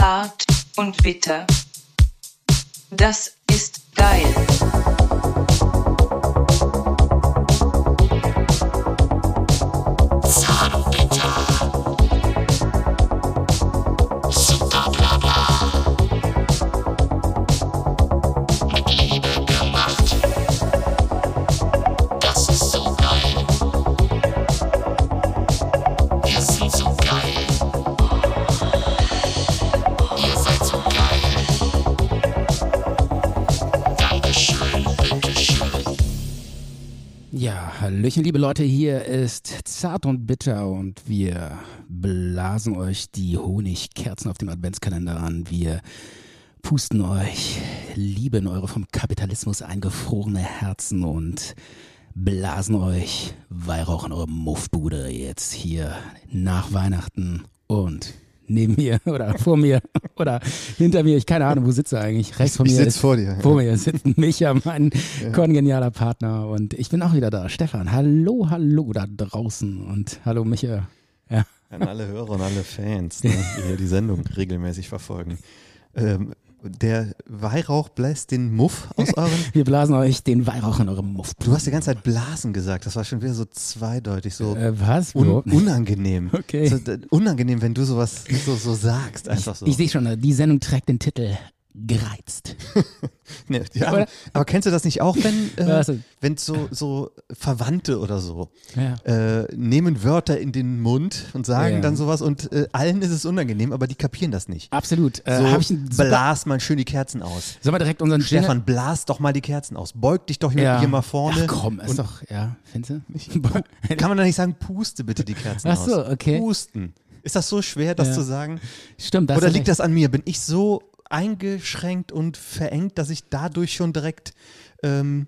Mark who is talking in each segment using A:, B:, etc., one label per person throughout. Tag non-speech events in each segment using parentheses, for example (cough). A: hart und bitter. Das ist geil.
B: Hallöchen, liebe Leute, hier ist Zart und Bitter und wir blasen euch die Honigkerzen auf dem Adventskalender an. Wir pusten euch Liebe in eure vom Kapitalismus eingefrorene Herzen und blasen euch Weihrauch in eure Muffbude jetzt hier nach Weihnachten und neben mir (laughs) oder vor mir oder hinter mir. Ich keine Ahnung, wo sitze eigentlich. Rechts von mir.
C: Ich
B: sitze
C: vor dir.
B: Vor mir sitzt (laughs) Micha, mein kongenialer Partner. Und ich bin auch wieder da. Stefan, hallo, hallo da draußen. Und hallo, Micha. Ja.
C: An alle Hörer und alle Fans, ne, die hier die Sendung regelmäßig verfolgen. Ähm, der Weihrauch bläst den Muff aus eurem.
B: Wir blasen euch den Weihrauch in eurem Muff.
C: Du hast die ganze Zeit blasen gesagt. Das war schon wieder so zweideutig, so
B: Äh, was?
C: un
B: Bro?
C: unangenehm.
B: Okay.
C: So, d- unangenehm, wenn du sowas so, so sagst. Einfach so.
B: Ich sehe schon, die Sendung trägt den Titel gereizt.
C: (laughs) Nee, ja,
B: Oder-
C: aber, aber kennst du das nicht auch, wenn, äh,
B: Was denn?
C: wenn so, so Verwandte oder so
B: Ja.
C: äh, nehmen Wörter in den Mund und sagen
B: Ja.
C: dann sowas und äh, allen ist es unangenehm, aber die kapieren das nicht.
B: Absolut. Äh,
C: So,
B: hab ich einen super,
C: blas mal schön die Kerzen aus.
B: Sollen wir direkt unseren
C: Stefan, blas doch mal die Kerzen aus. Beug dich doch hier mal vorne.
B: Ach komm, ist
C: und
B: doch, ja, findest (laughs) du?
C: kann man da nicht sagen, puste bitte die Kerzen
B: Ach so,
C: aus.
B: okay.
C: Pusten. Ist das so schwer, das
B: Ja.
C: zu sagen?
B: Stimmt, das
C: Oder
B: ist recht.
C: liegt das an mir? Bin ich so eingeschränkt und verengt, dass ich dadurch schon direkt ähm,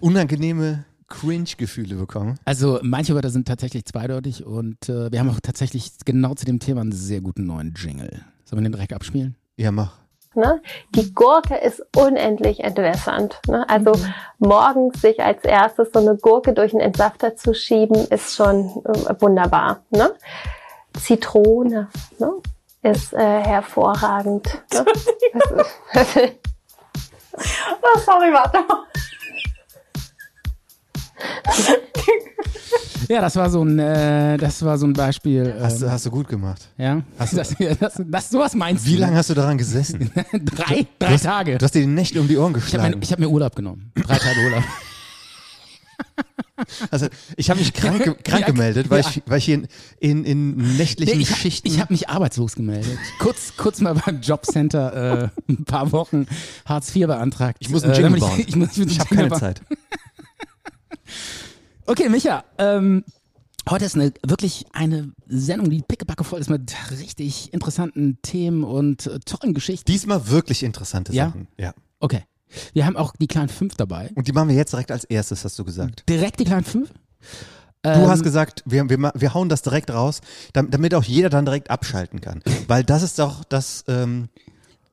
C: unangenehme Cringe-Gefühle bekomme?
B: Also manche Wörter sind tatsächlich zweideutig und äh, wir haben auch tatsächlich genau zu dem Thema einen sehr guten neuen Jingle. Sollen wir den direkt abspielen?
C: Ja, mach.
D: Ne? Die Gurke ist unendlich entwässernd. Ne? Also morgens sich als erstes so eine Gurke durch einen Entsafter zu schieben, ist schon äh, wunderbar. Ne? Zitrone ne? ist äh, hervorragend. Ne? Das ist-
E: Oh, sorry, warte mal.
B: Ja, das war so ein, äh, das war so ein Beispiel. Ähm,
C: Hast, du- hast du gut gemacht.
B: ja, hast (laughs)
C: hast du-
B: das, das, das, sowas meinst
C: Wie
B: du?
C: lange hast du daran gesessen?
B: (laughs) drei, drei Tage.
C: Du hast dir die Nächte um die Ohren
B: ich habe
C: geschlagen.
B: mir, ich hab mir Urlaub genommen. Drei Tage Urlaub.
C: Also ich habe
B: (laughs)
C: mich krank, ge- krank
B: Ja,
C: gemeldet, weil,
B: ja.
C: ich, weil ich hier in, in, in nächtlichen
B: Nee, ich
C: Schichten.
B: ich habe mich arbeitslos gemeldet. Kurz, kurz mal beim Jobcenter äh, ein paar Wochen Hartz IV beantragt.
C: Ich muss einen
B: Äh, damit
C: Jingle
B: (laughs)
C: bauen.
B: Ich, ich, muss- ich, muss einen
C: ich habe
B: Jingle
C: keine
B: bauen.
C: Zeit.
B: Okay, Micha, ähm, heute ist eine, wirklich eine Sendung, die pickepacke voll ist mit richtig interessanten Themen und äh, tollen Geschichten.
C: Diesmal wirklich interessante
B: Ja?
C: Sachen. Ja.
B: Okay, wir haben auch die kleinen Fünf dabei.
C: Und die machen wir jetzt direkt als erstes, hast du gesagt.
B: Direkt die kleinen Fünf? Ähm,
C: Du hast gesagt, wir, wir, ma- wir hauen das direkt raus, dam- damit auch jeder dann direkt abschalten kann. Weil das ist doch das, ähm,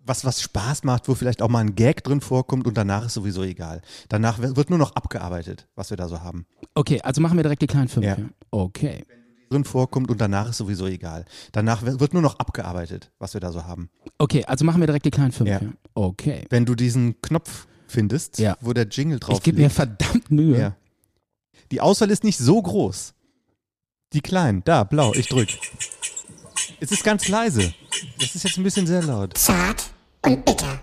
C: was, was Spaß macht, wo vielleicht auch mal ein Gag drin vorkommt und danach ist sowieso egal. Danach wer- wird nur noch abgearbeitet, was wir da so haben.
B: Okay, also machen wir direkt die kleinen Fünf.
C: Ja.
B: ja? Okay.
C: Drin vorkommt und danach ist sowieso egal. Danach wer- wird nur noch abgearbeitet, was wir da so haben.
B: Okay, also machen wir direkt die kleinen Fünf. Ja.
C: Ja.
B: Okay.
C: Wenn du diesen Knopf findest,
B: Ja.
C: wo der Jingle drauf
B: Ich gebe mir
C: liegt.
B: verdammt Mühe.
C: Ja. Die Auswahl ist nicht so groß. Die kleinen, da, blau, ich drück. Es ist ganz leise. Das ist jetzt ein bisschen sehr laut.
F: Zart und bitter.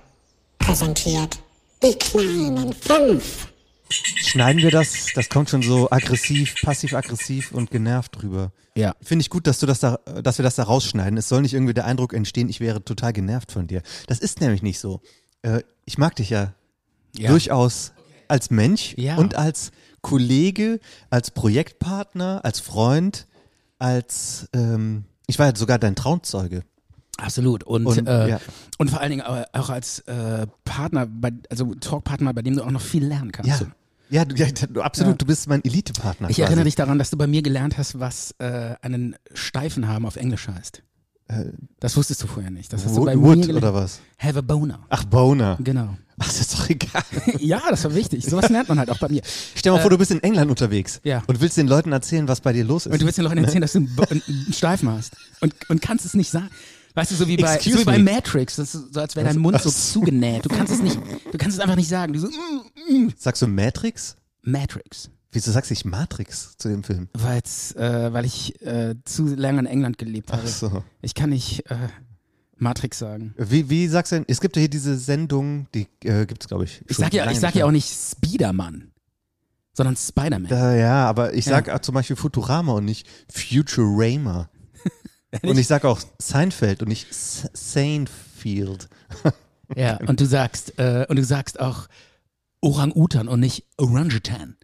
F: Präsentiert die kleinen fünf.
C: Schneiden wir das? Das kommt schon so aggressiv, passiv-aggressiv und genervt drüber.
B: ja.
C: Finde ich gut, dass, du das da, dass wir das da rausschneiden. Es soll nicht irgendwie der Eindruck entstehen, ich wäre total genervt von dir. Das ist nämlich nicht so. Äh, ich mag dich ja
B: Ja.
C: durchaus als Mensch
B: Ja.
C: und als Kollege, als Projektpartner, als Freund, als ähm, ich war ja sogar dein Trauzeuge.
B: Absolut. Und,
C: Und,
B: äh,
C: ja.
B: und vor allen Dingen aber auch als äh, Partner, bei, also Talkpartner, bei dem du auch noch viel lernen kannst.
C: Ja. Ja, du, ja, du- absolut,
B: Ja.
C: du bist mein Elitepartner.
B: Ich
C: quasi.
B: erinnere dich daran, dass du bei mir gelernt hast, was äh, einen Steifen haben auf Englisch heißt. das wusstest du vorher nicht. Das hast du
C: Äh, Wood,
B: bei mir
C: Wood
B: gelernt.
C: oder was?
B: Have a boner.
C: Ach, Boner.
B: Genau. (laughs)
C: Ach, das ist doch egal.
B: ja, das war wichtig. Sowas lernt man halt auch bei mir.
C: Stell mal vor, du bist in England unterwegs
B: ja.
C: und willst den Leuten erzählen, was bei dir los ist. (laughs)
B: Und du willst den Leuten erzählen, dass du einen, Bo- einen Steifen hast. Und, und kannst es nicht sagen. Weißt du, so wie bei,
C: Excuse
B: so wie bei
C: me.
B: Matrix, das ist so als wäre dein Mund
C: (laughs)
B: so zugenäht. Du kannst es nicht, du kannst es einfach nicht sagen. Du so, mm, mm,
C: Sagst du Matrix?
B: Matrix.
C: Wieso sagst du nicht Matrix zu dem Film?
B: Weil's, äh, weil ich äh, zu lange in England gelebt habe.
C: Ach so.
B: Ich kann nicht äh, Matrix sagen.
C: Wie, wie sagst du denn? Es gibt ja hier diese Sendung, die äh, gibt's, glaube ich.
B: Ich sag ja, ich sag ja auch nicht Spiderman, sondern Spiderman.
C: Da, ja, aber ich
B: Ja.
C: sag auch zum Beispiel Futurama und nicht
B: (laughs)
C: Futurama. und ich sag auch Seinfeld und nicht S Seinfeld.
B: Ja, und du sagst, äh, und du sagst auch Orang-Utan und nicht Orangutan.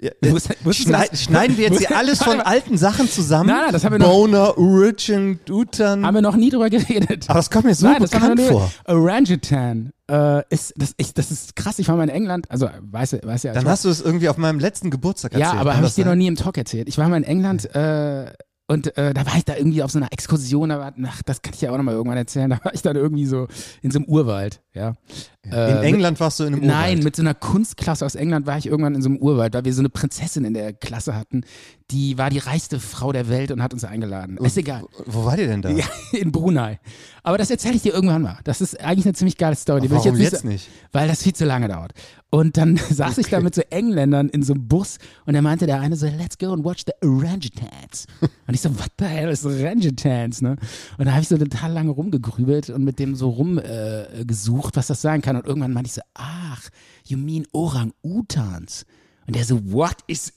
C: Ja,
B: Du musst- musstest du
C: Schneid,
B: das-
C: schneiden wir
B: (laughs)
C: jetzt hier alles
B: Warte
C: von
B: mal.
C: alten Sachen zusammen?
B: Nein, nein, das haben wir noch-
C: Boner, Urchin, Utan.
B: Haben wir noch nie drüber geredet.
C: Hm. Aber das kommt mir so
B: Nein, das haben wir
C: bekannt
B: noch nie-
C: vor.
B: Orangutan. Äh, ist, das, ich, das ist krass. Ich war mal in England. Also, weißt du, weißt du,
C: Dann hast du es irgendwie auf meinem letzten Geburtstag erzählt.
B: Ja, aber
C: Kann
B: habe
C: das
B: ich dir noch
C: sein?
B: nie im Talk erzählt. Ich war mal in England äh, und äh, da war ich da irgendwie auf so einer Exkursion, aber ach, das kann ich ja auch nochmal irgendwann erzählen. Da war ich dann irgendwie so in so einem Urwald, ja.
C: In
B: Äh, mit-
C: England warst du in einem
B: Nein,
C: Urwald.
B: mit so einer Kunstklasse aus England war ich irgendwann in so einem Urwald, weil wir so eine Prinzessin in der Klasse hatten, die war die reichste Frau der Welt und hat uns eingeladen. Ist egal.
C: Wo war die denn da?
B: Ja, (laughs) in Brunei. Aber das erzähle ich dir irgendwann mal. Das ist eigentlich eine ziemlich geile Story. Die will
C: Warum
B: ich
C: jetzt
B: jetzt,
C: nicht?
B: Weil das viel zu lange dauert. Und dann (laughs) saß ich da mit so Engländern in so einem Bus und da meinte der eine so, let's go and watch the
C: (laughs)
B: Orangutans. und ich so, what the hell is Orangutans, ne? Und da habe ich so total lange rumgegrübelt und mit dem so rumgesucht, äh, gesucht, was das sein kann. Und irgendwann meinte ich so, ach, you mean Orang-Utans. Und der so, what is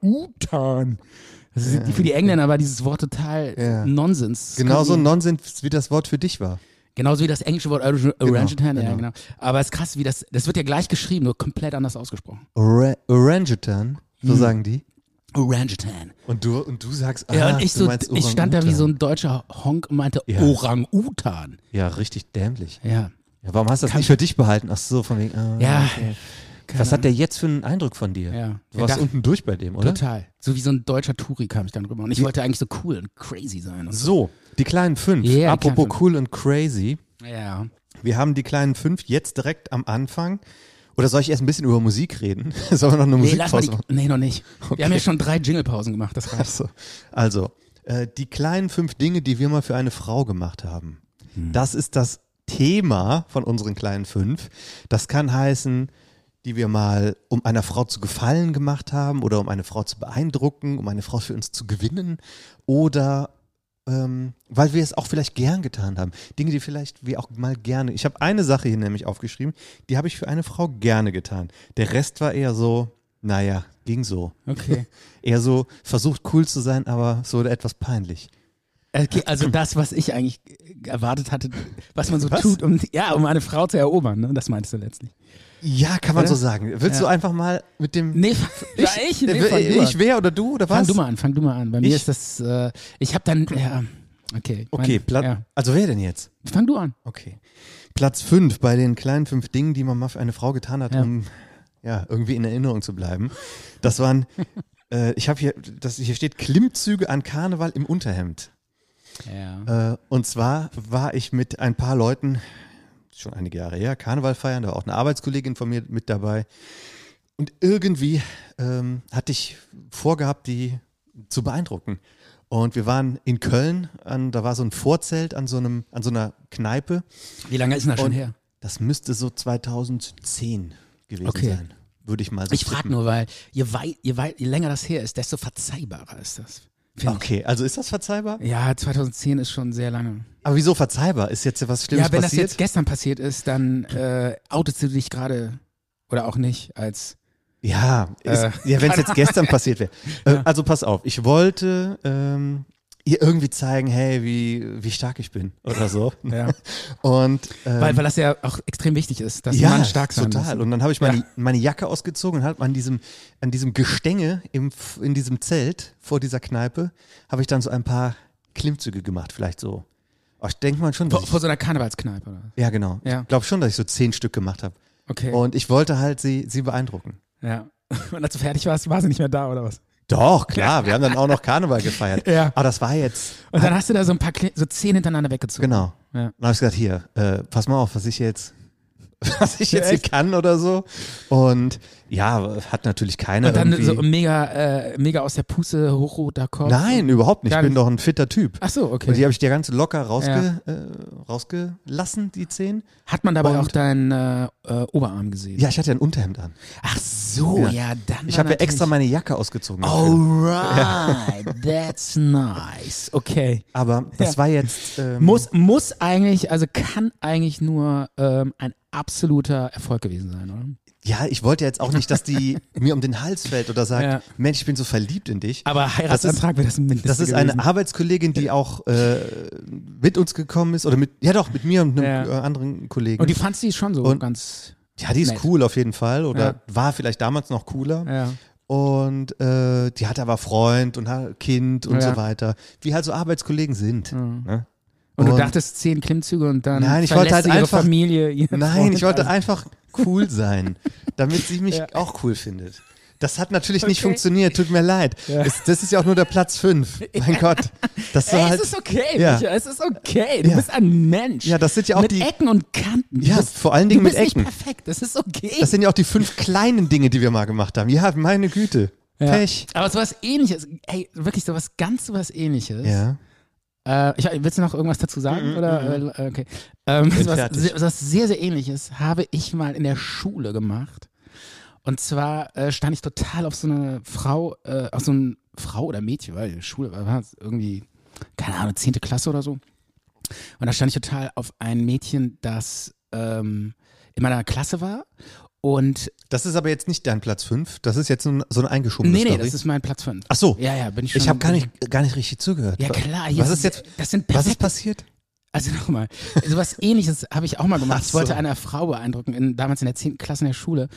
B: Orang-Utan? Das ist, für die Engländer war dieses Wort total
C: Ja.
B: Nonsens.
C: Genauso
B: Irgendwie-
C: Genau Nonsens, wie das Wort für dich war.
B: Genauso wie das englische Wort Orang- Orangutan, ja,
C: genau.
B: genau. Aber es ist krass, wie das, das wird ja gleich geschrieben, nur komplett anders ausgesprochen.
C: Ora- Orangutan, so
B: Hm.
C: sagen die.
B: Orangutan.
C: Und du, und du sagst, ah,
B: ja, und ich,
C: du
B: so,
C: meinst
B: ich stand da wie
C: Orang-Utan.
B: so ein deutscher Honk und meinte
C: Ja.
B: Orang-Utan.
C: Ja, richtig dämlich.
B: Ja.
C: Ja, warum hast du das nicht für dich behalten? Ach so, von wegen. Ah,
B: Ja.
C: okay. Was hat der jetzt für einen Eindruck von dir?
B: Ja.
C: Du warst
B: Ja, da-
C: unten durch bei dem, oder?
B: Total. So wie so ein deutscher Touri kam ich dann rüber. Und ich wollte eigentlich so cool und crazy sein. Und so.
C: So, die kleinen fünf.
B: Ja, die
C: Apropos
B: kleinen fünf.
C: cool und crazy.
B: Ja.
C: Wir haben die kleinen fünf jetzt direkt am Anfang. Oder soll ich erst ein bisschen über Musik reden? (laughs) Sollen wir noch eine
B: Nee, lass mal
C: Musikpause
B: die,
C: machen?
B: nee, noch nicht.
C: Okay.
B: Wir haben ja schon drei Jingle-Pausen gemacht, das
C: (laughs)
B: reicht.
C: Also, also äh, die kleinen fünf Dinge, die wir mal für eine Frau gemacht haben. Das ist das Thema von unseren kleinen fünf. Das kann heißen, die wir mal, um einer Frau zu gefallen gemacht haben oder um eine Frau zu beeindrucken, um eine Frau für uns zu gewinnen oder ähm, weil wir es auch vielleicht gern getan haben. Dinge, die vielleicht wir auch mal gerne. Ich habe eine Sache hier nämlich aufgeschrieben, die habe ich für eine Frau gerne getan. Der Rest war eher so, naja, ging so.
B: Okay.
C: Eher so versucht cool zu sein, aber so etwas peinlich.
B: okay. Also das, was ich eigentlich erwartet hatte, was man so
C: Was?
B: tut, um, ja, um eine Frau zu erobern, ne? Das meinst du letztlich.
C: Ja, kann man
B: Oder?
C: so sagen.
B: Ja.
C: Willst du einfach mal mit dem (laughs)
B: Nee, ich, ich, nee, fang
C: ich,
B: du an.
C: ich wer oder du oder
B: Fang
C: was?
B: du mal an, fang du mal an. Bei mir
C: Ich?
B: ist das, äh, ich habe dann, ja, okay.
C: Okay,
B: mein,
C: Pla-
B: ja.
C: also wer denn jetzt?
B: Fang du an.
C: Okay. Platz fünf bei den kleinen fünf Dingen, die man mal für eine Frau getan hat,
B: Ja.
C: um ja, irgendwie in Erinnerung zu bleiben.
B: (laughs)
C: Das waren, äh, ich habe hier, das, hier steht Klimmzüge an Karneval im Unterhemd.
B: Ja.
C: Äh, und zwar war ich mit ein paar Leuten, schon einige Jahre her, Karneval feiern, da war auch eine Arbeitskollegin von mir mit dabei. Und irgendwie ähm, hatte ich vorgehabt, die zu beeindrucken. Und wir waren in Köln, an, da war so ein Vorzelt an so, einem, an so einer Kneipe.
B: Wie lange ist denn das schon
C: Und
B: her?
C: das müsste so 2010 gewesen
B: Okay.
C: sein, würde ich mal so
B: Ich frage
C: tippen.
B: nur, weil je, wei je, wei je länger das her ist, desto verzeihbarer ist das. find
C: Okay, also ist das verzeihbar?
B: Ich. Ja, 2010 ist schon sehr lange.
C: Aber wieso verzeihbar? Ist jetzt was Schlimmes
B: ja, wenn das
C: passiert?
B: jetzt gestern passiert ist, dann äh, outest du dich gerade oder auch nicht als.
C: Ja, ist,
B: Äh,
C: ja wenn es jetzt gestern
B: (laughs)
C: passiert wäre. Äh, Also pass auf, ich wollte ähm, ihr irgendwie zeigen, hey, wie, wie stark ich bin
B: (laughs)
C: oder so.
B: Ja.
C: Und ähm,
B: weil, weil das ja auch extrem wichtig ist, dass
C: ja,
B: man stark sein
C: total.
B: muss.
C: Und dann habe ich meine,
B: Ja.
C: meine Jacke ausgezogen und habe an diesem, an diesem Gestänge im, F- in diesem Zelt vor dieser Kneipe, habe ich dann so ein paar Klimmzüge gemacht, vielleicht so. Aber ich denke mal schon, dass
B: Vor,
C: ich,
B: vor so einer Karnevalskneipe. Oder?
C: ja genau,
B: Ja.
C: ich glaube schon, dass ich so zehn Stück gemacht habe.
B: Okay.
C: Und ich wollte halt sie, sie beeindrucken.
B: ja. (laughs) Und als du fertig warst, war sie nicht mehr da oder was?
C: Doch, klar, wir haben dann auch noch Karneval
B: (laughs)
C: gefeiert.
B: Ja.
C: Aber das war jetzt,
B: Und dann hast du da so ein paar, Kle- so zehn hintereinander weggezogen.
C: genau.
B: Ja.
C: Dann habe ich gesagt, hier, äh, pass mal auf, was ich jetzt (laughs) was ich jetzt hier kann oder so. Und ja, hat natürlich keiner
B: Und dann
C: irgendwie.
B: so mega, äh, mega aus der Puste, hochroter Kopf.
C: Nein, überhaupt nicht.
B: Gar
C: Ich bin
B: nicht.
C: doch ein fitter Typ.
B: Ach so, okay.
C: Und die habe ich dir ganz locker rausge, äh, rausgelassen, die Zehen.
B: Hat man dabei
C: Und-
B: auch deinen äh, äh, Oberarm gesehen?
C: Ja, ich hatte ja ein Unterhemd an.
B: Ach so, ja, dann.
C: Ich
B: war
C: habe ja
B: natürlich- Oh.
C: extra meine Jacke ausgezogen. dafür.
B: Alright, that's nice. Okay.
C: Aber das
B: Ja.
C: war jetzt. Ähm,
B: Muss, muss eigentlich, also kann eigentlich nur ähm, ein absoluter Erfolg gewesen sein, oder?
C: Ja, ich wollte jetzt auch nicht,
B: (laughs)
C: dass die mir um den Hals fällt oder sagt,
B: Ja.
C: Mensch, ich bin so verliebt in dich.
B: Aber Heiratsantrag wäre das mindestens.
C: Das ist eine Arbeitskollegin, die auch äh, mit uns gekommen ist oder mit, ja doch, mit mir und einem
B: Ja.
C: äh, anderen Kollegen.
B: Und die fand sie schon so
C: Und-
B: ganz.
C: ja, die ist
B: nett.
C: cool auf jeden Fall oder
B: Ja.
C: war vielleicht damals noch cooler.
B: Ja.
C: Und äh, die hatte aber Freund und hat Kind und
B: Ja. Mhm.
C: so weiter, wie halt so Arbeitskollegen sind. Ne?
B: Und, du
C: Und-
B: dachtest zehn Klimmzüge und dann
C: Nein, ich wollte
B: verlässt
C: halt
B: sie ihre
C: einfach-
B: Familie. ihren
C: Nein,
B: Freund,
C: ich wollte
B: alles.
C: einfach
B: (laughs)
C: cool sein, damit sie mich
B: Ja.
C: auch cool findet. Das hat natürlich nicht
B: Okay.
C: funktioniert, tut mir leid. Es, das ist ja auch nur der
B: (laughs)
C: Platz fünf. Mein Gott. Das war
B: Ey,
C: halt,
B: es ist okay,
C: Ja.
B: Micha, es ist okay. Du
C: Ja.
B: bist ein Mensch.
C: Ja, das sind ja auch
B: mit
C: die-
B: Ecken und Kanten. Du
C: Ja,
B: bist,
C: vor allen Dingen
B: du
C: mit
B: bist nicht
C: Ecken.
B: perfekt, das ist okay.
C: Das sind ja auch die fünf kleinen Dinge, die wir mal gemacht haben. Ja, meine Güte.
B: Ja.
C: Pech.
B: Aber sowas ähnliches, ey, wirklich sowas ganz sowas ähnliches.
C: Ja.
B: Äh, ich, willst du noch irgendwas dazu sagen?
C: Mhm,
B: oder, äh, okay. ähm, sowas,
C: fertig.
B: se- sowas sehr, sehr ähnliches habe ich mal in der Schule gemacht. Und zwar äh, stand ich total auf so eine Frau, äh, auf so ein Frau oder Mädchen, weil in der Schule war war es irgendwie, keine Ahnung, 10. Klasse oder so. Und da stand ich total auf ein Mädchen, das ähm, in meiner Klasse war. Und
C: Das ist aber jetzt nicht dein Platz fünf. Das ist jetzt so ein- so Um eine eingeschobene
B: nee, nee,
C: Story.
B: das ist mein Platz 5.
C: Ach so.
B: Ja, ja, bin ich schon.
C: ich habe gar nicht, gar nicht richtig zugehört.
B: Ja, klar. Hier
C: Was ist
B: sind-
C: jetzt,
B: Das sind
C: was
B: perfekte
C: ist passiert?
B: Also (laughs) nochmal, sowas ähnliches habe ich auch mal gemacht. Ich
C: Ach so.
B: wollte einer Frau beeindrucken, in, damals in der 10. Klasse in der Schule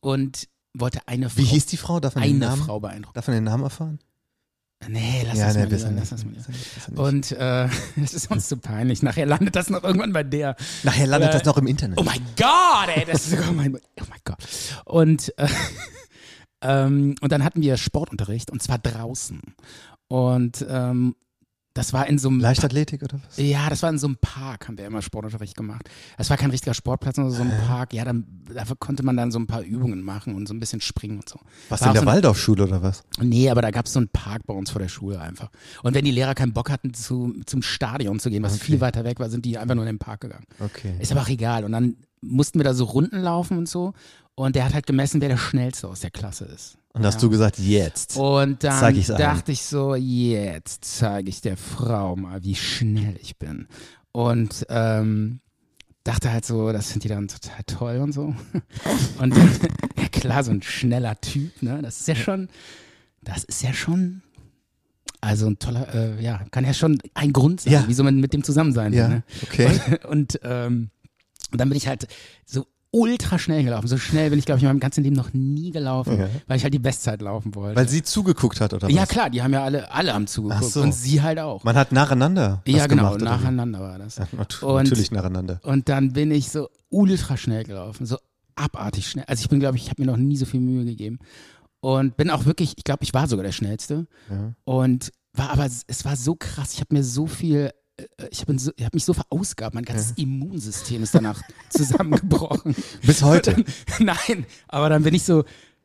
B: und wollte eine Frau,
C: Wie hieß die Frau? Darf man den
B: eine
C: Namen,
B: Frau beeindrucken.
C: Darf man den Namen erfahren?
B: Nee, lass
C: ja,
B: das mal
C: besser
B: lieber, lass
C: nicht.
B: das mal lieber.
C: Besser nicht, besser
B: Und
C: nicht.
B: äh, (laughs) das ist uns zu peinlich. Nachher landet das noch irgendwann bei der.
C: Nachher landet
B: äh,
C: das noch im Internet.
B: Oh mein Gott, ey, das ist sogar mein, oh mein Gott. Und, äh, (laughs) ähm, und dann hatten wir Sportunterricht und zwar draußen. Und ähm, das war in so einem
C: Leichtathletik oder was?
B: Ja, das war in so einem Park, haben wir immer Sportunterricht gemacht. Das war kein richtiger Sportplatz, sondern so ein Park. Ja, dann, da konnte man dann so ein paar Übungen machen und so ein bisschen springen und so.
C: Was
B: War
C: in
B: auch
C: der
B: so
C: Waldorfschule oder was?
B: ein, Nee, aber da gab's so einen Park bei uns vor der Schule einfach. Und wenn die Lehrer keinen Bock hatten, zu, zum Stadion zu gehen, was viel weiter weg war, sind die einfach nur in den Park gegangen.
C: Okay.
B: Ist aber auch egal. Und dann mussten wir da so Runden laufen und so. Und der hat halt gemessen, wer der Schnellste aus der Klasse ist.
C: Und hast du gesagt, jetzt.
B: Und dann
C: Zeig ich's allen.
B: dachte ich so, jetzt zeige ich der Frau mal, wie schnell ich bin. Und ähm, dachte halt so, das sind die dann total toll und so. (laughs) Und dann, (laughs) ja klar, so ein schneller Typ, ne? Das ist ja schon, das ist ja schon, also ein toller, äh, ja, kann ja schon ein Grund sein,
C: Ja.
B: wieso man mit dem zusammen sein will.
C: Ja,
B: Ne?
C: okay.
B: Und, und, ähm, und dann bin ich halt so ultra schnell gelaufen. So schnell bin ich, glaube ich, in meinem ganzen Leben noch nie gelaufen,
C: Ja.
B: weil ich halt die Bestzeit laufen wollte.
C: Weil sie zugeguckt hat oder was?
B: ja, klar, die haben ja alle, alle am
C: Ach
B: zugeguckt.
C: so.
B: Und sie halt auch.
C: Man hat nacheinander. was
B: ja, genau,
C: gemacht, oder wie?
B: nacheinander war das.
C: Ja, nat-
B: Und-
C: Natürlich nacheinander.
B: Und dann bin ich so ultra schnell gelaufen, so abartig schnell. Also ich bin, glaube ich, ich habe mir noch nie so viel Mühe gegeben. Und bin auch wirklich, ich glaube, ich war sogar der Schnellste.
C: Ja.
B: Und war aber, es war so krass, ich habe mir so viel, äh, ich habe so, ich hab mich so verausgabt, mein ganzes Immunsystem ist danach (laughs) zusammengebrochen.
C: Bis heute.
B: (laughs) Und Dann, nein, aber dann bin ich so,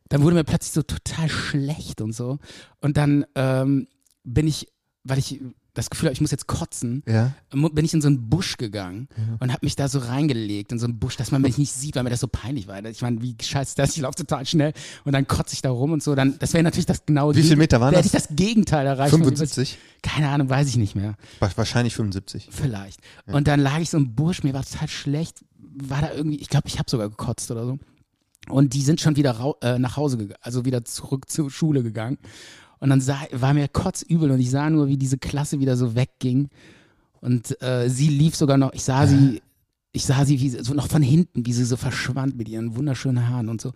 B: dann wurde mir plötzlich so total schlecht und so. Und dann ähm, bin ich, weil ich das Gefühl habe, ich muss jetzt kotzen,
C: Ja.
B: mu- bin ich in so einen Busch gegangen und habe mich da so reingelegt in so einen Busch, dass man mich nicht sieht, weil mir das so peinlich war. Ich meine, wie scheiße das, ich laufe total schnell und dann kotze ich da rum und so. Dann, das wäre natürlich das genaue
C: Wie viel
B: Gegen-
C: Meter waren
B: da hätte ich
C: das?
B: das Gegenteil erreicht. von dem, was ich-
C: 75?
B: Keine Ahnung, weiß ich nicht mehr.
C: Wa- Wahrscheinlich 75.
B: Vielleicht. Und dann lag ich so im Busch, mir war total schlecht, war da irgendwie, ich glaube, ich habe sogar gekotzt oder so. Und die sind schon wieder rau äh, nach Hause gegangen, also wieder zurück zur Schule gegangen. Und dann sah, war mir kotzübel und ich sah nur, wie diese Klasse wieder so wegging. Und äh, sie lief sogar noch, ich sah sie, ich sah sie wie, sie- so noch von hinten, wie sie so verschwand mit ihren wunderschönen Haaren und so.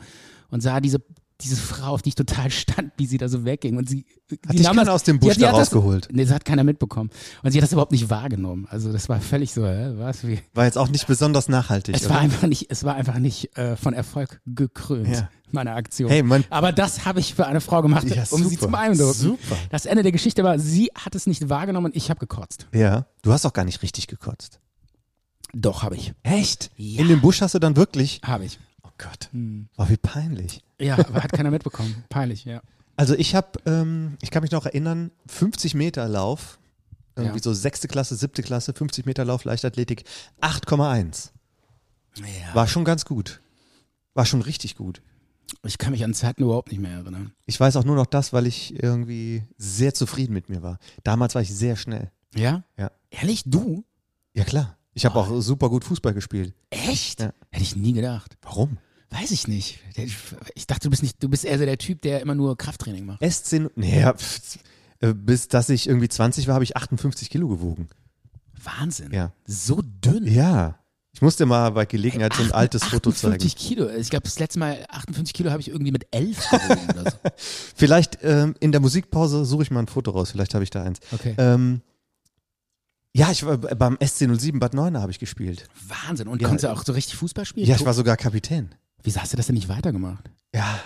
B: Und sah diese, diese Frau, auf die ich total stand, wie sie da so wegging. Und sie,
C: Hat dich keiner aus dem Busch
B: die hat- die
C: da
B: hat das-
C: rausgeholt?
B: Nee, das hat keiner mitbekommen. Und sie hat das überhaupt nicht wahrgenommen. Also das war völlig so, hä, was? Wie?
C: War jetzt auch nicht besonders nachhaltig.
B: Es
C: oder?
B: war einfach nicht, es war einfach nicht äh, von Erfolg gekrönt,
C: Ja.
B: meine Aktion.
C: Hey, man-
B: Aber das habe ich für eine Frau gemacht,
C: Ja,
B: um sie
C: super,
B: zu beeindrucken.
C: super.
B: Das Ende der Geschichte war, sie hat es nicht wahrgenommen und ich habe gekotzt.
C: ja. Du hast auch gar nicht richtig gekotzt.
B: Doch, habe ich.
C: Echt?
B: Ja. Hm.
C: In dem Busch hast du dann wirklich.
B: Habe ich.
C: Oh Gott. Oh, wie peinlich.
B: Ja, aber (laughs) hat keiner mitbekommen. Peinlich, ja.
C: Also ich habe, ähm, ich kann mich noch erinnern, 50 Meter Lauf, irgendwie
B: Ja.
C: so sechste Klasse, siebte Klasse, 50 Meter Lauf, Leichtathletik, 8,1.
B: ja.
C: War schon ganz gut. War schon richtig gut.
B: Ich kann mich an Zeiten überhaupt nicht mehr erinnern.
C: Ich weiß auch nur noch das, weil ich irgendwie sehr zufrieden mit mir war. Damals war ich sehr schnell.
B: Ja?
C: Ja.
B: Ehrlich, du?
C: Ja klar. Ich habe auch super gut Fußball gespielt.
B: Echt?
C: Ja.
B: Hätte ich nie gedacht.
C: Warum?
B: Weiß ich nicht. Ich dachte, du bist nicht, du bist eher so der Typ, der immer nur Krafttraining macht.
C: SC, naja, pff, äh, bis dass ich irgendwie 20 war, habe ich 58 Kilo gewogen.
B: Wahnsinn.
C: Ja.
B: So dünn.
C: Ja. Ich musste mal bei Gelegenheit so ein altes Foto zeigen.
B: 58 Kilo. Ich glaube, das letzte Mal 58 Kilo habe ich irgendwie mit 11 gewogen oder so.
C: Vielleicht ähm, in der Musikpause suche ich mal ein Foto raus. Vielleicht habe ich da eins.
B: (laughs) Okay.
C: Ähm, ja, ich war b- beim SC07 Bad Neuner habe ich gespielt.
B: Wahnsinn. Und
C: ja.
B: konntest du auch so richtig Fußball spielen?
C: Ja, ich war sogar Kapitän.
B: Wieso hast du das denn nicht weitergemacht?
C: Ja,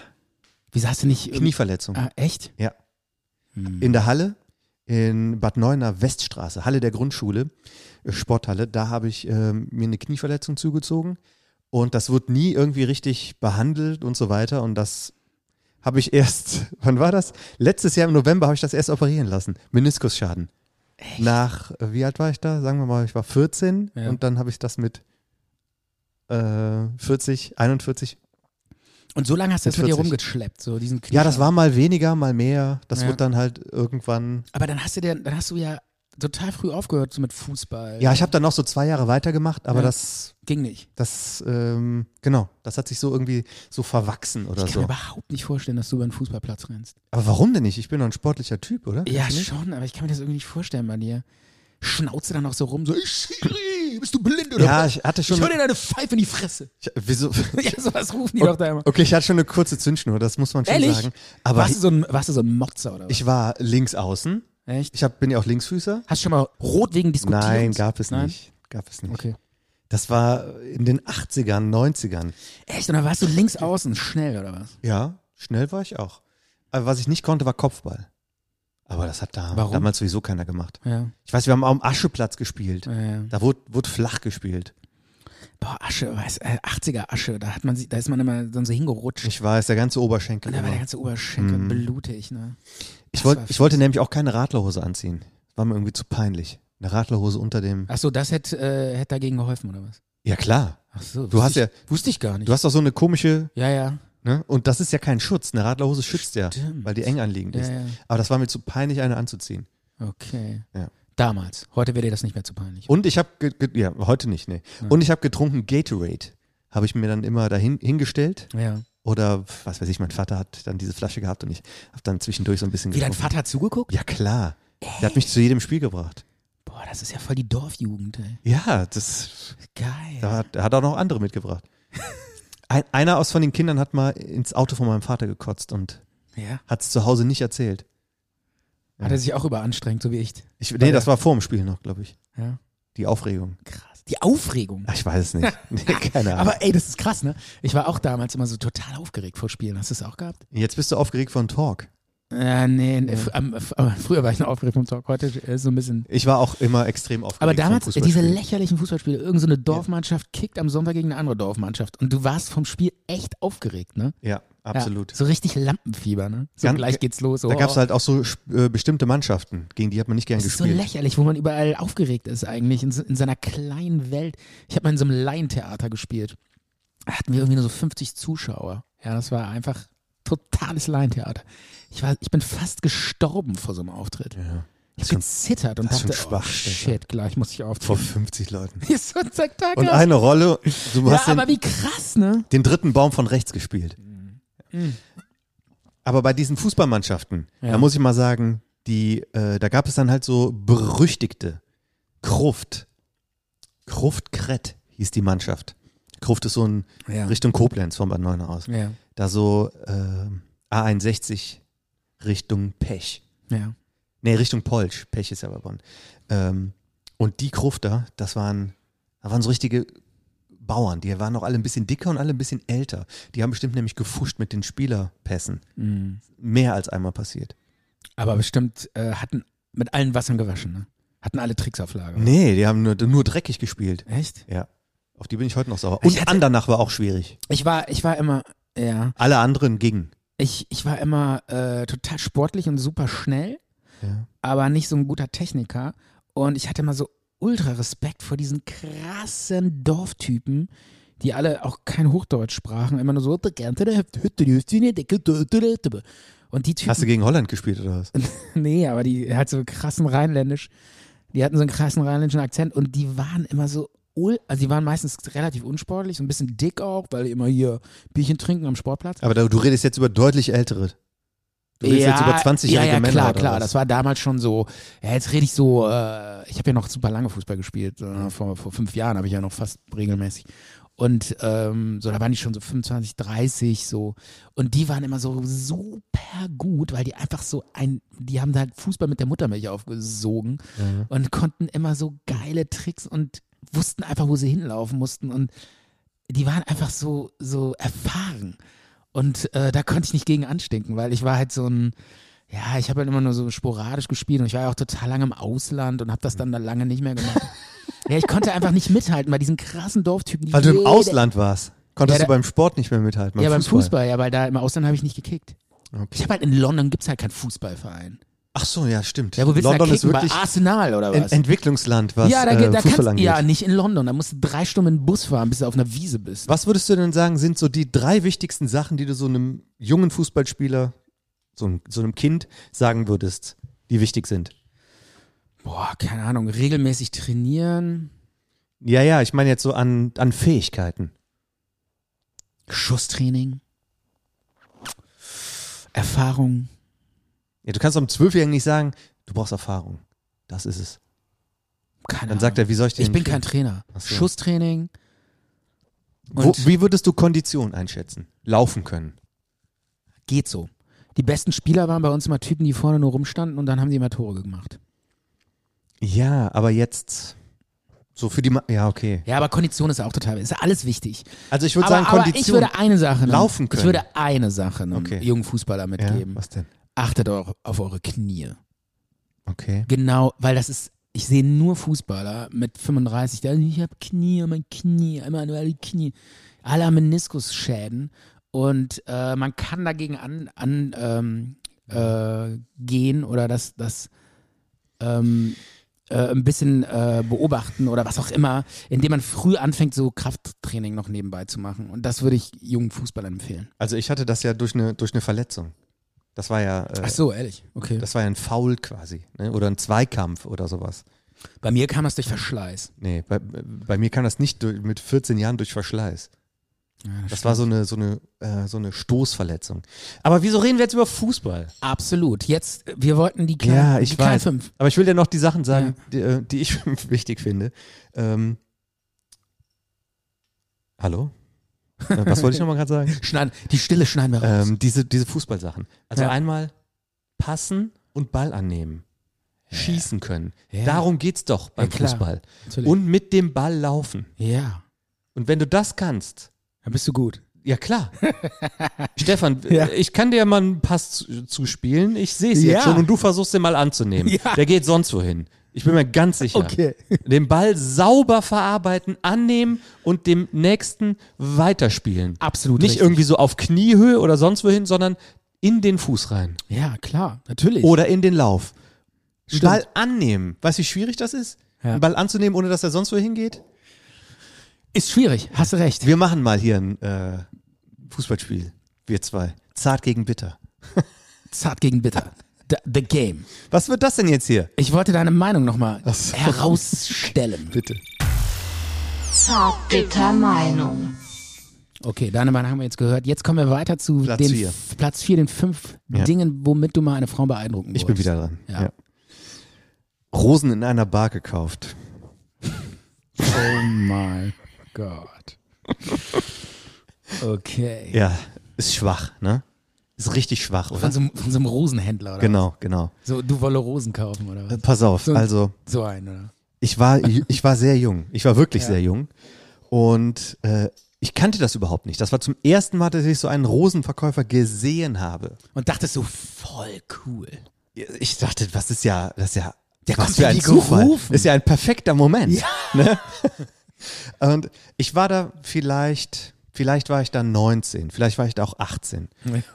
B: Wieso hast du nicht. irgendwie-
C: Knieverletzung.
B: Ah, echt?
C: Ja.
B: Hm.
C: In der Halle, in Bad Neuner Weststraße, Halle der Grundschule, äh, Sporthalle, da habe ich ähm, mir eine Knieverletzung zugezogen. Und das wurde nie irgendwie richtig behandelt und so weiter. Und das habe ich erst, (laughs) wann war das? Letztes Jahr im November habe ich das erst operieren lassen. Meniskusschaden. Nach, äh, wie alt war ich da? Sagen wir mal, ich war 14
B: Ja.
C: und dann habe ich das mit äh, 40, 41.
B: Und so lange hast du das
C: Mit
B: mit dir
C: 40.
B: rumgeschleppt, so diesen Knie.
C: Ja, das war mal weniger, mal mehr. Das
B: Ja.
C: wurde dann halt irgendwann
B: Aber dann hast du dir, dann hast du ja total früh aufgehört so mit Fußball.
C: Ja, ich habe dann noch so zwei Jahre weitergemacht, aber
B: Ja.
C: das,
B: Ging nicht.
C: das, ähm, genau, das hat sich so irgendwie so verwachsen oder
B: Ich kann mir
C: so.
B: überhaupt nicht vorstellen, dass du über einen Fußballplatz rennst.
C: Aber warum denn nicht? Ich bin doch ein sportlicher Typ, oder?
B: Ja,
C: Nicht?
B: schon, aber ich kann mir das irgendwie nicht vorstellen bei dir. Schnauze dann noch so rum, so, ich Siri, bist du blind oder
C: Ja,
B: was?
C: ich hatte schon-
B: Ich hör dir deine Pfeife in die Fresse. (laughs)
C: Ich, wieso?
B: Ja, sowas rufen die doch da immer.
C: Okay, ich hatte schon eine kurze Zündschnur, das muss man schon
B: Ehrlich?
C: sagen. Aber
B: warst, du so ein, warst du so ein Motzer oder was?
C: ich war links außen.
B: Echt?
C: Ich hab, bin ja auch Linksfüßer.
B: Hast du schon mal rot wegen diskutiert?
C: Nein, gab es
B: Nein?
C: nicht. Gab es nicht.
B: Okay.
C: Das war in den 80ern, 90ern.
B: Echt? Und dann warst du links außen schnell oder was?
C: Ja, schnell war ich auch. Aber was ich nicht konnte, war Kopfball. Aber das hat da,
B: Warum?
C: damals sowieso keiner gemacht.
B: Ja.
C: Ich weiß, wir haben am Ascheplatz gespielt.
B: ja, ja.
C: Da wurde, wurde flach gespielt.
B: Boah, Asche, weiß, äh, 80er Asche, da hat man sich, da ist man immer dann so hingerutscht.
C: Ich weiß, der ganze Oberschenkel.
B: und da war der
C: immer.
B: ganze Oberschenkel
C: Mhm.
B: blutig, ne?
C: Ich,
B: Das
C: wollt,
B: war
C: ich wollte nämlich auch keine Radlerhose anziehen. War mir irgendwie zu peinlich. Eine Radlerhose unter dem.
B: Ach so, das hätte äh, hätt dagegen geholfen, oder was?
C: Ja klar.
B: Ach so.
C: Du
B: wusste
C: hast
B: ich,
C: ja-
B: Wusste ich gar nicht.
C: Du hast doch so eine komische,
B: ja, ja.
C: ne? Und das ist ja kein Schutz. Eine Radlerhose schützt ja,
B: Stimmt.
C: weil die eng anliegend
B: Ja,
C: ist.
B: ja.
C: Aber das war mir zu peinlich, eine anzuziehen.
B: Okay.
C: Ja.
B: Damals. Heute wäre dir das nicht mehr zu peinlich.
C: Und ich habe, ja, heute nicht, ne. Und ich habe getrunken Gatorade. Habe ich mir dann immer dahin hingestellt.
B: ja.
C: Oder, was weiß ich, mein Vater hat dann diese Flasche gehabt und ich habe dann zwischendurch so ein bisschen
B: Wie dein
C: getrunken.
B: Vater hat zugeguckt?
C: Ja, klar. Der hat mich zu jedem Spiel gebracht.
B: Boah, das ist ja voll die Dorfjugend, ey.
C: Ja, das
B: Geil.
C: da hat, da hat auch noch andere mitgebracht. Ein, einer aus von den Kindern hat mal ins Auto von meinem Vater gekotzt und
B: ja.
C: hat es zu Hause nicht erzählt.
B: Hat er sich auch überanstrengt, so wie ich.
C: Ich, nee, das war vor dem Spiel noch, glaube ich.
B: Ja.
C: Die Aufregung.
B: Krass. Die Aufregung.
C: Ach, Ah, ich weiß
B: (laughs)
C: es nicht. Nee, keine Ahnung.
B: Aber ey, das ist krass, ne? Ich war auch damals immer so total aufgeregt vor Spielen. Hast du es auch gehabt?
C: Jetzt bist du aufgeregt von Talk.
B: Äh, nee, nee fr- am, f- aber früher war ich noch aufgeregt vom Talk. Heute ist so ein bisschen.
C: Ich war auch immer extrem aufgeregt.
B: Aber
C: vom
B: damals, äh, diese
C: Fußballspiel.
B: lächerlichen Fußballspiele, irgend so eine Dorfmannschaft kickt am Sonntag gegen eine andere Dorfmannschaft und du warst vom Spiel echt aufgeregt, ne?
C: Ja,
B: Ja,
C: absolut.
B: so richtig Lampenfieber, ne? So
C: Ganz-
B: gleich geht's los. So,
C: Da gab es
B: oh,
C: halt auch so sp- äh, bestimmte Mannschaften, gegen die hat man nicht gern
B: das ist so
C: gespielt.
B: lächerlich, wo man überall aufgeregt ist eigentlich, in, so- in seiner kleinen Welt. Ich habe mal in so einem Laientheater gespielt. Da hatten wir irgendwie nur so 50 Zuschauer. Ja, das war einfach totales Laientheater. Ich, war, ich bin fast gestorben vor so einem Auftritt.
C: ja.
B: Ich hab
C: schon-
B: gezittert und
C: das ist
B: dachte,
C: schon
B: oh,
C: Schwachsinn,
B: shit, gleich muss ich
C: Vor
B: auftreten.
C: 50 Leuten.
B: (laughs) Ist so ein Spektakel.
C: Und eine Rolle, du
B: genau. ja,
C: hast den,
B: aber wie krass, ne?
C: den dritten Baum von rechts gespielt.
B: Mhm.
C: Aber bei diesen Fußballmannschaften, da
B: Ja.
C: muss ich mal sagen, die, äh, da gab es dann halt so berüchtigte Kruft. Kruft Krett hieß die Mannschaft. Kruft ist so in
B: Ja.
C: Richtung Koblenz vom Bad Neuner aus.
B: Ja,
C: Da so äh, A61 Richtung Pech.
B: ja.
C: Nee, Richtung Polsch. Pech ist ja bei Bonn. Ähm, und die Krufter, das waren, das waren so richtige Bauern. Die waren auch alle ein bisschen dicker und alle ein bisschen älter. Die haben bestimmt nämlich gefuscht mit den Spielerpässen.
B: Mhm.
C: Mehr als einmal passiert.
B: Aber bestimmt äh, hatten mit allen Wassern gewaschen, ne? Hatten alle Tricks auf Lager.
C: Nee, die haben nur, nur dreckig gespielt.
B: Echt?
C: Ja. Auf die bin ich heute noch sauer.
B: Ich
C: Und
B: hatte-
C: Andernach war auch schwierig.
B: Ich war, ich war immer, ja.
C: Alle anderen gingen.
B: Ich, ich war immer äh, total sportlich und super schnell,
C: Ja.
B: aber nicht so ein guter Techniker. Und ich hatte immer so ultra Respekt vor diesen krassen Dorftypen, die alle auch kein Hochdeutsch sprachen, immer nur so. ne Und die Typen.
C: Hast du gegen Holland gespielt oder was?
B: (laughs) Nee, aber die hat so krassen Rheinländisch. Die hatten so einen krassen rheinländischen Akzent und die waren immer so, ul also die waren meistens relativ unsportlich, so ein bisschen dick auch, weil die immer hier Bierchen trinken am Sportplatz.
C: Aber da, du redest jetzt über deutlich ältere. Du redest jetzt über 20-jährige
B: ja, ja,
C: Männer.
B: klar,
C: oder
B: klar.
C: was?
B: Das war damals schon so, ja, jetzt rede ich so, äh, ich habe ja noch super lange Fußball gespielt. Äh, vor, vor fünf Jahren habe ich ja noch fast regelmäßig. Und ähm, so, da waren die schon so 25, 30 so. Und die waren immer so super gut, weil die einfach so ein, die haben halt Fußball mit der Muttermilch aufgesogen und konnten immer so geile Tricks und wussten einfach, wo sie hinlaufen mussten. Und die waren einfach so, so erfahren. Und äh, da konnte ich nicht gegen anstinken, weil ich war halt so ein, ja, ich habe halt immer nur so sporadisch gespielt und ich war ja auch total lange im Ausland und habe das dann da lange nicht mehr
C: (laughs)
B: gemacht. ja, ich konnte einfach nicht mithalten bei diesen krassen Dorftypen. die
C: Weil du im
B: jede-
C: Ausland warst. Konntest
B: Ja,
C: du
B: da-
C: beim Sport nicht mehr mithalten.
B: Ja, beim Fußball, ja, weil da im Ausland habe ich nicht gekickt. Ich
C: Okay.
B: habe halt in London gibt's halt keinen Fußballverein.
C: Ach so, ja, stimmt.
B: Ja, wo willst
C: London
B: du da
C: ist
B: kicken?
C: wirklich
B: bei Arsenal oder
C: ein
B: was?
C: Entwicklungsland, was
B: ja, da,
C: äh,
B: geht- da
C: Fußball
B: kannst
C: angeht.
B: ja nicht in London. Da musst du drei Stunden mit dem Bus fahren, bis du auf einer Wiese bist.
C: Was würdest du denn sagen, sind so die drei wichtigsten Sachen, die du so einem jungen Fußballspieler, so einem, so einem Kind sagen würdest, die wichtig sind?
B: Boah, keine Ahnung. Regelmäßig trainieren,
C: Ja, ja, ich meine jetzt so an, an Fähigkeiten.
B: Schusstraining, Erfahrung.
C: Ja, du kannst einem Zwölfjährigen nicht sagen, du brauchst Erfahrung. Das ist es.
B: Keine
C: Dann sagt
B: Ahnung.
C: er, wie soll ich dir
B: ich bin kein Trainer.
C: Ach so.
B: Schusstraining.
C: Wo,
B: Und-
C: Wie würdest du Kondition einschätzen? Laufen können.
B: Geht so. Die besten Spieler waren bei uns immer Typen, die vorne nur rumstanden und dann haben die immer Tore gemacht.
C: Ja, aber jetzt so für die. Ma ja, okay.
B: Ja, aber Kondition ist auch total, ist alles wichtig.
C: Also ich würde
B: aber,
C: sagen,
B: aber
C: Kondition.
B: ich würde eine Sache nennen.
C: Laufen können.
B: Ich würde eine Sache einem
C: Okay.
B: jungen Fußballer
C: ja,
B: mitgeben.
C: was denn?
B: Achtet auch auf eure Knie.
C: Okay.
B: Genau, weil das ist, ich sehe nur Fußballer mit 35, die, ich habe Knie, mein Knie, einmal nur alle Knie. Alle haben Meniskusschäden und äh, man kann dagegen an, an ähm, äh, gehen oder das, das ähm, äh, ein bisschen äh, beobachten oder was auch immer, indem man früh anfängt, so Krafttraining noch nebenbei zu machen. Und das würde ich jungen Fußballern empfehlen.
C: Also ich hatte das ja durch eine, durch eine Verletzung. Das war ja. Äh,
B: Ach so, ehrlich. Okay.
C: Das war ja ein Foul quasi, ne? oder ein Zweikampf oder sowas.
B: Bei mir kam das durch Verschleiß.
C: Nee, bei, bei mir kam das nicht durch, mit 14 Jahren durch Verschleiß. Das war so eine, so, eine, äh, so eine Stoßverletzung. Aber wieso reden wir jetzt über Fußball?
B: Absolut. Jetzt, wir wollten die kleinen,
C: Ja, ich
B: die kleinen
C: weiß.
B: fünf.
C: Aber ich will dir noch die Sachen sagen, die, äh, die ich (laughs) wichtig finde. Ähm, hallo? Äh, Was wollte ich nochmal
B: (laughs)
C: gerade sagen?
B: Schneiden, die Stille schneiden wir raus.
C: Ähm, diese, diese Fußballsachen. Also
B: Ja.
C: einmal passen und Ball annehmen. Schießen können.
B: Ja.
C: Darum geht's doch beim
B: klar.
C: Fußball.
B: Natürlich.
C: Und mit dem Ball laufen.
B: ja,
C: Und wenn du das kannst,
B: dann bist du gut.
C: ja
B: (laughs)
C: klar. Stefan,
B: Ja.
C: ich kann dir mal einen Pass zu- zuspielen. Ich sehe es jetzt
B: Ja.
C: schon und du versuchst den mal anzunehmen.
B: Ja.
C: Der geht sonst wohin. Ich bin mir ganz sicher. Den Ball sauber verarbeiten, annehmen und dem nächsten weiterspielen.
B: Absolut.
C: Nicht
B: richtig.
C: irgendwie so auf Kniehöhe oder sonst wohin, sondern in den Fuß rein
B: Ja, klar, natürlich.
C: oder in den Lauf. Den
B: Stimmt.
C: Ball annehmen. Weißt du, wie schwierig das ist?
B: Ja.
C: Den Ball anzunehmen, ohne dass er sonst wohin geht?
B: Ist schwierig, hast du recht.
C: Wir machen mal hier ein äh, Fußballspiel. Wir zwei. Zart gegen bitter.
B: Zart gegen bitter. The, the game.
C: Was wird das denn jetzt hier?
B: Ich wollte deine Meinung nochmal
C: Ach so.
B: herausstellen.
C: (laughs) Bitte.
F: Zartbitter Meinung.
B: Okay, deine Meinung haben wir jetzt gehört. Jetzt kommen wir weiter zu
C: Platz
B: den
C: vier.
B: f- Platz 4, den fünf
C: Ja.
B: Dingen, womit du mal eine Frau beeindrucken
C: Ich bin
B: wolltest.
C: wieder dran.
B: Ja.
C: Rosen in einer Bar gekauft.
B: Oh mein
C: (laughs)
B: Gott. Okay.
C: Ja, ist schwach, ne? Ist richtig schwach, oder?
B: Von, so, einem- von so einem Rosenhändler, oder?
C: Genau, genau.
B: So, du wolle Rosen kaufen, oder
C: Äh,
B: was?
C: Pass auf,
B: So ein-
C: also
B: So einen, oder?
C: ich war, ich war sehr jung. Ich war wirklich sehr jung. Und äh, ich kannte das überhaupt nicht. Das war zum ersten Mal, dass ich so einen Rosenverkäufer gesehen habe.
B: Und dachtest so, voll cool.
C: Ich dachte, was ist ja, das ist ja
B: Der
C: Was für ein Zufall. Ist ja ein perfekter Moment. Ne? (laughs) Und ich war da vielleicht, vielleicht war ich da 19, vielleicht war ich da auch 18.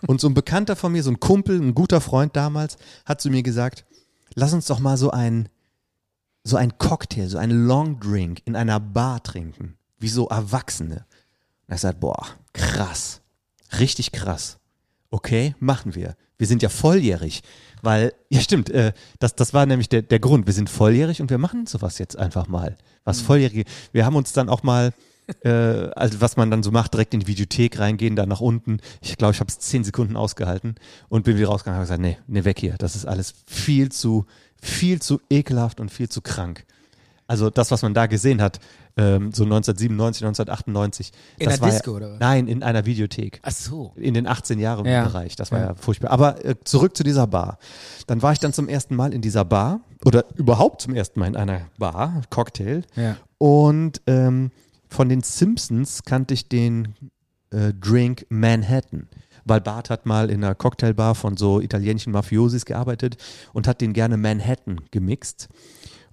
C: Und so ein Bekannter von mir, so ein Kumpel, ein guter Freund damals, hat zu mir gesagt, lass uns doch mal so ein, so ein Cocktail, so ein Long Drink in einer Bar trinken. Wie so Erwachsene. Und ich sagte, boah, krass. Richtig krass. Okay, machen wir. Wir sind ja volljährig. Weil, ja stimmt, äh, das, das war nämlich der, der Grund. Wir sind volljährig und wir machen sowas jetzt einfach mal. Was
B: Mhm.
C: Volljährige. Wir haben uns dann auch mal, äh, also was man dann so macht, direkt in die Videothek reingehen, dann nach unten. Ich glaube, ich habe es zehn Sekunden ausgehalten und bin wieder rausgegangen und habe gesagt, nee, nee, weg hier. Das ist alles viel zu, viel zu ekelhaft und viel zu krank. Also das, was man da gesehen hat, ähm, so 1997, 1998.
B: In
C: das
B: der
C: war
B: Disco,
C: ja,
B: oder was?
C: Nein, in einer Videothek
B: Ach so.
C: in den 18 Jahren
B: Ja.
C: Bereich. Das war
B: Ja.
C: ja, furchtbar. Aber äh, zurück zu dieser Bar. Dann war ich dann zum ersten Mal in dieser Bar oder überhaupt zum ersten Mal in einer Bar, Cocktail.
B: Ja.
C: Und ähm, von den Simpsons kannte ich den äh, Drink Manhattan. Weil Bart hat mal in einer Cocktailbar von so italienischen Mafiosis gearbeitet und hat den gerne Manhattan gemixt.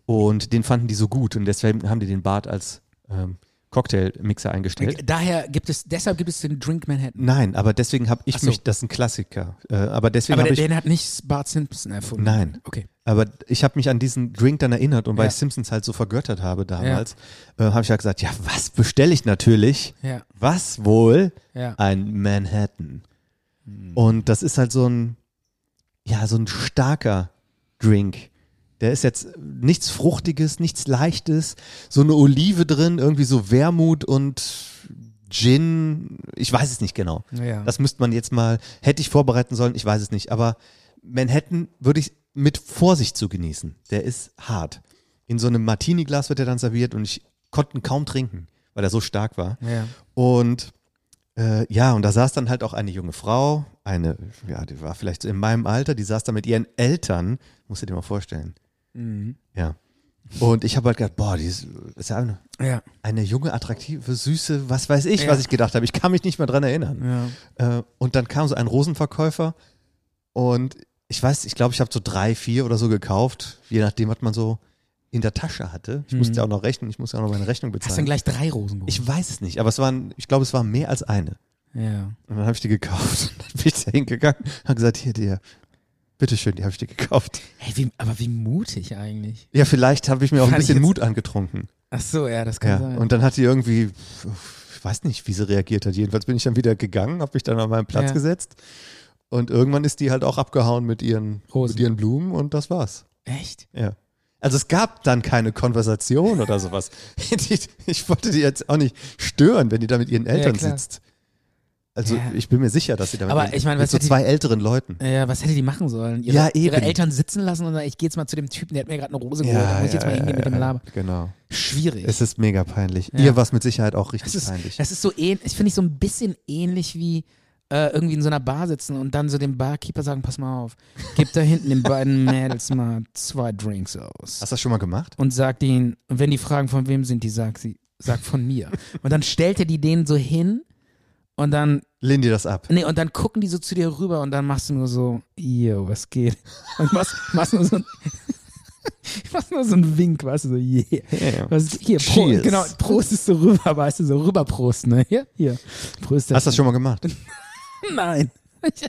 C: Und den fanden die so gut und deswegen haben die den Bart als ähm, Cocktailmixer eingestellt.
B: Daher gibt es, deshalb gibt es den Drink Manhattan.
C: Nein, aber deswegen habe ich
B: Ach so.
C: mich, das ist ein Klassiker. Äh, aber deswegen
B: Aber
C: habe
B: den,
C: ich,
B: den hat nicht Bart Simpson erfunden.
C: Nein.
B: Okay.
C: aber ich habe mich an diesen Drink dann erinnert und weil
B: Ja.
C: ich Simpsons halt so vergöttert habe damals, äh, habe ich ja halt gesagt, ja, was bestelle ich natürlich?
B: Ja.
C: Was wohl?
B: Ja. Hm.
C: Ein Manhattan. Und das ist halt so ein, ja, so ein starker Drink. Der ist jetzt nichts Fruchtiges, nichts Leichtes, so eine Olive drin, irgendwie so Wermut und Gin. Ich weiß es nicht genau.
B: Ja.
C: Das müsste man jetzt mal, hätte ich vorbereiten sollen, ich weiß es nicht. Aber Manhattan würde ich mit Vorsicht zu genießen. Der ist hart. In so einem Martini-Glas wird er dann serviert und ich konnte ihn kaum trinken, weil er so stark war.
B: Ja.
C: Und äh, ja, und da saß dann halt auch eine junge Frau, eine, ja, die war vielleicht so in meinem Alter, die saß da mit ihren Eltern, musst du dir mal vorstellen.
B: Mhm.
C: Ja. Und ich habe halt gedacht, boah, die ist, ist ja eine,
B: Ja.
C: eine junge, attraktive, süße, was weiß ich,
B: Ja.
C: was ich gedacht habe. Ich kann mich nicht mehr dran erinnern.
B: Ja.
C: Äh, und dann kam so ein Rosenverkäufer und ich weiß, ich glaube, ich habe so drei, vier oder so gekauft, je nachdem, was man so in der Tasche hatte. Ich musste ja auch noch rechnen, ich musste ja auch noch meine Rechnung bezahlen.
B: Mhm. Hast dann gleich drei Rosen geholt?
C: Ich weiß es nicht, aber es waren, ich glaube, es waren mehr als eine.
B: ja.
C: Und dann habe ich die gekauft. (laughs) Und dann bin ich da hingegangen und habe gesagt, hier, dir, bitteschön, die habe ich dir gekauft.
B: Hey, wie, aber wie mutig eigentlich.
C: Ja, vielleicht habe ich mir auch ein
B: Fand ich
C: bisschen
B: jetzt-
C: Mut angetrunken.
B: Ach so, ja, das kann
C: Ja.
B: sein.
C: Und dann hat die irgendwie, ich weiß nicht, wie sie reagiert hat. Jedenfalls bin ich dann wieder gegangen, habe mich dann an meinen Platz
B: Ja.
C: gesetzt. Und irgendwann ist die halt auch abgehauen mit ihren,
B: Rosen.
C: mit ihren Blumen und das war's.
B: Echt?
C: Ja. Also es gab dann keine Konversation
B: (laughs)
C: oder sowas. Die- ich wollte die jetzt auch nicht stören, wenn die da mit ihren Eltern
B: klar.
C: sitzt. Also
B: Ja.
C: ich bin mir sicher, dass sie da mit,
B: Aber
C: ihren-
B: ich meine,
C: mit
B: was
C: so
B: hätte die-
C: zwei älteren Leuten.
B: Ja, was hätte die machen sollen? Ihre,
C: Ja, eben.
B: ihre Eltern sitzen lassen und sagen, ich gehe jetzt mal zu dem Typen, der hat mir gerade eine Rose geholt, da muss ich jetzt mal hingehen mit dem
C: ja,
B: Laber.
C: Genau.
B: Schwierig.
C: Es ist mega peinlich.
B: Ja.
C: Ihr war es mit Sicherheit auch richtig
B: das ist,
C: peinlich.
B: das ist so ähnlich, das finde ich so ein bisschen ähnlich wie äh, irgendwie in so einer Bar sitzen und dann so dem Barkeeper sagen, pass mal auf, gib da hinten den beiden Mädels mal zwei Drinks aus.
C: Hast du das schon mal gemacht?
B: und sagt ihnen, und wenn die fragen, von wem sind die, sagt sie, sagt von mir. Und dann stellt er die denen so hin und dann,
C: Lehn dir das ab.
B: nee, und dann gucken die so zu dir rüber und dann machst du nur so, yo, was geht? Und machst, machst nur so ein, (laughs) machst nur so einen Wink, weißt du, so, yeah. Was, hier, Prost,
C: Cheers.
B: genau, prostest du rüber, weißt du, so rüber Prost, ne? Hier, hier. Prost.
C: Hast du das schon mal gemacht? (laughs)
B: Nein. Ja,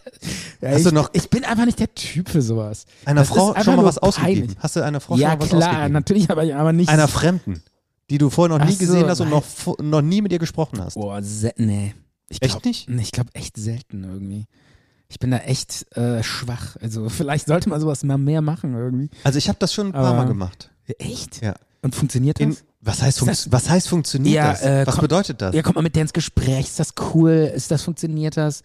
C: Hast
B: ich,
C: du noch-
B: ich bin einfach nicht der Typ für sowas.
C: Einer
B: Das
C: Frau
B: ist einfach
C: schon mal
B: nur
C: was ausgegeben?
B: peinlich.
C: Hast du einer Frau
B: Ja,
C: schon mal was
B: klar,
C: ausgegeben?
B: natürlich, aber, aber nicht.
C: Einer Fremden, die du vorher noch nie
B: Ach
C: gesehen
B: so,
C: hast und
B: nein.
C: noch, vo- noch nie mit ihr gesprochen hast.
B: Boah, se nee. Ich
C: Echt
B: glaub,
C: nicht?
B: nee, Ich glaube echt selten irgendwie. Ich bin da echt äh, schwach. Also (laughs) vielleicht sollte man sowas mal mehr machen irgendwie.
C: Also ich habe das schon ein paar
B: Aber-
C: Mal gemacht.
B: Echt?
C: Ja.
B: Und funktioniert das?
C: In, was, heißt funkt- was heißt funktioniert
B: Ja,
C: das?
B: äh,
C: was
B: komm-
C: bedeutet das?
B: ja, kommt mal mit der ins Gespräch. Ist das cool? Ist das funktioniert das?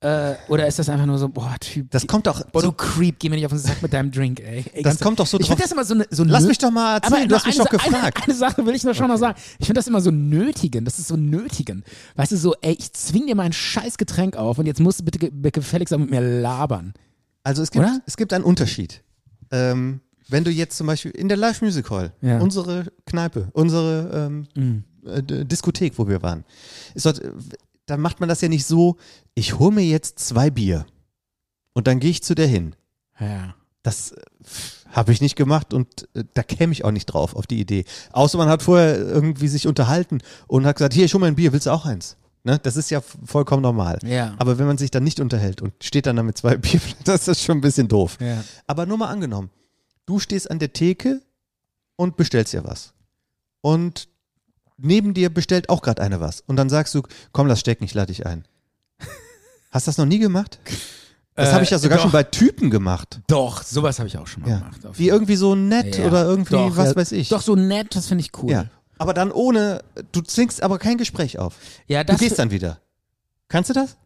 B: Äh, oder ist das einfach nur so, boah, Typ.
C: das kommt doch.
B: boah, du
C: zu,
B: Creep, geh mir nicht auf den Sack mit deinem Drink, ey. ey
C: Das
B: ganz-
C: kommt doch so
B: Ich
C: drauf-
B: finde das immer so, ne, so
C: lass
B: nö-
C: mich doch mal
B: Aber
C: erzählen, du
B: nur
C: hast mich
B: eine,
C: doch
B: Sa-
C: gefragt.
B: Eine, eine Sache will ich nur schon noch sagen. Ich finde das immer so nötigen. Das ist so nötigen. Weißt du, so, ey, ich zwing dir mal ein scheiß Getränk auf und jetzt musst du bitte ge gefälligst auch mit mir labern.
C: Also es gibt,
B: Oder?
C: es gibt einen Unterschied. Ähm, wenn du jetzt zum Beispiel in der Live Music Hall,
B: Ja. Mhm.
C: unsere Kneipe, unsere ähm, äh, D- Diskothek, wo wir waren, ist dort, äh, da macht man das ja nicht so, ich hole mir jetzt zwei Bier und dann gehe ich zu der hin.
B: Ja.
C: Das habe ich nicht gemacht und äh, da käme ich auch nicht drauf auf die Idee. Außer man hat vorher irgendwie sich unterhalten und hat gesagt, hier schon mal ein Bier, willst du auch eins? Ne? Das ist ja f- vollkommen normal.
B: Ja.
C: Aber wenn man sich dann nicht unterhält und steht dann da mit zwei (laughs) Bier, das ist schon ein bisschen doof.
B: Ja.
C: Aber nur mal angenommen, du stehst an der Theke und bestellst dir was. Und neben dir bestellt auch gerade eine was. Und dann sagst du, komm, lass stecken, ich lade
B: (laughs)
C: dich ein. Hast du das noch nie gemacht? Das habe ich
B: Äh,
C: ja sogar schon bei Typen gemacht.
B: Doch, sowas habe ich auch schon mal
C: Ja.
B: gemacht. auf
C: Wie
B: jeden
C: irgendwie so nett
B: Ja.
C: oder irgendwie
B: Doch,
C: was
B: ja,
C: weiß ich.
B: Doch, so nett, das finde ich cool.
C: ja. Aber dann ohne, du zwingst aber kein Gespräch auf.
B: ja
C: Du
B: das,
C: gehst dann wieder. Kannst du das?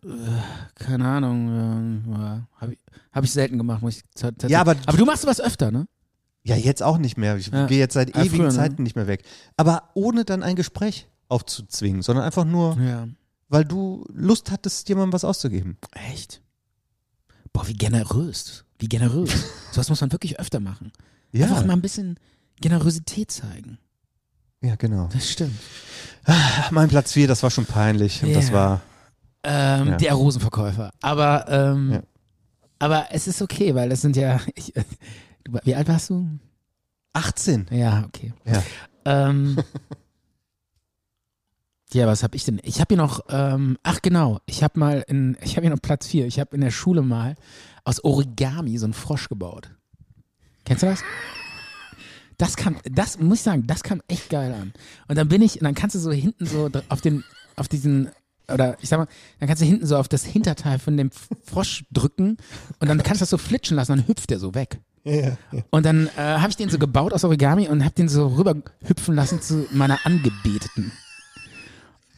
B: keine Ahnung, ähm, ja, habe ich, hab ich selten gemacht. Muss ich ta- tatsächlich-
C: Ja, aber-
B: aber du machst sowas öfter, ne?
C: Ja, jetzt auch nicht mehr. Ich
B: Ja.
C: gehe jetzt seit
B: Ja,
C: ewigen
B: früher, ne?
C: Zeiten nicht mehr weg. Aber ohne dann ein Gespräch aufzuzwingen, sondern einfach nur,
B: Ja.
C: weil du Lust hattest, jemandem was auszugeben.
B: Echt? Boah, wie generös. Wie generös.
C: (laughs)
B: sowas muss man wirklich öfter machen. Einfach mal ein bisschen Generosität zeigen.
C: ja genau.
B: Das stimmt.
C: Ach, mein Platz 4, das war schon peinlich. Und das
B: Ja.
C: war,
B: Ähm,
C: Ja.
B: Der Rosenverkäufer. Aber, ähm,
C: Ja.
B: aber es ist okay, weil das sind ja. (laughs) Ich, du, wie alt warst du?
C: 18.
B: Ja, okay.
C: Ja.
B: Ähm, ja, was habe ich denn? Ich habe hier noch, ähm, ach genau, ich habe mal in, ich habe hier noch Platz 4. Ich habe in der Schule mal aus Origami so einen Frosch gebaut. Kennst du das? Das kam, das muss ich sagen, das kam echt geil an. Und dann bin ich, und dann kannst du so hinten so dr- auf den, auf diesen, oder ich sag mal, dann kannst du hinten so auf das Hinterteil von dem F- Frosch drücken und dann kannst du das so flitschen lassen, dann hüpft der so weg. Und dann äh, habe ich den so gebaut aus Origami und habe den so rüber hüpfen lassen zu meiner Angebeteten.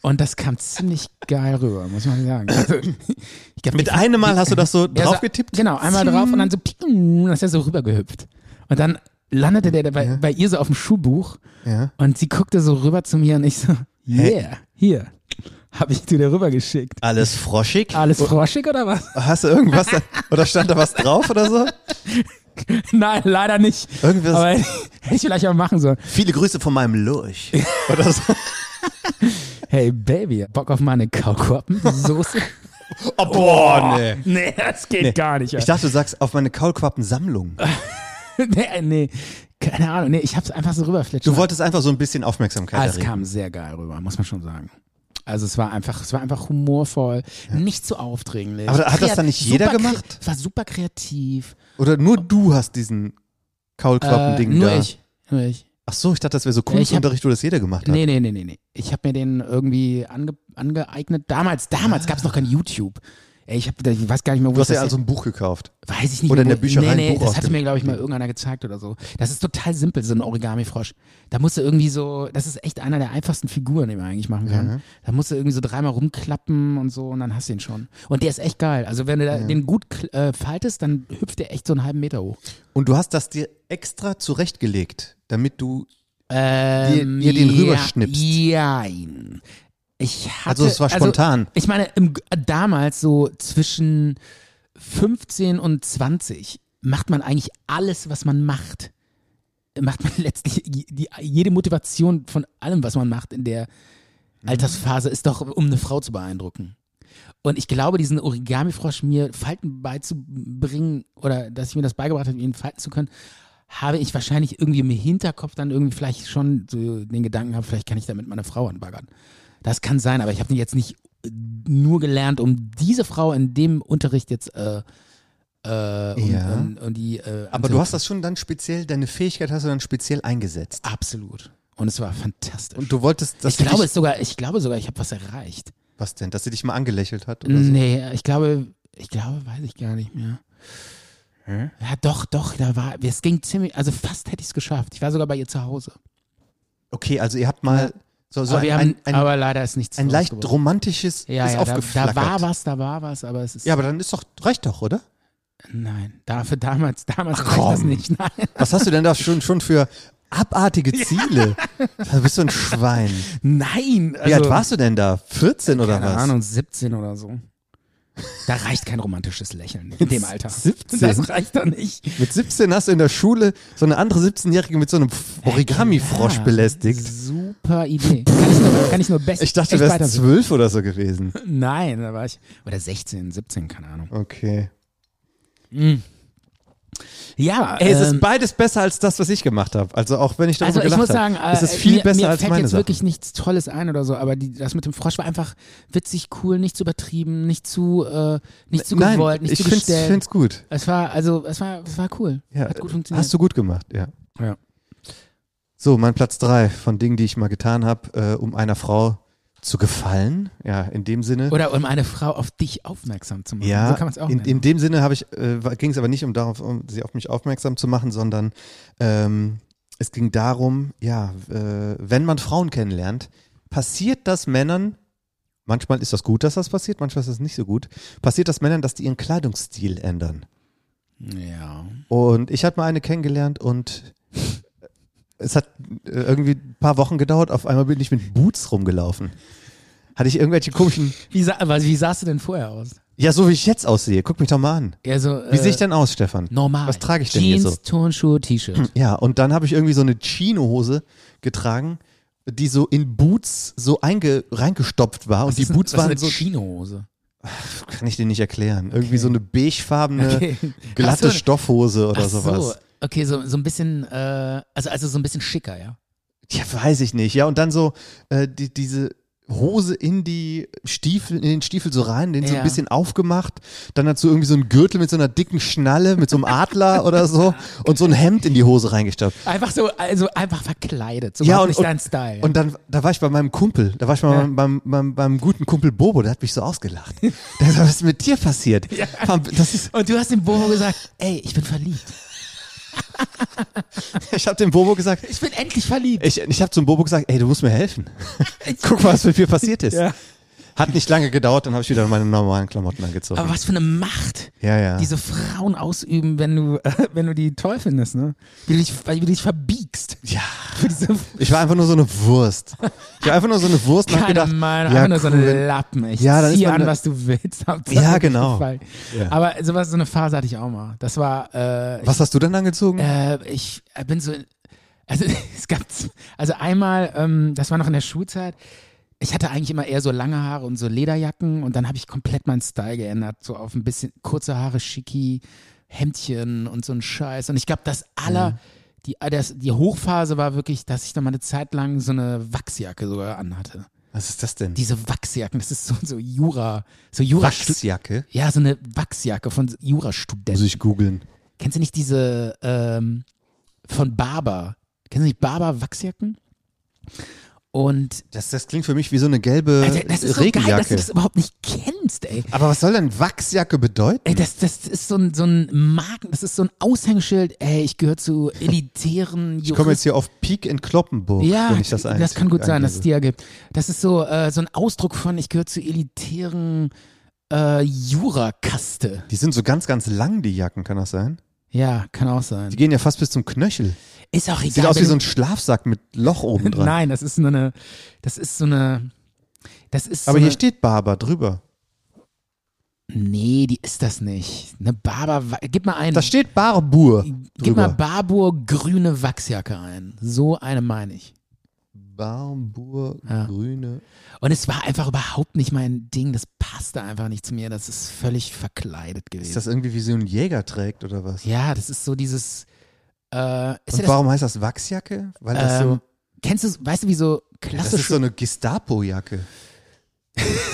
B: Und das kam ziemlich geil rüber, muss man sagen. Also, ich glaub,
C: Mit
B: die-
C: einem Mal hast du das so
B: ja, so-
C: draufgetippt?
B: Genau, einmal drauf und dann so picken, dann ist er so rübergehüpft. Und dann landete der bei, bei ihr so auf dem Schuhbuch
C: Ja.
B: und sie guckte so rüber zu mir und ich so,
C: Hä?
B: yeah, hier, habe ich dir da rüber geschickt.
C: Alles froschig?
B: Alles froschig oder was?
C: (laughs) Hast du irgendwas, da, oder stand da was drauf oder so?
B: Nein, leider nicht.
C: Irgendwas-
B: Aber (laughs) hätte ich vielleicht auch machen sollen.
C: Viele Grüße von meinem Lurch.
B: (laughs)
C: Oder so.
B: Hey Baby, Bock auf meine Kaukoppensoße?
C: Oh, boah, nee.
B: (laughs) nee, das geht gar nicht.
C: Ich dachte, du sagst auf meine Kaulquappensammlung.
B: (laughs) nee, nee, keine Ahnung. Nee, ich hab's einfach so rüberflitschen.
C: Du wolltest einfach so ein bisschen Aufmerksamkeit
B: ah, es
C: erregen.
B: kam sehr geil rüber, muss man schon sagen. Also es war einfach, es war einfach humorvoll, nicht zu aufdringlich.
C: Aber hat das dann nicht jeder
B: super kre-
C: gemacht?
B: Es war super kreativ. Äh,
C: Oder nur du hast diesen Kaulquappending
B: nur
C: da.
B: ich. Nur ich.
C: Ach so, ich dachte, das wäre so
B: Ja, ich hab-
C: Kunstunterricht, wo das jeder gemacht hat.
B: Nee, nee, nee, nee, nee. Ich habe mir den irgendwie ange angeeignet. Damals, damals gab's noch kein YouTube. Ey, ich, hab, ich weiß gar nicht mehr, wo ich
C: Du hast
B: das
C: ja also ein Buch gekauft.
B: Weiß ich nicht.
C: Oder
B: mehr,
C: in der
B: wo-
C: Bücherei ein
B: Nee, nee,
C: Buch
B: das
C: aus
B: hatte
C: dem-
B: mir, glaube ich, mal irgendeiner gezeigt oder so. Das ist total simpel, so ein Origami-Frosch. Da musst du irgendwie so, das ist echt einer der einfachsten Figuren, die man eigentlich machen kann. Da musst du irgendwie so dreimal rumklappen und so und dann hast du ihn schon. Und der ist echt geil. Also wenn du da den gut kl- äh, faltest, dann hüpft der echt so einen halben Meter hoch.
C: Und du hast das dir extra zurechtgelegt, damit du.
B: Ähm,
C: dir den
B: ja,
C: rüberschnippst.
B: Jein. Ich hatte,
C: Also es war spontan.
B: ich meine, im, äh, damals so zwischen 15 und 20 macht man eigentlich alles, was man macht. Macht man (laughs) letztlich je- die, jede Motivation von allem, was man macht in der
C: Mhm.
B: Altersphase, ist doch, um eine Frau zu beeindrucken. Und ich glaube, diesen Origami-Frosch mir Falten beizubringen oder dass ich mir das beigebracht habe, ihn falten zu können, habe ich wahrscheinlich irgendwie im Hinterkopf dann irgendwie vielleicht schon so den Gedanken gehabt, vielleicht kann ich damit meine Frau anbaggern. Das kann sein, aber ich habe den jetzt nicht äh, nur gelernt, um diese Frau in dem Unterricht jetzt äh, äh, und,
C: Ja.
B: und, und die äh,
C: Aber Also du hast das schon dann speziell, deine Fähigkeit hast du dann speziell eingesetzt.
B: absolut und es war fantastisch.
C: Und du wolltest, dass
B: Ah. ich
C: sie
B: glaube
C: dich,
B: es sogar, ich glaube sogar, ich habe was erreicht.
C: was denn, dass sie dich mal angelächelt hat oder so.
B: Nee, ich glaube, ich glaube, weiß ich gar nicht mehr. Ja, doch, doch, da war, es ging ziemlich, also fast hätte ich es geschafft. Ich war sogar bei ihr zu Hause.
C: Okay, also ihr habt mal so, so
B: aber, wir
C: ein,
B: haben,
C: ein, ein,
B: aber leider ist nichts.
C: ein
B: draus
C: leicht
B: geworden.
C: romantisches
B: ja,
C: ist
B: ja, da,
C: aufgeflackert.
B: da war was, da war was, aber es ist.
C: Ja, aber dann ist doch, reicht doch, oder?
B: nein, dafür damals, damals
C: Ach,
B: reicht das
C: komm.
B: nicht. Nein,
C: Was hast du denn da schon, schon für abartige Ziele? Du bist so ein Schwein.
B: nein.
C: Wie
B: also,
C: alt warst du denn da? 14 oder
B: Keine
C: was?
B: Ahnung, 17 oder so. Da reicht kein romantisches Lächeln (laughs) in dem Alter.
C: 17?
B: Das reicht doch nicht.
C: Mit 17 hast du in der Schule so eine andere 17-Jährige mit so einem F- Origami-Frosch
B: Äh, Ja,
C: belästigt.
B: Super Idee. Kann ich nur, kann ich nur best,
C: Ich dachte,
B: echt
C: du wärst
B: weiterempfehlen.
C: 12 oder so gewesen.
B: Nein, da war ich. Oder 16, 17, keine Ahnung.
C: Okay.
B: Ja,
C: Ey, es
B: ähm,
C: ist beides besser als das, was ich gemacht habe. Also auch wenn ich darüber
B: also ich
C: gelacht
B: muss sagen,
C: habe. Es
B: äh,
C: ist viel
B: mir,
C: besser
B: mir
C: als
B: fällt
C: meine
B: jetzt
C: Sachen.
B: wirklich nichts Tolles ein oder so, aber die, das mit dem Frosch war einfach witzig, cool, nicht zu übertrieben, nicht zu, äh, nicht zu
C: Nein,
B: gewollt, nicht
C: ich
B: zu
C: find's,
B: gestellt.
C: find's gut.
B: es war, also, es war, es war cool.
C: Ja,
B: Hat gut
C: äh,
B: funktioniert.
C: hast du gut gemacht, ja.
B: Ja.
C: So, mein Platz drei von Dingen, die ich mal getan habe, äh, um einer Frau zu gefallen. Ja, in dem Sinne.
B: Oder um eine Frau auf dich aufmerksam zu machen.
C: Ja,
B: so kann man es auch
C: in,
B: nennen.
C: in dem Sinne habe ich, äh, ging es aber nicht um darauf, um sie auf mich aufmerksam zu machen, sondern ähm, es ging darum, ja, äh, wenn man Frauen kennenlernt, passiert das Männern, manchmal ist das gut, dass das passiert, manchmal ist das nicht so gut, passiert das Männern, dass die ihren Kleidungsstil ändern.
B: ja.
C: Und ich hatte mal eine kennengelernt und es hat äh, irgendwie ein paar Wochen gedauert, auf einmal bin ich mit Boots rumgelaufen. Hatte ich irgendwelche komischen,
B: Wie, sah, aber wie sahst du denn vorher aus?
C: ja, so wie ich jetzt aussehe, guck mich doch mal an.
B: Ja, so,
C: Wie
B: äh,
C: sehe ich denn aus, Stefan?
B: Normal.
C: Was trage ich denn
B: Jeans,
C: hier so? Hm.
B: Turnschuhe, T-Shirt.
C: Ja, und dann habe ich irgendwie so eine Chino-Hose getragen, die so in Boots so einge reingestopft war.
B: Was
C: und die
B: ist denn-
C: Boots
B: was ist
C: waren
B: eine
C: so.
B: Chinohose.
C: Kann ich dir nicht erklären. Irgendwie so eine beigefarbene,
B: Okay. Ach so,
C: glatte
B: eine-
C: Stoffhose oder
B: Ach
C: sowas.
B: so, okay, so, so ein bisschen, äh, also, also so ein bisschen schicker, ja.
C: Ja, weiß ich nicht. Ja, und dann so äh, die, diese Hose in die Stiefel, in den Stiefel so rein, den so
B: Ja.
C: ein bisschen aufgemacht. Dann dazu irgendwie so ein Gürtel mit so einer dicken Schnalle, mit so
B: (laughs)
C: einem Adler oder so und so ein Hemd in die Hose reingestopft.
B: Einfach so, also einfach verkleidet. So
C: Ja,
B: ja,
C: und-
B: nicht
C: und-
B: dein Style.
C: Und dann, da war ich bei meinem Kumpel, da war ich bei
B: Ja.
C: meinem, beim, beim, beim guten Kumpel Bobo, der hat mich so ausgelacht.
B: (laughs)
C: Der hat gesagt, was ist mit dir passiert? Das ist,
B: Und du hast dem Bobo gesagt, ey, ich bin verliebt.
C: ich habe dem Bobo gesagt,
B: Ich bin endlich verliebt.
C: ich, ich habe zum Bobo gesagt, ey, du musst
B: (laughs)
C: mir helfen. Guck mal, was mit mir passiert ist.
B: Ja.
C: Hat nicht lange gedauert, dann habe ich wieder meine normalen Klamotten angezogen.
B: Aber was für eine Macht
C: ja, ja.
B: diese Frauen ausüben, wenn du, (laughs) äh, wenn du die toll findest, ne? Wie du dich, wie du dich verbiegst.
C: ja.
B: Für diese
C: Ich war einfach nur so eine Wurst. Ich war einfach nur so eine Wurst und hab
B: keine
C: gedacht,
B: Meinung,
C: ja,
B: einfach nur so
C: cool,
B: eine
C: wenn-
B: Lappen. Ich
C: Ja, dann ist
B: zieh
C: man
B: an,
C: eine-
B: was du willst. Hauptsache,
C: Ja,
B: ich bin
C: genau.
B: gefallen.
C: Ja.
B: Aber sowas, so eine Phase hatte ich auch mal. Das war, äh,
C: Was hast du dann angezogen?
B: Äh, ich bin so. Also (laughs) es gab. Also einmal, ähm, das war noch in der Schulzeit. Ich hatte eigentlich immer eher so lange Haare und so Lederjacken und dann habe ich komplett meinen Style geändert, so auf ein bisschen kurze Haare, schicki, Hemdchen und so ein Scheiß. Und ich glaube, das aller, die, äh, das, die Hochphase war wirklich, dass ich da mal eine Zeit lang so eine Wachsjacke sogar anhatte.
C: Was ist das denn?
B: Diese Wachsjacken, das ist so, so Jura, so Jura.
C: Wachsjacke?
B: Ja, so eine Wachsjacke von Jurastudenten.
C: Muss ich googeln.
B: Kennst du nicht diese ähm, von Barber? Kennst du nicht Barber Wachsjacken? Und
C: Das, das klingt für mich wie so eine gelbe
B: Alter, Äh, das ist so geil,
C: Äh, Regenjacke.
B: dass du das überhaupt nicht kennst, ey.
C: Aber was soll denn Wachsjacke bedeuten?
B: Ey, das, das ist so ein, so ein Marken, das ist so ein Aushängeschild. Ey, ich gehöre zu elitären
C: (laughs) ich komme jetzt hier auf Peak in Kloppenburg,
B: ja,
C: wenn ich das ein.
B: kann gut sein, dass es
C: eingebe.
B: die ja gibt. Das ist so, äh, so ein Ausdruck von, ich gehöre zu elitären äh, Jurakaste.
C: Die sind so ganz, ganz lang, die Jacken, kann das sein?
B: Ja, kann auch sein.
C: Die gehen ja fast bis zum Knöchel.
B: Ist auch egal.
C: Sieht aus
B: wenn
C: wie
B: du-
C: so ein Schlafsack mit Loch oben dran.
B: Nein, das ist nur eine, das ist so eine, das ist
C: Aber
B: so
C: hier
B: eine,
C: steht Barber drüber.
B: Nee, die ist das nicht. Eine Barber, Wa- gib mal ein.
C: Da steht Barbour
B: Hm. gib mal
C: drüber.
B: Barbour grüne Wachsjacke ein. So eine meine ich.
C: Barbour,
B: Ja.
C: grüne.
B: Und es war einfach überhaupt nicht mein Ding. Das passte einfach nicht zu mir. Das ist völlig verkleidet gewesen.
C: Ist das irgendwie wie so ein Jäger trägt oder was?
B: ja, das ist so dieses. Äh, ist
C: Und
B: ja das,
C: warum heißt das Wachsjacke? Weil das
B: ähm,
C: so.
B: kennst du, weißt du, wie so
C: Das ist
B: klassisch.
C: so
B: (laughs)
C: eine Gestapo-Jacke.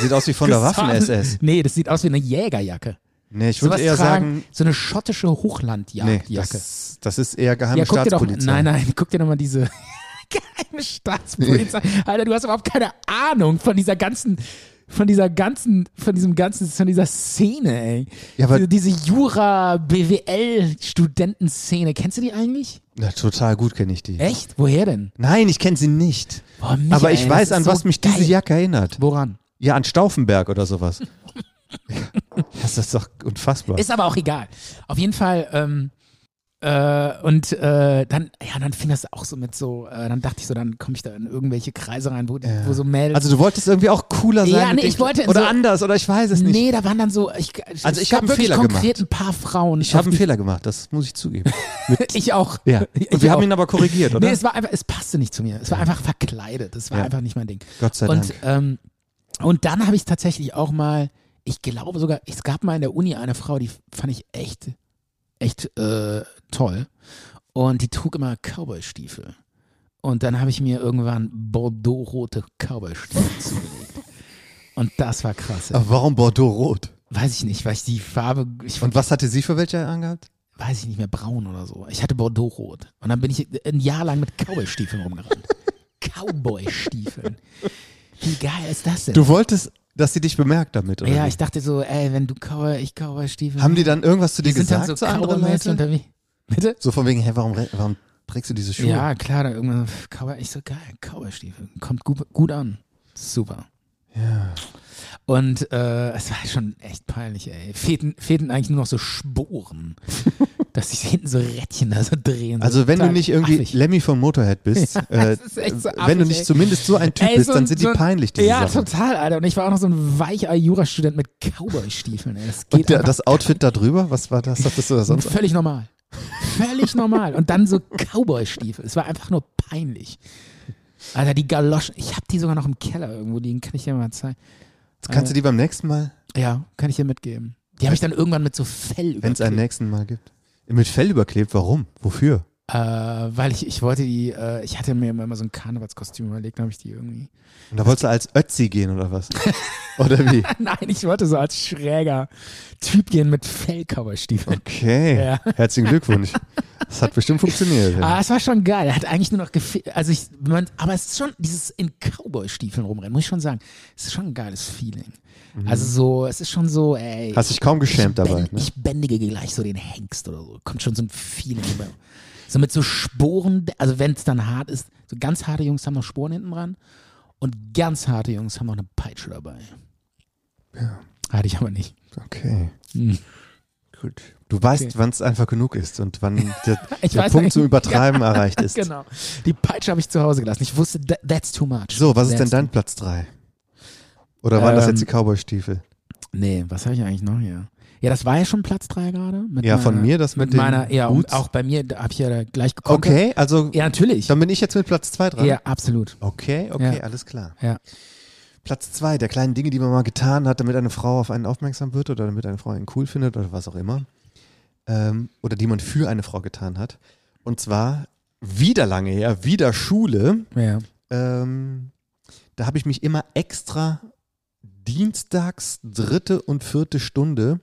C: Sieht aus wie von der Waffen-SS.
B: Nee, das sieht aus wie eine Jägerjacke.
C: Nee, ich
B: Sowas
C: würde eher
B: tragen,
C: sagen,
B: so eine schottische Hochlandjacke.
C: Nee, das, das ist eher geheime
B: Ja, guck dir doch,
C: Staatspolizei.
B: nein, nein, guck dir doch mal diese (laughs) geheime Staatspolizei. Alter, du hast überhaupt keine Ahnung von dieser ganzen, von dieser ganzen, von diesem ganzen, von dieser Szene, ey.
C: Ja, aber-
B: diese, diese Jura-BWL-Studentenszene, kennst du die eigentlich?
C: Na, total gut kenne ich die.
B: Echt? Woher denn?
C: Nein, ich kenne sie nicht.
B: Boah, Michael,
C: Aber ich
B: das
C: weiß,
B: ist
C: an
B: so
C: was mich
B: geil.
C: diese Jacke erinnert.
B: Woran?
C: Ja, an Stauffenberg oder sowas.
B: (laughs)
C: das ist doch unfassbar.
B: Ist aber auch egal. Auf jeden Fall, ähm, äh, und äh, dann, ja, dann fing das auch so mit so, äh, dann dachte ich so, dann komme ich da in irgendwelche Kreise rein, wo, die- wo so Mädels.
C: also du wolltest irgendwie auch cooler sein.
B: Ja,
C: mit
B: nee,
C: den
B: ich wollte in
C: oder
B: so-
C: anders oder ich weiß es nicht.
B: Nee, da waren dann so. Ich,
C: Also
B: es
C: ich
B: gab
C: hab einen
B: wirklich
C: Fehler
B: konkret
C: gemacht.
B: ein paar Frauen.
C: Ich habe
B: auf (laughs)
C: einen Fehler gemacht, das muss ich zugeben.
B: die- Ich auch.
C: Ja. Und
B: Ich
C: wir haben
B: auch.
C: ihn aber korrigiert, oder?
B: Nee, es war einfach, es passte nicht zu mir. Es war einfach verkleidet. Es war
C: Ja.
B: einfach nicht mein Ding.
C: Gott sei
B: und,
C: Dank.
B: Ähm, und dann habe ich tatsächlich auch mal, ich glaube sogar, es gab mal in der Uni eine Frau, die fand ich echt, echt äh, toll. Und die trug immer Cowboy-Stiefel. Und dann habe ich mir irgendwann Bordeaux-rote Cowboy-Stiefel (laughs) zugelegt. Und das war krass. Ey.
C: Aber warum Bordeaux-Rot?
B: Weiß ich nicht, weil ich die Farbe, ich
C: Und was hatte sie für welche angehabt?
B: weiß ich nicht mehr, braun oder so. Ich hatte Bordeaux-Rot. Und dann bin ich ein Jahr lang mit Cowboy-Stiefeln
C: (laughs)
B: rumgerannt. Cowboy-Stiefeln. Wie geil ist das denn?
C: Du wolltest, dass sie dich bemerkt damit, oder?
B: ja,
C: wie?
B: ich dachte so, ey, wenn du Cowboy, ich Cowboy-Stiefel.
C: Haben die dann irgendwas zu dir
B: die sind
C: gesagt
B: dann so
C: zu anderen
B: Cowboy-mäßig
C: Leuten?
B: unterwegs. Bitte?
C: So von wegen, hä, warum, re- warum trägst du diese Schuhe?
B: Ja, klar, dann irgendwann so, Cowboy, ich so, geil, Cowboy-Stiefel. Kommt gut, gut an. Super.
C: Ja.
B: Und äh, es war schon echt peinlich, ey. Fehlten, fehlten eigentlich nur noch so
C: (laughs)
B: Sporen. dass sich hinten so Rädchen da so drehen.
C: Also
B: so
C: wenn du
B: total
C: nicht irgendwie
B: affig.
C: Lemmy von
B: (laughs)
C: Motorhead bist, äh,
B: das ist echt so affig,
C: wenn du nicht
B: ey.
C: zumindest so ein Typ
B: Ey,
C: bist,
B: so ein-
C: dann sind die
B: so ein-
C: peinlich, diese
B: Ja,
C: Sachen.
B: total, Alter. Und ich war auch noch so ein weicher Jurastudent mit Cowboy-Stiefeln. ey. Das geht
C: Und der,
B: einfach
C: das Outfit da drüber, was war das? Dachtest du da
B: (laughs)
C: sonst?
B: völlig normal. Völlig normal. Und dann so Cowboy-Stiefel. Es war einfach nur peinlich. Alter, die Galoschen. Ich hab die sogar noch im Keller irgendwo liegen. Kann ich dir mal zeigen?
C: Kannst du die beim nächsten Mal,
B: Ja, kann ich dir mitgeben. Die habe ich dann irgendwann mit so Fell
C: wenn es einen
B: überklebt.
C: nächsten Mal gibt? Mit Fell überklebt, warum? Wofür?
B: Äh, weil ich, ich wollte die, äh, ich hatte mir immer immer so ein Karnevalskostüm überlegt, dann habe ich die irgendwie. (laughs)
C: Und da wolltest du als Ötzi gehen oder was? Oder wie?
B: Nein, ich wollte so als schräger Typ gehen mit Fell-Cowboy-Stiefeln.
C: Okay.
B: Ja.
C: Herzlichen Glückwunsch. Das hat bestimmt funktioniert.
B: Ah,
C: Ja.
B: es war schon geil. Hat eigentlich nur noch gefehlt. Also ich, man, aber es ist schon dieses in Cowboy-Stiefeln rumrennen, muss ich schon sagen. Es ist schon ein geiles Feeling. Also so, es ist schon so, ey.
C: Mhm. Hast dich kaum geschämt
B: ich
C: dabei.
B: bänd-
C: Ne?
B: Ich bändige gleich so den Hengst oder so. Kommt schon so ein Feeling rüber. So mit so Sporen, also wenn es dann hart ist, so ganz harte Jungs haben noch Sporen hinten dran und ganz harte Jungs haben noch eine Peitsche dabei. Ja. Hatte ich aber nicht.
C: Okay.
B: Hm.
C: Gut. Du weißt, wann es einfach genug ist
B: (laughs)
C: und wann der,
B: Ich
C: der
B: weiß
C: Punkt
B: eigentlich- (laughs)
C: zum Übertreiben erreicht ist.
B: Genau. Die Peitsche habe ich zu Hause gelassen. Ich wusste, tha- that's too much.
C: So, was ist denn
B: That's
C: dein Platz 3? Oder waren das
B: Ähm,
C: jetzt die Cowboy-Stiefel?
B: Nee, was habe ich eigentlich noch hier? Ja, das war ja schon Platz 3 gerade. mit
C: Ja, von
B: meiner-
C: mir, das mit
B: mit
C: den
B: meiner, ja, und
C: Boots.
B: auch bei mir habe ich ja da gleich gekommen.
C: Okay, also
B: Ja, natürlich.
C: dann bin ich jetzt mit Platz 2 dran.
B: Ja, absolut.
C: Okay, okay,
B: Ja.
C: alles klar.
B: Ja.
C: Platz 2, der kleinen Dinge, die man mal getan hat, damit eine Frau auf einen aufmerksam wird oder damit eine Frau ihn cool findet oder was auch immer. Ähm, oder die man für eine Frau getan hat. Und zwar wieder lange her, wieder Schule.
B: Ja.
C: Ähm, da habe ich mich immer extra dienstags dritte und vierte Stunde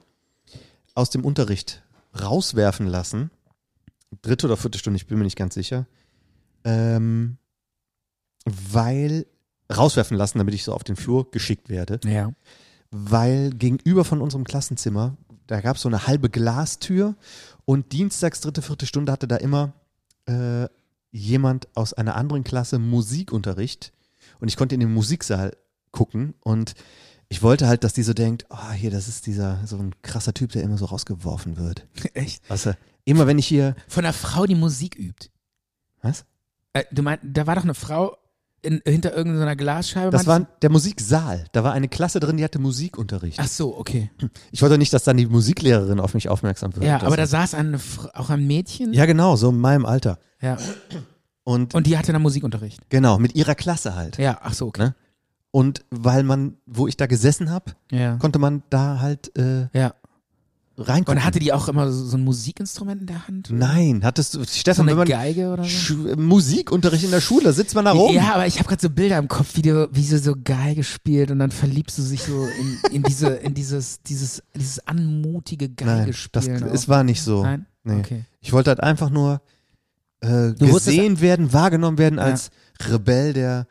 C: aus dem Unterricht rauswerfen lassen. Dritte oder vierte Stunde, ich bin mir nicht ganz sicher. Ähm, weil rauswerfen lassen, damit ich so auf den Flur geschickt werde
B: Ja. (laughs)
C: weil gegenüber von unserem Klassenzimmer, da gab es so eine halbe Glastür und dienstags dritte, vierte Stunde hatte da immer äh, jemand aus einer anderen Klasse Musikunterricht und ich konnte in den Musiksaal gucken und ich wollte halt, dass die so denkt, ah hier, das ist dieser, so ein krasser Typ, der immer so rausgeworfen wird.
B: Echt?
C: Weißt du, immer wenn ich hier,
B: Von einer Frau, die Musik übt.
C: was?
B: Äh, du meinst, da war doch eine Frau in, hinter irgendeiner Glasscheibe.
C: Das war
B: meinst
C: der Musiksaal, da war eine Klasse drin, die hatte Musikunterricht.
B: du? Ach so, okay.
C: Ich wollte nicht, dass dann die Musiklehrerin auf mich aufmerksam wird.
B: Ja, aber da
C: das
B: saß eine, Fra- auch ein Mädchen.
C: ja genau, so in meinem Alter.
B: ja.
C: Und
B: Und die hatte dann Musikunterricht.
C: Genau, mit ihrer Klasse halt.
B: Ja, ach so, okay.
C: Ne? Und weil man, wo ich da gesessen habe,
B: Ja.
C: konnte man da halt äh,
B: Ja.
C: reingucken.
B: Und hatte die auch immer so, so ein Musikinstrument in der Hand?
C: Nein, hattest du,
B: So
C: Stefan,
B: eine
C: wenn man
B: Geige oder so?
C: Sch- Musikunterricht in der Schule, da sitzt man da rum.
B: Ja, aber ich habe gerade so Bilder im Kopf, wie du, wie du so geil gespielt und dann verliebst du sich so in, in diese, in dieses, dieses, dieses anmutige
C: Nein, das,
B: Geigespielen. auch.
C: es war nicht so.
B: Nein?
C: Nee.
B: Okay.
C: Ich wollte halt einfach nur äh,
B: wurdest-
C: gesehen werden, wahrgenommen werden als Rebell, der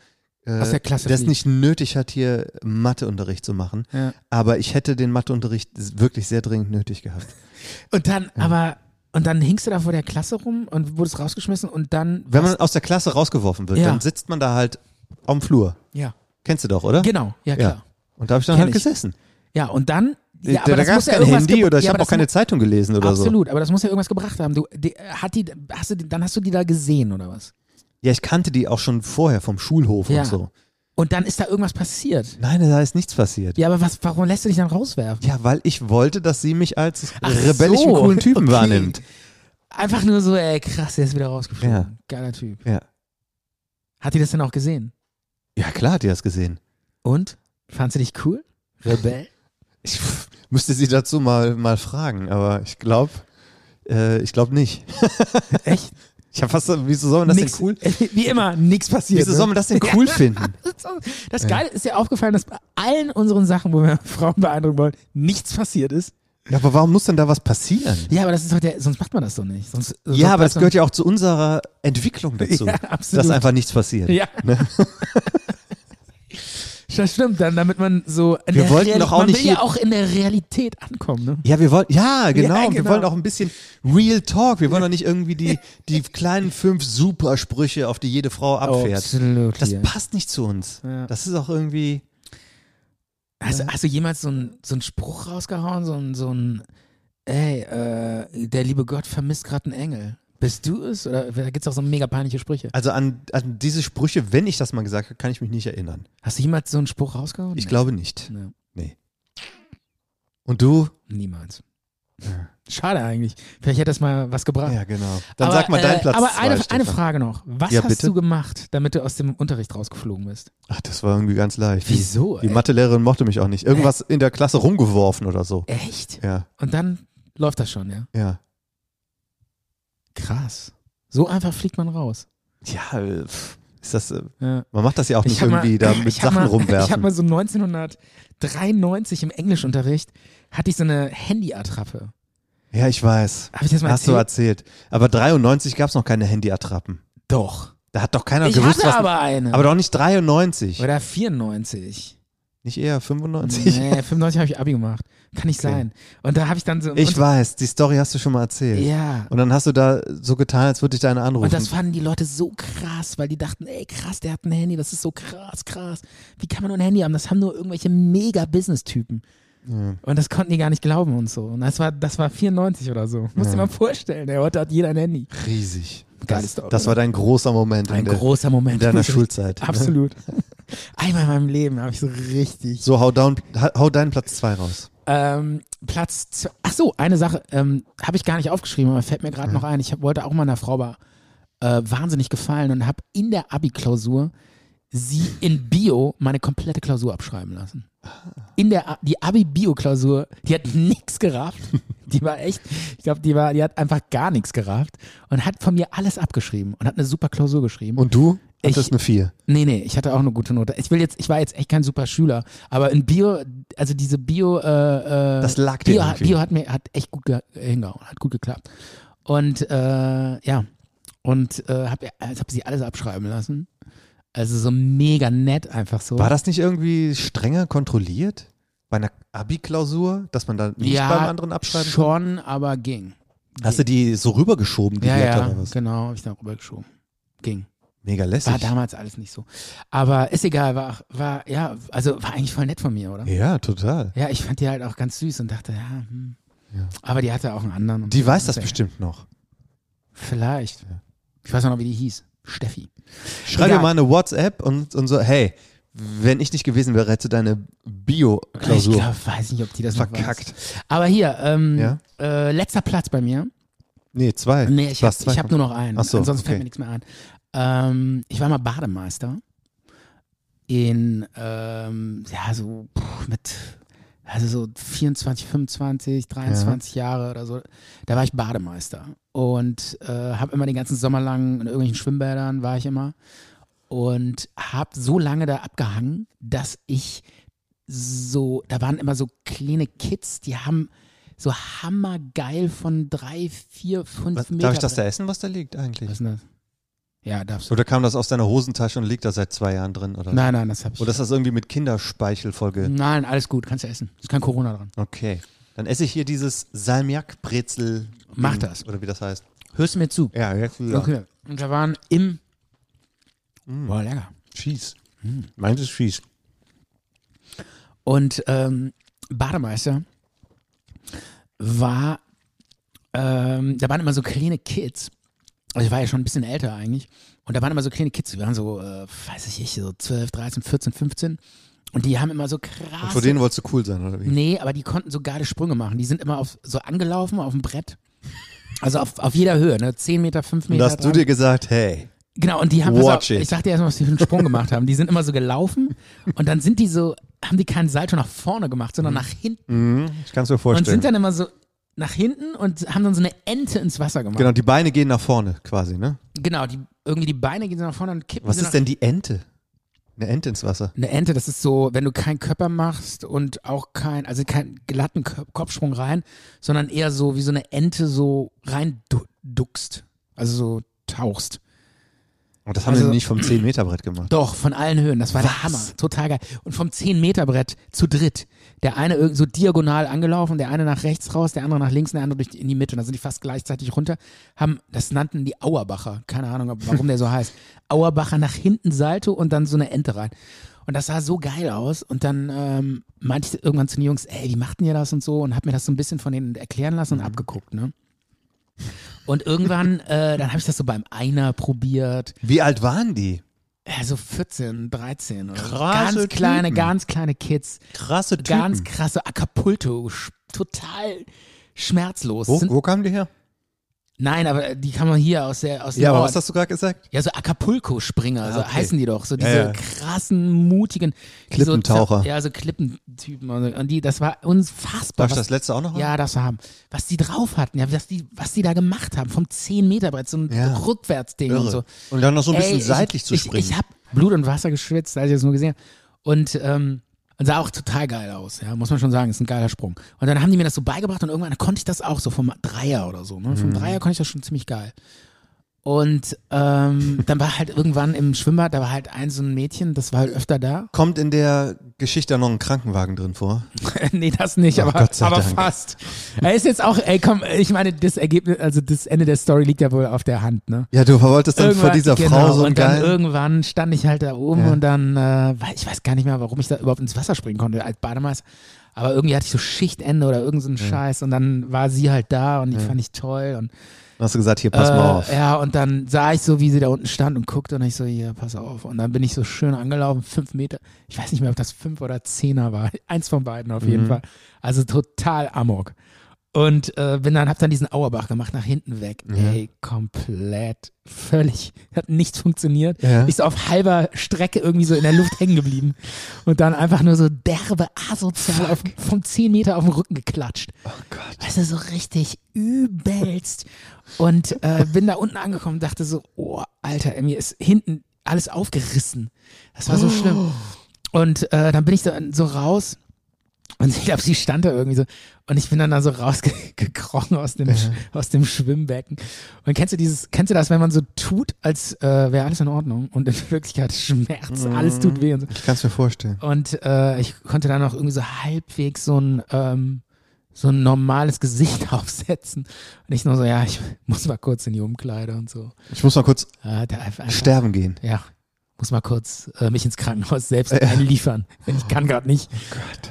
C: äh,
B: Aus der Klasse
C: das
B: fliegt.
C: nicht nötig hat, hier Matheunterricht zu machen.
B: Ja.
C: Aber ich hätte den Matheunterricht wirklich sehr dringend nötig gehabt.
B: Und dann, aber, und dann hingst du da vor der Klasse rum und wurdest rausgeschmissen und dann.
C: Wenn man aus der Klasse rausgeworfen wird,
B: Ja.
C: dann sitzt man da halt am Flur.
B: ja.
C: Kennst du doch, oder?
B: Genau, ja klar.
C: Und da habe ich dann
B: Kenn
C: halt
B: ich.
C: gesessen.
B: Ja, und dann. Ja,
C: da
B: aber
C: da
B: das
C: gab
B: muss
C: es
B: ja
C: kein
B: irgendwas
C: Handy
B: gebra-
C: oder ich
B: ja,
C: habe
B: aber
C: auch keine
B: das
C: Zeitung gelesen
B: mu-
C: oder so.
B: Absolut, aber das muss ja irgendwas gebracht haben. Du, die, hat die, hast du, die- dann hast du die da gesehen oder was?
C: Ja, ich kannte die auch schon vorher vom Schulhof
B: Ja.
C: und so.
B: Und dann ist da irgendwas passiert.
C: Nein, da ist nichts passiert. Ja.
B: Ja, aber was, warum lässt du dich dann rauswerfen?
C: weil ich wollte, dass sie mich als
B: Ach
C: rebellischen,
B: so.
C: coolen Typen
B: Okay.
C: wahrnimmt.
B: Einfach nur so, ey, krass, der ist wieder rausgeflogen.
C: Ja.
B: Geiler Typ.
C: Ja.
B: Hat die das denn auch gesehen?
C: Ja, klar hat die das gesehen.
B: Und? Fand sie dich cool? Rebell? (laughs)
C: Ich müsste sie dazu mal, mal fragen, aber ich glaube, Äh, ich glaube nicht.
B: Echt? Äh,
C: Ich habe fast, so- wieso soll man das denn cool?
B: Wie immer, nichts passiert.
C: Wieso
B: ne?
C: soll man das denn
B: (laughs)
C: cool finden?
B: Das Geile ist ja aufgefallen, dass bei allen unseren Sachen, wo wir (laughs) Frauen beeindrucken wollen, nichts passiert ist.
C: Ja, aber warum muss denn da was passieren?
B: Ja, aber das ist doch der, sonst macht man das doch nicht. Sonst, sonst
C: Ja, aber das
B: weiß man-
C: gehört ja auch zu unserer
B: (laughs)
C: Entwicklung dazu,
B: Ja, absolut.
C: dass einfach nichts passiert. ne?
B: Ja. Das stimmt, dann, damit man so. in
C: Wir
B: der
C: wollten
B: Reali-
C: doch auch
B: man
C: nicht
B: will ja
C: hier-
B: auch in der Realität ankommen, ne?
C: Ja, wir wollen, ja, genau,
B: Ja,
C: wir
B: genau.
C: wollen auch ein bisschen Real Talk. Wir wollen doch nicht
B: (laughs)
C: irgendwie die, die kleinen fünf Supersprüche, auf die jede Frau abfährt.
B: Absolut.
C: Das
B: ja.
C: passt nicht zu uns.
B: Ja.
C: Das ist auch irgendwie,
B: Hast, hast du jemals so einen so einen Spruch rausgehauen, so ein, so ein ey, äh, der liebe Gott vermisst gerade einen Engel? Bist du es? Oder da gibt's auch so mega peinliche Sprüche.
C: also an, an diese Sprüche, wenn ich das mal gesagt habe, kann ich mich nicht erinnern.
B: Hast du jemals so einen Spruch rausgehauen?
C: Ich
B: Nee.
C: glaube nicht.
B: Nee,
C: Und du?
B: niemals. Schade eigentlich. Vielleicht hätte das mal was gebracht.
C: Ja, genau. Dann
B: aber,
C: sag mal deinen
B: äh,
C: Platz.
B: Aber
C: zwei,
B: eine, eine
C: Stefan.
B: Frage noch. Was
C: Ja,
B: hast
C: bitte?
B: du gemacht, damit du aus dem Unterricht rausgeflogen bist?
C: Ach, das war irgendwie ganz leicht.
B: Wieso,
C: Die
B: ey?
C: Mathelehrerin mochte mich auch nicht. Irgendwas in der Klasse rumgeworfen oder so.
B: Echt?
C: Ja,
B: Und dann läuft das schon, ja?
C: ja.
B: Krass. So einfach fliegt man raus.
C: Ja, äh, pff, ist das, äh,
B: Ja.
C: man macht das ja auch nicht
B: hab (laughs)
C: irgendwie da mit
B: ich hab
C: Sachen
B: mal, Ich habe
C: rumwerfen.
B: mal so 1993 im Englischunterricht hatte ich so eine Handyattrappe.
C: ja, ich weiß.
B: Habe ich das mal
C: Hast du
B: erzählt?
C: erzählt. Aber 93 gab es noch keine Handyattrappen.
B: Doch.
C: Da hat doch keiner
B: ich
C: gewusst,
B: hatte
C: was.
B: aber eine.
C: aber doch nicht 93.
B: Oder 94.
C: Nicht eher 95.
B: Nee, 95 habe ich Abi gemacht. Kann nicht
C: Okay.
B: sein. Und da habe ich dann so.
C: (laughs) Ich
B: und,
C: weiß, die Story hast du schon mal erzählt.
B: Ja.
C: Und dann hast du da so getan, als würde ich deine anrufen.
B: Und das fanden die Leute so krass, weil die dachten, ey krass, der hat ein Handy, das ist so krass, krass. Wie kann man nur ein Handy haben? Das haben nur irgendwelche mega Business-Typen. Und das konnten die gar nicht glauben und so. Und das war, das war 94 oder so. Musst dir mal vorstellen, ey, heute hat jeder ein Handy.
C: riesig.
B: Geile
C: Das,
B: Story,
C: das war dein großer Moment.
B: Ein
C: in der,
B: großer Moment.
C: in deiner
B: Richtig.
C: Schulzeit.
B: (laughs)
C: ne?
B: Absolut. Einmal in meinem Leben habe ich so richtig.
C: So, hau, down, hau deinen Platz 2 raus.
B: Ähm, Platz. zw- Ach so, eine Sache ähm, habe ich gar nicht aufgeschrieben, aber fällt mir gerade noch ein. Ich hab, wollte auch meiner Frau war, äh, wahnsinnig gefallen und habe in der Abi-Klausur sie in Bio meine komplette Klausur abschreiben lassen. In der A die Abi-Bio-Klausur, die hat nichts gerafft. Die war echt, ich glaube, die war, die hat einfach gar nichts gerafft und hat von mir alles abgeschrieben und hat eine super Klausur geschrieben.
C: Und du?
B: Ich-
C: Hattest eine 4.
B: Nee, nee, ich hatte auch eine gute Note. Ich will jetzt, ich war jetzt echt kein super Schüler, aber in Bio, also diese Bio, äh, äh,
C: Das lag dir
B: Bio, hat-
C: irgendwie.
B: Bio hat mir hat echt gut ge- hingehauen, hat gut geklappt. Und äh, ja, und äh, hab, also hab sie alles abschreiben lassen. Also so mega nett einfach so.
C: War das nicht irgendwie strenger kontrolliert? Bei einer Abi-Klausur, dass man da nicht
B: ja,
C: beim anderen abschreiben kann?
B: Schon, aber ging.
C: Hast du die so rübergeschoben, die
B: ja,
C: Blätter
B: ja,
C: oder was?
B: genau, habe ich da rübergeschoben. Ging.
C: Mega lässig.
B: War damals alles nicht so. Aber ist egal, war, war, ja, also war eigentlich voll nett von mir, oder?
C: ja, total.
B: Ja, ich fand die halt auch ganz süß und dachte, ja, hm. aber die hatte auch einen anderen. und
C: Die
B: so.
C: weiß das
B: Also,
C: bestimmt noch.
B: Vielleicht. Ich weiß auch noch, wie die hieß. Steffi.
C: Schreib
B: Egal.
C: dir mal eine WhatsApp und, und so, hey, wenn ich nicht gewesen wäre, hättest du deine
B: Ich
C: Bio-Klausur
B: glaub, weiß nicht, ob die das
C: verkackt.
B: Noch weiß. Aber hier, ähm,
C: Ja?
B: äh, letzter Platz bei mir.
C: Nee, zwei.
B: Nee, ich habe
C: Platz zwei
B: hab
C: kommt.
B: nur noch einen.
C: Ach so,
B: Ansonsten
C: okay.
B: fällt mir nichts mehr ein. Ähm, ich war mal Bademeister in, ähm, ja, so pff, mit, also so 24, 25, 23 Jahre oder so. Da war ich Bademeister und äh, habe immer den ganzen Sommer lang in irgendwelchen Schwimmbädern war ich immer und habe so lange da abgehangen, dass ich so, da waren immer so kleine Kids, die haben so hammergeil von drei, vier, fünf
C: Was,
B: Meter. Also-
C: darf ich das da essen, was da liegt eigentlich?
B: Was ist denn das? Ja, darfst du.
C: Oder kam das aus deiner Hosentasche und liegt da seit zwei Jahren drin? Oder,
B: Nein, nein, das hab ich.
C: oder ist das irgendwie mit Kinderspeichel vollge...
B: nein, alles gut, kannst du essen. Ist kein Corona dran.
C: Okay. Dann esse ich hier dieses Salmiak-Brezel.
B: Mach das.
C: Oder wie das heißt.
B: Hörst du mir zu?
C: Ja, ja. Mm.
B: Okay. Und da waren im. Boah, lecker.
C: Cheese. Meins ist Cheese.
B: Und ähm, Bademeister war, ähm, da waren immer so kleine Kids. Also ich war ja schon ein bisschen älter eigentlich. Und da waren immer so kleine Kids, die waren so, äh, weiß ich nicht, so 12, 13, 14, 15. Und die haben immer so krass.
C: Und vor denen wolltest du cool sein, oder wie?
B: Nee, aber die konnten so geile Sprünge machen. Die sind immer auf, so angelaufen auf dem Brett. Also auf, auf jeder Höhe, ne? 10 Meter, 5
C: Und
B: Meter.
C: da hast du
B: 30.
C: dir gesagt, hey,
B: Genau, und die haben,
C: Watch
B: pass auf,
C: it.
B: ich sag dir erstmal, was die für einen Sprung gemacht haben. Die sind immer so
C: (laughs)
B: gelaufen und dann
C: Mhm.
B: sind die so, haben die keinen Salto nach vorne gemacht, sondern nach hinten
C: ich kann es mir
B: und
C: vorstellen.
B: sind dann immer so nach hinten und haben dann so eine Ente ins Wasser gemacht.
C: Genau, die Beine gehen nach vorne quasi, ne?
B: Genau, die, irgendwie die Beine gehen so nach vorne und kippen.
C: Was
B: so nach,
C: ist denn die Ente? Eine Ente ins Wasser.
B: Eine Ente, das ist so, wenn du keinen Körper machst und auch kein, also keinen glatten Kö- Kopfsprung rein, sondern eher so wie so eine Ente so rein du- duckst. Also so tauchst.
C: Und Oh, das haben
B: Also-
C: sie nicht vom 10-Meter-Brett gemacht.
B: Doch, von allen Höhen. Das war der
C: Was?
B: Hammer. Total geil. Und vom 10-Meter-Brett zu dritt. Der eine irgend so diagonal angelaufen, der eine nach rechts raus, der andere nach links, der andere durch die, in die Mitte. Und dann sind die fast gleichzeitig runter. Haben, das nannten die Auerbacher. Keine Ahnung, ob, warum der so (laughs) heißt. Auerbacher nach hinten Salto und dann so eine Ente rein. Und das sah so geil aus. Und dann ähm, meinte ich irgendwann zu den Jungs, ey, wie machten ihr das und so? Und hab mir das so ein bisschen von denen erklären lassen und abgeguckt, ne? Und irgendwann, äh, dann habe ich das so beim Einer probiert.
C: Wie alt waren die?
B: Also 14, 13. Oder so.
C: Krasse
B: ganz kleine,
C: Typen.
B: ganz kleine Kids.
C: Krasse Typen.
B: Ganz krasse Acapulco. sch- Total schmerzlos.
C: wo,
B: Sind,
C: wo kamen die her?
B: nein, aber äh, die kann man hier aus der aus dem
C: Ja, aber
B: Ort.
C: was hast du gerade gesagt?
B: Ja, so Acapulco-Springer, so
C: okay.
B: heißen die doch. So diese
C: Ja, ja.
B: krassen, mutigen. die so-
C: Klippentaucher.
B: ja, so Klippentypen. Und, und die, das war unfassbar.
C: Darf ich
B: was-
C: das letzte auch noch haben?
B: ja, das haben. Was die drauf hatten, ja, was die, was die da gemacht haben, vom 10-Meter-Brett, so ein
C: Ja.
B: Rückwärtsding und
C: Irre.
B: so.
C: Und dann noch so ein bisschen
B: Ey, ich-
C: seitlich zu
B: ich,
C: springen.
B: Ich, ich habe Blut und Wasser geschwitzt, als ich das nur gesehen habe. Und ähm, und sah auch total geil aus, ja, muss man schon sagen, ist ein geiler Sprung. Und dann haben die mir das so beigebracht und irgendwann konnte ich das auch so vom Dreier oder so, ne?
C: Mhm.
B: Vom Dreier konnte ich das schon ziemlich geil. Und
C: (laughs)
B: ähm, dann war halt irgendwann im Schwimmbad, da war halt ein so ein Mädchen, das war halt öfter da. (laughs)
C: Kommt in der Geschichte noch ein Krankenwagen drin vor?
B: nee, das nicht,
C: Oh,
B: aber,
C: Gott sei
B: aber
C: Dank.
B: fast. Er ist jetzt auch, ey, komm, ich meine, das Ergebnis, also das Ende der Story liegt ja wohl auf der Hand, ne?
C: Ja, du wolltest dann vor
B: Irgendwann-
C: dieser
B: genau,
C: Frau so einen
B: und dann
C: geilen...
B: irgendwann stand ich halt da oben
C: Ja.
B: und dann äh, weil- ich weiß gar nicht mehr, warum ich da überhaupt ins Wasser springen konnte als Bademeister. Aber irgendwie hatte ich so Schichtende oder irgendeinen so einen Scheiß und dann war sie halt da und die fand ich toll und
C: Dann hast du gesagt, hier, pass
B: äh,
C: mal auf.
B: ja und dann sah ich so, wie sie da unten stand und guckte und ich so, hier, pass auf. Und dann bin ich so schön angelaufen, fünf Meter. Ich weiß nicht mehr, ob das fünf oder zehner war, (laughs) eins von beiden auf
C: Mhm.
B: jeden Fall. Also total amok. Und äh, bin dann, hab dann diesen Auerbach gemacht, nach hinten weg. Ey, komplett, völlig, hat nichts funktioniert.
C: Ja.
B: Ist auf halber Strecke irgendwie so in der Luft hängen geblieben. Und dann einfach nur so derbe, asozial auf, vom 10 Meter auf den Rücken geklatscht. Oh Gott. Weißt du, so richtig übelst. Und äh, bin da unten angekommen und dachte so, oh, Alter, ey, mir ist hinten alles aufgerissen. Das war so schlimm. Und äh, dann bin ich so, so raus und ich glaube, sie stand da irgendwie so. Und ich bin dann da so rausgekrochen aus dem, Sch- aus dem Schwimmbecken. Und kennst du dieses, kennst du das, wenn man so tut, als äh, wäre alles in Ordnung und in Wirklichkeit Schmerz, alles tut weh und so.
C: Ich kann es mir vorstellen.
B: Und äh, ich konnte dann auch irgendwie so halbwegs so ein, ähm, so ein normales Gesicht (laughs) aufsetzen. Und ich nur so, ja, ich muss mal kurz in die Umkleide und so.
C: Ich muss mal kurz
B: Äh, da einfach,
C: sterben gehen.
B: ja, muss mal kurz äh, mich ins Krankenhaus selbst einliefern. Ich kann gerade nicht.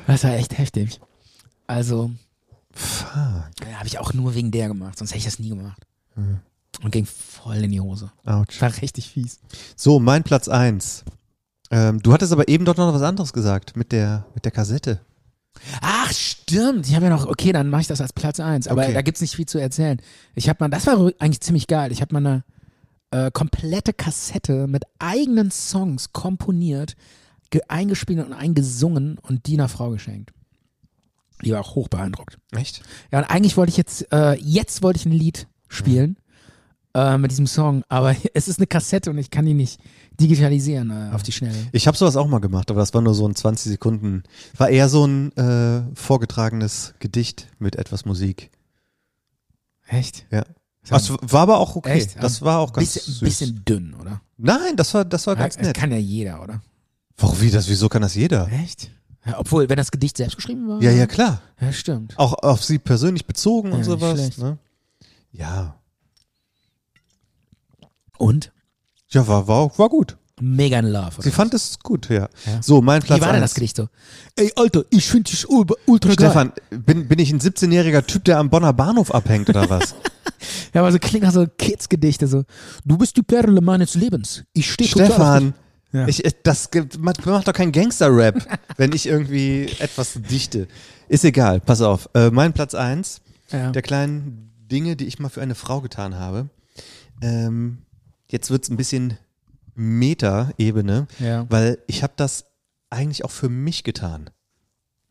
B: Das war echt heftig. Also,
C: Fuck.
B: habe ich auch nur wegen der gemacht, sonst hätte ich das nie gemacht. Und ging voll in die Hose.
C: Autsch.
B: War richtig fies.
C: So, mein Platz eins. Ähm, du hattest aber eben dort noch was anderes gesagt mit der, mit der Kassette.
B: Ach, stimmt. Ich habe ja noch, okay, dann mache ich das als Platz eins. Aber
C: Okay.
B: da gibt's nicht viel zu erzählen. Ich habe mal, das war eigentlich ziemlich geil. Ich habe mal eine äh, komplette Kassette mit eigenen Songs komponiert, ge eingespielt und eingesungen und die einer Frau geschenkt. Die war auch hoch beeindruckt.
C: Echt?
B: Ja, und eigentlich wollte ich jetzt, äh, jetzt wollte ich ein Lied spielen äh, mit diesem Song, aber (laughs) es ist eine Kassette und ich kann die nicht digitalisieren äh, auf die Schnelle.
C: Ich habe sowas auch mal gemacht, aber das war nur so ein 20 Sekunden. War eher so ein äh, vorgetragenes Gedicht mit etwas Musik.
B: Echt?
C: Ja. Das war aber auch okay.
B: Echt?
C: Das war auch ganz
B: Bisschen,
C: süß.
B: bisschen äh, dünn, oder?
C: Nein, das war, das war ganz
B: Ja,
C: nett.
B: Kann ja jeder, oder?
C: Warum, wie das, wieso kann das jeder?
B: Echt? Ja, obwohl, wenn das Gedicht selbst geschrieben war?
C: Ja, ja, klar.
B: Ja, stimmt.
C: Auch auf sie persönlich bezogen und
B: Ja, nicht
C: sowas.
B: schlecht.
C: Ne? Ja.
B: Und?
C: Ja, war, war, war gut.
B: Mega in love. Oder?
C: Sie fand es gut, ja.
B: Ja.
C: So, mein Platz
B: Wie war denn das
C: eins.
B: Gedicht so? Ey, Alter, ich finde dich ultra ultra geil.
C: Stefan, bin, bin ich ein 17-jähriger Typ, der am Bonner Bahnhof abhängt oder (laughs) was?
B: Ja, aber so klingt nach so Kids-Gedichte so. Du bist die Perle meines Lebens. Ich stehe total auf dich.
C: Stefan,
B: Ja.
C: ich, ich- das gibt, man macht doch keinen (laughs) Gangster-Rap, wenn ich irgendwie etwas dichte. Ist egal, pass auf. Äh, mein Platz eins
B: Ja.
C: der kleinen Dinge, die ich mal für eine Frau getan habe. Ähm, jetzt wird's ein bisschen Meta-Ebene,
B: Ja.
C: weil ich habe das eigentlich auch für mich getan.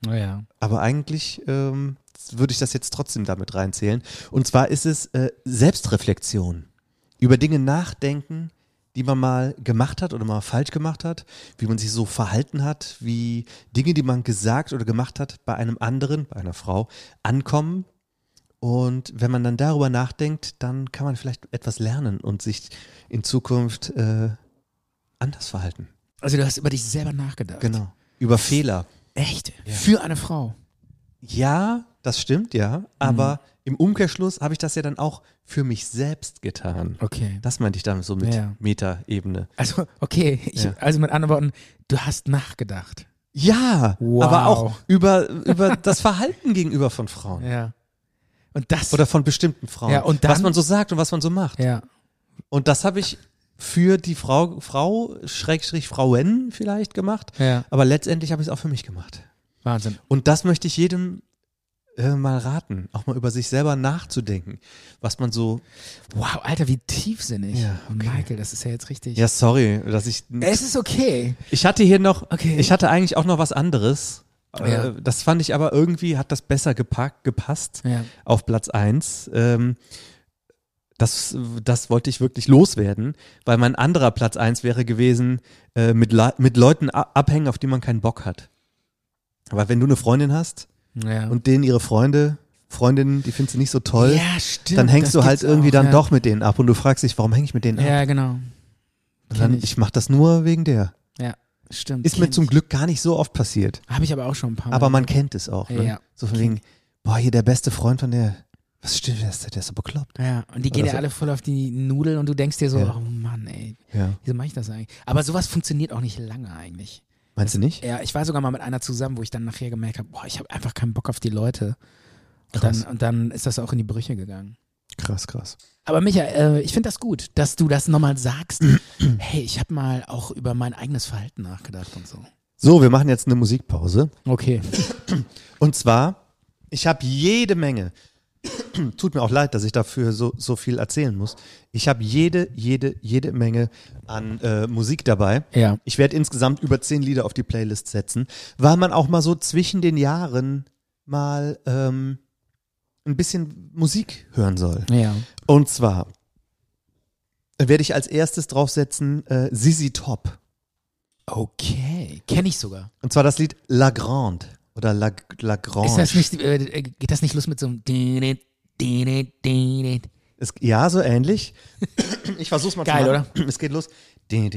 B: Oh, ja.
C: Aber eigentlich ähm, würde ich das jetzt trotzdem damit reinzählen. Und zwar ist es äh, Selbstreflexion. Über Dinge nachdenken, die man mal gemacht hat oder mal falsch gemacht hat, wie man sich so verhalten hat, wie Dinge, die man gesagt oder gemacht hat, bei einem anderen, bei einer Frau, ankommen. Und wenn man dann darüber nachdenkt, dann kann man vielleicht etwas lernen und sich in Zukunft äh, anders verhalten.
B: Also du hast über dich selber nachgedacht.
C: Genau. Über Fehler.
B: Echt? Für eine Frau.
C: Ja, das stimmt, ja.
B: Mhm.
C: Aber im Umkehrschluss habe ich das ja dann auch für mich selbst getan.
B: Okay.
C: Das meinte ich damit so mit
B: Ja.
C: Meta-Ebene.
B: Also, okay. Ich,
C: Ja.
B: Also mit anderen Worten, du hast nachgedacht.
C: Ja,
B: Wow.
C: aber auch über, über das Verhalten (laughs) gegenüber von Frauen.
B: Ja. Und das.
C: Oder von bestimmten Frauen.
B: Ja, und dann-
C: was man so sagt und was man so macht.
B: ja.
C: Und das habe ich für die Frau, Frau, Schrägstrich Frauen vielleicht gemacht.
B: Ja.
C: Aber letztendlich habe ich es auch für mich gemacht.
B: Wahnsinn.
C: Und das möchte ich jedem äh, mal raten, auch mal über sich selber nachzudenken, was man so.
B: Wow, Alter, wie tiefsinnig.
C: Ja, okay.
B: Michael, das ist ja jetzt richtig.
C: Ja, sorry, dass ich.
B: Es ist okay.
C: Ich hatte hier noch.
B: Okay. Oh
C: Ich hatte eigentlich auch noch was anderes. Äh,
B: Ja.
C: Das fand ich aber irgendwie hat das besser gepackt, gepasst
B: Ja.
C: auf Platz 1. Ähm, das, das wollte ich wirklich loswerden, weil mein anderer Platz 1 wäre gewesen, äh, mit, Le mit Leuten a- abhängen, auf die man keinen Bock hat. Aber wenn du eine Freundin hast
B: Ja.
C: und denen ihre Freunde, Freundinnen, die findest du nicht so toll,
B: ja, stimmt.
C: dann
B: das
C: hängst du halt
B: gibt's
C: irgendwie
B: auch,
C: dann
B: ja.
C: doch mit denen ab und du fragst dich, warum hänge ich mit denen ab?
B: Ja, genau.
C: Und dann,
B: kenn ich.
C: ich mache das nur wegen der.
B: Ja, stimmt.
C: Ist mir
B: Kenn
C: zum
B: ich.
C: Glück gar nicht so oft passiert.
B: Habe ich aber auch schon ein paar Mal.
C: Aber man kennt es auch. Ne?
B: Ja.
C: So von wegen, boah, hier der beste Freund von der. Was stimmt, der ist, der ist so bekloppt.
B: Ja, und die gehen
C: Oder
B: ja
C: so.
B: alle voll auf die Nudeln und du denkst dir so,
C: Ja.
B: oh Mann, ey,
C: Ja.
B: wieso mache ich das eigentlich? Aber sowas funktioniert auch nicht lange eigentlich.
C: Meinst du nicht?
B: Ja, ich war sogar mal mit einer zusammen, wo ich dann nachher gemerkt habe, boah, ich habe einfach keinen Bock auf die Leute. Und
C: Krass.
B: dann, und dann ist das auch in die Brüche gegangen.
C: Krass, krass.
B: Aber Micha, äh, ich finde das gut, dass du das nochmal
C: (clears throat)
B: sagst. hey, ich habe mal auch über mein eigenes Verhalten nachgedacht und so.
C: So, wir machen jetzt eine Musikpause.
B: Okay.
C: Und zwar, ich habe jede Menge. (clears throat) Tut mir auch leid, dass ich dafür so, so viel erzählen muss. Ich habe jede, jede, jede Menge an äh, Musik dabei.
B: Ja.
C: Ich werde insgesamt über zehn Lieder auf die Playlist setzen, weil man auch mal so zwischen den Jahren mal ähm, ein bisschen Musik hören soll.
B: Ja.
C: Und zwar werde ich als erstes draufsetzen äh, Sissy Top.
B: Okay. Kenne ich sogar.
C: Und zwar das Lied La Grande oder La, La Grande.
B: Ist das nicht, äh, äh, geht das nicht los mit so einem Dinet, Dinet, Dinet?
C: Es, ja,
B: (coughs)
C: so ähnlich. Ich versuch's mal
B: Geil,
C: zu machen. Es geht los.
B: Ja,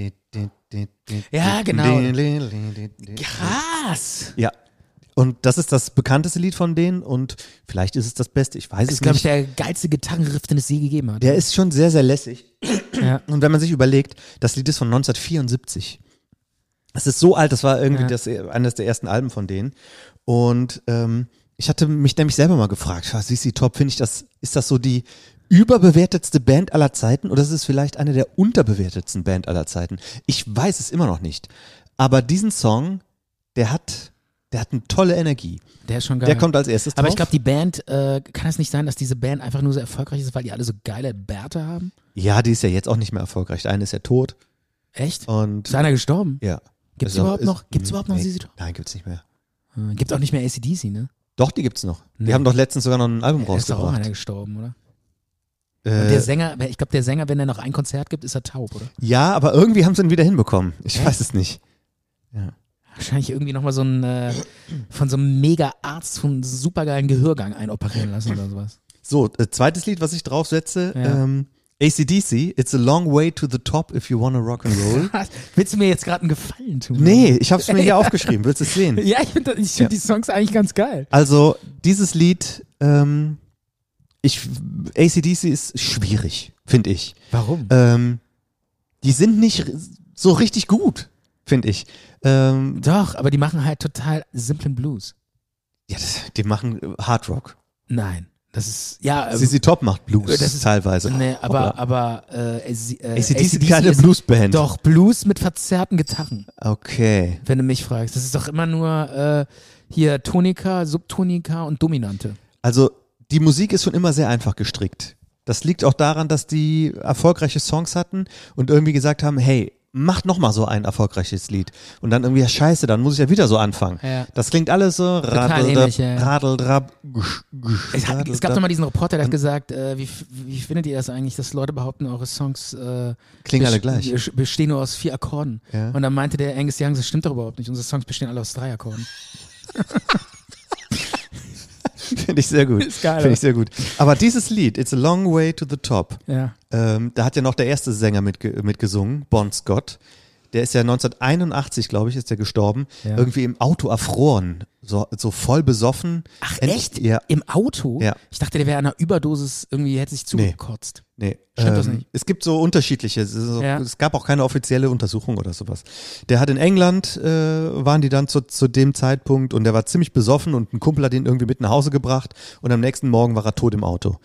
C: Ja,
B: genau. Krass.
C: Ja. Und das ist das bekannteste Lied von denen und vielleicht ist es das beste, ich
B: Das
C: weiß es
B: ist, glaube ich,
C: nicht.
B: der geilste Gitarrenriff, den es je gegeben hat.
C: Der ist schon sehr, sehr lässig.
B: Ja.
C: Und wenn man sich überlegt, das Lied ist von 1974. Es ist so alt, das war irgendwie
B: Ja.
C: das, eines der ersten Alben von denen. Und ähm, ich hatte mich nämlich selber mal gefragt, was ist die Top? Finde ich das, ist das so die überbewertetste Band aller Zeiten oder ist es vielleicht eine der unterbewertetsten Band aller Zeiten? Ich weiß es immer noch nicht. Aber diesen Song, der hat, der hat eine tolle Energie.
B: Der ist schon geil.
C: Der kommt als erstes drauf.
B: Aber ich glaube, die Band, äh, kann es nicht sein, dass diese Band einfach nur so erfolgreich ist, weil die alle so geile Bärte haben?
C: ja, die ist ja jetzt auch nicht mehr erfolgreich. Der eine ist ja tot
B: Echt?
C: und
B: Ist einer gestorben?
C: ja.
B: Gibt's
C: Also,
B: überhaupt
C: ist-
B: noch- gibt's
C: Mhm.
B: überhaupt noch ZZ Top?
C: Nein, gibt's nicht mehr.
B: Äh, Gibt auch nicht mehr ACDC, ne?
C: Doch, die gibt's noch.
B: Nee.
C: Die haben doch letztens sogar noch ein Album
B: Da ist doch auch einer
C: rausgebracht.
B: gestorben, oder? Und der
C: Äh,
B: Sänger, ich glaube, der Sänger, wenn er noch ein Konzert gibt, ist er taub, oder?
C: ja, aber irgendwie haben sie ihn wieder hinbekommen. Ich
B: Echt?
C: weiß es nicht.
B: Wahrscheinlich irgendwie nochmal so ein, äh, von so einem Mega-Arzt von supergeilen Gehörgang einoperieren lassen oder sowas.
C: So, äh, zweites Lied, was ich draufsetze.
B: Ja.
C: Ähm, ACDC, It's a long way to the top if you wanna rock and
B: (laughs)
C: roll.
B: Was? Willst du mir jetzt gerade einen Gefallen tun?
C: nee, ich hab's mir hier aufgeschrieben. Willst du es sehen?
B: (laughs) Ja, ich finde ich find
C: Ja.
B: die Songs eigentlich ganz geil.
C: Also, dieses Lied, ähm, ich, ACDC ist schwierig, finde ich.
B: Warum?
C: Ähm, die sind nicht r- so richtig gut, finde ich. Ähm,
B: Doch, aber die machen halt total simplen Blues.
C: ja, das, die machen äh, Hard Rock.
B: Nein, das ist ja. Ähm,
C: Sissy Top macht Blues
B: äh, das ist-
C: teilweise.
B: nee, aber
C: Oder-
B: aber äh, AC, äh,
C: ACDC
B: AC/DC
C: ist keine
B: ist-
C: Bluesband.
B: Doch Blues mit verzerrten Gitarren,
C: Okay.
B: wenn du mich fragst. Das ist doch immer nur äh, hier Tonika, Subtonika und Dominante.
C: Also die Musik ist schon immer sehr einfach gestrickt. Das liegt auch daran, dass die erfolgreiche Songs hatten und irgendwie gesagt haben, hey, macht nochmal so ein erfolgreiches Lied. Und dann irgendwie, ja, scheiße, dann muss ich ja wieder so anfangen.
B: Ja.
C: Das klingt alles so
B: ähnlich, ja.
C: radeldrab, gusch, gusch,
B: Es, hat, es gab
C: radeldrab.
B: doch mal diesen Reporter, der hat gesagt, äh, wie, f- wie findet ihr das eigentlich, dass Leute behaupten, eure Songs äh,
C: Klingen alle
B: best-
C: gleich.
B: bes- bestehen nur aus vier Akkorden.
C: Ja.
B: Und dann meinte der Angus Young, das stimmt doch überhaupt nicht. Unsere Songs bestehen alle aus drei Akkorden.
C: (laughs) Finde ich sehr gut.
B: (laughs) Ist geil,
C: Finde
B: oder?
C: ich sehr gut. Aber dieses Lied, It's a Long Way to the Top,
B: Ja.
C: ähm, da hat ja noch der erste Sänger mitge mitgesungen, Bon Scott. Der ist ja 1981, glaube ich, ist der gestorben.
B: Ja.
C: Irgendwie im Auto erfroren. So, so voll besoffen.
B: Ach
C: End-
B: echt?
C: Ja.
B: Im Auto?
C: Ja.
B: Ich dachte, der wäre an einer Überdosis irgendwie hätte sich
C: Nee.
B: zugekotzt.
C: Nee, ähm,
B: Stimmt das nicht?
C: Es gibt so unterschiedliche. Es, ist so,
B: Ja.
C: es gab auch keine offizielle Untersuchung oder sowas. Der hat in England, äh, waren die dann zu, zu dem Zeitpunkt und der war ziemlich besoffen und ein Kumpel hat ihn irgendwie mit nach Hause gebracht und am nächsten Morgen war er tot im Auto.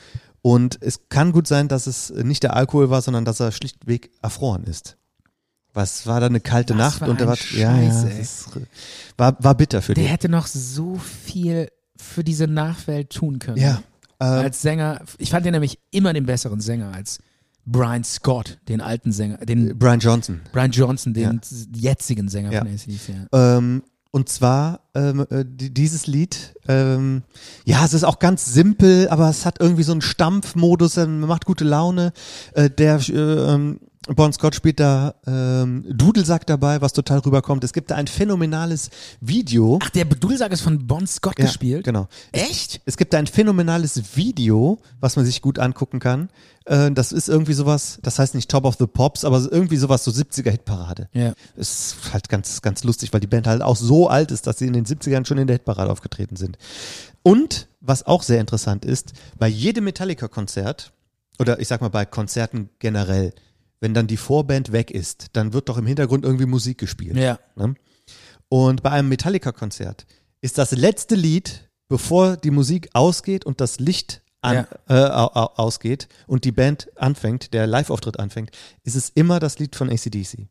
C: Und es kann gut sein, dass es nicht der Alkohol war, sondern dass er schlichtweg erfroren ist. Was war da eine kalte
B: Was
C: Nacht
B: für
C: und der
B: ein
C: war, ja, ja,
B: Scheiß,
C: das
B: ey.
C: ist, äh, war, war bitter für
B: Der
C: den.
B: hätte noch so viel für diese Nachwelt tun können.
C: Ja. Äh,
B: Als Sänger, ich fand den nämlich immer den besseren Sänger als Brian Scott, den alten Sänger, den
C: Brian Johnson.
B: Brian Johnson, den jetzigen Sänger
C: Ja.
B: von ACDC. Ja.
C: Ähm, und zwar ähm, äh, di- dieses Lied, ähm, ja, es ist auch ganz simpel, aber es hat irgendwie so einen Stampfmodus, ähm, macht gute Laune. Äh, der äh, ähm, Bon Scott spielt da ähm, Dudelsack dabei, was total rüberkommt. Es gibt da ein phänomenales Video.
B: Ach, der Dudelsack ist von Bon Scott
C: Ja,
B: gespielt?
C: Genau.
B: Echt?
C: Es gibt da ein phänomenales Video, was man sich gut angucken kann. Äh, das ist irgendwie sowas, das heißt nicht Top of the Pops, aber irgendwie sowas, so 70er Hitparade.
B: Ja.
C: Ist halt ganz, ganz lustig, weil die Band halt auch so alt ist, dass sie in den 70ern schon in der Hitparade aufgetreten sind. Und was auch sehr interessant ist, bei jedem Metallica-Konzert, oder ich sag mal bei Konzerten generell, wenn dann die Vorband weg ist, dann wird doch im Hintergrund irgendwie Musik gespielt.
B: Ja.
C: Ne? Und bei einem Metallica-Konzert ist das letzte Lied, bevor die Musik ausgeht und das Licht an, äh, au, au, ausgeht und die Band anfängt, der Live-Auftritt anfängt, ist es immer das Lied von ACDC.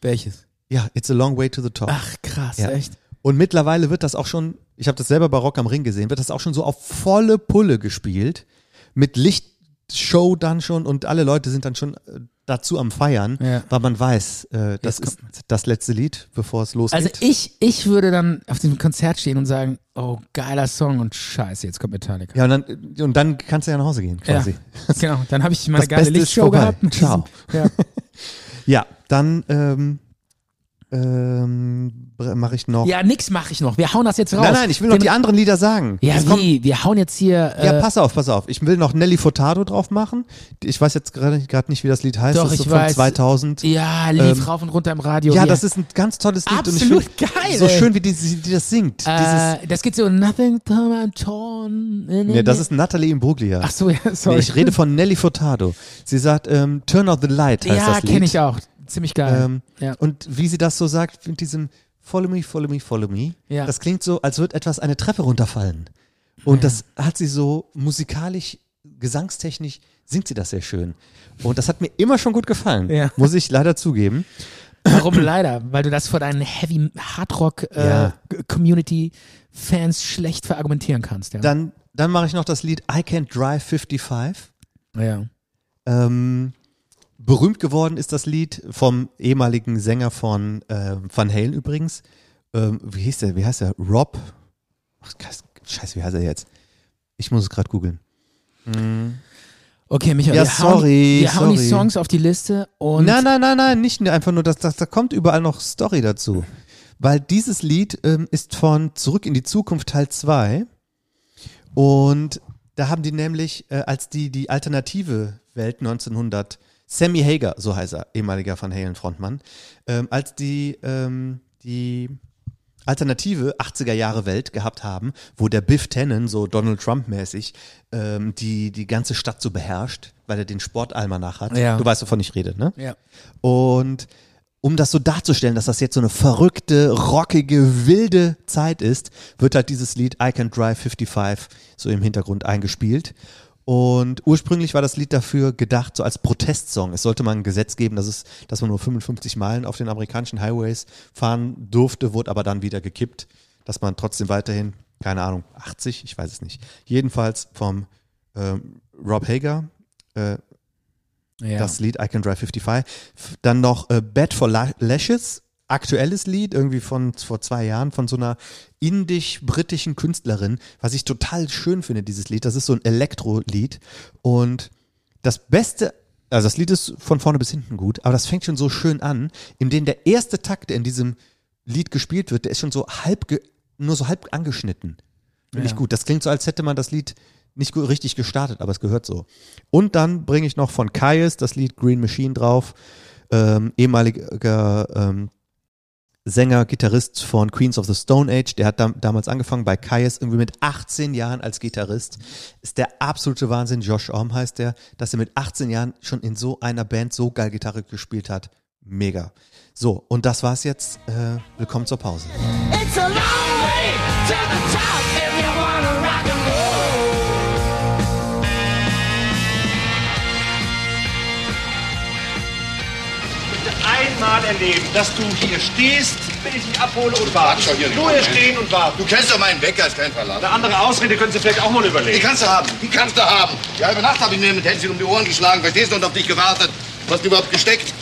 B: Welches?
C: Ja, It's a Long Way to the Top.
B: Ach, krass,
C: Ja.
B: echt?
C: Und mittlerweile wird das auch schon, ich habe das selber bei Rock am Ring gesehen, wird das auch schon so auf volle Pulle gespielt, mit Lichtshow dann schon und alle Leute sind dann schon äh, dazu am Feiern,
B: Ja.
C: weil man weiß, äh, das
B: Jetzt
C: ist das letzte Lied, bevor es losgeht.
B: Also ich, ich würde dann auf dem Konzert stehen und sagen, oh, geiler Song und scheiße, jetzt kommt Metallica.
C: Ja, und dann, und dann kannst du ja nach Hause gehen, quasi.
B: (laughs) genau, dann habe ich meine
C: Das
B: geile
C: Beste ist
B: Lichtshow
C: vorbei.
B: gehabt. mit diesem-
C: (laughs)
B: Ja.
C: Ja, dann ähm, ähm, mache ich noch.
B: ja, nix mache ich noch. Wir hauen das jetzt raus.
C: nein, nein, ich will noch
B: Den-
C: die anderen Lieder sagen.
B: Ja,
C: Es
B: wie?
C: kommt-
B: Wir hauen jetzt hier. Äh,
C: ja, pass auf, pass auf. Ich will noch Nelly Furtado drauf machen. Ich weiß jetzt gerade gerade nicht, wie das Lied heißt.
B: Doch,
C: das ist
B: ich
C: so von
B: weiß.
C: 2000.
B: ja, lief
C: Ähm,
B: rauf und runter im Radio.
C: Ja, das ist ein ganz tolles Lied.
B: Absolut
C: und ich find
B: geil,
C: So
B: ey.
C: schön, wie die, die, die das singt. Dieses,
B: Äh, das geht so nothing to my torn.
C: nee, das ist Natalie Imbruglia.
B: Ach so, ja, sorry.
C: nee, ich rede von Nelly Furtado. Sie sagt, ähm, Turn out the light heißt
B: ja,
C: das Lied.
B: kenne ich auch. Ziemlich geil.
C: Ähm,
B: ja.
C: Und wie sie das so sagt, mit diesem Follow me, follow me, follow me,
B: Ja.
C: das klingt so, als würde etwas eine Treppe runterfallen. Und das hat sie so musikalisch, gesangstechnisch, singt sie das sehr schön. Und das hat mir immer schon gut gefallen,
B: Ja.
C: muss ich leider zugeben.
B: Warum leider? Weil du das vor deinen Heavy Hardrock äh,
C: Ja.
B: G- Community Fans schlecht verargumentieren kannst. Ja.
C: Dann, dann mache ich noch das Lied I Can't Drive 55.
B: ja.
C: Ähm, berühmt geworden ist das Lied vom ehemaligen Sänger von ähm, Van Halen übrigens. Ähm, wie hieß der? Wie heißt der? Rob? Ach, scheiße, wie heißt er jetzt? Ich muss es gerade googeln.
B: Okay, Michael.
C: Ja,
B: wir hauen,
C: sorry,
B: Wir hauen die
C: sorry.
B: Songs auf die Liste und
C: nein, nein, nein, nein, nicht nur einfach nur, das, das, da kommt überall noch Story dazu. Weil dieses Lied ähm, ist von Zurück in die Zukunft Teil 2. Und da haben die nämlich, äh, als die die alternative Welt 1900, Sammy Hager, so heißt er, ehemaliger Van Halen Frontmann, ähm, als die, ähm, die alternative 80er Jahre Welt gehabt haben, wo der Biff Tannen, so Donald Trump-mäßig, ähm, die, die ganze Stadt so beherrscht, weil er den Sportalmanach hat.
B: Ja.
C: Du weißt, wovon ich rede, ne?
B: Ja.
C: Und um das so darzustellen, dass das jetzt so eine verrückte, rockige, wilde Zeit ist, wird halt dieses Lied I Can Drive 55 so im Hintergrund eingespielt. Und ursprünglich war das Lied dafür gedacht, so als Protestsong. Es sollte mal ein Gesetz geben, dass, es, dass man nur 55 Meilen auf den amerikanischen Highways fahren durfte, wurde aber dann wieder gekippt, dass man trotzdem weiterhin, keine Ahnung, 80, ich weiß es nicht. Jedenfalls vom ähm, Rob Hager, äh,
B: Ja.
C: das Lied I Can Drive 55. F- Dann noch äh, Bad for La Lashes, aktuelles Lied, irgendwie von vor zwei Jahren, von so einer indisch-britischen Künstlerin, was ich total schön finde, dieses Lied. Das ist so ein Elektro-Lied. Und das Beste, also das Lied ist von vorne bis hinten gut, aber das fängt schon so schön an, in dem der erste Takt, der in diesem Lied gespielt wird, der ist schon so halb, ge nur so halb angeschnitten. Finde ich
B: Ja.
C: gut. Das klingt so, als hätte man das Lied nicht gu- richtig gestartet, aber es gehört so. Und dann bringe ich noch von Kaius das Lied Green Machine drauf, ähm, ehemaliger ähm, Sänger, Gitarrist von Queens of the Stone Age. Der hat dam damals angefangen bei Kaius irgendwie mit 18 Jahren als Gitarrist. Ist der absolute Wahnsinn. Josh Orm heißt der, dass er mit 18 Jahren schon in so einer Band so geil Gitarre gespielt hat. Mega. So, und das war's jetzt. Äh, willkommen zur Pause.
G: It's a long way to the top if you wanna rock and roll.
H: einmal erleben, dass du hier stehst, wenn ich dich abhole und warte.
I: schon hier nicht
H: Nur
I: rum,
H: hier
I: ne?
H: stehen und warten.
I: Du kennst doch meinen Wecker, ist kein Verlass.
H: Eine andere Ausrede können Sie vielleicht auch mal
I: Die
H: überlegen.
I: kannst du haben, die kannst du haben. Die halbe Nacht habe ich mir mit Händchen um die Ohren geschlagen, verstehst du, und auf dich gewartet. Du hast überhaupt gesteckt.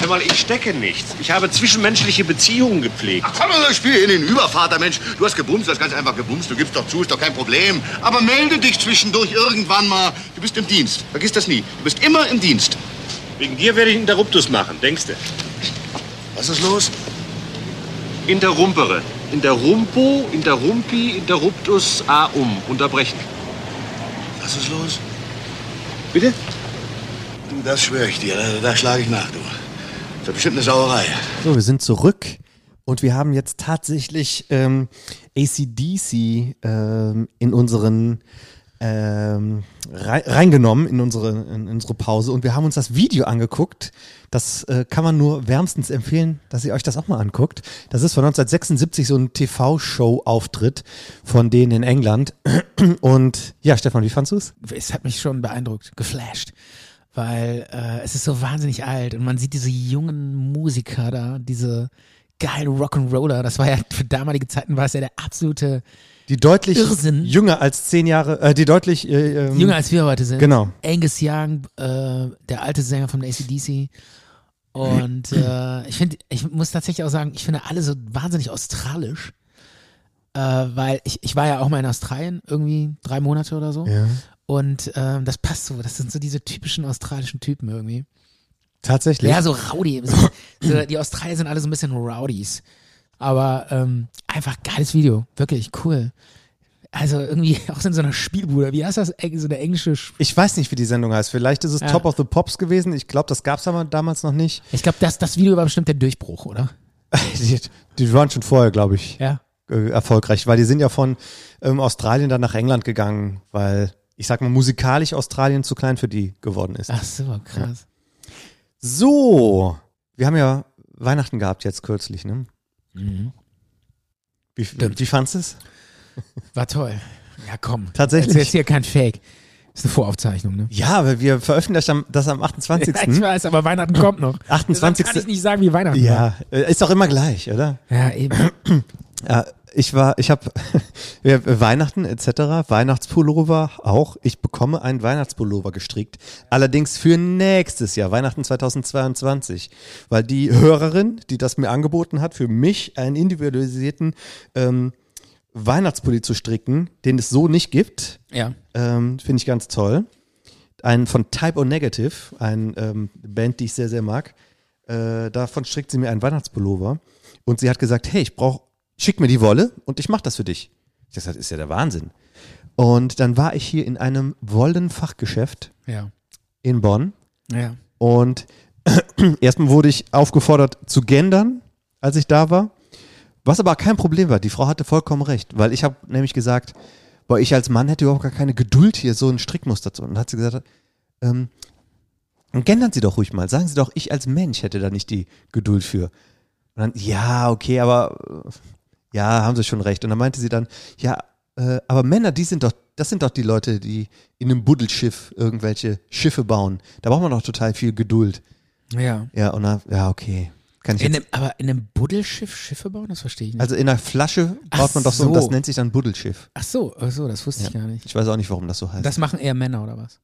H: Hör mal, ich stecke nicht. Ich habe zwischenmenschliche Beziehungen gepflegt.
I: Ach komm, das Spiel in den Übervater, Mensch. Du hast gebumst, du hast ganz einfach gebumst. Du gibst doch zu, ist doch kein Problem. Aber melde dich zwischendurch irgendwann mal. Du bist im Dienst, vergiss das nie. Du bist immer im Dienst.
H: Wegen dir werde ich Interruptus machen, denkst du?
I: Was ist los?
H: Interrumpere. Interrumpo, interrumpi, interruptus, a um. Unterbrechen.
I: Was ist los?
H: Bitte?
I: Du, das schwöre ich dir. Da, da schlage ich nach, du. Das ist bestimmt eine Sauerei.
C: So, wir sind zurück und wir haben jetzt tatsächlich ähm, ACDC ähm, in unseren ähm, rei reingenommen in unsere, in unsere Pause und wir haben uns das Video angeguckt. Das äh, kann man nur wärmstens empfehlen, dass ihr euch das auch mal anguckt. Das ist von 1976 so ein TV-Show-Auftritt von denen in England. (clears throat) Und ja, Stefan, wie fandst du es?
B: es hat mich schon beeindruckt, geflasht, weil äh, es ist so wahnsinnig alt und man sieht diese jungen Musiker da, diese geilen Rock'n'Roller, das war ja für damalige Zeiten war es ja der absolute,
C: Die deutlich
B: Irrsinn.
C: jünger als zehn Jahre, äh, die deutlich äh, ähm,
B: jünger als wir heute sind.
C: Genau.
B: Angus Young, äh, der alte Sänger von ACDC.
C: (clears throat)
B: Und äh, ich finde, ich muss tatsächlich auch sagen, ich finde alle so wahnsinnig australisch. Äh, weil ich, ich war ja auch mal in Australien, irgendwie drei Monate oder so.
C: Ja.
B: Und ähm, das passt so. Das sind so diese typischen australischen Typen irgendwie.
C: tatsächlich.
B: Ja, so rowdy. So, so, die Australier sind alle so ein bisschen Rowdies. Aber ähm, einfach geiles Video. Wirklich cool. Also irgendwie (laughs) auch in so einer Spielbude. Wie heißt das? Eng- So eine englische. Sch-
C: Ich weiß nicht, wie die Sendung heißt. Vielleicht ist es
B: Ja.
C: Top of the Pops gewesen. Ich glaube, das gab es damals noch nicht. (laughs)
B: Ich glaube, das, das Video war bestimmt der Durchbruch, oder?
C: Die, die waren schon vorher, glaube ich,
B: Ja.
C: äh, erfolgreich, weil die sind ja von ähm, Australien dann nach England gegangen, weil ich sag mal, musikalisch Australien zu klein für die geworden ist.
B: Ach so, krass.
C: So, wir haben ja Weihnachten gehabt jetzt kürzlich, ne? Wie,
B: Mhm. Stimmt.
C: wie fandst du es?
B: War toll. Ja, komm.
C: Tatsächlich.
B: Das ist hier kein Fake. Ist eine Voraufzeichnung, ne?
C: Ja, aber wir veröffentlichen am-
B: (laughs)
C: das am 28.
B: ich weiß, aber Weihnachten kommt
C: (laughs)
B: noch.
C: 28..
B: Deshalb kann ich nicht sagen, wie Weihnachten war.
C: hm? ja, äh, ist doch immer gleich, oder?
B: Ja, eben.
C: Ja, ich war, ich (laughs) habe ja, Weihnachten etc., Weihnachtspullover auch. Ich bekomme einen Weihnachtspullover gestrickt. Allerdings für nächstes Jahr, Weihnachten 2022. Weil die Hörerin, die das mir angeboten hat, für mich einen individualisierten ähm, Weihnachtspulli zu stricken, den es so nicht gibt,
B: Ja.
C: ähm, finde ich ganz toll. Ein von Type O Negative, ein ähm, Band, die ich sehr, sehr mag. Äh, davon strickt sie mir einen Weihnachtspullover. Und sie hat gesagt, hey, ich brauche, schick mir die Wolle und ich mache das für dich. Ich dachte, das ist ja der Wahnsinn. Und dann war ich hier in einem Wollenfachgeschäft
B: Ja.
C: in Bonn
B: Ja.
C: und (clears throat) erstmal wurde ich aufgefordert zu gendern, als ich da war. Was aber kein Problem war. Die Frau hatte vollkommen recht, weil ich habe nämlich gesagt, boah, ich als Mann hätte überhaupt gar keine Geduld hier, so ein Strickmuster zu. Und dann hat sie gesagt, ähm, gendern Sie doch ruhig mal. Sagen Sie doch, ich als Mensch hätte da nicht die Geduld für. Und dann, ja, okay, aber äh, ja, haben Sie schon recht. Und dann meinte sie dann, ja, äh, aber Männer, die sind doch, das sind doch die Leute, die in einem Buddelschiff irgendwelche Schiffe bauen. Da braucht man doch total viel Geduld.
B: Ja.
C: Ja, und dann, ja, okay. Kann ich
B: In
C: jetzt,
B: einem, aber in einem Buddelschiff Schiffe bauen? Das verstehe ich nicht.
C: also in einer Flasche
B: Ach
C: baut man doch so, und
B: so.
C: das nennt sich dann Buddelschiff.
B: ach so, ach so, das wusste ich gar nicht.
C: Ich weiß auch nicht, warum das so heißt.
B: Das machen eher Männer oder was?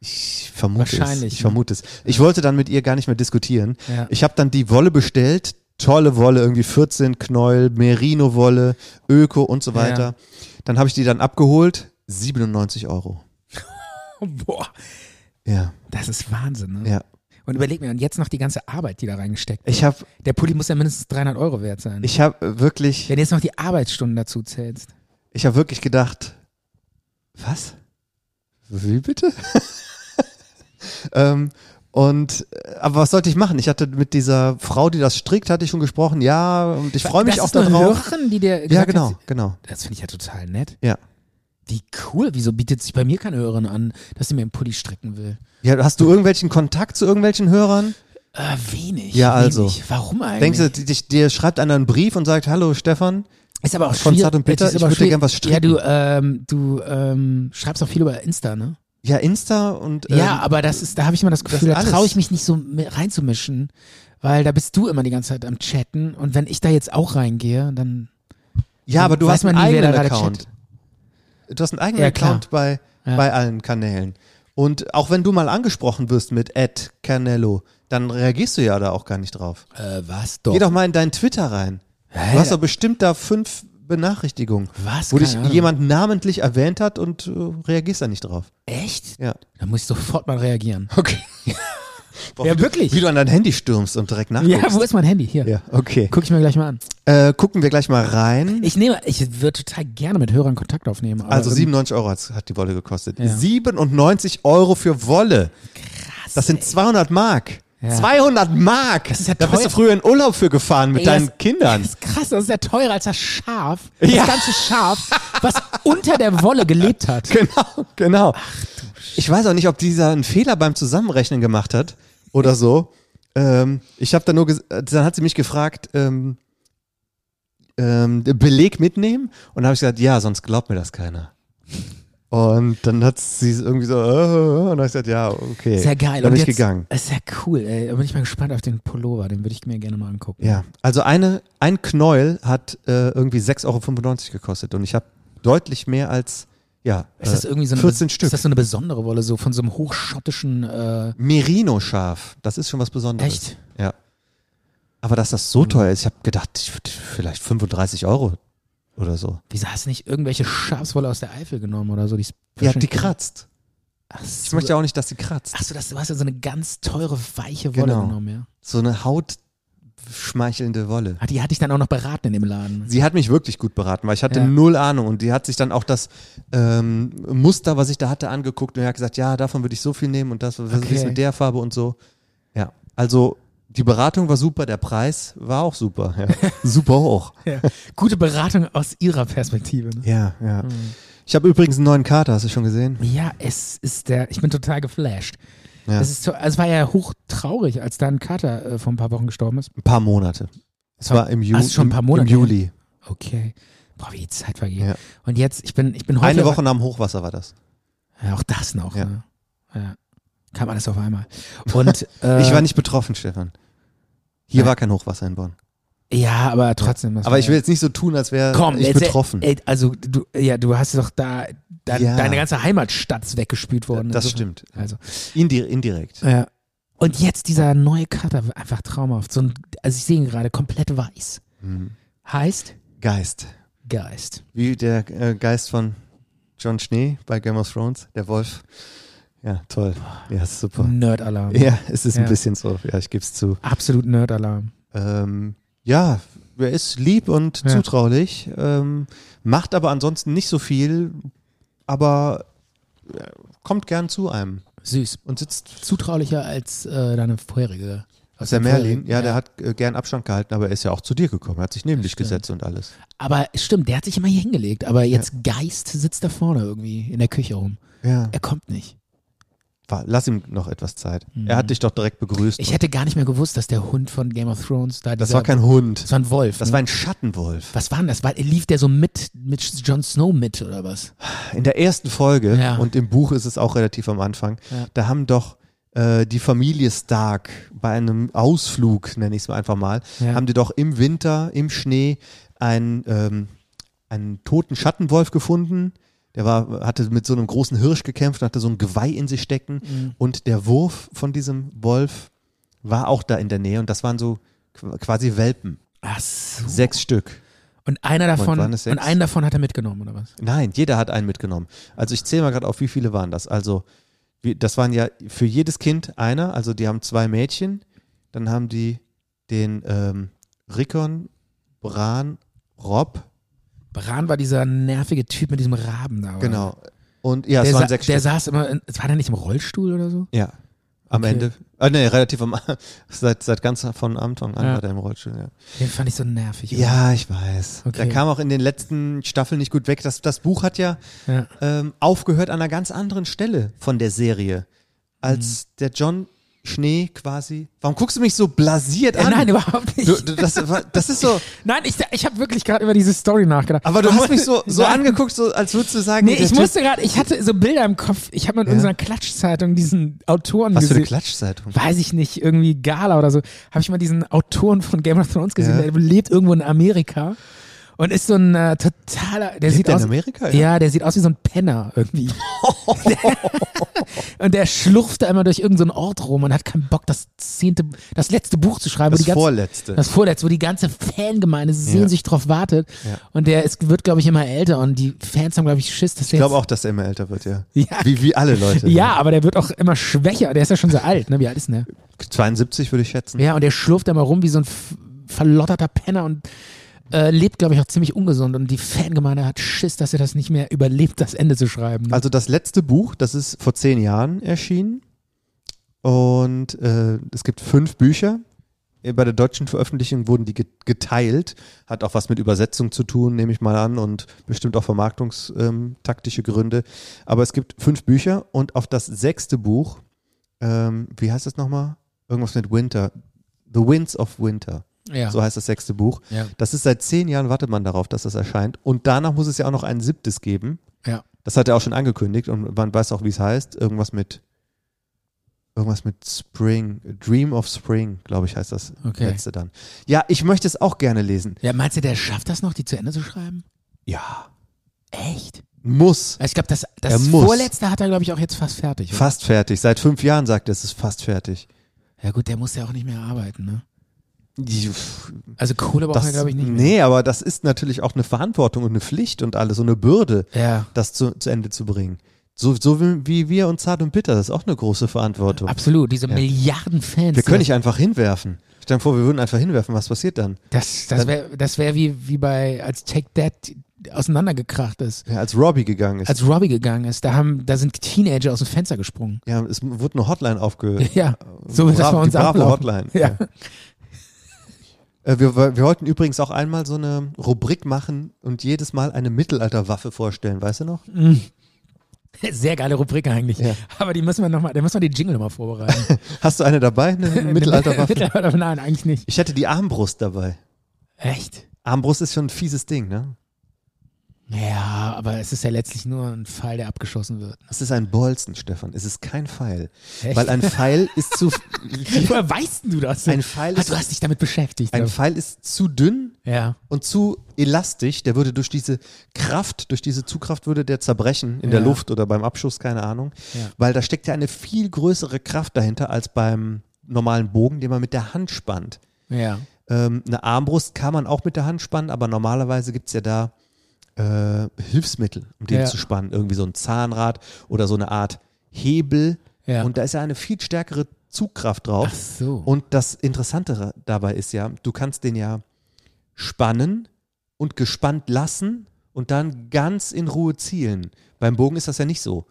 C: Ich vermute
B: Wahrscheinlich,
C: es. Ich
B: ne?
C: vermute es. Ich wollte dann mit ihr gar nicht mehr diskutieren.
B: Ja.
C: Ich habe dann die Wolle bestellt. Tolle Wolle, irgendwie 14 Knäuel, Merino-Wolle, Öko und so weiter.
B: Ja.
C: Dann habe ich die dann abgeholt. 97 Euro.
B: Boah,
C: Ja,
B: das ist Wahnsinn, ne?
C: Oh, ja.
B: Und überleg mir, und jetzt noch die ganze Arbeit, die da reingesteckt wird.
C: Ich habe
B: Der Pulli muss ja mindestens 300 Euro wert sein.
C: ich hab wirklich,
B: Wenn du jetzt noch die Arbeitsstunden dazu zählst.
C: ich habe wirklich gedacht, was? Wie bitte? (laughs) ähm, und äh, aber was sollte ich machen? Ich hatte mit dieser Frau, die das strickt, hatte ich schon gesprochen. Ja, und ich freue mich
B: das
C: auch
B: ist eine
C: darauf.
B: Hörerin, die dir
C: Ja,
B: gesagt
C: genau,
B: hat,
C: genau.
B: Das finde ich ja total nett.
C: Ja.
B: Wie cool. Wieso bietet sich bei mir keine Hörerin an, dass sie mir einen Pulli stricken will?
C: Ja, hast du irgendwelchen Kontakt zu irgendwelchen Hörern?
B: Äh, wenig.
C: Ja, also.
B: Wenig. Warum eigentlich?
C: Denkst du, die- dich- dir schreibt einer einen Brief und sagt, hallo Stefan?
B: ist aber auch
C: von
B: schwierig.
C: Zart und Bitter,
B: Es ist
C: ich
B: aber
C: würd dir
B: schwierig.
C: gern was stricken.
B: Ja, du, ähm, du ähm, schreibst auch viel über Insta, ne?
C: Ja, Insta und ähm,
B: ja, aber das ist, da habe ich immer das Gefühl, da
C: alles.
B: traue ich mich nicht so mi- reinzumischen, weil da bist du immer die ganze Zeit am Chatten und wenn ich da jetzt auch reingehe, dann
C: ja, aber du
B: weiß
C: hast
B: man
C: einen
B: nie, wer da
C: eigenen
B: gerade
C: Account. Du hast einen eigenen
B: Ja, klar.
C: Account bei,
B: Ja.
C: bei allen Kanälen. Und auch wenn du mal angesprochen wirst mit Ed Canello, dann reagierst du ja da auch gar nicht drauf.
B: äh, was doch.
C: Geh doch mal in deinen Twitter rein.
B: Hä?
C: Du hast doch bestimmt da fünf Benachrichtigungen,
B: Was?
C: wo
B: Keine
C: dich
B: Ahnung.
C: jemand namentlich erwähnt hat und äh, reagierst da nicht drauf.
B: Echt?
C: Ja.
B: Da muss ich sofort mal reagieren.
C: Okay.
B: (laughs)
C: Boah,
B: Ja,
C: wie du-
B: wirklich.
C: Wie du an dein Handy stürmst und direkt nachguckst.
B: Ja, wo ist mein Handy? Hier.
C: Ja, okay.
B: Guck ich mir gleich mal an.
C: Äh, gucken wir gleich mal rein.
B: Ich nehme, ich würde total gerne mit Hörern Kontakt aufnehmen. Aber ähm,
C: Also
B: irgendwie-
C: 97 Euro hat's- hat die Wolle gekostet.
B: Ja.
C: 97 Euro für Wolle. Krass. Das sind 200 Mark.
B: Ja.
C: 200 Mark.
B: Das ist ja
C: da bist du
B: teuer.
C: früher in Urlaub für gefahren mit
B: Ey,
C: deinen
B: das-
C: Kindern.
B: Das ist krass, das ist ja teurer als das Schaf. Das
C: Ja.
B: ganze Schaf,
C: (laughs)
B: was unter der Wolle gelebt hat.
C: Genau, genau. ich weiß auch nicht, ob dieser einen Fehler beim Zusammenrechnen gemacht hat oder so. ähm, ich habe dann nur, ges- äh, dann hat sie mich gefragt, ähm, ähm, Beleg mitnehmen und dann habe ich gesagt, ja, sonst glaubt mir das keiner. Und dann hat sie es irgendwie so, äh, äh, äh, und dann habe ich gesagt, ja, okay.
B: Ist ja geil. Und
C: Dann bin ich
B: jetzt-
C: gegangen.
B: Ist ja cool, ey. Da bin ich mal gespannt auf den Pullover. Den würde ich mir gerne mal angucken.
C: Ja, also eine, ein Knäuel hat äh, irgendwie 6,95 Euro gekostet und ich habe deutlich mehr als, ja,
B: Ist das
C: äh,
B: irgendwie so eine,
C: 14 Stück.
B: Ist das so eine besondere Wolle, so von so einem hochschottischen, äh,
C: Merino-Schaf. Das ist schon was Besonderes.
B: Echt? Mhm.
C: Ja. Aber dass das so teuer ist, ich habe gedacht, ich würd vielleicht 35 Euro oder so.
B: wieso hast du nicht irgendwelche Schafswolle aus der Eifel genommen oder so? Die ist
C: Ja, die
B: wahrscheinlich-
C: kratzt.
B: Ach
C: Ich
B: so,
C: möchte ja auch nicht, dass sie kratzt.
B: ach so das, du hast ja so eine ganz teure, weiche Wolle
C: Genau.
B: genommen, ja.
C: So eine hautschmeichelnde Wolle.
B: Ah, die hatte ich dann auch noch beraten in dem Laden.
C: Sie hat mich wirklich gut beraten, weil ich hatte
B: Ja.
C: null Ahnung und die hat sich dann auch das ähm, Muster, was ich da hatte, angeguckt und hat gesagt, ja, davon würde ich so viel nehmen und das, was
B: Okay.
C: ist mit der Farbe und so. Ja, also die Beratung war super, der Preis war auch super,
B: (laughs)
C: ja. super hoch.
B: Ja. Gute Beratung aus ihrer Perspektive. Ne?
C: Ja, ja. Ich habe übrigens einen neuen Kater, hast du schon gesehen?
B: Ja, es ist der, ich bin total geflasht.
C: Ja.
B: Es, ist so, es war ja hochtraurig, als dein Kater äh, vor ein paar Wochen gestorben ist.
C: Ein paar Monate. Es war im Juli.
B: Ach, ist schon ein paar Monate
C: Im Juli.
B: Okay. Boah, wie die Zeit vergeht.
C: Ja.
B: Und jetzt, ich bin, ich bin heute.
C: Eine Woche nach dem Hochwasser war das.
B: Ja, auch das noch.
C: Ja.
B: Ne? Ja. Kam alles auf einmal.
C: (laughs)
B: Und äh,
C: ich war nicht betroffen, Stefan. Hier
B: Ja.
C: war kein Hochwasser in Bonn.
B: Ja, aber trotzdem. das
C: Aber
B: war-
C: ich will jetzt nicht so tun, als wäre
B: Komm,
C: ich
B: jetzt,
C: betroffen.
B: Ey, also du, ja, du hast doch da, da
C: Ja.
B: deine ganze Heimatstadt ist weggespült worden.
C: Äh, das
B: Insofern-
C: stimmt.
B: Also
C: Indi indirekt.
B: ja. Und jetzt dieser neue Kater, einfach traumhaft. So ein, also ich sehe ihn gerade komplett weiß.
C: Mhm.
B: Heißt
C: Geist.
B: Geist.
C: Wie der äh, Geist von John Schnee bei Game of Thrones, der Wolf. Ja, toll. Ja, super.
B: Nerd-Alarm.
C: Ja, es ist
B: Hm. Ja.
C: ein bisschen so. Ja, ich gebe es zu.
B: Absolut Nerd-Alarm.
C: Ähm, ja, er ist lieb und
B: Ja.
C: zutraulich, ähm, macht aber ansonsten nicht so viel, aber äh, kommt gern zu einem
B: Süß.
C: und sitzt.
B: Zutraulicher als äh, deine vorherige. Aus
C: Der
B: dem
C: Merlin,
B: vorherigen,
C: ja, der hat äh, gern Abstand gehalten, aber er ist ja auch zu dir gekommen, er hat sich neben dich
B: stimmt.
C: gesetzt und alles.
B: Aber stimmt, der hat sich immer hier hingelegt. Aber jetzt Geist sitzt da vorne irgendwie in der Küche rum.
C: Ja.
B: Er kommt nicht.
C: War, lass ihm noch etwas Zeit. Er hat dich doch direkt begrüßt.
B: Ich hätte gar nicht mehr gewusst, dass der Hund von Game of Thrones da
C: das
B: dieser-
C: war kein Hund,
B: Das war ein Wolf.
C: das
B: ne?
C: war ein Schattenwolf.
B: was war denn das? War, lief der so mit, mit Jon Snow mit oder was?
C: In der ersten Folge,
B: Ja.
C: und im Buch ist es auch relativ am Anfang,
B: Ja.
C: da haben doch äh, die Familie Stark bei einem Ausflug, nenne ich es mal einfach mal,
B: Ja.
C: haben die doch im Winter, im Schnee, einen, ähm, einen toten Schattenwolf gefunden, Der war, hatte mit so einem großen Hirsch gekämpft und hatte so ein Geweih in sich stecken.
B: Mhm.
C: Und der Wurf von diesem Wolf war auch da in der Nähe. Und das waren so qu- quasi Welpen.
B: Ach so.
C: Sechs Stück.
B: Und einer davon,
C: waren es
B: und
C: sechs?
B: einen davon hat er mitgenommen, oder was?
C: Nein, jeder hat einen mitgenommen. Also ich zähle mal gerade auf, wie viele waren das? Also wie, das waren ja für jedes Kind einer. Also die haben zwei Mädchen, dann haben die den ähm, Rickon, Bran, Rob.
B: Bran war dieser nervige Typ mit diesem Raben da. Oder?
C: Genau. Und ja,
B: Der,
C: es waren
B: sa
C: sechs
B: der
C: Stück.
B: saß immer, in, war der nicht im Rollstuhl oder so?
C: Ja. Am
B: Okay.
C: Ende. Ah, nee, relativ am (laughs) seit, seit ganz von Anfang an
B: Ja.
C: war der im Rollstuhl, ja.
B: Den fand ich so nervig.
C: Ja, ich weiß.
B: Okay.
C: Der kam auch in den letzten Staffeln nicht gut weg. Das, das Buch hat ja,
B: Ja.
C: Ähm, aufgehört an einer ganz anderen Stelle von der Serie.
B: Mhm.
C: Als der John Schnee quasi. Warum guckst du mich so blasiert
B: Äh,
C: an?
B: nein, überhaupt nicht.
C: du, du, das, war- das
B: (laughs)
C: ist so.
B: Nein, ich, ich habe wirklich gerade über diese Story nachgedacht.
C: Aber du hast mich so, so
B: Nein.
C: angeguckt, so, als würdest du sagen,
B: Nee,
C: der
B: ich
C: Typ-
B: musste gerade, ich hatte so Bilder im Kopf. Ich habe mal in
C: Ja.
B: unserer Klatschzeitung diesen Autoren
C: Was für
B: gesehen.
C: eine Klatschzeitung.
B: Weiß ich nicht, irgendwie Gala oder so. Habe ich mal diesen Autoren von Game of Thrones gesehen,
C: Ja.
B: der lebt irgendwo in Amerika und ist so ein äh, totaler. Der sieht
C: der in
B: aus,
C: Amerika,
B: Ja.
C: ja?
B: der sieht aus wie so ein Penner
C: (laughs)
B: irgendwie. und der schlurft da immer durch irgendeinen Ort rum und hat keinen Bock, das zehnte, das letzte Buch zu schreiben. wo
C: Das
B: die ganze,
C: vorletzte.
B: Das vorletzte, wo die ganze Fangemeinde sehnsüchtig drauf wartet.
C: Ja.
B: Und der ist, wird, glaube ich, immer älter und die Fans haben, glaube ich, Schiss, dass
C: Ich
B: der jetzt
C: glaube auch, dass er immer älter wird, ja.
B: Ja.
C: Wie, wie alle Leute.
B: ja, aber der wird auch immer schwächer. Der ist ja schon so alt, ne? Wie alt ist denn
C: 72 würde ich schätzen.
B: der? Ja, und der schlurft da mal rum wie so ein f- verlotterter Penner und äh, lebt, glaube ich, auch ziemlich ungesund. Und die Fangemeinde hat Schiss, dass er das nicht mehr überlebt, das Ende zu schreiben. Ne?
C: Also das letzte Buch, das ist vor zehn Jahren erschienen. Und äh, es gibt fünf Bücher. Äh, Bei der deutschen Veröffentlichung wurden die ge- geteilt. Hat auch was mit Übersetzung zu tun, nehme ich mal an, und bestimmt auch vermarktungstaktische Gründe. Aber es gibt fünf Bücher und auf das sechste Buch, ähm, wie heißt das nochmal? Irgendwas mit Winter. The Winds of Winter.
B: ja.
C: Also, So heißt das sechste Buch.
B: Ja.
C: Das ist seit zehn Jahren wartet man darauf, dass das erscheint. Und danach muss es ja auch noch ein siebtes geben.
B: ja.
C: Das hat er auch schon angekündigt und man weiß auch, wie es heißt. Irgendwas mit irgendwas mit Spring, Dream of Spring, glaube ich, heißt das
B: Okay.
C: letzte dann. Ja, ich möchte es auch gerne lesen.
B: Ja, meinst du, der schafft das noch, die zu Ende zu schreiben?
C: Ja,
B: Echt?
C: muss.
B: Also ich glaube, das,
C: Er
B: das
C: muss.
B: Vorletzte hat er, glaube ich, auch jetzt fast fertig. oder?
C: Fast fertig. Seit fünf Jahren sagt er, es ist fast fertig.
B: Ja gut, der muss ja auch nicht mehr arbeiten, ne?
C: Die- pff,
B: Also Kohle braucht
C: Das,
B: er, glaube ich, nicht mehr.
C: nee, aber das ist natürlich auch eine Verantwortung und eine Pflicht und alles, so eine Bürde,
B: Ja,
C: das zu, zu Ende zu bringen. So, so wie, wie wir und Zart und Bitter, das ist auch eine große Verantwortung.
B: absolut. Diese Milliarden Fans.
C: Wir können
B: die-
C: nicht einfach hinwerfen. Stell dir vor, wir würden einfach hinwerfen, was passiert dann?
B: Das, das wäre das wär wie, wie bei, als Take That auseinandergekracht ist,
C: Ja, als Robbie gegangen ist.
B: als Robbie gegangen ist, da, haben, da sind Teenager aus dem Fenster gesprungen.
C: Ja, es wurde eine Hotline aufge...
B: (laughs) Ja, so wird das
C: Brav-
B: bei uns
C: die brave
B: ablaufen.
C: Hotline.
B: Ja.
C: Äh, wir, wir wollten übrigens auch einmal so eine Rubrik machen und jedes Mal eine Mittelalterwaffe vorstellen, weißt du noch?
B: (laughs) Sehr geile Rubrik eigentlich.
C: Ja.
B: Aber die müssen wir nochmal, da müssen wir die Jingle nochmal
C: (laughs)
B: vorbereiten.
C: Hast du eine dabei, eine
B: (laughs)
C: Mittelalterwaffe?
B: Mittelalterwaffe? Nein, eigentlich nicht.
C: Ich hätte die Armbrust dabei.
B: Echt?
C: Armbrust ist schon ein fieses Ding, ne?
B: Ja, aber es ist ja letztlich nur ein Pfeil, der abgeschossen wird.
C: Es ist ein Bolzen, Stefan. Es ist kein Pfeil.
B: Echt?
C: Weil ein Pfeil ist zu...
B: Woher weißt du das?
C: Ein Pfeil
B: ah,
C: ist-
B: du hast dich damit beschäftigt.
C: ein
B: glaub ich.
C: Pfeil ist zu dünn
B: ja.
C: und zu elastisch, der würde durch diese Kraft, durch diese Zugkraft würde der zerbrechen in der
B: Ja.
C: Luft oder beim Abschuss, keine Ahnung,
B: Ja.
C: weil da steckt ja eine viel größere Kraft dahinter als beim normalen Bogen, den man mit der Hand spannt.
B: Ja.
C: Ähm, eine Armbrust kann man auch mit der Hand spannen, aber normalerweise gibt es ja da äh, Hilfsmittel, um den
B: Ja.
C: zu spannen. Irgendwie so ein Zahnrad oder so eine Art Hebel.
B: Ja.
C: Und da ist ja eine viel stärkere Zugkraft drauf.
B: Ach so.
C: Und das Interessantere dabei ist ja, du kannst den ja spannen und gespannt lassen und dann ganz in Ruhe zielen. Beim Bogen ist das ja nicht so.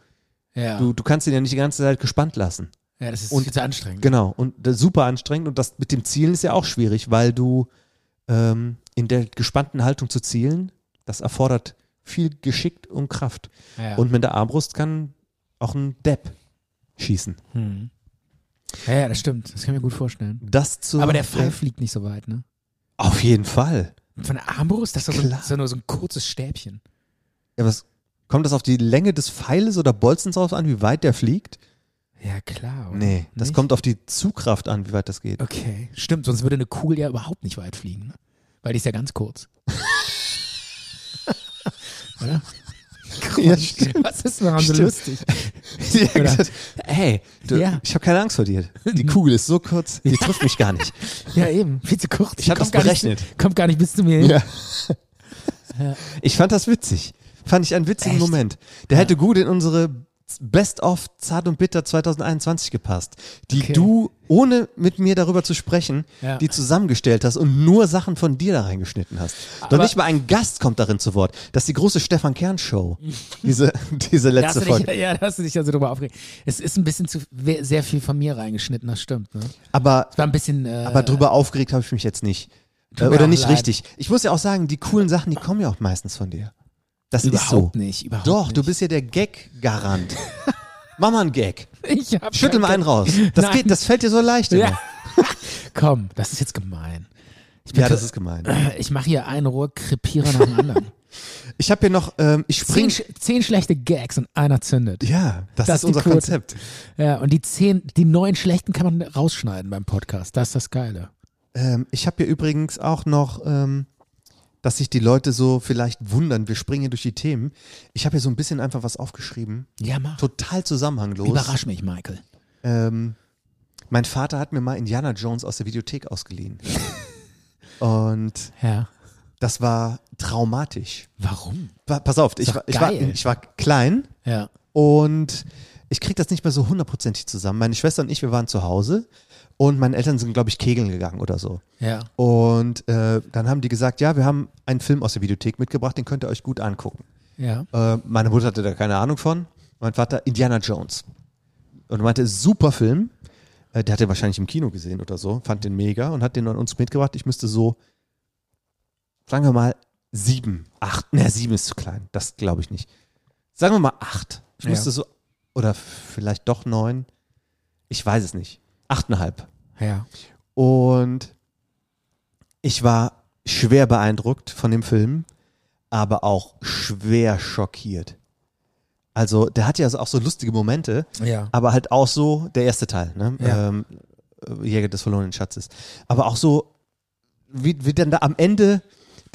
B: ja.
C: Du, du kannst den ja nicht die ganze Zeit gespannt lassen.
B: ja, das ist
C: und-
B: viel zu anstrengend.
C: Genau, und das ist super anstrengend. Und das mit dem Zielen ist ja auch schwierig, weil du ähm, in der gespannten Haltung zu zielen, das erfordert viel Geschick und Kraft.
B: Ja.
C: Und mit der Armbrust kann auch ein Depp schießen.
B: Hm. Ja, ja, das stimmt. Das kann ich mir gut vorstellen.
C: Das zu
B: Aber der Pfeil fliegt nicht so weit, ne?
C: Auf jeden Fall.
B: Von der Armbrust, das ist doch so,
C: Klar.
B: ist doch nur so ein kurzes Stäbchen.
C: Ja, was, kommt das auf die Länge des Pfeiles oder Bolzens drauf an, wie weit der fliegt?
B: Ja, klar. Oder?
C: Nee, das
B: Nicht?
C: kommt auf die Zugkraft an, wie weit das (laughs) geht.
B: Okay, stimmt. Sonst würde eine Kugel ja überhaupt nicht weit
C: (laughs)
B: fliegen, ne? Weil die ist ja ganz kurz. oder? Grund. Was ist daran so
C: Stimmt.
B: lustig?
C: Sie hat
B: Oder-
C: gesagt, hey, du,
B: Ja.
C: ich habe keine Angst vor dir. Die Kugel ist so kurz, die trifft mich
B: (laughs)
C: gar nicht.
B: Ja, eben. Viel zu kurz.
C: Ich hab
B: Kommt
C: das
B: gar nicht-
C: berechnet.
B: Kommt gar nicht bis zu mir hin.
C: Ja. Ich fand das witzig. Fand ich einen witzigen
B: Echt?
C: Moment. Der hätte gut in unsere Best of Zart und Bitter 2021 gepasst, die
B: Okay.
C: du, ohne mit mir darüber zu sprechen,
B: Ja.
C: die zusammengestellt hast und nur Sachen von dir da reingeschnitten hast. Doch
B: Aber-
C: nicht mal ein Gast kommt darin zu Wort. Das ist die große Stefan
B: (laughs)
C: Kern Show. Diese, diese
B: Da hast
C: letzte
B: du dich,
C: Folge.
B: ja, da hast du dich also drüber aufgeregt. Es ist ein bisschen zu we- sehr viel von mir reingeschnitten, das stimmt. Ne?
C: Aber
B: Es war ein bisschen. Äh,
C: Aber drüber aufgeregt habe ich mich jetzt nicht. Äh,
B: mir
C: oder
B: auch
C: nicht
B: leid.
C: richtig. Ich muss ja auch sagen, die coolen Sachen, die kommen ja auch meistens von dir. Das
B: überhaupt
C: ist so.
B: nicht. Überhaupt
C: Doch,
B: nicht.
C: du bist ja
B: (laughs)
C: der Gag-Garant. Mach mal einen Gag.
B: Ich hab
C: Schüttel
B: kein
C: mal
B: Geld.
C: einen raus. Das,
B: Nein.
C: geht, das fällt dir so leicht. immer.
B: Ja. Komm, das ist jetzt gemein. Ich,
C: ja, das ist gemein.
B: (clears throat) ich mache hier einen Rohrkrepierer nach dem anderen.
C: Ich habe hier noch, ähm, ich
B: zehn,
C: spring.
B: sch zehn schlechte Gags und einer zündet.
C: Ja,
B: Das
C: das, ist
B: ist die
C: unser
B: Quote.
C: Konzept.
B: Ja, und die zehn, die neun schlechten kann man rausschneiden beim Podcast. Das ist das Geile.
C: Ähm, ich habe hier übrigens auch noch, ähm, dass sich die Leute so vielleicht wundern. Wir springen hier durch die Themen. Ich habe hier so ein bisschen einfach was aufgeschrieben.
B: Ja, mach.
C: Total zusammenhanglos.
B: Überrasch mich, Michael.
C: Ähm, mein Vater hat mir mal Indiana Jones aus der Videothek
B: (laughs)
C: ausgeliehen. Und
B: Ja.
C: das war traumatisch.
B: Warum?
C: Pa- Pass auf, ich
B: Ist doch
C: war, ich, war,
B: geil.
C: ich war klein
B: Ja.
C: und ich krieg das nicht mehr so hundertprozentig zusammen. Meine Schwester und ich, wir waren zu Hause und meine Eltern sind, glaube ich, kegeln gegangen oder so.
B: Ja.
C: Und äh, dann haben die gesagt, ja, wir haben einen Film aus der Videothek mitgebracht, den könnt ihr euch gut angucken.
B: Ja.
C: Äh, meine Mutter hatte da keine Ahnung von. Mein Vater Indiana Jones. Und er meinte, super Film. Äh, der hat den wahrscheinlich im Kino gesehen oder so, fand den mega und hat den an uns mitgebracht. Ich müsste so, sagen wir mal, sieben, acht. Na, sieben ist zu klein. Das glaube ich nicht. Sagen wir mal acht. Ich
B: Ja.
C: müsste so, oder vielleicht doch neun. Ich weiß es nicht. Achteinhalb.
B: Ja.
C: Und ich war schwer beeindruckt von dem Film, aber auch schwer schockiert. Also, der hat ja so- auch so lustige Momente,
B: Ja.
C: aber halt auch so der erste Teil, ne?
B: Ja.
C: Ähm, Jäger des verlorenen Schatzes. Aber auch so, wie, wie dann da am Ende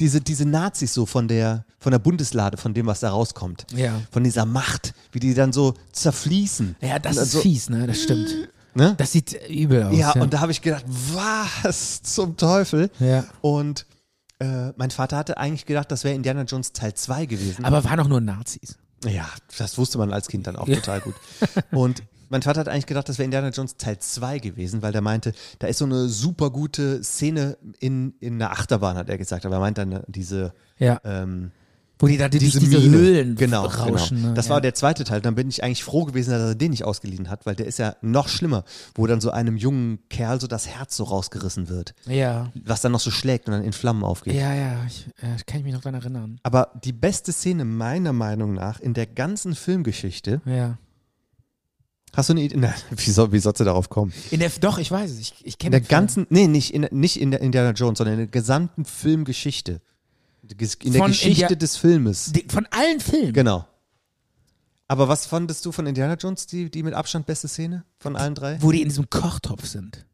C: diese, diese Nazis so von der, von der Bundeslade, von dem, was da rauskommt.
B: Ja.
C: Von dieser Macht, wie die dann so zerfließen.
B: Ja, das
C: Und
B: ist
C: so,
B: fies, ne? Das stimmt.
C: Ne?
B: Das sieht übel aus.
C: Ja, und da habe ich gedacht, was zum Teufel?
B: Ja.
C: Und äh, mein Vater hatte eigentlich gedacht, das wäre Indiana Jones Teil 2 gewesen.
B: aber waren auch nur Nazis.
C: ja, das wusste man als Kind dann auch total gut. Und mein Vater hat eigentlich gedacht, das wäre Indiana Jones Teil 2 gewesen, weil der meinte, da ist so eine super gute Szene in, in einer Achterbahn, hat er gesagt. Aber er meint dann äh, diese,
B: Ja.
C: ähm,
B: Wo die da die,
C: diese,
B: diese, diese
C: Mine.
B: Höhlen
C: genau,
B: rauschen.
C: Genau.
B: Ne?
C: Das
B: ja.
C: war der zweite Teil. Dann bin ich eigentlich froh gewesen, dass er den nicht ausgeliehen hat, weil der ist ja noch schlimmer, wo dann so einem jungen Kerl so das Herz so rausgerissen wird,
B: Ja.
C: was dann noch so schlägt und dann in Flammen aufgeht.
B: Ja, ja. Ich, äh, kann ich mich noch daran erinnern.
C: Aber die beste Szene meiner Meinung nach in der ganzen Filmgeschichte,
B: Ja.
C: hast du eine Idee? (laughs) Na, wie, soll, wie sollst du darauf kommen?
B: In der, doch, ich weiß es. Ich, ich
C: In
B: kenne
C: der
B: den Film.
C: ganzen, nee, nicht in, nicht in der Indiana Jones, sondern in der gesamten Filmgeschichte. In der
B: Von
C: Geschichte
B: India-
C: des Filmes.
B: Die- Von allen Filmen.
C: Genau. Aber was fandest du von Indiana Jones, die, die mit Abstand beste Szene von allen drei?
B: Wo die in diesem Kochtopf sind.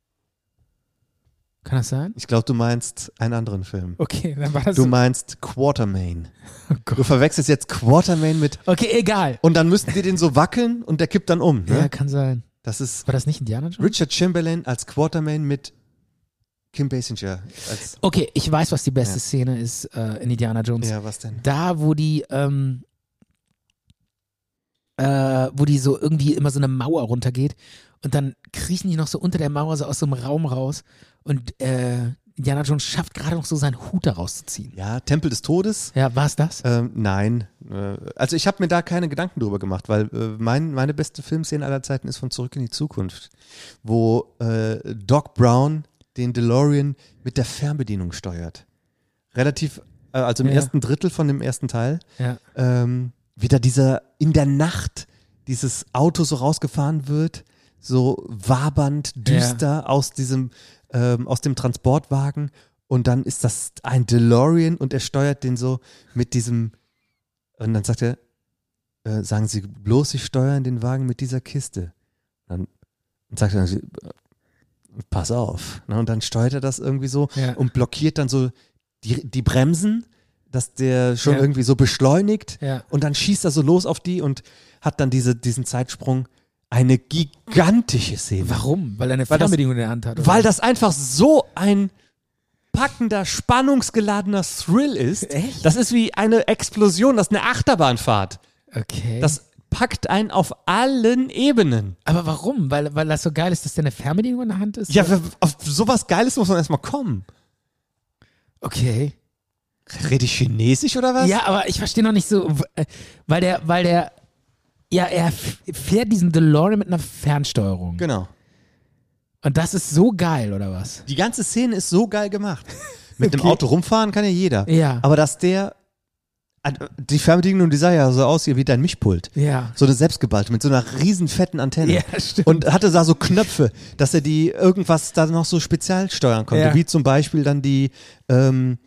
B: Kann das sein?
C: Ich glaube, du meinst einen anderen Film.
B: Okay, dann war das.
C: Du
B: so.
C: meinst
B: (laughs)
C: Quartermain.
B: Also- Oh Gott.
C: Du verwechselst jetzt Quartermain mit.
B: Okay, egal.
C: Und dann müssten die den so wackeln und der kippt dann um. Ne?
B: Ja, kann sein.
C: Das ist
B: War das nicht Indiana Jones?
C: Richard Chamberlain als Quartermain mit Kim Basinger. Als,
B: Okay, ich weiß, was die beste
C: Ja.
B: Szene ist äh, in Indiana Jones.
C: ja, was denn?
B: Da, wo die, ähm, äh, wo die so irgendwie immer so eine Mauer runtergeht und dann kriechen die noch so unter der Mauer so aus so einem Raum raus und äh, Indiana Jones schafft gerade noch so seinen Hut daraus zu ziehen.
C: Ja, Tempel des Todes.
B: Ja, war es das?
C: Ähm, nein. Äh, Also ich habe mir da keine Gedanken drüber gemacht, weil äh, mein, meine beste Filmszene aller Zeiten ist von Zurück in die Zukunft, wo äh, Doc Brown den DeLorean mit der Fernbedienung steuert. Relativ, äh, also im
B: Ja.
C: ersten Drittel von dem ersten Teil,
B: Ja.
C: ähm, wieder dieser in der Nacht dieses Auto so rausgefahren wird, so wabernd, düster aus diesem, ähm, aus dem Transportwagen. Und dann ist das ein DeLorean und er steuert den so mit diesem, und dann sagt er, äh, sagen Sie bloß, Sie steuern den Wagen mit dieser Kiste. Dann sagt er, äh, pass auf. Ne? Und dann steuert er das irgendwie so
B: Ja.
C: und blockiert dann so die, die Bremsen, dass der schon
B: Ja.
C: irgendwie so beschleunigt
B: Ja.
C: und dann schießt er so los auf die und hat dann diese, diesen Zeitsprung. Eine gigantische Szene.
B: Warum? Weil er eine
C: Weil das-
B: Fernbedienung in der Hand hat. oder?
C: Weil das einfach so ein packender, spannungsgeladener Thrill ist.
B: Echt?
C: Das ist wie eine Explosion, das ist eine Achterbahnfahrt.
B: okay.
C: Das packt einen auf allen Ebenen.
B: aber warum? Weil, weil das so geil ist, dass der eine Fernbedienung in der Hand ist?
C: Ja, wir- auf sowas Geiles muss man erstmal kommen.
B: Okay.
C: Rede ich Chinesisch oder was?
B: Ja, aber ich verstehe noch nicht so, w- äh, weil der, weil der, ja, er f- fährt diesen DeLorean mit einer Fernsteuerung.
C: Genau.
B: Und das ist so geil, oder was?
C: Die ganze Szene ist so geil gemacht. Mit dem Auto rumfahren kann ja jeder.
B: Ja.
C: Aber dass der. äh, Die Fernbedienung, die sah ja so aus hier wie dein Mischpult.
B: Ja.
C: So eine selbstgeballte, mit so einer riesen fetten Antenne.
B: Ja, stimmt.
C: Und hatte da so Knöpfe, dass er die irgendwas da noch so spezial steuern konnte.
B: Ja.
C: Wie zum Beispiel dann die, ähm,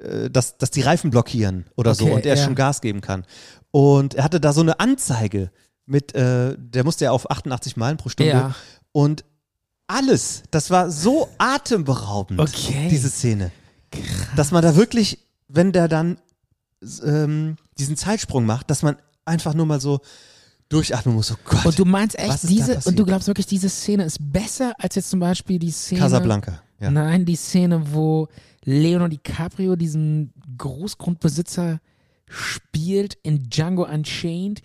C: äh, dass, dass die Reifen blockieren oder so
B: Okay,
C: und er
B: ja.
C: schon Gas geben kann. Und er hatte da so eine Anzeige mit, äh, der musste ja auf 88 Meilen pro Stunde.
B: Ja.
C: Und alles, das war so atemberaubend,
B: Okay.
C: diese Szene. Dass man da wirklich, wenn der dann ähm, diesen Zeitsprung macht, dass man einfach nur mal so durchatmen muss. Oh Gott.
B: Und du meinst
C: was ist
B: echt
C: da
B: diese,
C: passiert?
B: und du glaubst wirklich, diese Szene ist besser als jetzt zum Beispiel die Szene.
C: Casablanca. Ja.
B: Nein, die Szene, wo Leonardo DiCaprio diesen Großgrundbesitzer spielt in Django Unchained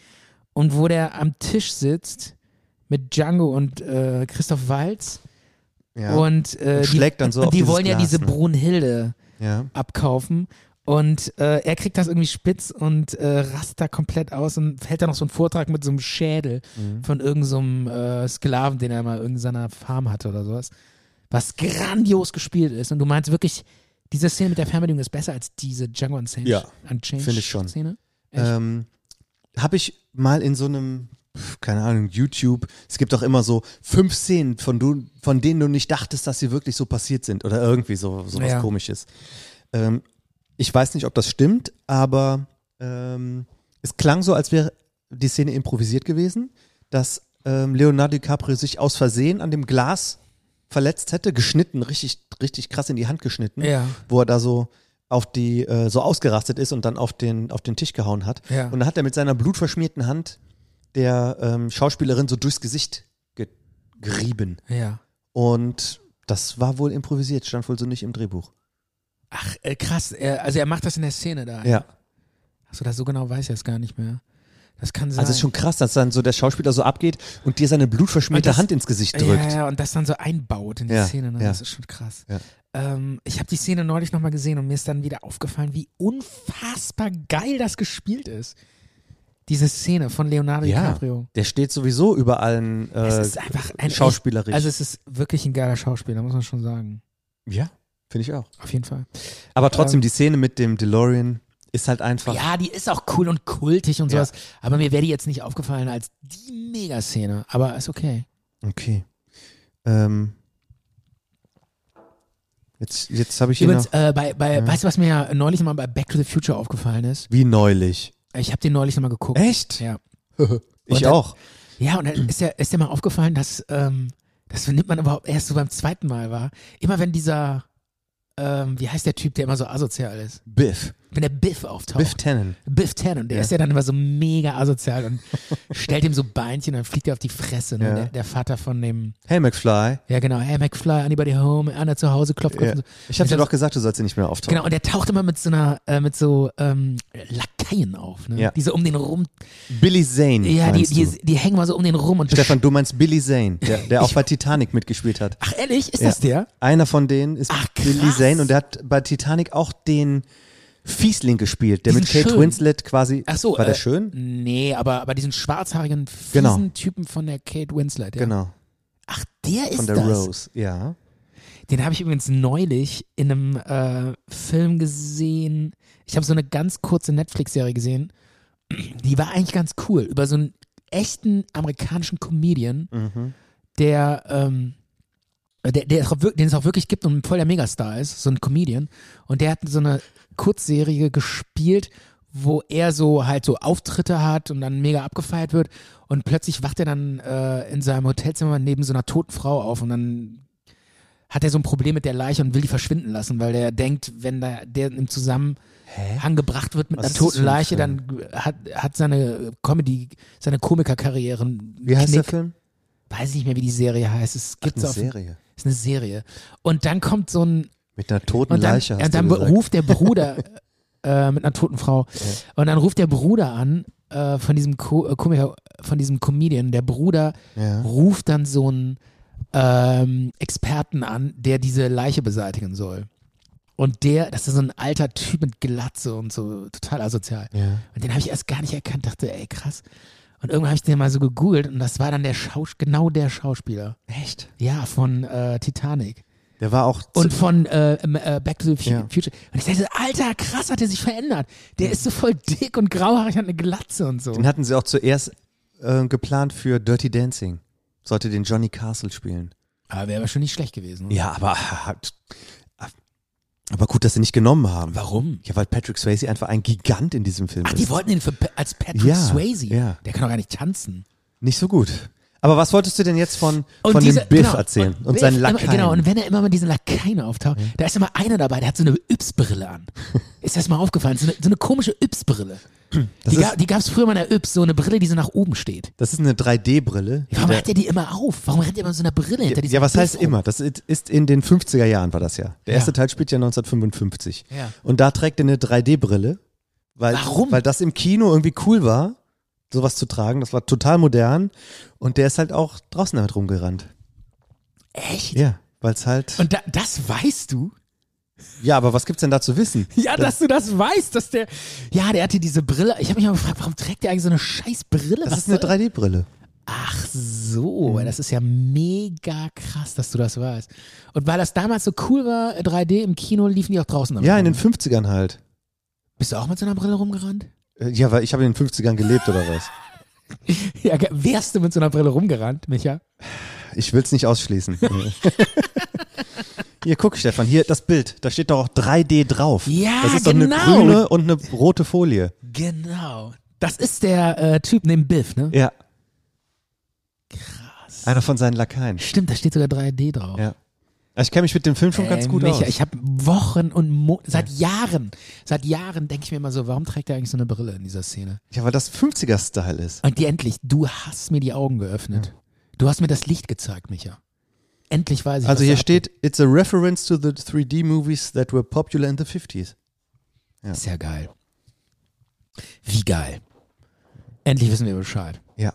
B: und wo der am Tisch sitzt mit Django und äh, Christoph Walz
C: Ja.
B: und, äh,
C: Und schlägt dann so
B: und (laughs)
C: auf
B: die
C: dieses
B: wollen ja
C: Glas,
B: diese
C: ne?
B: Brunhilde
C: ja.
B: abkaufen. Und äh, er kriegt das irgendwie spitz und äh, rast da komplett aus und hält da noch so einen Vortrag mit so einem Schädel
C: Mhm.
B: von irgendeinem so einem, äh, Sklaven, den er mal irgendeiner Farm hatte oder sowas. Was grandios gespielt ist. Und du meinst wirklich, diese Szene mit der Fernbedienung ist besser als diese Django Unchained,
C: Ja,
B: Unchained
C: finde ich schon.
B: Szene? Echt?
C: Ähm, Habe ich mal in so einem, pf, keine Ahnung, YouTube, es gibt auch immer so fünf Szenen, von, du, von denen du nicht dachtest, dass sie wirklich so passiert sind oder irgendwie so, so was
B: Ja.
C: komisches. Ähm, ich weiß nicht, ob das stimmt, aber ähm, es klang so, als wäre die Szene improvisiert gewesen, dass ähm, Leonardo DiCaprio sich aus Versehen an dem Glas verletzt hätte, geschnitten, richtig, richtig krass in die Hand geschnitten,
B: Ja.
C: wo er da so auf die, äh, so ausgerastet ist und dann auf den, auf den Tisch gehauen hat.
B: Ja.
C: Und dann hat er mit seiner blutverschmierten Hand der ähm, Schauspielerin so durchs Gesicht ge gerieben.
B: Ja.
C: Und das war wohl improvisiert, stand wohl so nicht im Drehbuch.
B: Ach, äh, krass. Er, also er macht das in der Szene da.
C: Ja.
B: Achso, das so genau weiß er es gar nicht mehr. Das kann sein.
C: Also es ist schon krass, dass dann so der Schauspieler so abgeht und dir seine blutverschmierte
B: Und das-
C: Hand ins Gesicht drückt.
B: Ja, ja, und das dann so einbaut in die
C: Ja,
B: Szene. Ne?
C: ja.
B: Das ist schon krass.
C: Ja.
B: Ähm, ich habe die Szene neulich nochmal gesehen und mir ist dann wieder aufgefallen, wie unfassbar geil das gespielt ist. Diese Szene von Leonardo
C: Ja,
B: DiCaprio.
C: Der steht sowieso über allen äh,
B: Es ist einfach ein
C: schauspielerisch.
B: Also es ist wirklich ein geiler Schauspieler, muss man schon sagen.
C: ja, finde ich auch.
B: Auf jeden Fall.
C: Aber trotzdem,
B: Ähm,
C: die Szene mit dem DeLorean ist halt einfach.
B: Ja, die ist auch cool und kultig und
C: Ja.
B: sowas. Aber mir wäre die jetzt nicht aufgefallen als die Megaszene. Aber ist okay.
C: Okay. Ähm. Jetzt, jetzt habe ich ihn
B: Übrigens,
C: noch.
B: äh, bei, bei,
C: Genau. Ja.
B: weißt du, was mir ja neulich mal bei Back to the Future aufgefallen ist?
C: Wie neulich.
B: Ich habe den neulich nochmal geguckt.
C: Echt?
B: Ja.
C: Ich
B: dann-
C: auch.
B: Ja, und
C: Mhm.
B: dann ist ja, ist ja mal aufgefallen, dass ähm, das nimmt man überhaupt erst so beim zweiten Mal wahr. Immer wenn dieser, ähm, wie heißt der Typ, der immer so asozial ist?
C: Biff.
B: Wenn der Biff auftaucht.
C: Biff Tannen.
B: Biff Tannen, der
C: Ja.
B: ist ja dann immer so mega asozial
C: (laughs)
B: und stellt ihm so Beinchen, dann fliegt er auf die Fresse. Ne?
C: Ja.
B: Der, der Vater von dem,
C: Hey McFly.
B: ja genau, hey McFly, anybody home, Anna zu Hause, klopft, klopft.
C: Ja.
B: und So.
C: Ich habe
B: Und
C: dir
B: dann-
C: doch gesagt, du sollst ihn nicht mehr auftauchen.
B: Genau, und der taucht immer mit so einer, äh, mit so ähm, Lakaien auf, ne?
C: Ja.
B: Die so um den rum,
C: Billy Zane.
B: ja, die,
C: meinst
B: die,
C: du.
B: die hängen mal so um den rum und (laughs)
C: Stefan, du meinst Billy Zane, der, der auch bei Titanic mitgespielt hat.
B: Ach ehrlich, ist
C: Ja.
B: das der?
C: Einer von denen ist
B: Ach, krass.
C: Billy Zane und der hat bei Titanic auch den Fiesling gespielt, der
B: Diesen
C: mit Kate
B: schön.
C: Winslet quasi.
B: Ach so,
C: War der
B: äh,
C: schön?
B: Nee, aber, aber diesen schwarzhaarigen, fiesen
C: Genau.
B: Typen von der Kate Winslet. Ja.
C: Genau.
B: Ach, der ist
C: Von der
B: das.
C: Rose. Ja.
B: Den habe ich übrigens neulich in einem äh, Film gesehen. Ich habe so eine ganz kurze Netflix-Serie gesehen. Die war eigentlich ganz cool. Über so einen echten amerikanischen Comedian,
C: Mhm.
B: der, ähm, der, der ist auch, wirk- den es auch wirklich gibt und voll der Megastar ist, so ein Comedian. Und der hat so eine Kurzserie gespielt, wo er so halt so Auftritte hat und dann mega abgefeiert wird. Und plötzlich wacht er dann äh, in seinem Hotelzimmer neben so einer toten Frau auf und dann hat er so ein Problem mit der Leiche und will die verschwinden lassen, weil er denkt, wenn da der im Zusammenhang gebracht wird mit
C: Was
B: einer
C: ist das
B: toten
C: für ein
B: Leiche, dann hat, hat seine Comedy, seine Komikerkarriere einen
C: Wie heißt der
B: Knick.
C: Film?
B: Weiß nicht mehr, wie die Serie heißt. Es gibt's
C: eine
B: auf,
C: Serie.
B: Ist eine Serie. Und dann kommt so ein
C: Mit einer toten
B: und dann,
C: Leiche.
B: ja,
C: Hast
B: dann
C: du gesagt.
B: ruft der
C: (laughs)
B: Bruder äh, mit einer toten Frau. Und dann ruft der Bruder an äh, von diesem Ko äh, Komiker, von diesem Comedian. Der Bruder
C: Ja.
B: ruft dann so einen ähm, Experten an, der diese Leiche beseitigen soll. Und der, das ist so ein alter Typ mit Glatze und so, total asozial.
C: Ja.
B: Und den habe ich erst gar nicht erkannt, dachte, ey, krass. Und irgendwann habe ich den mal so gegoogelt und das war dann der Schaus genau der Schauspieler.
C: Echt?
B: Ja, von äh, Titanic.
C: Der war auch.
B: Und
C: zu-
B: von äh, ähm, äh, Back to the Fu-
C: Ja.
B: Future. Und ich dachte, Alter, krass hat er sich verändert. Der ist so voll dick und grauhaarig, hat eine Glatze und so.
C: den hatten sie auch zuerst äh, geplant für Dirty Dancing. Sollte den Johnny Castle spielen.
B: Aber wäre aber schon nicht schlecht gewesen. oder?
C: Ja, aber. Aber gut, dass sie nicht genommen haben.
B: äh, Warum?
C: Ja, weil Patrick Swayze einfach ein Gigant in diesem Film
B: Ach,
C: ist.
B: die wollten ihn für, Pa- als Patrick
C: Ja,
B: Swayze.
C: ja.
B: Der kann doch gar nicht tanzen.
C: Nicht so gut. Aber was wolltest du denn jetzt von,
B: Und
C: von
B: diese-
C: dem Biff
B: genau,
C: erzählen? Und,
B: Biff
C: seinen
B: immer-
C: Lakaien?
B: Genau, und wenn er immer mit diesen Lakaien auftaucht, da ist immer einer dabei, der hat so eine Yps-Brille
C: (laughs)
B: an. Ist das mal aufgefallen? So eine, so eine komische Yps-Brille.
C: das,
B: Die,
C: ist,
B: ga, die gab es früher mal in der Yps, so eine Brille, die so nach oben steht.
C: das ist eine 3D-Brille.
B: Warum hat er die immer auf? Warum rennt er immer mit so einer Brille hinter diesem
C: Ja, was
B: Biff
C: heißt
B: rum?
C: immer? Das ist ist in den 50er Jahren war das ja. Der erste
B: Ja.
C: Teil spielt ja 1955.
B: Ja.
C: Und da trägt er eine 3D-Brille. Weil,
B: Warum?
C: Weil das im Kino irgendwie cool war, sowas zu tragen. Das war total modern. Und der ist halt auch draußen damit rumgerannt.
B: Echt?
C: Ja, weil es halt.
B: Und da, das weißt du?
C: ja, aber was gibt's denn da zu wissen?
B: (laughs) Ja, dass du das weißt, dass der. Ja, der hatte diese Brille. Ich habe mich mal gefragt, warum trägt der eigentlich so eine scheiß Brille?
C: Das
B: Was
C: ist eine Mhm.
B: soll-
C: 3D-Brille.
B: Ach so, das ist ja mega krass, dass du das weißt. Und weil das damals so cool war, 3D im Kino, liefen die auch draußen damit
C: Ja, in
B: rum.
C: den 50ern halt.
B: Bist du auch mit so einer Brille rumgerannt? (laughs)
C: Äh, Ja, weil ich habe in den 50ern gelebt oder was?
B: Ja, ge- wärst du mit so einer Brille rumgerannt, Micha?
C: Ich will's nicht
B: (laughs)
C: ausschließen. hier, guck, Stefan, hier das Bild. Da steht doch auch 3D drauf.
B: Ja,
C: Das ist doch
B: genau.
C: eine grüne und eine rote Folie.
B: Genau. Das ist der äh, Typ neben Biff, ne?
C: Ja. Krass. Einer von seinen Lakaien.
B: Stimmt, da steht sogar 3D drauf.
C: Ja. Also ich kenne mich mit dem Film schon ganz
B: Ey,
C: gut
B: Micha,
C: aus.
B: Ähm, Ich habe Wochen und Mo seit Jahren, seit Jahren denke ich mir immer so, warum trägt er eigentlich so eine Brille in dieser Szene?
C: ja, weil das 50er-Style ist.
B: Und die endlich, du hast mir die Augen geöffnet. Du hast mir das Licht gezeigt, Micha. Endlich weiß ich.
C: Also
B: was
C: hier
B: da
C: steht, it's a reference to the 3D-Movies that were popular in the 50s.
B: abgeht. Ist ja geil. Wie geil. Endlich wissen wir Bescheid.
C: Ja.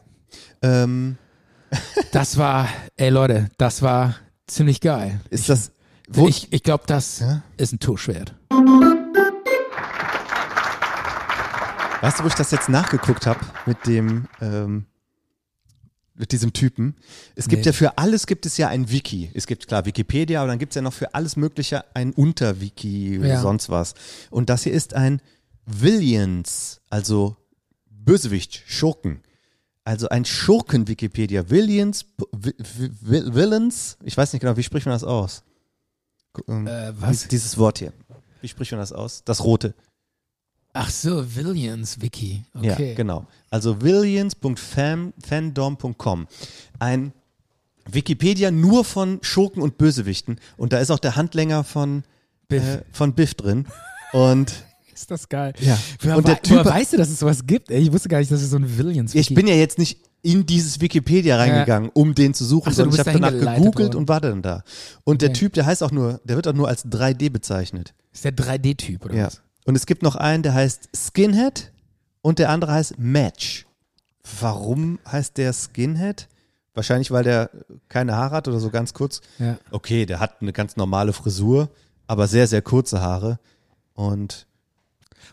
C: Ähm,
B: Das war, ey Leute, das war ziemlich geil.
C: ist das... Wo,
B: Ich, ich glaube, das
C: Ja?
B: ist ein Tuschwert.
C: Weißt du, wo ich das jetzt nachgeguckt habe mit dem, ähm, mit diesem Typen? Es gibt
B: Nee.
C: ja für alles gibt es ja ein Wiki. Es gibt klar Wikipedia, aber dann gibt es ja noch für alles Mögliche ein Unterwiki,
B: Ja.
C: sonst was. Und das hier ist ein Villains, also Bösewicht, Schurken. Also ein Schurken-Wikipedia. Villains, Vi- Vi- Vi- Villains, ich weiß nicht genau, wie spricht man das aus? Gu- ähm,
B: Äh, was?
C: Dieses Wort hier. Wie spricht man das aus? Das Rote.
B: Ach so, Villians Wiki. Okay.
C: Ja, genau. Also villains.fandom.com. Ein Wikipedia nur von Schurken und Bösewichten. Und da ist auch der Handlänger von Biff, äh, von Biff drin. Und
B: (laughs) Ist das geil.
C: Ja.
B: Woher,
C: Und der
B: wei- woher
C: Typ-
B: weißt du, dass es sowas gibt? Ey, ich wusste gar nicht, dass es so ein Villains
C: ich bin ja jetzt nicht in dieses Wikipedia reingegangen, um den zu suchen,
B: Ach so, du
C: sondern ich
B: bist
C: habe
B: da
C: danach
B: hingeleitet
C: gegoogelt
B: worden.
C: und war dann da. Und der
B: Okay.
C: Typ, der heißt auch nur, der wird auch nur als 3D bezeichnet.
B: Ist der 3D-Typ, oder
C: Ja.
B: was?
C: Und es gibt noch einen, der heißt Skinhead und der andere heißt Match. Warum heißt der Skinhead? Wahrscheinlich, weil der keine Haare hat oder so ganz kurz.
B: Ja.
C: Okay, der hat eine ganz normale Frisur, aber sehr, sehr kurze Haare. Und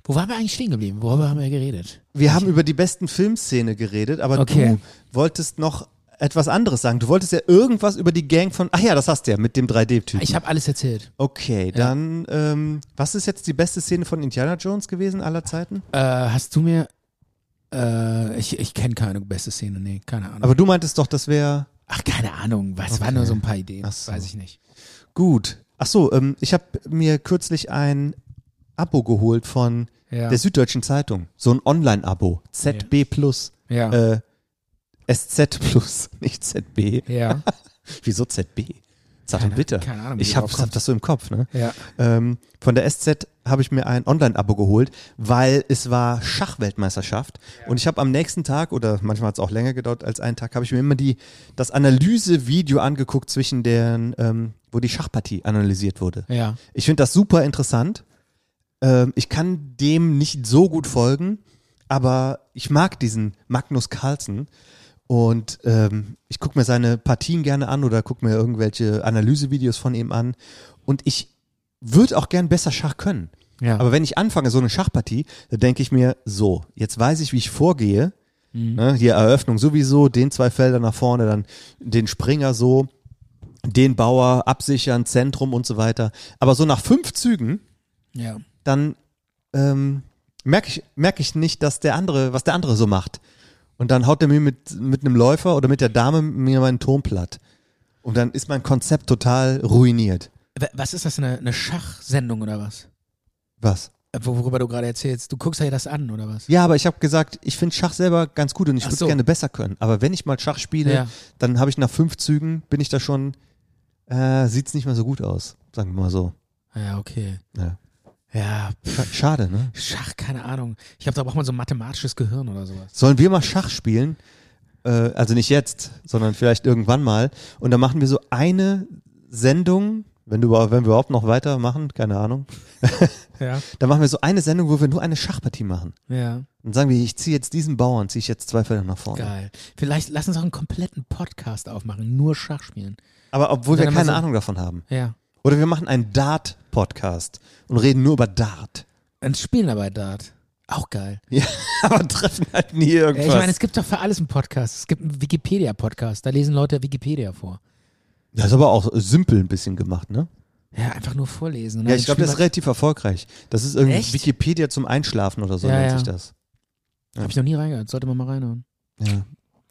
B: Wo waren wir eigentlich stehen geblieben? Worüber haben wir geredet?
C: wir haben über die besten Filmszene geredet, aber
B: Okay.
C: du wolltest noch etwas anderes sagen. Du wolltest ja irgendwas über die Gang von. Ach ja, das hast du ja mit dem 3D-Typ.
B: Ich habe alles erzählt.
C: Okay, dann ähm, was ist jetzt die beste Szene von Indiana Jones gewesen aller Zeiten?
B: Äh, hast du mir. Äh, ich ich kenne keine beste Szene, nee, keine Ahnung.
C: Aber du meintest doch, das wäre
B: Ach, keine Ahnung, was waren nur so ein paar Ideen.
C: Ach so.
B: Weiß ich nicht.
C: gut. Ach so, ähm, ich habe mir kürzlich ein Abo geholt von
B: Ja.
C: der Süddeutschen Zeitung. So ein Online-Abo. ZB Plus.
B: ja.
C: Äh, SZ Plus, (laughs) nicht ZB.
B: ja.
C: Wieso ZB? Zart und bitter.
B: keine Ahnung, wie die
C: ich habe
B: drauf
C: hab das so im Kopz, ne?
B: Ja.
C: Ähm, von der SZ habe ich mir ein Online-Abo geholt, weil es war Schachweltmeisterschaft und ich habe am nächsten Tag oder manchmal hat es auch länger gedauert als einen Tag, habe ich mir immer die das Analysevideo angeguckt zwischen deren, ähm, wo die Schachpartie analysiert wurde.
B: Ja.
C: Ich finde das super interessant. Ähm, ich kann dem nicht so gut folgen, aber ich mag diesen Magnus Carlsen. Und ähm, ich gucke mir seine Partien gerne an oder gucke mir irgendwelche Analysevideos von ihm an. Und ich würde auch gern besser Schach können.
B: Ja.
C: Aber wenn ich anfange, so eine Schachpartie, dann denke ich mir, so, jetzt weiß ich, wie ich vorgehe. Ne, hier Eröffnung sowieso, den zwei Felder nach vorne, dann den Springer so, den Bauer absichern, Zentrum und so weiter. Aber so nach fünf Zügen,
B: Ja.
C: dann ähm, merke ich, merk ich nicht, dass der andere, was der andere so macht. Und dann haut er mir mit, mit einem Läufer oder mit der Dame mir meinen Turm platt. Und dann ist mein Konzept total ruiniert.
B: Wa- Was ist das, eine, eine Schachsendung oder was?
C: Was?
B: Äh, wo- Worüber du gerade erzählst. Du guckst dir das an oder was?
C: Ja, aber ich habe gesagt, ich finde Schach selber ganz gut und ich
B: Ach
C: würde es
B: so.
C: gerne besser können. Aber wenn ich mal Schach spiele,
B: Ja.
C: dann habe ich nach fünf Zügen, bin ich da schon, äh, sieht es nicht mehr so gut aus, sagen wir mal so.
B: Ja, okay.
C: Ja.
B: Ja,
C: Scha- Schade, ne?
B: Schach, keine Ahnung. Ich glaube, da braucht man so ein mathematisches Gehirn oder sowas.
C: Sollen wir mal Schach spielen? Äh, also nicht jetzt, sondern vielleicht irgendwann mal. Und dann machen wir so eine Sendung, wenn, du, über- wenn wir überhaupt noch weitermachen, keine Ahnung.
B: Ja.
C: Dann machen wir so eine Sendung, wo wir nur eine Schachpartie machen.
B: Ja.
C: Und sagen wir, ich ziehe jetzt diesen Bauern, ziehe ich jetzt zwei Felder nach vorne.
B: Geil. Vielleicht lass uns auch einen kompletten Podcast aufmachen, nur Schach spielen.
C: Aber obwohl wir
B: Dann haben wir
C: keine
B: so-
C: Ahnung davon haben.
B: Ja.
C: Oder wir machen einen Dart-Podcast und reden nur über Dart. (laughs)
B: Und spielen dabei Dart. Auch geil.
C: Ja, aber treffen halt nie
B: Äh,
C: irgendwas.
B: Ich meine, es gibt doch für alles einen Podcast. Es gibt einen Wikipedia-Podcast. Da lesen Leute Wikipedia vor.
C: das ist aber auch simpel ein bisschen gemacht, ne?
B: Ja, einfach nur vorlesen. Und
C: Ja,
B: dann
C: ich glaube, das ist
B: spielen
C: relativ erfolgreich. Das ist irgendwie
B: Echt?
C: Wikipedia zum Einschlafen oder so
B: Ja,
C: nennt
B: ja.
C: sich das.
B: wir- Hab ich noch nie reingehört. Sollte man mal reinhauen.
C: Ja.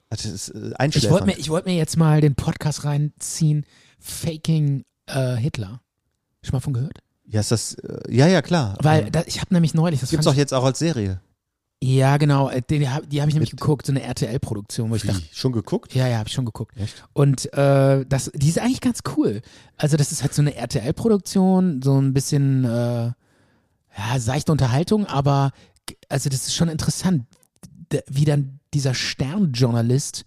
C: Also das ist äh,
B: Ich wollte
C: Einschläfern.
B: mir, ich wollt mir jetzt mal den Podcast reinziehen: Faking äh, Hitler. Schon mal von gehört?
C: ja, ist das, äh, ja, ja, klar.
B: Weil
C: Ähm,
B: da, ich habe nämlich neulich, das
C: gibt's
B: fand
C: doch jetzt auch als Serie.
B: ich, Ja, genau. äh, Die, die habe die hab ich nämlich
C: Mit-
B: geguckt. So eine RTL-Produktion, wo ich dachte,
C: Schon geguckt?
B: Ja, ja, habe ich schon geguckt.
C: Echt?
B: Und äh, das, die ist eigentlich ganz cool. Also das ist halt so eine RTL-Produktion, so ein bisschen äh, ja, seichte Unterhaltung, aber g- also das ist schon interessant, d- wie dann dieser Sternjournalist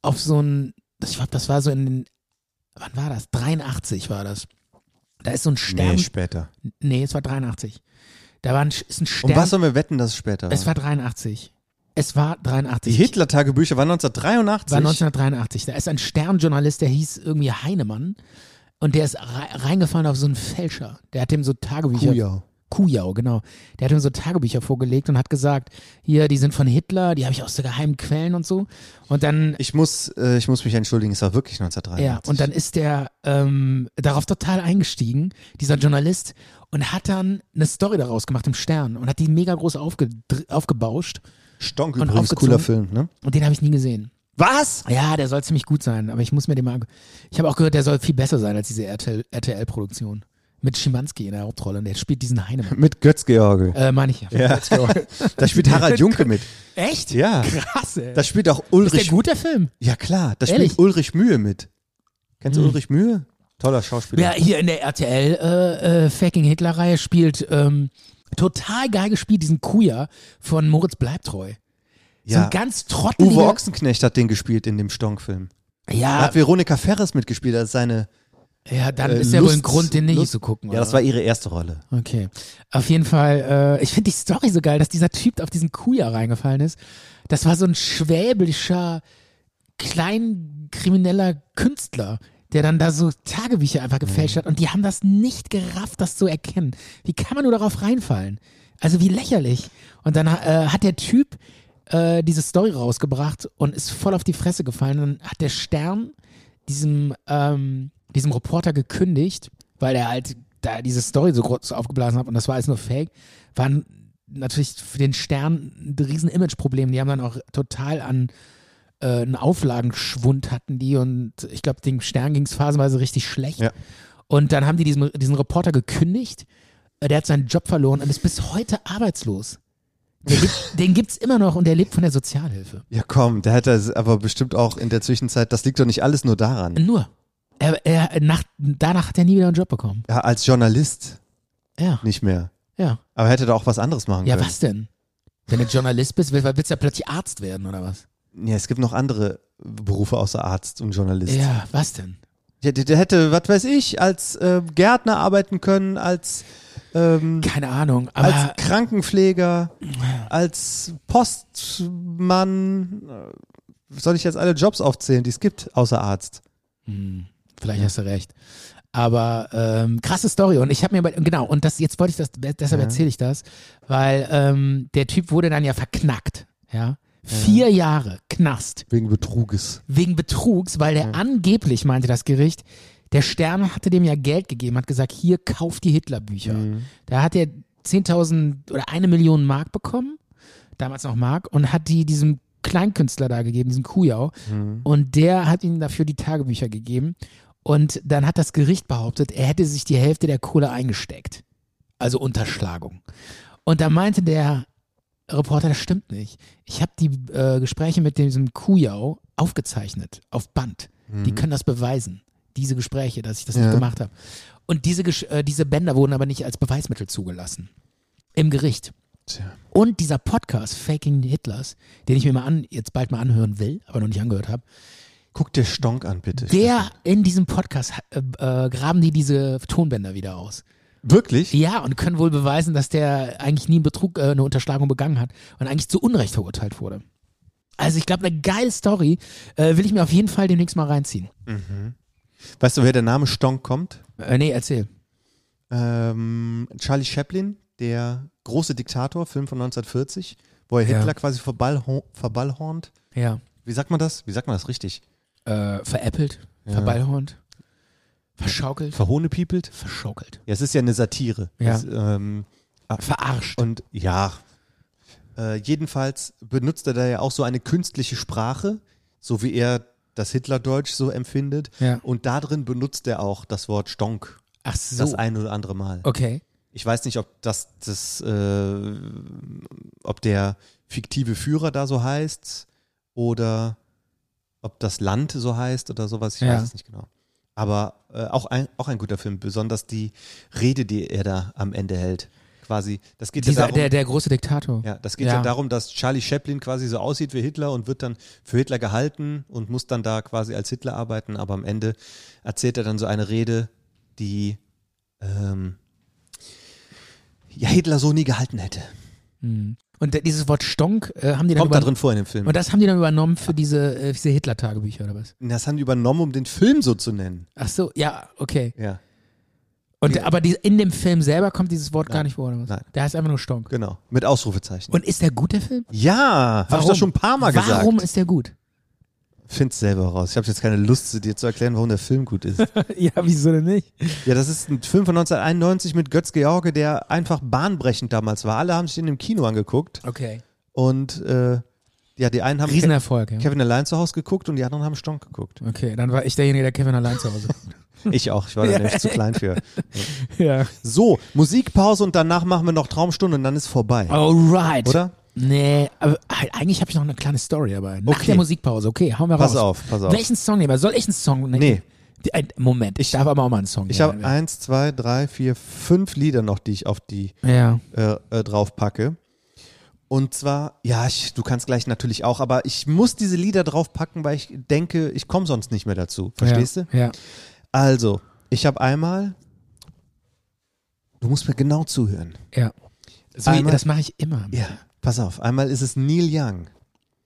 B: auf so ein, ich glaube, das war so in den, wann war das? 83 war das. Da ist so ein Stern.
C: Nee, später.
B: nee, es war 83. Da war ein, ist ein Stern.
C: Um was sollen wir wetten, dass es später
B: es war 83. Es war
C: Die
B: 83.
C: Hitler-Tagebücher waren 1983.
B: War 1983. Da ist ein Sternjournalist, der hieß irgendwie Heinemann. Und der ist rei- reingefallen auf so einen Fälscher. Der hat ihm so Tagebücher.
C: Kujau.
B: Kujau, genau. Der hat ihm so Tagebücher vorgelegt und hat gesagt, hier, die sind von Hitler, die habe ich aus so geheimen Quellen und so. Und dann,
C: ich muss, äh, ich muss mich entschuldigen, es war wirklich
B: ja,
C: 1983.
B: und dann ist der ähm, darauf total eingestiegen, dieser Journalist, und hat dann eine Story daraus gemacht im Stern und hat die mega groß aufge aufgebauscht.
C: Stonk
B: und
C: übrigens,
B: aufgezogen.
C: cooler Film, ne?
B: Und den habe ich nie gesehen.
C: Was?
B: Ja, der soll ziemlich gut sein, aber ich muss mir den mal. Ich habe auch gehört, der soll viel besser sein als diese RTL RTL-Produktion. Mit Schimanski in der Hauptrolle und der spielt diesen
C: (laughs)
B: Heinemann.
C: Mit Götz-George.
B: Äh, meine ich ja.
C: ja. (laughs) da spielt Harald Junke mit.
B: Echt?
C: Ja.
B: Krass, ey.
C: Da spielt auch
B: ist der
C: Ulrich
B: gut, der Film?
C: Ja, klar, da
B: Ehrlich?
C: spielt Ulrich Mühe mit. Kennst du
B: Hm.
C: Ulrich Mühe? Toller
B: Ja,
C: Schauspieler.
B: hier in der äh, RTL-Faking-Hitler-Reihe spielt ähm, total geil gespielt diesen Kuya von Moritz Bleibtreu. So ein ganz trotteliger...
C: Uwe Ochsenknecht hat den gespielt in dem Stonk-Film. Da
B: Ja,
C: hat Veronika Ferres mitgespielt als seine.
B: ja, dann
C: äh,
B: ist ja wohl ein
C: Lust-
B: Grund, den nicht
C: Lust-
B: zu gucken.
C: Ja,
B: oder?
C: das war ihre erste Rolle.
B: Okay. Auf jeden Fall, äh, ich finde die Story so geil, dass dieser Typ auf diesen Kuja reingefallen ist. Das war so ein schwäbischer, kleinkrimineller Künstler, der dann da so Tagebücher einfach gefälscht hat und die haben das nicht gerafft, das zu erkennen. Wie kann man nur darauf reinfallen? Also wie lächerlich. Und dann äh, hat der Typ äh, diese Story rausgebracht und ist voll auf die Fresse gefallen. Dann hat der Stern diesem, ähm, diesem Reporter gekündigt, weil er halt da diese Story so groß aufgeblasen hat und das war alles nur Fake, waren natürlich für den Stern ein riesen Imageproblem. Die haben dann auch total an äh, einen Auflagenschwund hatten die und ich glaube, dem Stern ging es phasenweise richtig schlecht.
C: Ja.
B: Und dann haben die diesen, diesen Reporter gekündigt, Äh, der hat seinen Job verloren und ist bis heute arbeitslos. Den gibt- Den gibt's immer noch und der lebt von der Sozialhilfe.
C: Ja, komm, der hat das aber bestimmt auch in der Zwischenzeit, das liegt doch nicht alles nur daran.
B: Nur. Er, er, nach, danach hat er nie wieder einen Job bekommen.
C: Ja, als Journalist
B: Ja.
C: nicht mehr.
B: Ja.
C: Aber er hätte da auch was anderes machen
B: Ja,
C: können.
B: was denn? Wenn du Journalist bist, willst willst du ja plötzlich Arzt werden oder was?
C: Ja, es gibt noch andere Berufe außer Arzt und Journalist.
B: Ja, was denn?
C: Ja, der, der hätte, was weiß ich, als äh, Gärtner arbeiten können, als, ähm,
B: Keine Ahnung. Aber
C: als Krankenpfleger, als Postmann. Äh, Soll ich jetzt alle Jobs aufzählen, die es gibt, außer Arzt?
B: Hm, vielleicht hast du recht. Aber ähm, krasse Story. Und ich habe mir, bei- genau, und das, jetzt wollte ich das, deshalb
C: Ja.
B: erzähle ich das, weil ähm, der Typ wurde dann ja verknackt. Ja. Vier Jahre Knast
C: Wegen Betruges.
B: wegen Betrugs, weil der angeblich, meinte das Gericht, der Stern hatte dem ja Geld gegeben, hat gesagt, hier, kauf die Hitlerbücher. Da hat er 10.000 oder eine Million Mark bekommen, damals noch Mark, und hat die diesem Kleinkünstler da gegeben, diesem Kujau. Und der hat ihm dafür die Tagebücher gegeben. Und dann hat das Gericht behauptet, er hätte sich die Hälfte der Kohle eingesteckt. Also Unterschlagung. Und da meinte der Reporter, das stimmt nicht. Ich habe die äh, Gespräche mit diesem Kujau aufgezeichnet, auf Band. Die können das beweisen, diese Gespräche, dass ich das
C: Mhm. Ja.
B: nicht gemacht habe. Und diese, Gesch- äh, diese Bänder wurden aber nicht als Beweismittel zugelassen. Im Gericht.
C: Tja.
B: Und dieser Podcast Faking Hitlers, den ich mir mal an, jetzt bald mal anhören will, aber noch nicht angehört habe,
C: Guck dir Stonk an, bitte.
B: der in diesem Podcast äh, äh, graben die diese Tonbänder wieder aus.
C: Wirklich?
B: Ja, und können wohl beweisen, dass der eigentlich nie einen Betrug, äh, eine Unterschlagung begangen hat und eigentlich zu Unrecht verurteilt wurde. Also ich glaube, eine geile Story äh, will ich mir auf jeden Fall demnächst mal reinziehen.
C: Weißt du, wer der Name Stonk kommt?
B: Äh, nee, erzähl.
C: Ähm, Charlie Chaplin, der große Diktator, Film von 1940, wo er
B: Ja.
C: Hitler quasi verballhor verballhornt.
B: Ja.
C: Wie sagt man das? Wie sagt man das richtig?
B: Äh, veräppelt, verballhornt, verschaukelt,
C: Verhohnepiepelt?
B: verschaukelt,
C: Ja, es ist ja eine Satire.
B: Ja.
C: Es, ähm,
B: verarscht.
C: und ja, äh, jedenfalls benutzt er da ja auch so eine künstliche Sprache, so wie er das Hitlerdeutsch so empfindet.
B: Ja.
C: Und darin benutzt er auch das Wort Stonk
B: Ach so.
C: das ein oder andere Mal.
B: okay.
C: Ich weiß nicht, ob das, das äh, ob der fiktive Führer da so heißt oder ob das Land so heißt oder sowas. Ich
B: Ja.
C: weiß es nicht genau. Aber äh, auch, ein, auch ein guter Film, besonders die Rede, die er da am Ende hält. Quasi, das geht ja
B: Dieser,
C: darum,
B: der, der große Diktator.
C: ja, das geht ja.
B: Ja.
C: darum, dass Charlie Chaplin quasi so aussieht wie Hitler und wird dann für Hitler gehalten und muss dann da quasi als Hitler arbeiten, aber am Ende erzählt er dann so eine Rede, die ähm, ja, Hitler so nie gehalten hätte.
B: Und der- dieses Wort Stonk äh, haben die dann
C: Kommt da
B: übernommen.
C: drin vor in dem Film.
B: Und das haben die dann übernommen für diese, äh, diese Hitler-Tagebücher oder was?
C: Das haben die übernommen, um den Film so zu nennen.
B: Ach so, ja, okay.
C: Ja,
B: Und aber die, in dem Film selber kommt dieses Wort gar
C: Nein.
B: nicht vor, oder was?
C: Nein.
B: Der heißt einfach nur Stonk.
C: genau. Mit Ausrufezeichen.
B: Und ist der gut, der Film?
C: ja, habe ich
B: Warum?
C: doch schon ein paar Mal gesagt.
B: Warum ist der gut?
C: (laughs) Find's selber raus. Ich habe jetzt keine Lust, dir zu erklären, warum der Film gut ist.
B: ja, wieso denn nicht?
C: Ja, das ist ein Film von 1991 mit Götz George, der einfach bahnbrechend damals war. Alle haben sich den im Kino angeguckt
B: Okay.
C: und äh, ja, die einen haben Ke
B: Riesenerfolg, ja.
C: Kevin allein zu Hause geguckt und die anderen haben Stonk geguckt.
B: Okay, dann war ich derjenige, der Kevin allein zu Hause.
C: (laughs) Ich auch, ich
B: (laughs)
C: war da nämlich zu klein für.
B: ja.
C: So, Musikpause und danach machen wir noch Traumstunde und dann ist vorbei.
B: Oh. Alright.
C: Oder?
B: Nee, aber halt, eigentlich habe ich noch eine kleine Story dabei. Nach
C: Okay.
B: der Musikpause, okay, hauen wir
C: Pass
B: raus.
C: auf, pass auf.
B: Welchen Song nehmen wir? Soll ich einen Song nehmen?
C: Nee.
B: Die, ein, Moment, ich darf aber auch mal einen Song
C: Ich
B: nehmen.
C: habe eins, zwei, drei, vier, feinf Lieder noch, die ich auf die
B: Ja.
C: äh, äh, draufpacke. Und zwar, ja, ich, du kannst gleich natürlich auch, aber ich muss diese Lieder draufpacken, weil ich denke, ich komme sonst nicht mehr dazu. Verstehst
B: ja.
C: du?
B: Ja.
C: Also, ich habe einmal. Du musst mir genau zuhören.
B: Ja. So,
C: Einmal-
B: das mache ich immer.
C: Ja, pass auf. Einmal ist es Neil Young.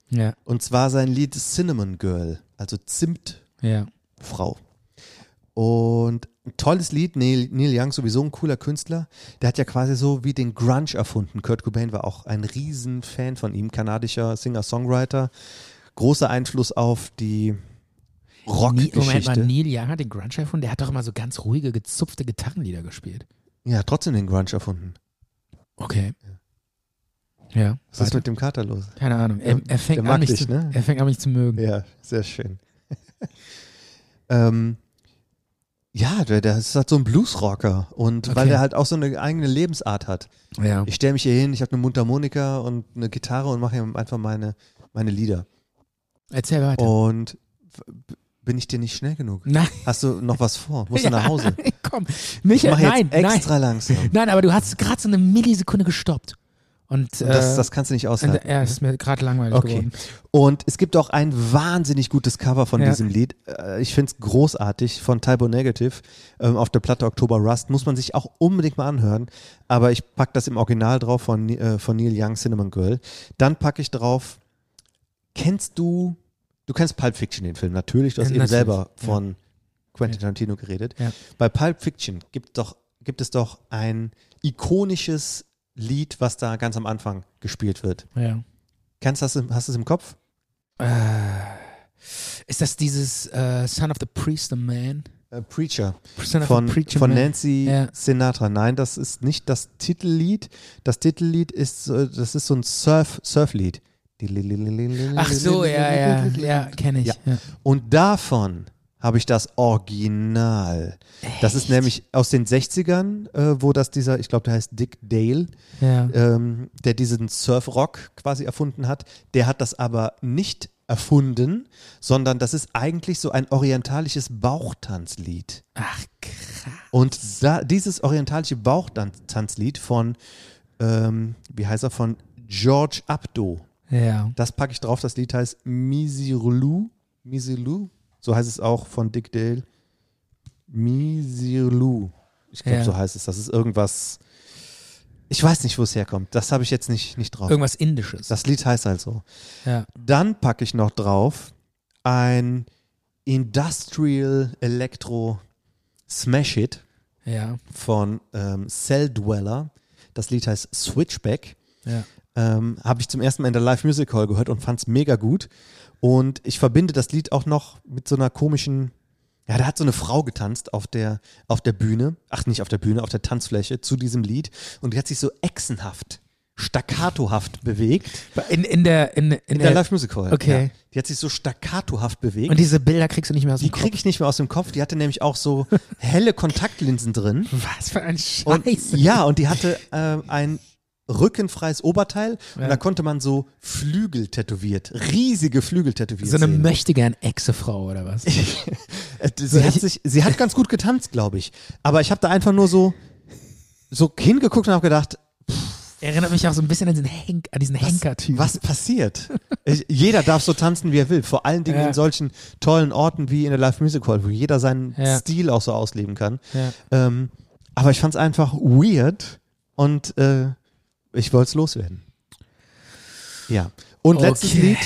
B: Ja.
C: Und zwar sein Lied Cinnamon Girl, also Zimtfrau.
B: Ja.
C: Und ein tolles Lied. Neil, Neil Young, sowieso ein cooler Künstler. Der hat ja quasi so wie den Grunge erfunden. Kurt Cobain war auch ein Riesenfan von ihm, kanadischer Singer-Songwriter. Großer Einfluss auf die
B: Ni- Moment mal,
C: Rockgeschichte.
B: Neil Young hat den Grunge erfunden, der hat doch immer so ganz ruhige, gezupfte Gitarrenlieder gespielt.
C: Ja, trotzdem den Grunge erfunden.
B: Okay. Ja.
C: Was ist
B: weiter.
C: mit dem Kater los?
B: Keine Ahnung. Er, er, fängt
C: mag
B: an, mich
C: dich,
B: zu,
C: ne?
B: er fängt an, mich zu mögen.
C: Ja, sehr schön. (laughs) ähm, ja, der, der ist halt so ein Bluesrocker und weil
B: Okay.
C: der halt auch so eine eigene Lebensart hat.
B: Ja.
C: Ich stelle mich hier hin, ich habe eine Mundharmonika und eine Gitarre und mache hier einfach meine, meine Lieder.
B: Erzähl weiter.
C: Und f- Bin ich dir nicht schnell
B: (laughs)
C: genug?
B: Nein.
C: Hast du noch was vor? Musst
B: (laughs)
C: du nach Hause?
B: Komm,
C: Ich
B: Michael,
C: mache jetzt
B: nein,
C: extra
B: nein.
C: langsam.
B: Nein, aber du hast gerade so eine Millisekunde gestoppt. Und, äh,
C: Das, das kannst du nicht
B: und, äh,
C: aushalten.
B: ja, ist mir gerade langweilig
C: Okay.
B: geworden.
C: Und es gibt auch ein wahnsinnig gutes Cover von
B: Ja.
C: diesem Lied. Äh, Ich finde es großartig von Tybo Negative ähm, auf der Platte Oktober Rust. Muss man sich auch unbedingt mal anhören. Aber ich packe das im Original drauf von, Ni- äh, von Neil Young, Cinnamon Girl. Dann packe ich drauf, kennst du, du kennst Pulp Fiction, den Film, natürlich. Du hast
B: Ja,
C: eben
B: natürlich.
C: selber
B: Ja.
C: von Quentin Tarantino geredet.
B: Ja.
C: Bei Pulp Fiction gibt, doch, gibt es doch ein ikonisches Lied, was da ganz am Anfang gespielt wird.
B: Ja.
C: Kannst, hast, du- hast du es im Kopf?
B: Ist das dieses äh, Son of the Priest, the Man?
C: Äh, Preacher
B: Son of
C: von,
B: the Preacher
C: von
B: Man.
C: Nancy
B: Ja.
C: Sinatra. Nein, das ist nicht das Titellied. Das Titellied ist, so- das ist so ein Surf, Surflied.
B: Ach so, ja, ja, ja, kenne ich.
C: Ja.
B: Ja.
C: Und davon habe ich das Original. Das ist nämlich aus den 60ern, äh, wo das dieser, ich glaube, der heißt Dick Dale,
B: Ja.
C: ähm, der diesen Surfrock quasi erfunden hat. Der hat das aber nicht erfunden, sondern das ist eigentlich so ein orientalisches Bauchtanzlied.
B: Ach, krass.
C: Und da, dieses orientalische Bauchtanzlied von, ähm, wie heißt er, von George Abdo.
B: Ja.
C: Das packe ich drauf. Das Lied heißt Misirlu. Misirlu. So heißt es auch von Dick Dale. Misirlu. Ich glaube,
B: Ja.
C: so heißt es. Das ist irgendwas. Ich weiß nicht, wo es herkommt. Das habe ich jetzt nicht, nicht drauf.
B: Irgendwas Indisches.
C: Das Lied heißt halt so.
B: ja.
C: Dann packe ich noch drauf ein Industrial Electro Smash It
B: Ja.
C: von ähm, Cell Dweller. Das Lied heißt Switchback.
B: Ja.
C: Ähm, Habe ich zum ersten Mal in der Live Music Hall gehört und fand es mega gut. Und ich verbinde das Lied auch noch mit so einer komischen. Ja, da hat so eine Frau getanzt auf der, auf der Bühne, ach nicht auf der Bühne, auf der Tanzfläche zu diesem Lied und die hat sich so echsenhaft, staccatohaft bewegt.
B: In, in der, in, in,
C: In der Live Music Hall.
B: Äh, Okay.
C: Ja. Die hat sich so staccatohaft bewegt.
B: Und diese Bilder kriegst du nicht mehr aus dem
C: die kriege ich nicht mehr aus dem Kopf. Die hatte nämlich
B: (laughs)
C: auch so helle Kontaktlinsen drin.
B: Kopf. Was für ein
C: Und,
B: Scheiße.
C: ja, und die hatte ähm, ein rückenfreies Oberteil
B: Ja.
C: und da konnte man so Flügel tätowiert, riesige Flügel tätowiert.
B: so eine
C: sehen.
B: Möchtegern-Exe-Frau oder was?
C: Äh, Sie hat, sich, sie hat ganz gut getanzt, glaube ich. Aber ich habe da einfach nur so, so hingeguckt und habe gedacht,
B: Erinnert mich auch so ein bisschen an diesen, Henk, an diesen
C: was,
B: Henker-Typ.
C: was passiert? Ich, jeder darf so tanzen, wie er will. Vor allen Dingen
B: Ja.
C: in solchen tollen Orten wie in der Live Music Hall, wo jeder seinen
B: Ja.
C: Stil auch so ausleben kann.
B: Ja.
C: Ähm, aber ich fand es einfach weird und äh, ich wollte es loswerden. Ja. Und letztes
B: Okay.
C: Lied.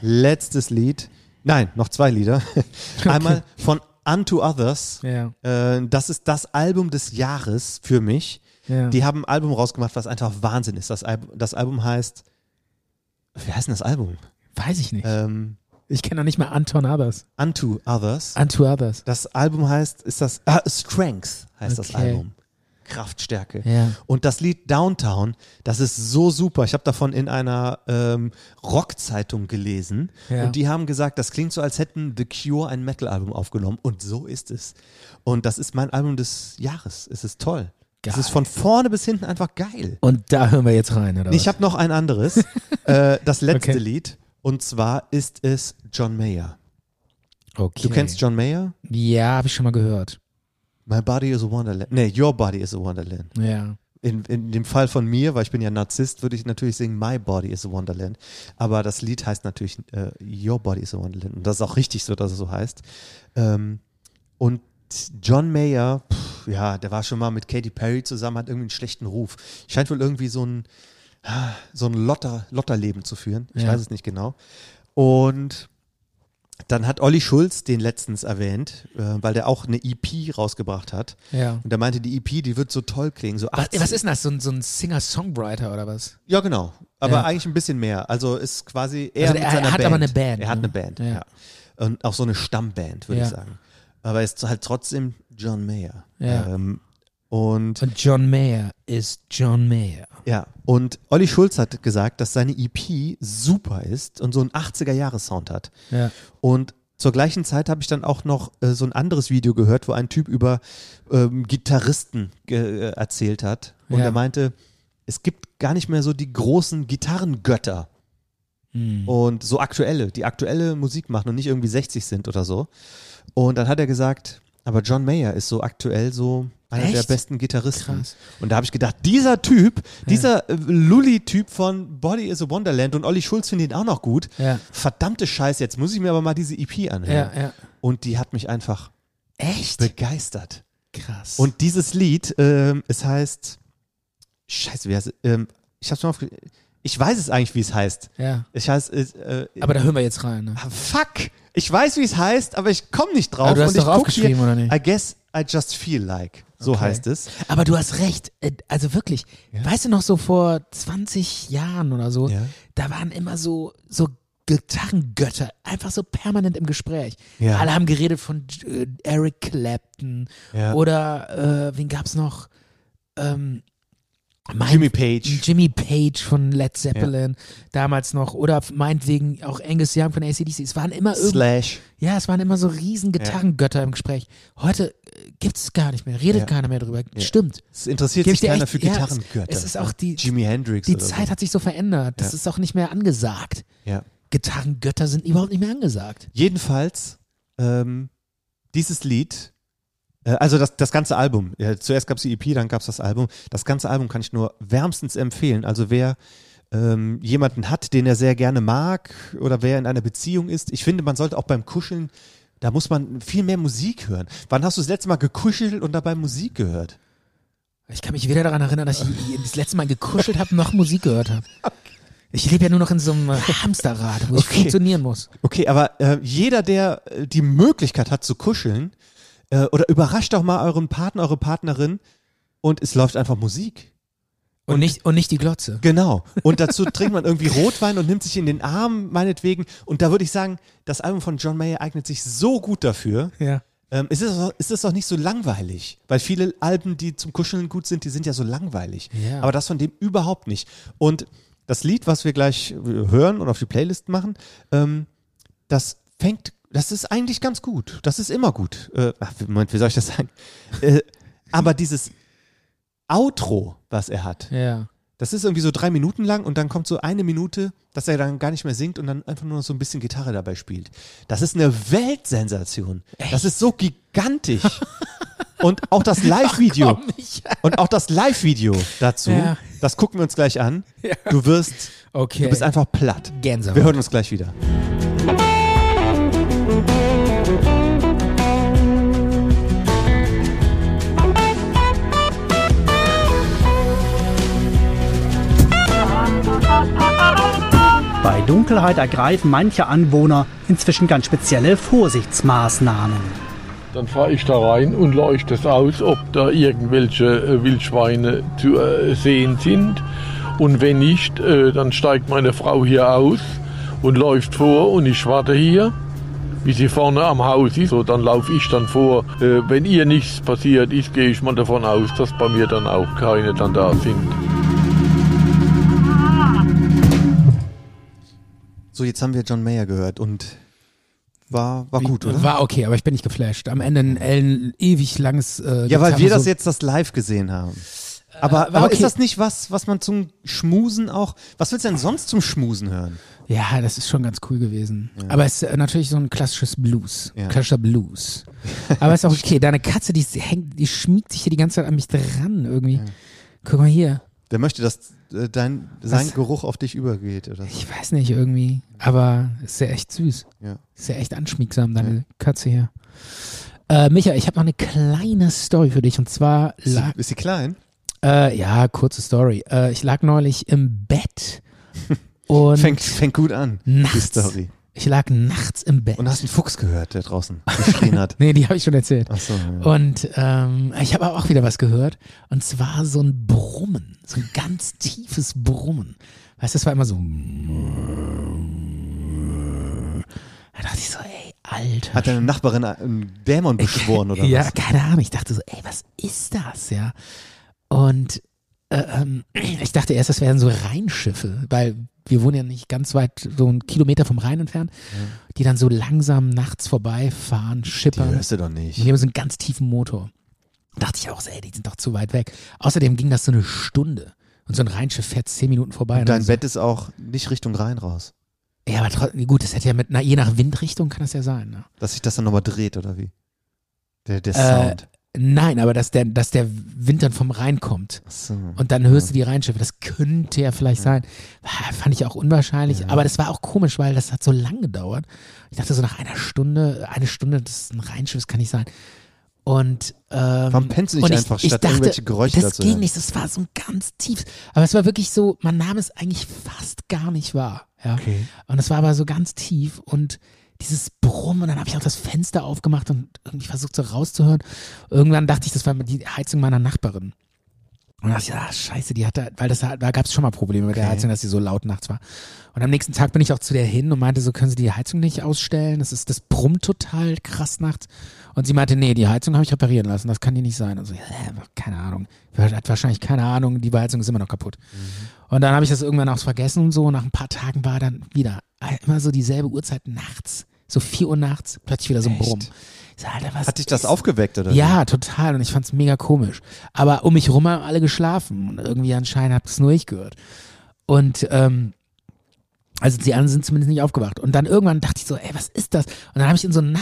C: Letztes Lied. Nein, noch zwei Lieder. (laughs) Einmal von Unto Others.
B: Ja.
C: Äh, das ist das Album des Jahres für mich.
B: Ja.
C: Die haben ein Album rausgemacht, was einfach Wahnsinn ist. Das, Album, das Album heißt. Wie heißt denn das Album?
B: Weiß ich nicht.
C: Ähm,
B: Ich kenne doch nicht mal Anton Others.
C: Unto Others.
B: Anton Others.
C: Das Album heißt, ist das ah, Strength heißt das
B: Okay.
C: Album. Kraftstärke.
B: Ja.
C: Und das Lied Downtown, das ist so super. Ich habe davon in einer ähm, Rockzeitung gelesen
B: Ja.
C: und die haben gesagt, das klingt so, als hätten The Cure ein Metal-Album aufgenommen. Und so ist es. Und das ist mein Album des Jahres. Es ist toll. Es
B: Geil.
C: ist von vorne bis hinten einfach geil.
B: Und da hören wir jetzt rein, oder?
C: Nee, ich habe noch ein anderes.
B: (laughs)
C: äh, das letzte
B: Okay.
C: Lied. Und zwar ist es John Mayer.
B: okay.
C: Du kennst John Mayer?
B: Ja, habe ich schon mal gehört.
C: My Body is a Wonderland. Nee, Your Body is a Wonderland.
B: Ja.
C: In, in dem Fall von mir, weil ich bin ja Narzisst, würde ich natürlich singen My Body is a Wonderland. Aber das Lied heißt natürlich äh, Your Body is a Wonderland. Und das ist auch richtig so, dass es so heißt. Ähm, und John Mayer, pff, ja, der war schon mal mit Katy Perry zusammen, hat irgendwie einen schlechten Ruf. Scheint wohl irgendwie so ein, ah, so ein Lotter, Lotterleben zu führen. Ich
B: Ja.
C: weiß es nicht genau. Und dann hat Olli Schulz den letztens erwähnt, äh, weil der auch eine EP rausgebracht hat.
B: Ja.
C: Und er meinte, die EP, die wird so toll klingen. So
B: Was,
C: 80
B: was ist denn das? So ein, so ein Singer-Songwriter oder was?
C: ja, genau. Aber
B: Ja.
C: eigentlich ein bisschen mehr. Also ist quasi er
B: Also
C: mit
B: er- er
C: seiner
B: hat
C: Band.
B: aber eine Band,
C: Er hat
B: ne?
C: eine Band, ja.
B: Ja.
C: Und auch so eine Stammband, würde
B: Ja.
C: ich sagen. Aber er ist halt trotzdem John Mayer.
B: Ja.
C: Ähm, und
B: Und John Mayer ist John Mayer.
C: ja, und Olli Schulz hat gesagt, dass seine EP super ist und so einen 80er-Jahres-Sound hat.
B: Ja.
C: Und zur gleichen Zeit habe ich dann auch noch äh, so ein anderes Video gehört, wo ein Typ über ähm, Gitarristen ge- äh, erzählt hat. Und
B: Ja.
C: er meinte, es gibt gar nicht mehr so die großen Gitarrengötter.
B: Hm.
C: und so aktuelle, die aktuelle Musik machen und nicht irgendwie 60 sind oder so. Und dann hat er gesagt, aber John Mayer ist so aktuell so einer
B: Echt?
C: der besten Gitarristen.
B: Krass.
C: Und da habe ich gedacht, dieser Typ, dieser äh, Lully-Typ von Body is a Wonderland und Olli Schulz findet ihn auch noch gut.
B: Ja.
C: Verdammte Scheiße, jetzt muss ich mir aber mal diese EP anhören.
B: Ja, ja.
C: Und die hat mich einfach
B: Echt?
C: begeistert.
B: Krass.
C: Und dieses Lied, ähm, es heißt, Scheiße, wie heißt es? Ähm, ich hab's mal aufge Ich weiß es eigentlich, wie es heißt.
B: ja.
C: Ich heißt, es, äh,
B: Aber da hören wir jetzt rein. Ne?
C: Ah, Fuck! Ich weiß, wie es heißt, aber ich komme nicht drauf.
B: Aber du hast
C: und ich
B: doch
C: guck
B: aufgeschrieben,
C: hier,
B: oder nicht?
C: I guess I just feel like. So
B: Okay.
C: heißt es.
B: Aber du hast recht. Äh, Also wirklich, weißt du noch, so vor 20 Jahren oder so,
C: Ja.
B: da waren immer so, so Gitarrengötter, einfach so permanent im Gespräch.
C: Ja.
B: Alle haben geredet von äh, Eric Clapton
C: Ja.
B: oder äh, wen gab's noch? Ähm, mein-
C: Jimmy Page.
B: Jimmy Page von Led Zeppelin damals noch oder meinetwegen auch Angus Young von ACDC. Es waren immer irgend
C: Slash.
B: ja, es waren immer so riesen Gitarrengötter im Gespräch. Heute äh, gibt's es gar nicht mehr, redet
C: Ja.
B: keiner mehr drüber. Stimmt.
C: Es interessiert
B: Gibt's
C: sich
B: dir
C: keiner
B: echt-
C: für
B: ja,
C: Gitarrengötter.
B: es- es ist auch die-
C: Jimi Hendrix.
B: Die
C: oder
B: Zeit hat sich so verändert. Das
C: Ja.
B: ist auch nicht mehr angesagt.
C: So. Ja.
B: Gitarrengötter sind überhaupt nicht mehr angesagt.
C: Jedenfalls, ähm, dieses Lied, äh, also das, das ganze Album, ja, zuerst gab es die EP, dann gab es das Album. Das ganze Album kann ich nur wärmstens empfehlen. Also wer ähm, jemanden hat, den er sehr gerne mag oder wer in einer Beziehung ist, ich finde, man sollte auch beim Kuscheln, da muss man viel mehr Musik hören. Wann hast du das letzte Mal gekuschelt und dabei Musik gehört?
B: Ich kann mich weder daran erinnern, dass ich das letzte Mal gekuschelt habe, noch Musik gehört
C: (laughs)
B: habe. Ich lebe ja nur noch in so einem äh, Hamsterrad, wo ich
C: Okay.
B: funktionieren muss.
C: Okay, aber äh, jeder, der äh, die Möglichkeit hat zu kuscheln, äh, oder überrascht doch mal euren Partner, eure Partnerin und es läuft einfach Musik.
B: Und, nicht, und nicht die Glotze.
C: Genau. Und dazu trinkt man irgendwie Rotwein und nimmt sich in den Arm, meinetwegen. Und da würde ich sagen, das Album von John Mayer eignet sich so gut dafür.
B: Ja.
C: Ähm, es, ist auch, es ist auch nicht so langweilig, weil viele Alben, die zum Kuscheln gut sind, die sind ja so langweilig.
B: Ja.
C: Aber das von dem überhaupt nicht. Und das Lied, was wir gleich äh, hören und auf die Playlist machen, ähm, das fängt, das ist eigentlich ganz gut. Das ist immer gut. Äh, ach, Moment, wie soll ich das sagen? äh, aber dieses Outro, was er hat,
B: Ja.
C: das ist irgendwie so drei Minuten lang und dann kommt so eine Minute, dass er dann gar nicht mehr singt und dann einfach nur noch so ein bisschen Gitarre dabei spielt. Das ist eine Weltsensation. Das ist so gigantisch.
B: (laughs)
C: und auch das Live-Video.
B: Oh, Komm, ich-
C: Und auch das Live-Video dazu.
B: Ja.
C: Das gucken wir uns gleich an. Du wirst,
B: Okay.
C: du bist einfach platt.
B: Gänsehaut.
C: Wir hören uns gleich wieder.
J: Bei Dunkelheit ergreifen manche Anwohner inzwischen ganz spezielle Vorsichtsmaßnahmen.
H: Dann fahre ich da rein und leuchte es aus, ob da irgendwelche äh, Wildschweine zu äh, sehen sind. Und wenn nicht, äh, dann steigt meine Frau hier aus und läuft vor und ich warte hier, wie sie vorne am Haus ist. So, dann laufe ich dann vor. Äh, wenn ihr nichts passiert ist, gehe ich mal davon aus, dass bei mir dann auch keine dann da sind.
C: So, jetzt haben wir John Mayer gehört und war, war gut, oder?
B: War okay, aber ich bin nicht geflasht. Am Ende ein, ein ewig langes. Äh,
C: ja, weil wir das
B: Gitarren-
C: jetzt das live gesehen haben. Aber,
B: war
C: aber
B: okay.
C: ist das nicht was, was man zum Schmusen auch. Was willst du denn sonst zum Schmusen hören?
B: Ja, das ist schon ganz cool gewesen. Aber es ist äh, natürlich so ein klassisches Blues.
C: Ja.
B: Klassischer
C: (laughs)
B: Blues. Aber ist auch okay. Deine Katze, die hängt, die schmiegt sich hier die ganze Zeit an mich dran irgendwie. Guck mal hier.
C: Der möchte, dass äh, dein, sein
B: Was?
C: Geruch auf dich übergeht, oder? so.
B: Ich weiß nicht irgendwie. Aber ist ja echt süß.
C: Ja.
B: Ist ja echt anschmiegsam, deine Katze hier. Äh, Micha, ich habe noch eine kleine Story für dich. Und zwar
C: Ist,
B: lag
C: sie, ist sie klein?
B: Äh, ja, kurze Story. Äh, ich lag neulich im Bett
C: (laughs)
B: und
C: fängt, fängt gut an, die
B: nachts.
C: Story.
B: Ich lag nachts im Bett.
C: Und hast einen Fuchs gehört, der draußen geschrien (laughs) hat.
B: nee, die habe ich schon erzählt.
C: Ach so, ja.
B: Und ähm, ich habe aber auch wieder was gehört. Und zwar so ein Brummen, so ein ganz tiefes Brummen. Weißt du, das war immer so. Da dachte ich so, ey, Alter.
C: Hat deine Nachbarin einen Dämon beschworen, oder
B: ja,
C: was?
B: keine Ahnung. Ich dachte so, ey, was ist das, ja? Und äh, ähm, ich dachte erst, das wären so Rheinschiffe, weil wir wohnen ja nicht ganz weit, so einen Kilometer vom Rhein entfernt, die dann so langsam nachts vorbeifahren,
C: Die
B: schippern.
C: hörst du doch
B: Und
C: nicht.
B: die haben so einen ganz tiefen Motor. Dachte ich auch so, ey, die sind doch zu weit weg. Außerdem ging das so eine Stunde. Und so ein Rheinschiff fährt zehn Minuten vorbei.
C: Und dein
B: Und dann
C: Bett ist auch nicht Richtung Rhein raus.
B: Ja, aber trotzdem, gut, das hätte ja mit, na, je nach Windrichtung kann das ja sein. Ne?
C: Dass sich das dann nochmal dreht, oder wie? Der, der Sound.
B: Äh, nein, aber dass der, dass der Wind dann vom Rhein kommt.
C: Mhm.
B: Und dann hörst du die Rheinschiffe. Das könnte ja vielleicht sein. Ah, Fand ich auch unwahrscheinlich. Aber das war auch komisch, weil das hat so lang gedauert. Ich dachte so nach einer Stunde, eine Stunde, das ist ein Rheinschiff, das kann nicht sein. Und ähm,
C: Warum pennst du nicht
B: und ich,
C: einfach,
B: ich
C: statt
B: dachte,
C: irgendwelche Geräusche
B: Das
C: dazu
B: ging
C: hören?
B: nicht, das war so ein ganz tiefes. Aber es war wirklich so, man nahm es eigentlich fast gar nicht wahr. Ja.
C: Okay.
B: Und es war aber so ganz tief und dieses Brummen und dann habe ich auch das Fenster aufgemacht und irgendwie versucht so rauszuhören. Irgendwann dachte ich, das war die Heizung meiner Nachbarin. Und da dachte ich, ah, scheiße, die hat da, weil das da gab es schon mal Probleme mit der
K: Okay.
B: Heizung, dass sie so laut nachts war. Und am nächsten Tag bin ich auch zu der hin und meinte, so können Sie die Heizung nicht ausstellen. Das ist, das brummt total krass nachts. Und sie meinte, nee, die Heizung habe ich reparieren lassen, das kann die nicht sein. Und so, ja, keine Ahnung. Hat wahrscheinlich keine Ahnung, die Heizung ist immer noch kaputt.
C: Mhm.
B: Und dann habe ich das irgendwann auch vergessen und so. Und nach ein paar Tagen war dann wieder immer so dieselbe Uhrzeit nachts. So 4 Uhr nachts, plötzlich wieder so ein Brummen. Ich so, Alter, was
C: Hat dich das
B: ist
C: aufgeweckt, oder? wie?
B: ja, total. Und ich fand's mega komisch. Aber um mich rum haben alle geschlafen. Und irgendwie anscheinend habt ich's nur ich gehört. Und, ähm, also die anderen sind zumindest nicht aufgewacht. Und dann irgendwann dachte ich so, ey, was ist das? Und dann habe ich in so ein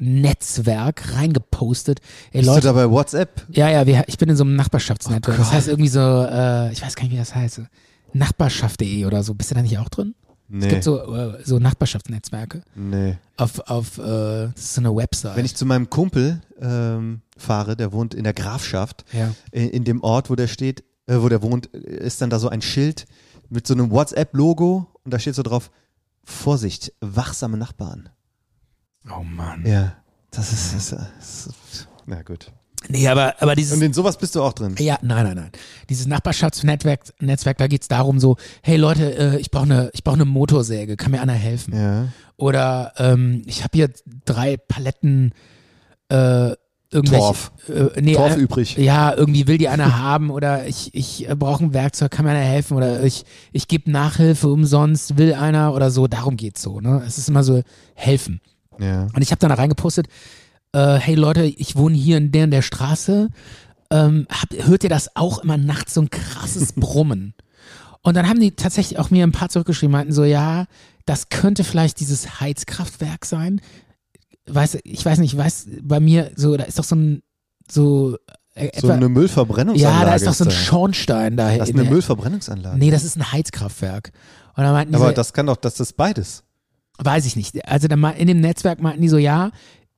B: Nachbarschaftsnetzwerk reingepostet. Ey,
C: Bist du
B: Leute,
C: da bei WhatsApp?
B: ja, ja, wir, ich bin in so einem Nachbarschaftsnetzwerk.
C: Oh
B: das
C: Gott.
B: heißt irgendwie so, äh, ich weiß gar nicht, wie das heißt. Nachbarschaft.de oder so. Bist du da nicht auch drin?
C: Nee.
B: Es gibt so, äh, so Nachbarschaftsnetzwerke.
C: Nee.
B: Auf, auf, äh, das ist so eine Website.
C: Wenn ich zu meinem Kumpel ähm, fahre, der wohnt in der Grafschaft,
B: Ja.
C: in, in dem Ort, wo der steht, äh, wo der wohnt, ist dann da so ein Schild mit so einem WhatsApp-Logo und da steht so drauf: Vorsicht, wachsame Nachbarn.
B: oh Mann.
C: Ja, das ist. Das ist, das ist na gut.
B: Nee, aber, aber dieses.
C: Und in sowas bist du auch drin.
B: Ja, nein, nein, nein. Dieses Nachbarschaftsnetzwerk, Netzwerk, da geht's darum so, hey Leute, äh, ich brauche eine brauch ne Motorsäge, kann mir einer helfen?
C: Ja.
B: Oder ähm, ich habe hier drei Paletten äh, irgendwelche...
C: Torf.
B: Äh, nee,
C: Torf
B: äh,
C: übrig.
B: Ja, irgendwie will die einer (laughs) haben oder ich, ich äh, brauche ein Werkzeug, kann mir einer helfen oder ich, ich gebe Nachhilfe umsonst, will einer oder so. Darum geht's so. Ne? Es ist immer so, helfen.
C: Ja.
B: Und ich habe dann da reingepostet, äh, hey Leute, ich wohne hier in der in der Straße. Ähm, habt, hört ihr das auch immer nachts so ein
C: (laughs)
B: krasses Brummen? Und dann haben die tatsächlich auch mir ein paar zurückgeschrieben, meinten so, ja, das könnte vielleicht dieses Heizkraftwerk sein. Weiß, ich weiß nicht, weiß, bei mir so, da ist doch so ein, so, äh,
C: So
B: etwa-
C: eine Müllverbrennungsanlage.
B: Ja, da ist doch so ein
C: da.
B: Schornstein da.
C: Das
B: in
C: ist eine
B: der-
C: Müllverbrennungsanlage.
B: Nee, das ist ein Heizkraftwerk. Und dann meinten die
C: Aber
B: so,
C: das kann doch, das ist beides.
B: Weiß ich nicht. Also da mal- in dem Netzwerk meinten die so, ja,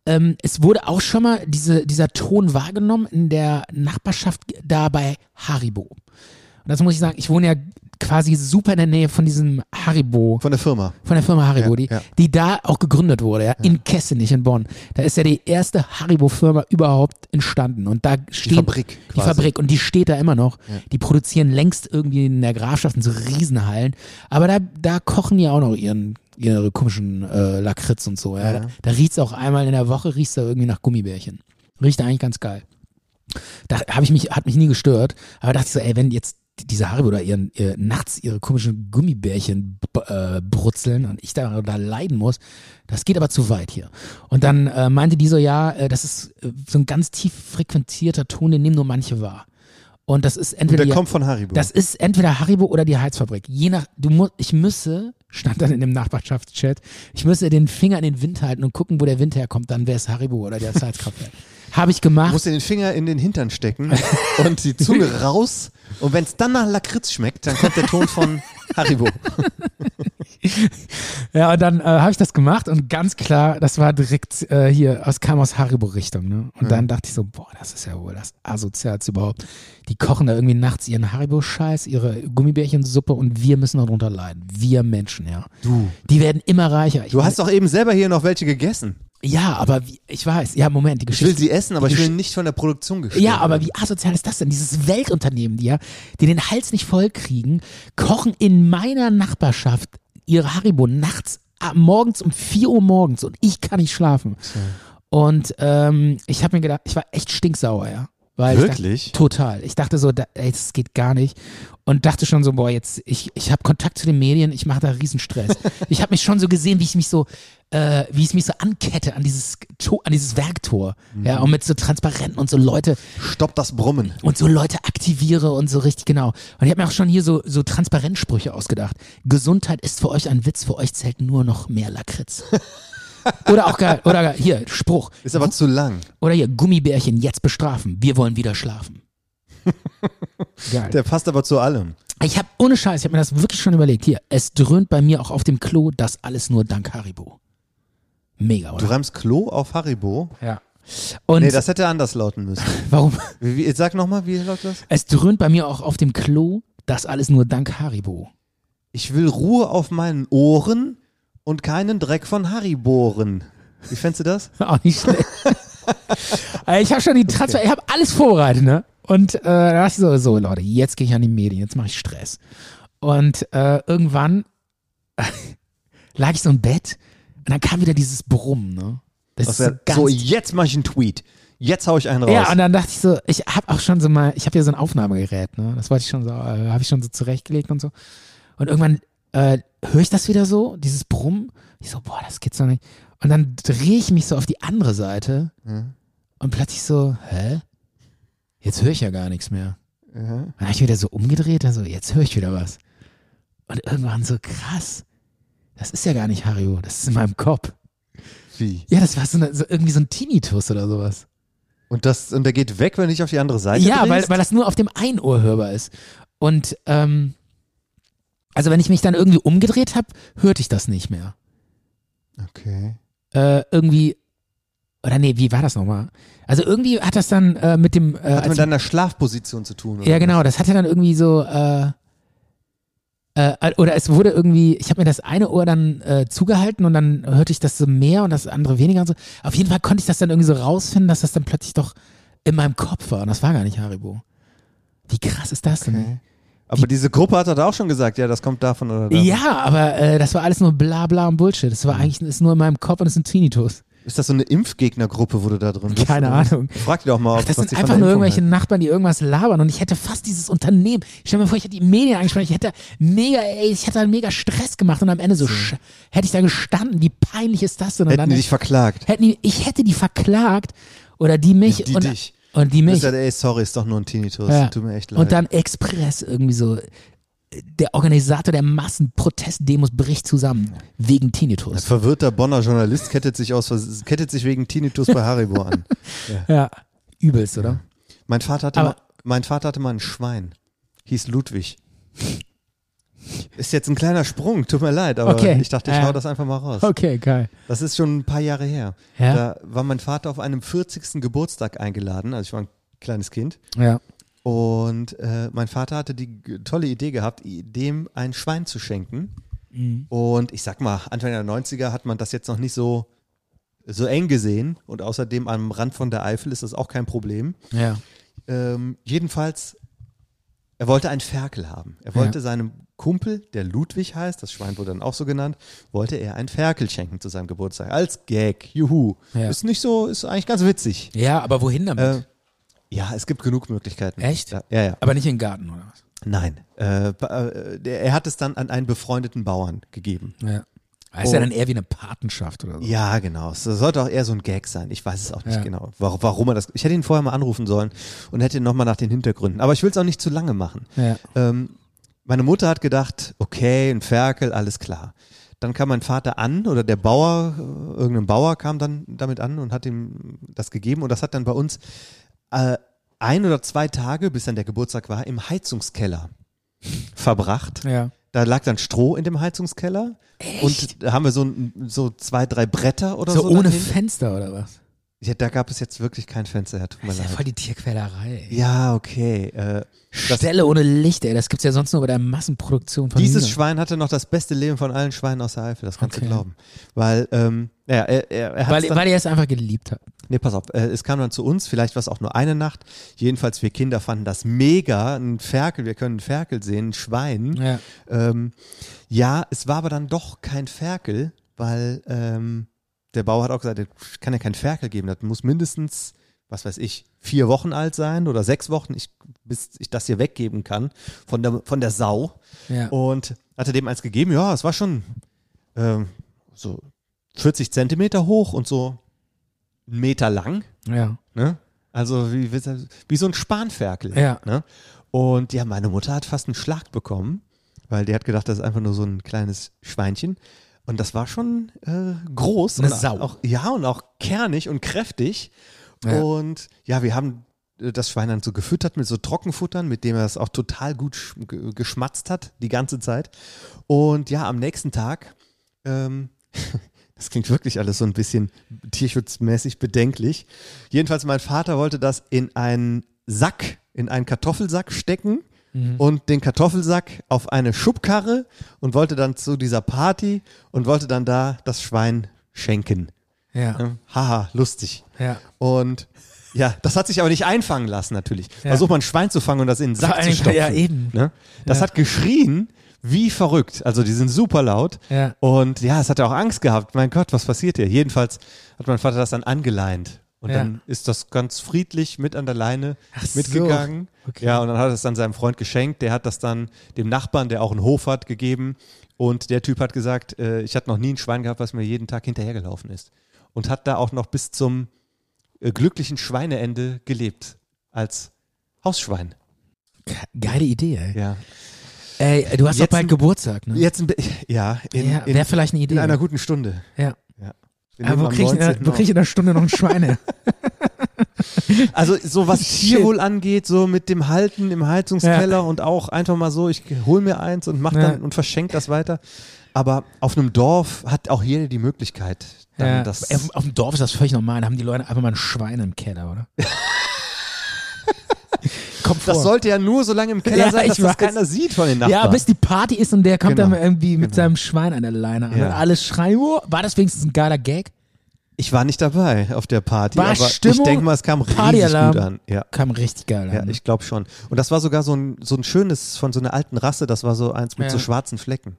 B: ähm, es wurde auch schon mal diese, dieser Ton wahrgenommen in der Nachbarschaft da bei Haribo. Und das muss ich sagen, ich wohne ja quasi super in der Nähe von diesem Haribo.
C: Von der Firma.
B: Von der Firma Haribo,
C: Ja,
B: die,
C: ja.
B: die da auch gegründet wurde, ja, in Kessen, nicht in Bonn. Da ist ja die erste Haribo-Firma überhaupt entstanden. Und da steht.
C: Fabrik
B: Die
C: quasi.
B: Fabrik. Und die steht da immer noch.
C: Ja.
B: Die produzieren längst irgendwie in der Grafschaft in so Riesenhallen. Aber da, da kochen die auch noch ihren, ihre komischen äh, Lakritz und so. Ja.
C: Ja.
B: Da, da riecht's auch einmal in der Woche, riecht's da irgendwie nach Gummibärchen. Riecht eigentlich ganz geil. Da habe ich mich, hat mich nie gestört, aber dachte ich so, ey, wenn jetzt diese Haribo da ihren, ihr, nachts ihre komischen Gummibärchen b- äh, brutzeln und ich da, da leiden muss, das geht aber zu weit hier. Und dann äh, meinte die so, ja, äh, das ist äh, so ein ganz tief frequentierter Ton, den nehmen nur manche wahr. Und das ist entweder
C: der
B: die-
C: kommt von Haribo.
B: Das ist entweder Haribo oder die Heizfabrik. Je nach du musst ich müsse (laughs) stand dann in dem Nachbarschaftschat, ich müsse den Finger in den Wind halten und gucken, wo der Wind herkommt, dann wäre es Haribo oder das
C: (laughs)
B: Heizkraftwerk. Habe ich
C: Du
B: gemacht.
C: musst dir den Finger in den Hintern stecken (laughs) und die Zunge raus. Und wenn es dann nach Lakritz schmeckt, dann kommt der Ton von Haribo.
B: Ja, und dann äh, habe ich das gemacht und ganz klar, das war direkt äh, hier, aus, kam aus Haribo-Richtung. Ne? Und
C: Mhm.
B: dann dachte ich so, boah, das ist ja wohl das Asozialste überhaupt. Die kochen da irgendwie nachts ihren Haribo-Scheiß, ihre Gummibärchensuppe und wir müssen darunter leiden. Wir Menschen, ja.
C: Du.
B: Die werden immer reicher. Ich
C: Du hast doch eben selber hier noch welche gegessen.
B: Ja, aber wie, ich weiß. Ja, Moment, die
C: Ich
B: Geschichte.
C: will sie essen, aber
B: die
C: ich will
B: Gesch-
C: nicht von der Produktion gestört
B: Ja, aber
C: werden.
B: wie asozial ist das denn? Dieses Weltunternehmen, die ja, die den Hals nicht voll kriegen, kochen in meiner Nachbarschaft ihre Haribo nachts, ab- morgens um 4 Uhr morgens und ich kann nicht schlafen. Und ähm, ich habe mir gedacht, ich war echt stinksauer, ja. Weil
C: Wirklich?
B: Ich dachte, total. Ich dachte so, da, ey, das geht gar nicht. Und dachte schon so, boah, jetzt, ich, ich habe Kontakt zu den Medien, ich mache da Riesenstress. ich habe mich schon so gesehen, wie ich mich so, äh, wie ich mich so ankette an dieses, Tor- an dieses Werktor. Ja, und mit so Transparenten und so Leute.
C: Stopp das Brummen.
B: Und so Leute aktiviere und so richtig, genau. Und ich habe mir auch schon hier so, so Transparentsprüche ausgedacht. Gesundheit ist für euch ein Witz, für euch zählt nur noch mehr
C: (laughs)
B: Lakritz. oder auch geil, oder geil, hier, Spruch.
C: Ist aber zu lang.
B: Oder hier, Gummibärchen, jetzt bestrafen. Wir wollen wieder
C: (laughs)
B: schlafen. Geil.
C: Der passt aber zu allem.
B: Ich habe ohne Scheiß, ich habe mir das wirklich schon überlegt. Hier, es dröhnt bei mir auch auf dem Klo, das alles nur dank Haribo. Mega,
C: Du
B: oder?
C: reimst Klo auf Haribo?
B: Ja. Und
C: nee, das hätte anders lauten müssen.
B: warum? (laughs)
C: Wie, wie, sag nochmal, wie lautet das?
B: Es dröhnt bei mir auch auf dem Klo, das alles nur dank Haribo.
C: Ich will Ruhe auf meinen Ohren und keinen Dreck von Hariboren. Wie fändst du das?
B: (laughs) Auch nicht schlecht. Äh, ich habe schon die Transfer, ich habe alles vorbereitet, ne? Und äh, da dachte ich so, so Leute, jetzt gehe ich an die Medien, jetzt mache ich Stress. Und äh, irgendwann (laughs) lag ich so im Bett und dann kam wieder dieses Brummen, ne? Das
C: Was wär- so, jetzt mache ich einen Tweet. Jetzt hau ich einen raus.
B: Ja, und dann dachte ich so, ich habe auch schon so mal, ich habe ja so ein Aufnahmegerät, ne? Das wollte ich schon so, äh, habe ich schon so zurechtgelegt und so. Und irgendwann äh, höre ich das wieder so, dieses Brummen. Ich so, boah, das geht's doch nicht. Und dann drehe ich mich so auf die andere Seite
C: Mhm.
B: und plötzlich so, hä? Jetzt höre ich ja gar nichts mehr.
C: Mhm.
B: Dann habe ich wieder so umgedreht, dann so, jetzt höre ich wieder was. Und irgendwann so, krass, das ist ja gar nicht Hario, das ist in meinem Kopf.
C: Wie?
B: Ja, das war so, eine, so irgendwie so ein Tinnitus oder sowas.
C: Und, das, und der geht weg, wenn ich auf die andere Seite
B: Ja, weil,
C: drehst?
B: weil das nur auf dem einen Ohr hörbar ist. Und ähm, also wenn ich mich dann irgendwie umgedreht habe, hörte ich das nicht mehr.
C: Okay.
B: Äh, irgendwie, oder nee, wie war das nochmal? Also irgendwie hat das dann äh, mit dem... Äh,
C: Hat
B: als-
C: mit deiner Schlafposition zu tun.
B: ja, genau, das hatte dann irgendwie so... Äh, äh, oder es wurde irgendwie, ich habe mir das eine Ohr dann äh, zugehalten und dann hörte ich das so mehr und das andere weniger. Und so. Auf jeden Fall konnte ich das dann irgendwie so rausfinden, dass das dann plötzlich doch in meinem Kopf war. Und das war gar nicht Haribo. Wie krass ist das denn?
C: Aber diese Gruppe hat er da auch schon gesagt, ja, das kommt davon oder davon.
B: Ja, aber äh, das war alles nur bla bla und Bullshit. Das war
C: Mhm.
B: eigentlich ist nur in meinem Kopf und ist ein Tinnitus.
C: Ist das so eine Impfgegnergruppe, wo du da drin bist?
B: Keine
C: oder was?
B: Ahnung.
C: Frag die doch mal, ob
B: Das
C: was
B: sind
C: die ne? von
B: einfach
C: der
B: nur
C: Impfung
B: irgendwelche
C: halten.
B: Nachbarn, die irgendwas labern und ich hätte fast dieses Unternehmen. Stell mir vor, ich hätte die Medien angesprochen, ich hätte mega, ey, ich hätte da mega Stress gemacht und am Ende so sch- hätte ich da gestanden. Wie peinlich ist das denn? Und
C: Hätten die dich verklagt.
B: hätten die, ich hätte die verklagt oder die mich
C: Die
B: und,
C: dich.
B: und die
C: Du
B: mich.
C: bist halt, ey, sorry, ist doch nur ein Tinnitus.
B: Ja.
C: Tut mir echt leid.
B: Und dann Express irgendwie so. äh, Der Organisator der Massenprotestdemos bricht zusammen wegen Tinnitus.
C: Ein verwirrter Bonner Journalist kettet sich, aus, Vers- kettet sich wegen Tinnitus bei
B: (laughs)
C: Haribo an.
B: Ja, übelst, oder?
C: Mein Vater, hatte
B: Aber-
C: mal, mein Vater hatte mal ein Schwein. Hieß Ludwig. Ist jetzt ein kleiner Sprung, tut mir leid, aber
B: Okay.
C: ich dachte, ich
B: Ja.
C: hau das einfach mal raus.
B: Okay, geil.
C: Das ist schon ein paar Jahre her.
B: Ja.
C: Da war mein Vater auf einem 40. Geburtstag eingeladen, also ich war ein kleines Kind.
B: Ja.
C: Und äh, mein Vater hatte die g- tolle Idee gehabt, i- dem ein Schwein zu schenken.
B: Mhm.
C: Und ich sag mal, Anfang der 90er hat man das jetzt noch nicht so, so eng gesehen. Und außerdem am Rand von der Eifel ist das auch kein Problem.
B: Ja.
C: Ähm, jedenfalls, er wollte einen Ferkel haben. Er wollte
B: Ja.
C: seinem Kumpel, der Ludwig heißt, das Schwein wurde dann auch so genannt, wollte er einen Ferkel schenken zu seinem Geburtstag. Als Gag. Juhu.
B: Ja.
C: Ist nicht so, ist eigentlich ganz witzig.
B: Ja, aber wohin damit?
C: Äh, ja, es gibt genug Möglichkeiten.
B: Echt?
C: Ja, ja. ja.
B: aber nicht in den Garten, oder was?
C: Nein. Äh, ba- äh, der- er hat es dann an einen befreundeten Bauern gegeben.
B: Ja. Das ist ja
C: Oh.
B: dann eher wie eine Patenschaft oder so.
C: Ja, genau. Es sollte auch eher so ein Gag sein. Ich weiß es auch nicht
B: Ja.
C: genau, warum, warum er das. Ich hätte ihn vorher mal anrufen sollen und hätte ihn nochmal nach den Hintergründen. Aber ich will es auch nicht zu lange machen.
B: Ja.
C: Ähm, meine Mutter hat gedacht, okay, ein Ferkel, alles klar. Dann kam mein Vater an oder der Bauer, äh, irgendein Bauer kam dann damit an und hat ihm das gegeben und das hat dann bei uns äh, ein oder zwei Tage, bis dann der Geburtstag war, im Heizungskeller verbracht.
B: Ja.
C: Da lag dann Stroh in dem Heizungskeller und da haben wir so, ein- so zwei, drei Bretter oder so.
B: so, ohne
C: dahin.
B: Fenster oder was?
C: Ja, da gab es jetzt wirklich kein Fenster, ja, tut mir
B: Das ist ja
C: leid.
B: voll die Tierquälerei. Ey.
C: halt Ja, okay. Äh, das,
B: Stelle ohne Licht, ey. Das gibt's ja sonst nur bei der Massenproduktion von
C: dieses
B: Hühnern.
C: Schwein hatte noch das beste Leben von allen Schweinen aus der Eifel, das kannst
B: Okay.
C: du glauben. Weil, ähm, ja, er, er, er hat's
B: weil,
C: dann,
B: weil er es einfach geliebt hat.
C: Nee, pass auf, äh, es kam dann zu uns, vielleicht war es auch nur eine Nacht. Jedenfalls, wir Kinder fanden das mega, ein Ferkel, wir können einen Ferkel sehen, ein Schwein.
B: Ja.
C: Ähm, ja, es war aber dann doch kein Ferkel, weil ähm, der Bauer hat auch gesagt, es kann ja kein Ferkel geben, das muss mindestens, was weiß ich, vier Wochen alt sein oder sechs Wochen, ich, bis ich das hier weggeben kann von der, von der Sau.
B: Ja.
C: Und hatte dem eins gegeben, ja, es war schon ähm, so 40 Zentimeter hoch und so einen Meter lang.
B: Ja.
C: Ne? Also wie, wie, wie so ein Spanferkel.
B: Ja.
C: Ne? Und ja, meine Mutter hat fast einen Schlag bekommen, weil die hat gedacht, das ist einfach nur so ein kleines Schweinchen. Und das war schon äh, groß.
B: Eine
C: und
B: Sau.
C: Auch, ja, und auch kernig und kräftig.
B: Ja.
C: Und ja, wir haben äh, das Schwein dann so gefüttert mit so Trockenfuttern, mit dem er es auch total gut sch- ge- geschmatzt hat, die ganze Zeit. Und ja, am nächsten Tag, ähm, das klingt wirklich alles so ein bisschen tierschutzmäßig bedenklich. Jedenfalls, mein Vater wollte das in einen Sack, in einen Kartoffelsack stecken
B: Mhm.
C: und den Kartoffelsack auf eine Schubkarre und wollte dann zu dieser Party und wollte dann da das Schwein schenken.
B: Ja.
C: Ne? Haha, lustig.
B: Ja.
C: Und ja, das hat sich aber nicht einfangen lassen, natürlich.
B: Ja.
C: Versucht man ein Schwein zu fangen und das in den
B: Vor
C: Sack
B: allen
C: zu
B: Dingen,
C: stopfen.
B: ja, eben.
C: Ne? Das
B: Ja.
C: hat geschrien wie verrückt. Also die sind super laut.
B: Ja.
C: Und ja, es hat ja auch Angst gehabt. Mein Gott, was passiert hier? Jedenfalls hat mein Vater das dann angeleint. Und
B: Ja.
C: dann ist das ganz friedlich mit an der Leine mitgegangen. Ja, und dann hat er es dann seinem Freund geschenkt. Der hat das dann dem Nachbarn, der auch einen Hof hat, gegeben. Und der Typ hat gesagt, äh, ich hatte noch nie ein Schwein gehabt, was mir jeden Tag hinterhergelaufen ist. Und hat da auch noch bis zum äh, glücklichen Schweineende gelebt. Als Hausschwein.
B: Geile Idee, ey.
C: Ja.
B: Ey, du hast doch
C: Jetzt
B: bald
C: ein-
B: Geburtstag, ne?
C: Jetzt ein, bi- ja, in,
B: Ja,
C: in-
B: wär vielleicht eine Idee.
C: In einer guten Stunde.
B: Ja.
C: ja. Wir
B: Aber
C: nehmen
B: wo
C: am
B: krieg, ich, in der-
C: 19.
B: wo krieg ich in der Stunde noch ein Schweine?
C: (laughs) Also so (laughs) was
B: Shit.
C: Tierwohl angeht, so mit dem Halten im Heizungskeller und auch einfach mal so, ich hol mir eins und mach dann
B: Ja.
C: und verschenk das weiter. Aber auf einem Dorf hat auch jeder die Möglichkeit, dann
B: Ja.
C: das.
B: Ey, auf dem Dorf ist das völlig normal. Da haben die Leute einfach mal ein Schwein im Keller,
C: (laughs)
B: oder? Kommt vor.
C: Das sollte ja nur so lange im Keller
B: Ja,
C: sein, dass
B: ich
C: das
B: weiß.
C: keiner sieht von den Nachbarn.
B: Ja, bis die Party ist und der kommt
C: Genau.
B: dann irgendwie mit seinem Schwein an der Leine an.
C: Ja.
B: Und alle schreien, oh, war das wenigstens ein geiler Gag?
C: ich war nicht dabei auf der Party,
B: War
C: aber ich
B: Stimmung?
C: denke mal, es kam richtig gut
B: Partyalarm.
C: an. Ja.
B: Kam richtig geil an.
C: Ja, ich glaube schon. Und das war sogar so ein, so ein schönes von so einer alten Rasse, das war so eins mit
B: Ja.
C: so schwarzen Flecken.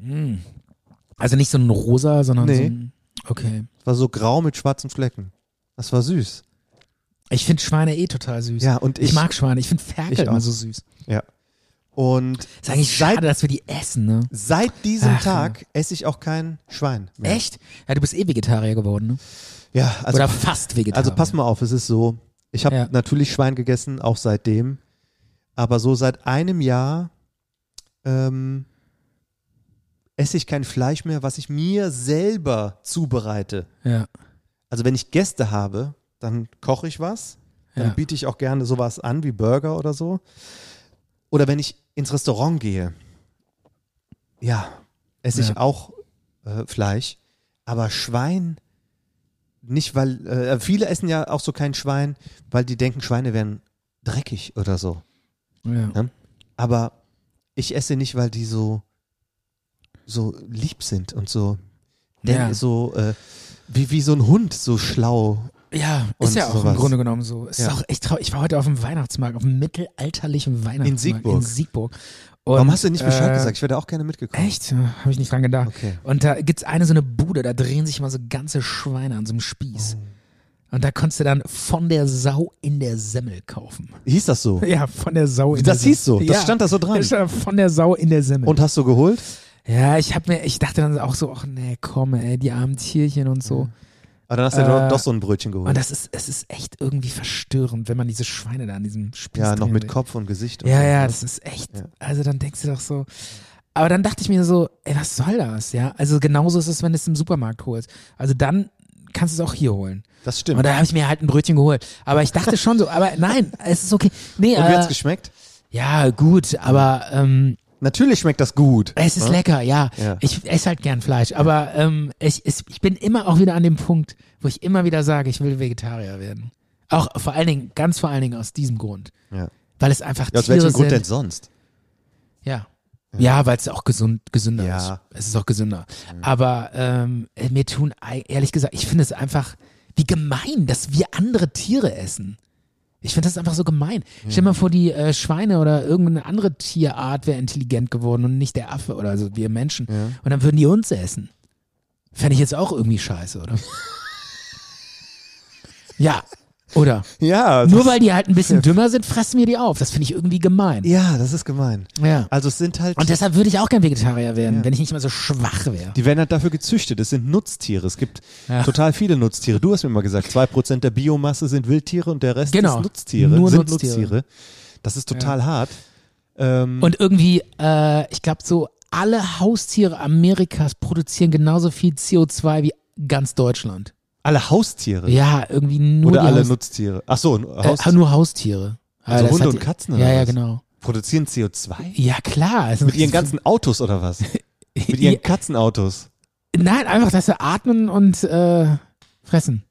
B: Mm. Also nicht so ein rosa, sondern
C: Nee.
B: so ein, Okay.
C: War so grau mit schwarzen Flecken. Das war süß.
B: Ich finde Schweine eh total süß.
C: Ja, und ich-
B: mag Schweine. Ich finde Ferkel
C: Ich auch.
B: immer so süß.
C: Ja. Und
B: Ist eigentlich
C: seit,
B: schade, dass wir die essen, ne?
C: seit diesem
B: Ach,
C: Tag esse ich auch kein Schwein mehr.
B: Echt? Ja, du bist eh Vegetarier geworden, ne?
C: Ja, also,
B: Oder fast Vegetarier.
C: also pass mal auf, es ist so. Ich habe
B: Ja.
C: natürlich Schwein gegessen, auch seitdem. Aber so seit einem Jahr ähm, esse ich kein Fleisch mehr, was ich mir selber zubereite.
B: Ja.
C: Also wenn ich Gäste habe, dann koche ich was. Dann
B: Ja.
C: biete ich auch gerne sowas an wie Burger oder so. Oder wenn ich ins Restaurant gehe, ja, esse ich
B: Ja.
C: auch äh, Fleisch. Aber Schwein nicht, weil äh, viele essen ja auch so kein Schwein, weil die denken, Schweine wären dreckig oder so.
B: Ja.
C: Ne? Aber ich esse nicht, weil die so, so lieb sind und so, denn
B: Ja.
C: so äh, wie, wie so ein Hund, so schlau.
B: Ja,
C: und
B: ist ja auch
C: sowas.
B: im Grunde genommen so. Ist
C: Ja.
B: auch echt traurig. Ich war heute auf dem Weihnachtsmarkt, auf dem mittelalterlichen Weihnachtsmarkt.
C: Siegburg.
B: In Siegburg.
C: Warum
B: Und,
C: hast du nicht Bescheid
B: äh,
C: gesagt? Ich wäre da auch gerne mitgekommen.
B: Echt? Habe ich nicht dran gedacht.
C: Okay.
B: Und da gibt's eine so eine Bude, da drehen sich mal so ganze Schweine an so einem Spieß.
C: Oh.
B: Und da konntest du dann von der Sau in der Semmel kaufen. (laughs)
C: Hieß das so?
B: Ja, von der Sau in der
C: Das
B: Semmel.
C: hieß so, das
B: ja.
C: stand da so dran.
B: Das stand Von der Sau in der Semmel.
C: Und hast du geholt?
B: ja, ich hab mir, ich dachte dann auch so, ach nee, komm, ey, die armen Tierchen und so.
C: Aber Ah, dann hast du doch-
B: Äh,
C: doch so ein Brötchen geholt.
B: Und das ist, es ist echt irgendwie verstörend, wenn man diese Schweine da an diesem Spieß
C: ja, noch
B: drehen
C: mit
B: sieht.
C: Kopf und Gesicht. Und
B: Ja,
C: so,
B: ja,
C: ne?
B: das ist echt.
C: Ja.
B: Also dann denkst du doch so. Aber dann dachte ich mir so, ey, was soll das? Ja, also genauso ist es, wenn du es im Supermarkt holst. Also dann kannst du es auch hier holen.
C: Das stimmt.
B: Und da habe ich mir halt ein Brötchen geholt. Aber ich dachte schon so, aber nein, es ist okay. Nee,
C: und wie hat's
B: aber,
C: geschmeckt?
B: ja, gut, aber ähm,
C: Natürlich schmeckt das gut.
B: es ist
C: ne?
B: lecker, ja.
C: Ja.
B: Ich esse halt gern Fleisch, aber ähm, ich, es- ich bin immer auch wieder an dem Punkt, wo ich immer wieder sage, ich will Vegetarier werden. Auch vor allen Dingen, ganz vor allen Dingen aus diesem Grund.
C: Ja.
B: Weil es einfach
C: ja, aus
B: Tiere
C: welchem Grund
B: sind.
C: denn sonst?
B: Ja. Ja, weil es auch gesund, gesünder ist. Es ist auch gesünder. Aber ähm, mir tun, ei- ehrlich gesagt, ich finde es einfach, wie gemein, dass wir andere Tiere essen. Ich finde das einfach so gemein. Stell dir mal vor, die äh, Schweine oder irgendeine andere Tierart wäre intelligent geworden und nicht der Affe oder so, wir Menschen. Und dann würden die uns essen. (laughs) Fände ich jetzt auch irgendwie scheiße, oder? ja. Oder?
C: Ja.
B: Nur
C: das-
B: weil die halt ein bisschen dümmer sind, fressen wir die auf. Das finde ich irgendwie gemein.
C: Ja, das ist gemein.
B: Ja.
C: Also es sind halt.
B: Und deshalb würde ich auch gern Vegetarier werden, wenn ich nicht mehr so schwach wäre.
C: Die werden halt dafür gezüchtet. Es sind Nutztiere. Es gibt
B: Ja.
C: total viele Nutztiere. Du hast mir mal gesagt, 2% der Biomasse sind Wildtiere und der Rest
B: Genau.
C: ist Nutztiere.
B: Nur
C: sind
B: Nutztiere.
C: Das ist total hart. Ähm,
B: Und irgendwie, äh, ich glaube, so alle Haustiere Amerikas produzieren genauso viel CO2 wie ganz Deutschland.
C: alle Haustiere.
B: Ja, irgendwie nur
C: Oder
B: die
C: alle
B: Haus-
C: Nutztiere. Ach so,
B: Äh, nur Haustiere.
C: Also
B: Aber das
C: Hunde
B: hat-
C: und Katzen
B: Ja,
C: oder
B: ja,
C: was?
B: genau.
C: Produzieren CO2?
B: Ja, klar. Also-
C: Mit ihren ganzen Autos
B: (laughs)
C: oder was? Mit
B: Ja.
C: ihren Katzenautos.
B: Nein, einfach, dass sie atmen und äh, fressen.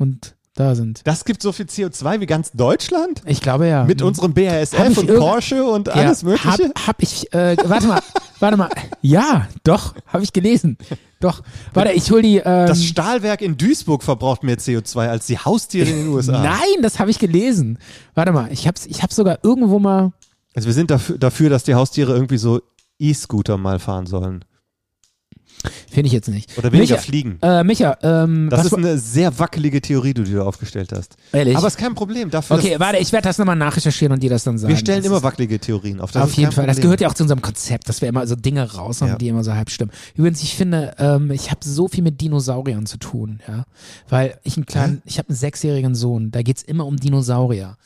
B: Und da sind.
C: Das gibt so viel CO2 wie ganz Deutschland?
B: Ich glaube ja.
C: Mit unserem
B: Ähm, Hab
C: BASF
B: ich
C: und
B: irgend-
C: Porsche und
B: Ja,
C: alles Mögliche?
B: Hab, hab ich, äh, warte
C: (laughs)
B: mal, warte mal. Ja, doch, habe ich gelesen. Doch. Warte, ich hol die. Ähm,
C: das Stahlwerk in Duisburg verbraucht mehr CO2 als die Haustiere in
B: (laughs)
C: den USA.
B: Nein, das habe ich gelesen. Warte mal, ich hab's, ich hab's sogar irgendwo mal.
C: Also wir sind dafür, dafür dass die Haustiere irgendwie so E-Scooter mal fahren sollen.
B: Finde ich jetzt nicht.
C: Oder weniger
B: Micha,
C: fliegen.
B: Äh, Micha, ähm,
C: Das
B: was
C: ist eine sehr wackelige Theorie, die du dir aufgestellt hast.
B: Ehrlich?
C: Aber ist kein Problem. Dafür,
B: Okay,
C: dass-
B: warte, ich werde das nochmal nachrecherchieren und dir das dann sagen.
C: wir stellen
B: das
C: immer
B: ist-
C: wackelige Theorien auf. Das
B: Auf
C: ist
B: jeden
C: kein
B: Fall. Das
C: Problem.
B: gehört ja auch zu unserem Konzept, dass wir immer so Dinge raushauen,
C: Ja.
B: die immer so halb stimmen. Übrigens, ich finde, ähm, ich habe so viel mit Dinosauriern zu tun, ja. Weil ich einen kleinen, ich habe einen sechsjährigen Sohn, da geht's immer um Dinosaurier.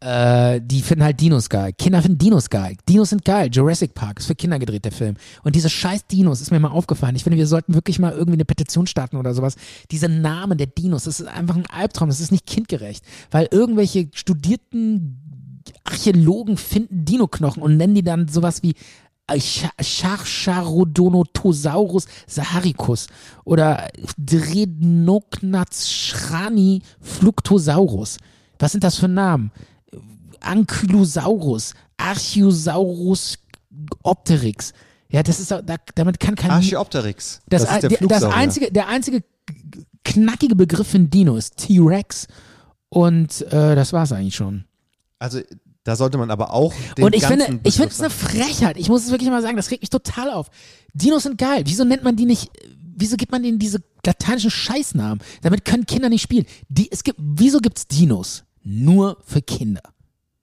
B: Äh, die finden halt Dinos geil. Kinder finden Dinos geil. Dinos sind geil. Jurassic Park ist für Kinder gedreht, der Film. Und diese scheiß Dinos ist mir mal aufgefallen. Ich finde, wir sollten wirklich mal irgendwie eine Petition starten oder sowas. Diese Namen der Dinos, das ist einfach ein Albtraum. Das ist nicht kindgerecht. Weil irgendwelche studierten Archäologen finden Dinoknochen und nennen die dann sowas wie äh, Scha- Charcharodonotosaurus saharicus oder Drehnoknatschrani fluctosaurus. Was sind das für Namen? Ankylosaurus, Archiosaurus opteryx. Ja, das ist doch- da, damit kann kein
C: Archaeopteryx.
B: das,
C: ist der
B: das
C: Flugsaurier.
B: einzige der einzige knackige Begriff für einen Dino ist T-Rex und äh, das war's eigentlich schon.
C: Also da sollte man aber auch den
B: und ich
C: ganzen
B: finde, ich ne finde
C: Begriff
B: es eine Frechheit. Ich muss es wirklich mal sagen, das regt mich total auf. Dinos sind geil. Wieso nennt man die nicht? Wieso gibt man denen diese lateinischen Scheißnamen? Damit können Kinder nicht spielen. Die, es gibt, wieso gibt's Dinos? Nur für Kinder.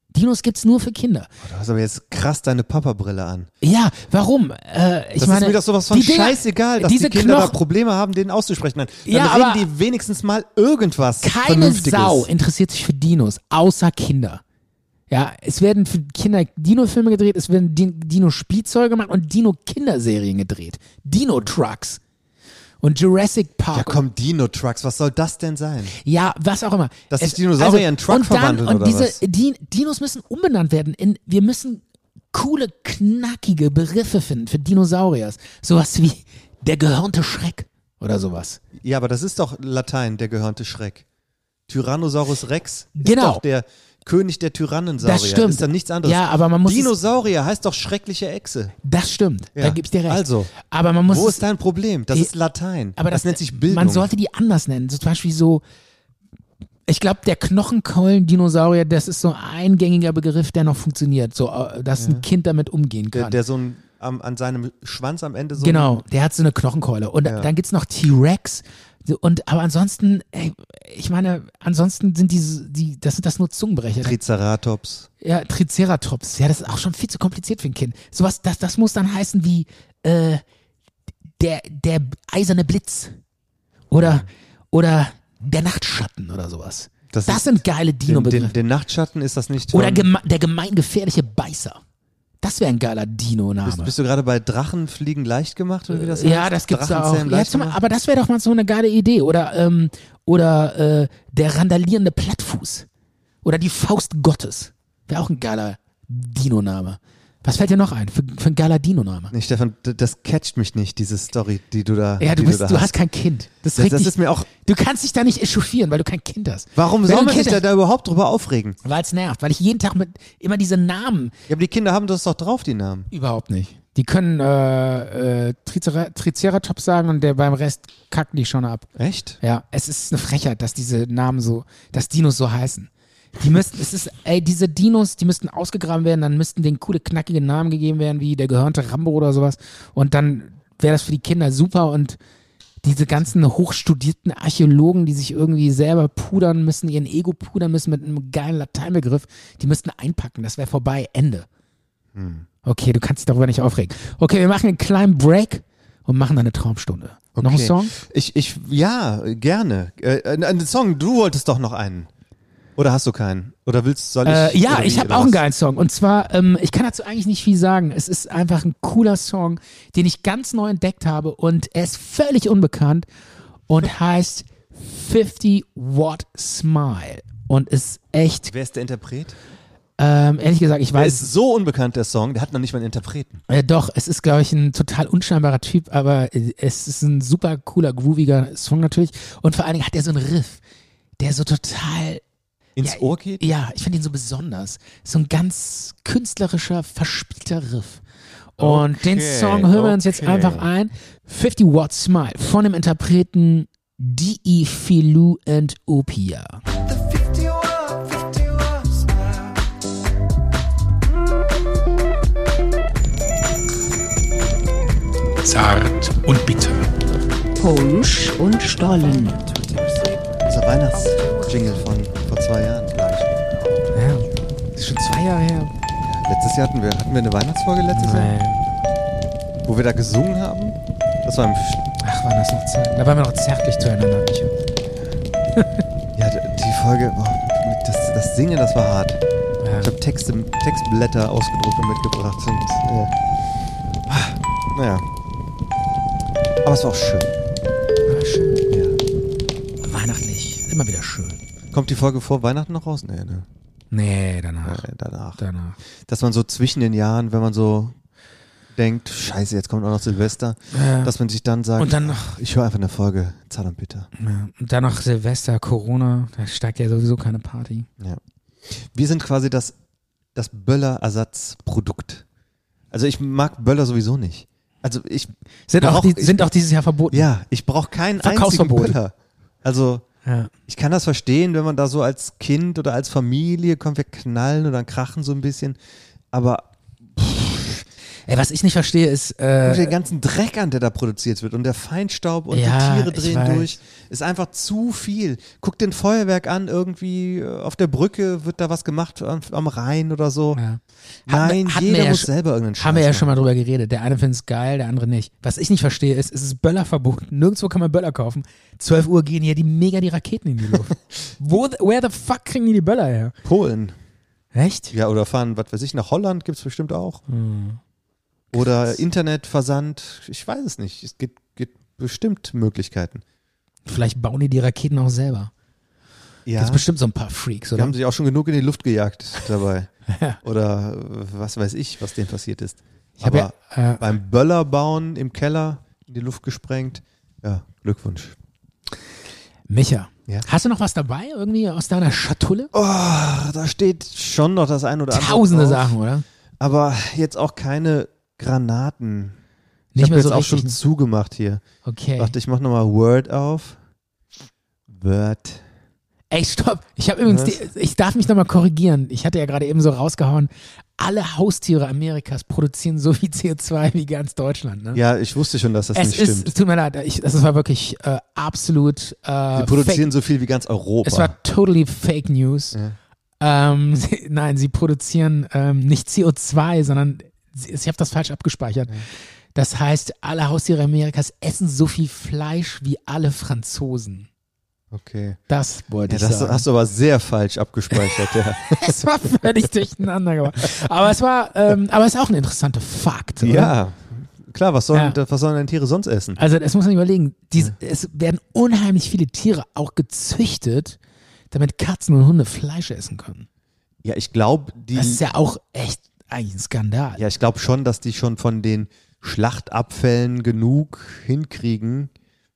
B: Dinos gibt's nur für Kinder.
C: Du hast aber jetzt krass deine Papabrille an.
B: Ja, warum? Äh, ich
C: das
B: meine,
C: ist mir doch sowas von
B: die Dinger-
C: scheißegal, dass
B: diese
C: die Kinder da
B: Knochen-
C: Probleme haben, denen auszusprechen. Dann, dann
B: Ja,
C: reden
B: aber-
C: die wenigstens mal irgendwas
B: Keine
C: Vernünftiges.
B: Sau interessiert sich für Dinos, außer Kinder. Ja, es werden für Kinder Dino-Filme gedreht, es werden Din- Dino-Spielzeuge gemacht und Dino-Kinderserien gedreht. Dino-Trucks. Und Jurassic Park.
C: Ja komm, Dino-Trucks, was soll das denn sein?
B: Ja, was auch immer. also,
C: Dass sich Dinosaurier in einen Truck
B: und dann,
C: verwandeln
B: und
C: oder
B: diese,
C: was?
B: Din Dinos müssen umbenannt werden. In, wir müssen coole, knackige Begriffe finden für Dinosauriers. Sowas wie der gehörnte Schreck oder sowas.
C: Ja, aber das ist doch Latein, der gehörnte Schreck. Tyrannosaurus Rex ist
B: Genau.
C: doch der König der Tyrannensaurier.
B: Das stimmt.
C: Ist dann nichts anderes.
B: Ja, aber man muss es-
C: Dinosaurier heißt doch schreckliche Echse.
B: Das stimmt.
C: Ja.
B: Da gibt's dir recht.
C: Also,
B: aber man muss
C: Wo
B: es-
C: ist dein Problem? Das
B: Ja,
C: ist Latein.
B: Aber
C: das, nennt sich Bildung.
B: Man sollte die anders nennen. So zum Beispiel so, ich glaube, der Knochenkeulen-Dinosaurier, das ist so ein gängiger Begriff, der noch funktioniert. So, äh, dass ein Kind damit umgehen
C: der,
B: kann.
C: der so ein, am, an seinem Schwanz am Ende so
B: genau, der hat so eine Knochenkeule. Und
C: Ja.
B: dann gibt's noch T-Rex. So, Und aber ansonsten, ey, ich meine, ansonsten sind die, die das sind das nur Zungenbrecher.
C: einen Triceratops.
B: Ja, Triceratops. Ja, das ist auch schon viel zu kompliziert für ein Kind. Sowas, das, das muss dann heißen wie äh, der, der eiserne Blitz oder, oder der Nachtschatten oder sowas.
C: Das
B: Das,
C: ist-
B: sind geile
C: Den, den,
B: Dino-Begriffe.
C: den Nachtschatten ist das nicht.
B: Oder
C: von-
B: geme der gemeingefährliche Beißer. Das wäre ein geiler
C: bist,
B: Dino-Name.
C: bist du gerade bei Drachen fliegen leicht gemacht oder wie das
B: Ja,
C: heißt?
B: das gibt's da auch.
C: Drachenzähmen
B: Ja,
C: leicht
B: zum,
C: gemacht?
B: aber das wäre doch mal so eine geile Idee. Oder, ähm, oder äh, der randalierende Plattfuß. Oder die Faust Gottes. Wäre auch ein geiler Dino-Name. Was fällt dir noch ein für, für ein geiler Dino-Name?
C: Nee, Stefan, d- das catcht mich nicht, diese Story, die du da.
B: Ja, du,
C: die
B: bist,
C: da
B: du hast kein Kind. Das,
C: Das,
B: regt
C: das
B: dich-
C: ist mir auch.
B: du kannst dich da nicht echauffieren, weil du kein Kind hast. Wenn
C: Warum
B: du
C: soll
B: ein
C: man
B: Kind
C: sich da,
B: hast-
C: da überhaupt drüber aufregen?
B: Weil es nervt, weil ich jeden Tag mit immer diese Namen
C: Ja, aber die Kinder haben das doch drauf, die Namen.
B: überhaupt nicht. Die können äh, äh, Tricera Triceratops sagen und der beim Rest kackt die schon ab.
C: Echt?
B: Ja, es ist eine Frechheit, dass diese Namen so, dass Dinos so heißen. Die müssten, es ist, ey, diese Dinos, die müssten ausgegraben werden, dann müssten denen coole, knackige Namen gegeben werden, wie der gehörnte Rambo oder sowas. Und dann wäre das für die Kinder super und diese ganzen hochstudierten Archäologen, die sich irgendwie selber pudern müssen, ihren Ego pudern müssen mit einem geilen Lateinbegriff, die müssten einpacken. Das wäre vorbei. Ende.
C: Hm.
B: Okay, du kannst dich darüber nicht aufregen. Okay, wir machen einen kleinen Break und machen dann eine Traumstunde. Noch ein
C: Okay.
B: Song?
C: Ich, ich, ja, gerne. Äh, ein- ein Song, du wolltest doch noch einen. Oder hast du keinen? Oder willst, soll ich?
B: Äh, ja,
C: oder wie,
B: ich habe
C: oder
B: auch einen
C: was?
B: geilen Song. Und zwar, ähm, ich kann dazu eigentlich nicht viel sagen. Es ist einfach ein cooler Song, den ich ganz neu entdeckt habe und er ist völlig unbekannt und heißt 50 Watt Smile und ist echt.
C: Wer ist der Interpret?
B: Ähm, ehrlich gesagt, ich
C: Der
B: weiß.
C: ist so unbekannt, der Song, der hat noch nicht mal einen Interpreten.
B: Äh, doch, es ist, glaube ich, ein total unscheinbarer Typ, aber äh, es ist ein super cooler, grooviger Song natürlich. Und vor allen Dingen hat er so einen Riff, der so total
C: Ins
B: ja,
C: Ohr geht?
B: Ja, ich finde ihn so besonders. So ein ganz künstlerischer, verspielter Riff. Und
K: Okay,
B: den Song hören wir uns jetzt
K: okay.
B: einfach ein. 50 Watt Smile von dem Interpreten D.E. Filou and Opia.
L: Zart und bitter.
M: Punsch und Stollen.
C: Unser Weihnachtsjingle
B: Oh.
C: von vor zwei Jahren, glaube ich.
B: Ja, ist schon zwei Jahre her.
C: Letztes Jahr hatten wir, hatten wir eine Weihnachtsfolge letztes Jahr? Wo wir da gesungen haben? Das war im.
B: Ach, waren das noch Zeiten. Da waren wir noch zärtlich zueinander. Micha.
C: Ja, d- die Folge, boah, mit- das, das Singen, das war hart.
B: Ja.
C: Ich habe Texte, Textblätter ausgedruckt und mitgebracht. Und, äh, ah, naja. Aber es war auch schön.
B: War schön.
C: Ja.
B: Weihnachtlich. Immer wieder schön.
C: Kommt die Folge vor Weihnachten noch raus? Nee, ne?
B: Nee, danach.
C: Nee, danach.
B: Danach.
C: Dass man so zwischen den Jahren, wenn man so denkt, scheiße, jetzt kommt auch noch Silvester,
B: Ja.
C: dass man sich dann sagt,
B: Und dann noch-
C: ach, ich höre einfach eine Folge Zart und Bitter.
B: Ja. Und dann noch Silvester, Corona, da steigt ja sowieso keine Party.
C: Ja. Wir sind quasi das, das Böller-Ersatzprodukt. Also ich mag Böller sowieso nicht. Also ich
B: Sind auch
C: brauch-
B: die-
C: ich-
B: sind auch dieses Jahr verboten.
C: Ja, ich brauche keinen einzigen
B: Verkaufsverbot.
C: Böller. Also
B: Ja.
C: ich kann das verstehen, wenn man da so als Kind oder als Familie kommt, wir knallen oder krachen so ein bisschen. Aber
B: Ey, was ich nicht verstehe, ist.
C: Und
B: Äh,
C: den ganzen Dreck an, der da produziert wird und der Feinstaub und
B: Ja,
C: die Tiere
B: ich
C: drehen
B: weiß.
C: durch, ist einfach zu viel. Guck den Feuerwerk an, irgendwie äh, auf der Brücke wird da was gemacht am, am Rhein oder so. Nein,
B: hatten wir
C: jeder
B: ne- ja
C: muss
B: sch-
C: selber irgendeinen Scheiß
B: haben wir ja
C: machen.
B: schon mal drüber geredet. Der eine findet es geil, der andere nicht. Was ich nicht verstehe, ist, es ist Böllerverbot. Nirgendwo kann man Böller kaufen. 12 Uhr gehen hier die mega die Raketen in die
C: (laughs)
B: Luft. Wo, the- where the fuck kriegen die die Böller her?
C: Polen.
B: Echt?
C: Ja, oder fahren, was weiß ich, nach Holland gibt es bestimmt auch.
B: Hm.
C: Oder Internetversand, ich weiß es nicht. Es gibt, gibt bestimmt Möglichkeiten.
B: Vielleicht bauen die die Raketen auch selber.
C: Ja.
B: Gibt's bestimmt so ein paar Freaks,
C: Die
B: oder?
C: haben sich auch schon genug in die Luft gejagt dabei.
B: (laughs) Ja.
C: Oder äh, was weiß ich, was denen passiert ist.
B: Ich hab
C: Aber
B: ja, äh,
C: beim Böllerbauen im Keller in die Luft gesprengt. Ja, Glückwunsch.
B: Micha,
C: Ja.
B: hast du noch was dabei irgendwie aus deiner Schatulle?
C: Oh, da steht schon noch das ein oder andere.
B: Tausende
C: drauf.
B: Sachen, oder?
C: Aber jetzt auch keine Granaten.
B: Nicht
C: ich habe
B: mehr
C: jetzt
B: so
C: auch
B: richtig,
C: schon
B: ne?
C: zugemacht hier.
B: Okay.
C: Dachte, ich mache nochmal Word auf. Word.
B: Ey, stopp. Ich habe übrigens,
C: Was?
B: die, ich darf mich nochmal korrigieren. Ich hatte ja gerade eben so rausgehauen, alle Haustiere Amerikas produzieren so viel CO2 wie ganz Deutschland. Ne?
C: Ja, ich wusste schon, dass das
B: es
C: nicht
B: ist,
C: stimmt.
B: Es tut mir leid, ich, das war wirklich äh, absolut. Äh,
C: Sie produzieren
B: fake.
C: so viel wie ganz Europa.
B: Es war totally Fake News. Ähm, (laughs) sie, nein, sie produzieren ähm, nicht CO2, sondern sie- ich habe das falsch abgespeichert. Das heißt, alle Haustiere Amerikas essen so viel Fleisch wie alle Franzosen.
C: okay.
B: Das wollte
C: Ja,
B: ich
C: das
B: sagen.
C: hast du aber sehr falsch abgespeichert.
B: (laughs)
C: ja.
B: es war völlig durcheinander geworden. Aber es war, ähm, aber es ist auch ein interessanter Fakt. Oder?
C: ja, klar, was sollen,
B: Ja.
C: was sollen denn Tiere sonst essen?
B: Also das muss man überlegen. Die, Es werden unheimlich viele Tiere auch gezüchtet, damit Katzen und Hunde Fleisch essen können.
C: Ja, ich glaube, die.
B: Das ist ja auch echt eigentlich ein Skandal.
C: Ja, ich glaube schon, dass die schon von den Schlachtabfällen genug hinkriegen,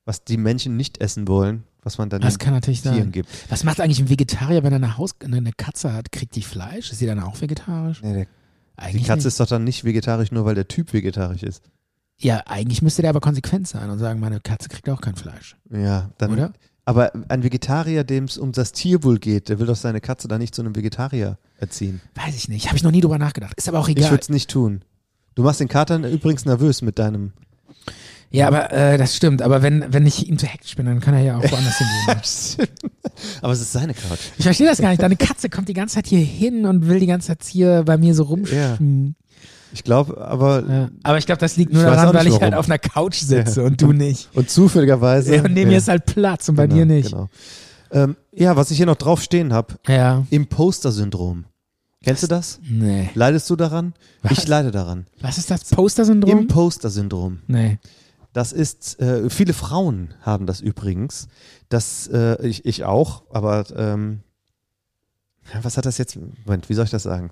C: was die Menschen nicht essen wollen, was man dann
B: Das
C: den
B: kann natürlich
C: Tieren
B: sein.
C: gibt.
B: Was macht eigentlich ein Vegetarier, wenn er eine, Haus wenn er eine Katze hat? Kriegt die Fleisch? Ist sie dann auch vegetarisch?
C: Nee, der, die
B: Eigentlich
C: Katze
B: nicht.
C: ist doch dann nicht vegetarisch, nur weil der Typ vegetarisch ist.
B: Ja, eigentlich müsste der aber konsequent sein und sagen, meine Katze kriegt auch kein Fleisch.
C: Ja, dann.
B: Oder?
C: Aber ein Vegetarier, dem es um das Tierwohl geht, der will doch seine Katze da nicht zu einem Vegetarier erziehen.
B: Weiß ich nicht. Habe ich noch nie drüber nachgedacht. Ist aber auch
C: Ich
B: egal.
C: würde es nicht tun. Du machst den Kater übrigens nervös mit deinem
B: Ja, aber äh, das stimmt. Aber wenn, wenn ich ihm zu hektisch bin, dann kann er ja auch woanders
C: (laughs)
B: hingehen.
C: Aber es ist seine Couch.
B: Ich verstehe das gar nicht. Deine Katze kommt die ganze Zeit hier hin und will die ganze Zeit hier bei mir so rumschwimmen.
C: Ich glaube, aber.
B: Aber ich glaube, das liegt nur
C: Ich weiß auch
B: daran,
C: nicht,
B: weil ich halt
C: warum.
B: auf einer Couch sitze und du nicht.
C: Und zufälligerweise.
B: Ja, und neben mir ist halt Platz und bei dir nicht.
C: Genau. Ähm, ja, was ich hier noch drauf stehen habe.
B: Ja.
C: Imposter-Syndrom. Kennst du das?
B: Nee.
C: Leidest du daran? Ich leide daran.
B: Was ist das? Poster-Syndrom?
C: Imposter-Syndrom.
B: Nee.
C: Das ist, äh, viele Frauen haben das übrigens. Das, äh, ich, ich auch, aber ähm, ja, was hat das jetzt? Moment, wie soll ich das sagen?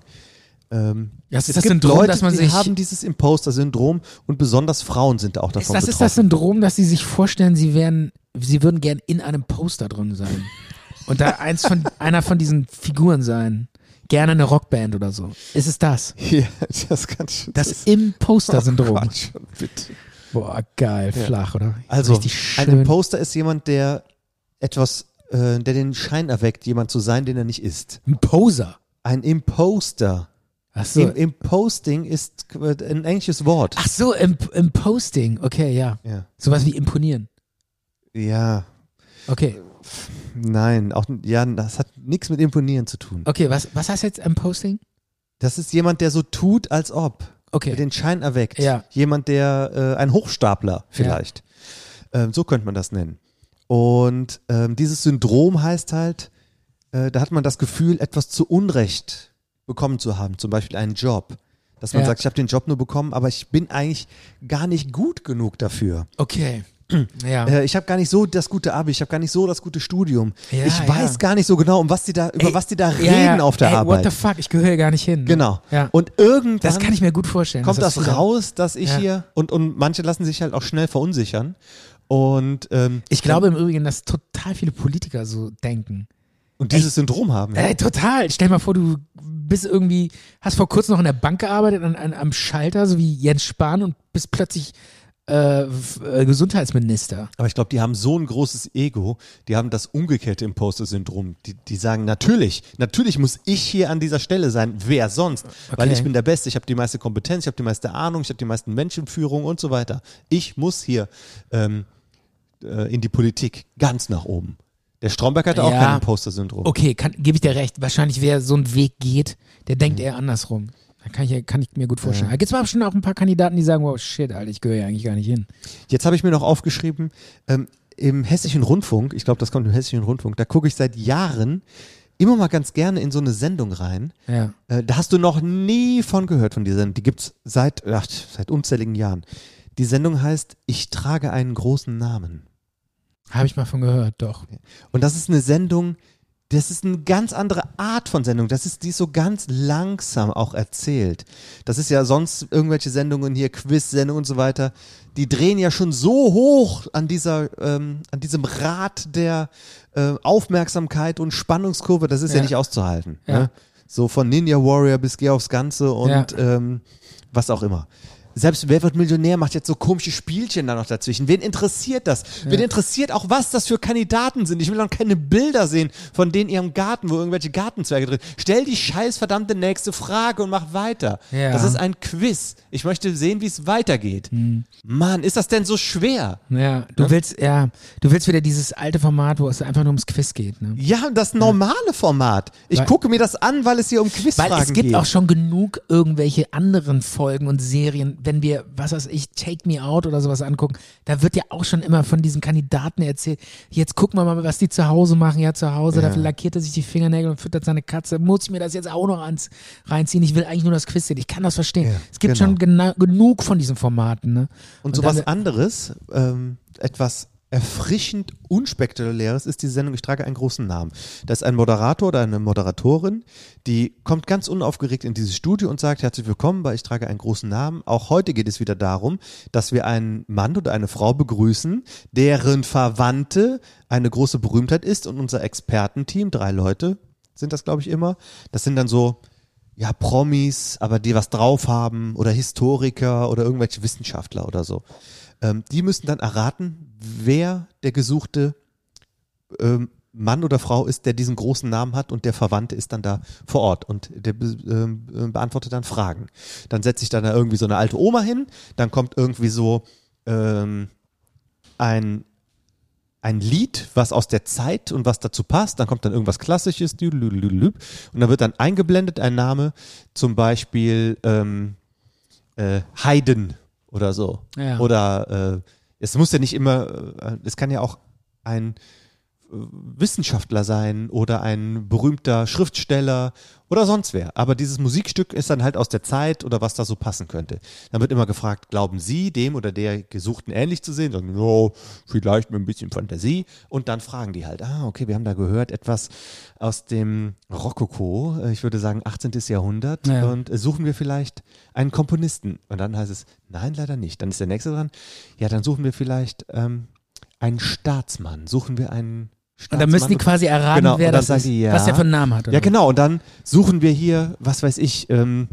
C: Ähm,
B: Das ist
C: es
B: das
C: gibt
B: Syndrom,
C: Leute,
B: dass man
C: die
B: sich-
C: haben dieses Imposter-Syndrom und besonders Frauen sind auch davon
B: Ist das
C: betroffen.
B: ist das Syndrom, dass sie sich vorstellen, sie wären, sie würden gern in einem Poster drin sein. Und da eins
C: (laughs)
B: von, einer von diesen Figuren sein. Gerne eine Rockband oder so. Ist es das?
C: (laughs) Ja, das kann ich.
B: Das, Imposter-Syndrom.
C: Oh Quatsch, bitte.
B: Boah, geil,
C: Ja.
B: flach, oder?
C: Also,
B: Richtig
C: ein
B: schön.
C: Imposter ist jemand, der etwas, äh, der den Schein erweckt, jemand zu sein, den er nicht ist.
B: Ein Poser.
C: Ein Imposter.
B: Ach so. Ah.
C: Im, Imposting ist äh, ein englisches Wort.
B: Ach so, im, im Posting. Okay, ja.
C: Ja.
B: Sowas wie imponieren.
C: Ja,
B: Okay.
C: nein, auch ja, das hat nichts mit imponieren zu tun.
B: Okay, was, was heißt jetzt im Posting?
C: Das ist jemand, der so tut, als ob.
B: Okay.
C: Der den Schein erweckt.
B: Ja.
C: Jemand, der äh, ein Hochstapler vielleicht. Ähm, so könnte man das nennen. Und ähm, dieses Syndrom heißt halt, äh, da hat man das Gefühl, etwas zu Unrecht bekommen zu haben, zum Beispiel einen Job. Dass man
B: Ja.
C: sagt, ich habe den Job nur bekommen, aber ich bin eigentlich gar nicht gut genug dafür.
B: Okay. Ja.
C: Äh, ich habe gar nicht so das gute Abi, ich habe gar nicht so das gute Studium.
B: Ja,
C: ich
B: ja.
C: weiß gar nicht so genau, um was die da, über
B: Ey,
C: was die da
B: ja, ja.
C: reden auf der
B: Ey,
C: Arbeit.
B: What the fuck, ich gehöre gar nicht hin. ne?
C: Genau.
B: Ja.
C: Und irgendwann
B: Das kann ich mir gut vorstellen.
C: kommt
B: dass
C: das,
B: so-
C: raus, dass ich
B: Ja.
C: hier und, und manche lassen sich halt auch schnell verunsichern. Und ähm,
B: Ich glaube im Übrigen, dass total viele Politiker so denken.
C: und dieses Syndrom haben.
B: Ey, total. Stell dir mal vor, du bist irgendwie, hast vor kurzem noch in der Bank gearbeitet, an, an, am Schalter, so wie Jens Spahn und bist plötzlich äh, f- äh, Gesundheitsminister.
C: Aber ich glaube, die haben so ein großes Ego, die haben das umgekehrte Imposter-Syndrom. Die, die sagen, natürlich, natürlich muss ich hier an dieser Stelle sein. Wer sonst? Weil
B: Okay.
C: ich bin der Beste, ich habe die meiste Kompetenz, ich habe die meiste Ahnung, ich habe die meisten Menschenführung und so weiter. Ich muss hier ähm, äh, in die Politik ganz nach oben. Der Stromberg hatte auch
B: Ja.
C: kein Imposter-Syndrom.
B: Okay, kann- gebe ich dir recht. Wahrscheinlich, wer so einen Weg geht, der denkt eher andersrum. Da kann ich, ja- kann ich mir gut vorstellen.
C: Mhm.
B: Da
C: Ja.
B: gibt es aber bestimmt auch ein paar Kandidaten, die sagen, wow, shit, Alter, ich gehöre ja eigentlich gar nicht hin.
C: Jetzt habe ich mir noch aufgeschrieben, ähm, im Hessischen Rundfunk, ich glaube, das kommt im Hessischen Rundfunk, da gucke ich seit Jahren immer mal ganz gerne in so eine Sendung rein.
B: Ja.
C: Äh, da hast du noch nie von gehört, von dieser Sendung. Die gibt es seit, ach, seit unzähligen Jahren. Die Sendung heißt Ich trage einen großen Namen.
B: Habe ich mal von gehört, doch.
C: Und das ist eine Sendung, das ist eine ganz andere Art von Sendung. Das ist, die ist so ganz langsam auch erzählt. Das ist ja sonst irgendwelche Sendungen hier, Quiz-Sendungen und so weiter. Die drehen ja schon so hoch an dieser, ähm, an diesem Rad der äh, Aufmerksamkeit und Spannungskurve. Das ist ja,
B: Ja.
C: nicht auszuhalten.
B: Ja.
C: Ne? So von Ninja Warrior bis Geh aufs Ganze und
B: Ja.
C: ähm, was auch immer. Selbst Wer wird Millionär macht jetzt so komische Spielchen da noch dazwischen. Wen interessiert das? Wen interessiert auch, was das für Kandidaten sind? Ich will auch keine Bilder sehen von denen in ihrem Garten, wo irgendwelche Gartenzwerge drin Stell die scheiß verdammte nächste Frage und mach weiter.
B: Ja.
C: Das ist ein Quiz. Ich möchte sehen, wie es weitergeht.
B: Hm.
C: Mann, ist das denn so schwer?
B: Ja, du
C: Ne?
B: willst, ja, du willst wieder dieses alte Format, wo es einfach nur ums Quiz geht, ne?
C: Ja, das normale Format. Ich
B: Weil-
C: gucke mir das an, weil es hier um Quizfragen
B: Weil
C: geht.
B: es gibt auch schon genug irgendwelche anderen Folgen und Serien, wenn wir, was weiß ich, Take Me Out oder sowas angucken, da wird ja auch schon immer von diesen Kandidaten erzählt, jetzt gucken wir mal, was die zu Hause machen, ja zu Hause,
C: Ja.
B: da lackiert er sich die Fingernägel und füttert seine Katze, muss ich mir das jetzt auch noch ans, reinziehen, ich will eigentlich nur das Quiz sehen, ich kann das verstehen.
C: Ja,
B: es gibt
C: genau.
B: schon gena genug von diesen Formaten. Ne?
C: Und sowas
B: dann-
C: anderes, ähm, etwas erfrischend unspektakuläres ist die Sendung Ich trage einen großen Namen. Da ist ein Moderator oder eine Moderatorin, die kommt ganz unaufgeregt in dieses Studio und sagt, herzlich willkommen bei Ich trage einen großen Namen. Auch heute geht es wieder darum, dass wir einen Mann oder eine Frau begrüßen, deren Verwandte eine große Berühmtheit ist und unser Expertenteam, drei Leute sind das, glaube ich, immer. Das sind dann so ja, Promis, aber die was drauf haben oder Historiker oder irgendwelche Wissenschaftler oder so. Ähm, die müssen dann erraten, wer der gesuchte ähm, Mann oder Frau ist, der diesen großen Namen hat und der Verwandte ist dann da vor Ort und der be ähm, äh, beantwortet dann Fragen. Dann setzt sich dann da irgendwie so eine alte Oma hin, dann kommt irgendwie so ähm, ein, ein Lied, was aus der Zeit und was dazu passt. Dann kommt dann irgendwas Klassisches. düdelüdelüdelüb, Und dann wird dann eingeblendet ein Name, zum Beispiel ähm, äh, Haydn oder so.
B: Ja.
C: Oder äh, es muss ja nicht immer, äh, es kann ja auch ein äh, Wissenschaftler sein oder ein berühmter Schriftsteller oder sonst wer. Aber dieses Musikstück ist dann halt aus der Zeit oder was da so passen könnte. Dann wird immer gefragt, glauben Sie, dem oder der Gesuchten ähnlich zu sehen? Sagen, no, vielleicht mit ein bisschen Fantasie. Und dann fragen die halt, ah, okay, wir haben da gehört etwas aus dem Rokoko, äh, ich würde sagen 18. Jahrhundert.
B: Ja.
C: Und äh, suchen wir vielleicht einen Komponisten? Und dann heißt es, nein, leider nicht. Dann ist der nächste dran. Ja, dann suchen wir vielleicht ähm, einen Staatsmann. Suchen wir einen
B: Und dann müssen die quasi erraten,
C: genau,
B: wer
C: und dann
B: das
C: sagen
B: ist,
C: die, ja.
B: was der für einen Namen hat, oder
C: Ja,
B: was?
C: genau. Und dann suchen wir hier, was weiß ich, ähm,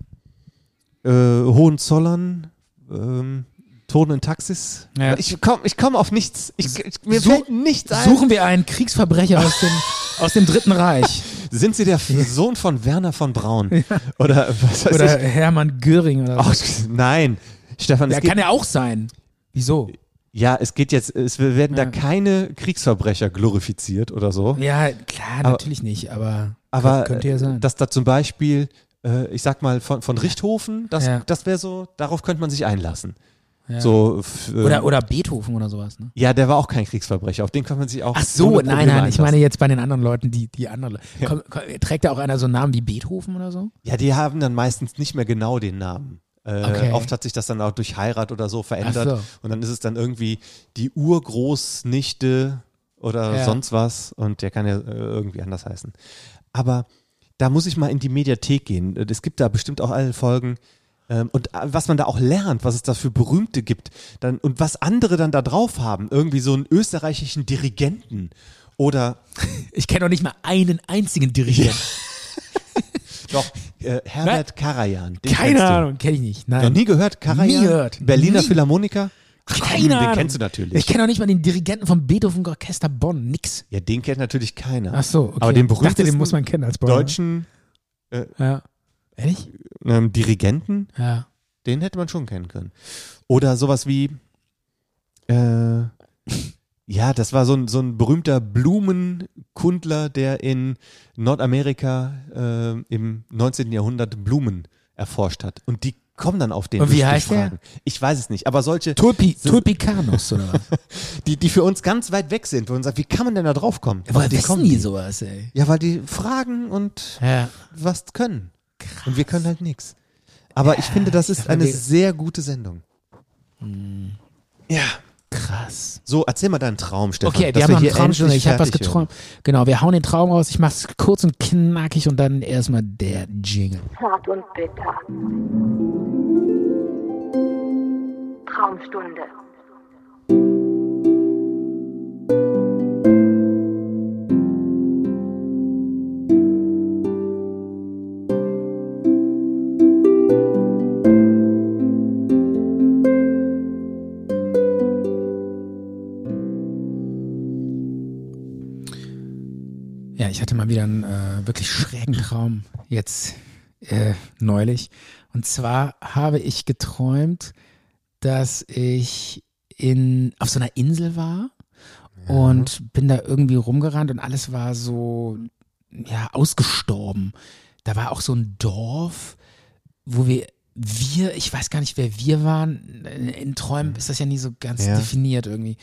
C: äh, Hohenzollern, ähm, Ton in Taxis.
B: Ja.
C: Ich komme ich komm auf nichts. Ich, ich, mir fällt nichts ein.
B: Suchen wir einen Kriegsverbrecher aus dem, aus dem Dritten (laughs) Reich.
C: Sind Sie der F- Sohn von Werner von Braun? Oder was weiß
B: Oder
C: ich?
B: Hermann Göring oder
C: Ach,
B: so.
C: nein, Stefan,
B: Der
C: es geht,
B: kann ja auch sein. Wieso?
C: ja, es geht jetzt, es werden da keine Kriegsverbrecher glorifiziert oder so.
B: Ja, klar,
C: Aber-
B: natürlich nicht, aber,
C: Aber äh,
B: könnte ja sein.
C: dass da zum Beispiel, äh, ich sag mal, von, von Richthofen, das,
B: Ja.
C: das wäre so, darauf könnte man sich einlassen.
B: Ja.
C: So, f- ähm,
B: oder, oder Beethoven oder sowas, ne?
C: Ja, der war auch kein Kriegsverbrecher, auf den kann man sich auch.
B: Ach so, nein,
C: ohne
B: nein,
C: Probleme
B: ich
C: einlassen.
B: meine jetzt bei den anderen Leuten, die, die anderen Leute. Komm, komm, trägt da auch einer so einen Namen wie Beethoven oder so?
C: Ja, die haben dann meistens nicht mehr genau den Namen. Äh,
B: Okay.
C: Oft hat sich das dann auch durch Heirat oder so verändert.
B: Ach so.
C: Und dann ist es dann irgendwie die Urgroßnichte oder
B: Ja.
C: sonst was. Und der kann ja äh, irgendwie anders heißen. Aber da muss ich mal in die Mediathek gehen. Äh, Es gibt da bestimmt auch alle Folgen. Ähm, und äh, was man da auch lernt, was es da für Berühmte gibt. Dann, und was andere dann da drauf haben. Irgendwie so einen österreichischen Dirigenten. Oder
B: Ich kenne doch nicht mal einen einzigen Dirigenten.
C: doch,
B: (laughs)
C: äh, Herbert Karajan. den kennst
B: Keine
C: du.
B: Ahnung, kenne ich nicht. Nein.
C: Noch Äh, nie gehört? Karajan?
B: Nie gehört.
C: Berliner
B: Nie.
C: Philharmoniker? Ach, komm,
B: Keine Ahnung.
C: Den kennst du natürlich.
B: Ich kenne doch nicht mal den Dirigenten vom Beethoven Orchester Bonn. Nix.
C: ja, den kennt natürlich keiner.
B: Ach so, okay.
C: Aber den
B: Ich dachte,
C: berühmtesten
B: den muss man kennen als Bonner.
C: deutschen äh,
B: Ja. Ehrlich?
C: ähm, Dirigenten,
B: Ja.
C: den hätte man schon kennen können. Oder sowas wie, äh, ja, das war so ein, so ein berühmter Blumenkundler, der in Nordamerika äh, im 19. Jahrhundert Blumen erforscht hat. Und die kommen dann auf den
B: Und wie
C: durch die
B: heißt der?
C: Fragen. Ich weiß es nicht, aber solche
B: Tulpi, Tulpicanus (laughs) oder was?
C: die, die für uns ganz weit weg sind, wo man sagt, wie kann man denn da drauf kommen?
B: Woher
C: die
B: wissen
C: kommen
B: die sowas, ey?
C: Ja, weil die fragen und
B: Ja.
C: was können. Und wir können halt nichts. Aber ich finde, das ist
B: aber
C: eine
B: wir- Hm.
C: sehr gute Sendung. Ja.
B: Krass.
C: So, erzähl mal deinen Traum, Stefan.
B: Okay,
C: dass
B: wir haben einen
C: hier
B: Traum schon.
C: endlich
B: Ich habe was
C: fertig werden.
B: geträumt. Genau, wir hauen den Traum raus. Ich mach's kurz und knackig und dann erstmal der Jingle.
N: Zart und bitter. Traumstunde.
B: Ja, ich hatte mal wieder einen äh, wirklich schrägen Traum jetzt äh, neulich. Und zwar habe ich geträumt, dass ich in, auf so einer Insel war und bin da irgendwie rumgerannt und alles war so ja, ausgestorben. Da war auch so ein Dorf, wo wir, wir, ich weiß gar nicht, wer wir waren. In Träumen ist das ja nie so ganz
M: Ja.
B: definiert irgendwie.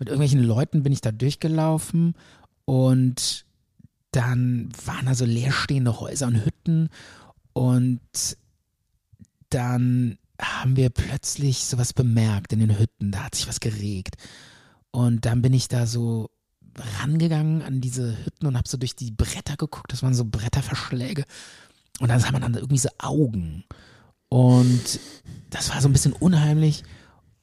B: Mit irgendwelchen Leuten bin ich da durchgelaufen und dann waren da so leerstehende Häuser und Hütten und dann haben wir plötzlich sowas bemerkt in den Hütten, da hat sich was geregt. Und dann bin ich da so rangegangen an diese Hütten und habe so durch die Bretter geguckt, das waren so Bretterverschläge und dann sah man dann irgendwie so Augen und das war so ein bisschen unheimlich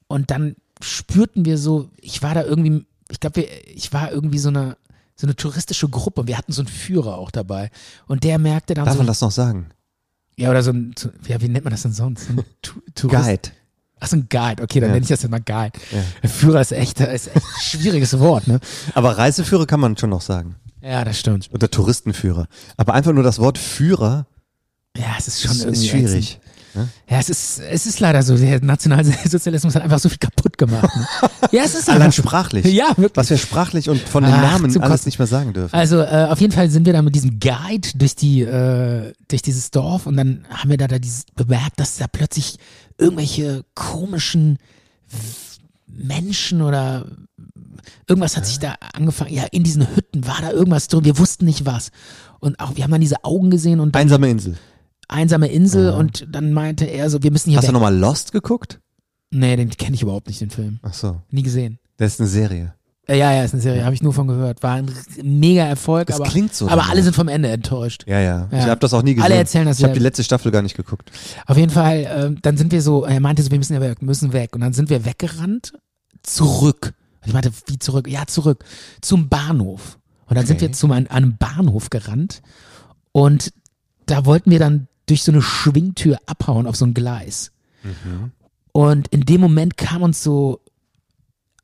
B: und dann spürten wir so, ich war da irgendwie, ich glaube, ich war irgendwie so eine so eine touristische Gruppe und wir hatten so einen Führer auch dabei und der merkte dann
C: Darf
B: so
C: man das noch sagen?
B: ja, oder so ein, so- ja, wie nennt man das denn sonst? So Ein Tu- Tourist-
C: Guide.
B: Ach, so ein Guide. Okay, dann
C: Ja.
B: nenne ich das jetzt mal Guide.
C: Ja.
B: Führer ist echt, ist echt ein schwieriges Wort, ne?
C: Aber Reiseführer kann man schon noch sagen.
B: Ja, das stimmt.
C: Oder Touristenführer. Aber einfach nur das Wort Führer
B: Ja, es ist schon
C: ist,
B: irgendwie
C: ist schwierig.
B: ätzend.
C: Ne?
B: Ja, es ist, es ist leider so. Der Nationalsozialismus hat einfach so viel kaputt gemacht.
C: (laughs)
B: Ne? Ja, es ist
C: Allein
B: einfach so.
C: sprachlich.
B: (laughs) Ja, wirklich.
C: Was wir sprachlich und von den
B: Ach,
C: Namen
B: zum
C: alles
B: Kotzen.
C: nicht mehr sagen dürfen.
B: Also äh, auf jeden Fall sind wir da mit diesem Guide durch die äh, durch dieses Dorf und dann haben wir da, da dieses bemerkt, dass da plötzlich irgendwelche komischen Menschen oder irgendwas hat sich da angefangen. Ja, in diesen Hütten war da irgendwas drin. Wir wussten nicht was. Und auch wir haben dann diese Augen gesehen und dann
C: Einsame Insel.
B: einsame Insel und dann meinte er so, wir müssen hier
C: Hast du
B: weg.
C: nochmal Lost geguckt?
B: Nee, den kenne ich überhaupt nicht den Film.
C: Ach so.
B: Nie gesehen.
C: Das ist eine Serie.
B: Äh, Ja, ja, ist eine Serie, habe ich nur von gehört. War ein r- mega Erfolg,
C: Das
B: aber,
C: klingt so
B: aber
C: danach.
B: alle sind vom Ende enttäuscht.
C: Ja, ja.
B: Ja.
C: Ich habe das auch nie gesehen.
B: Alle erzählen
C: Ich habe die
B: dasselbe.
C: letzte Staffel gar nicht geguckt.
B: Auf jeden Fall, ähm, dann sind wir so, er meinte so, wir müssen ja weg, müssen weg. Und dann sind wir weggerannt, zurück. Und ich meinte, wie zurück? Ja, zurück. Zum Bahnhof. Und dann sind
C: Okay.
B: wir zu einem, einem Bahnhof gerannt und da wollten wir dann durch so eine Schwingtür abhauen auf so ein Gleis. Und in dem Moment kam uns so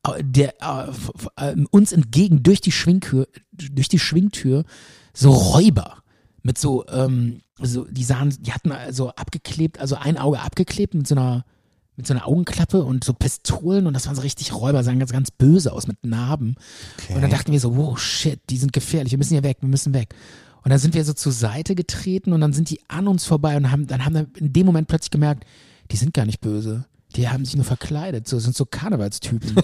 B: äh, der äh, f- f- äh, uns entgegen durch die Schwingtür, durch die Schwingtür so Räuber mit so ähm, so die sahen, die hatten also abgeklebt, also ein Auge abgeklebt mit so einer mit so einer Augenklappe und so Pistolen und das waren so richtig Räuber, sahen ganz ganz böse aus mit Narben. Und dann dachten wir so, wow, shit, die sind gefährlich, wir müssen hier weg, wir müssen weg. Und dann sind wir so zur Seite getreten und dann sind die an uns vorbei und haben, dann haben wir in dem Moment plötzlich gemerkt, die sind gar nicht böse. Die haben sich nur verkleidet, so sind so Karnevalstypen.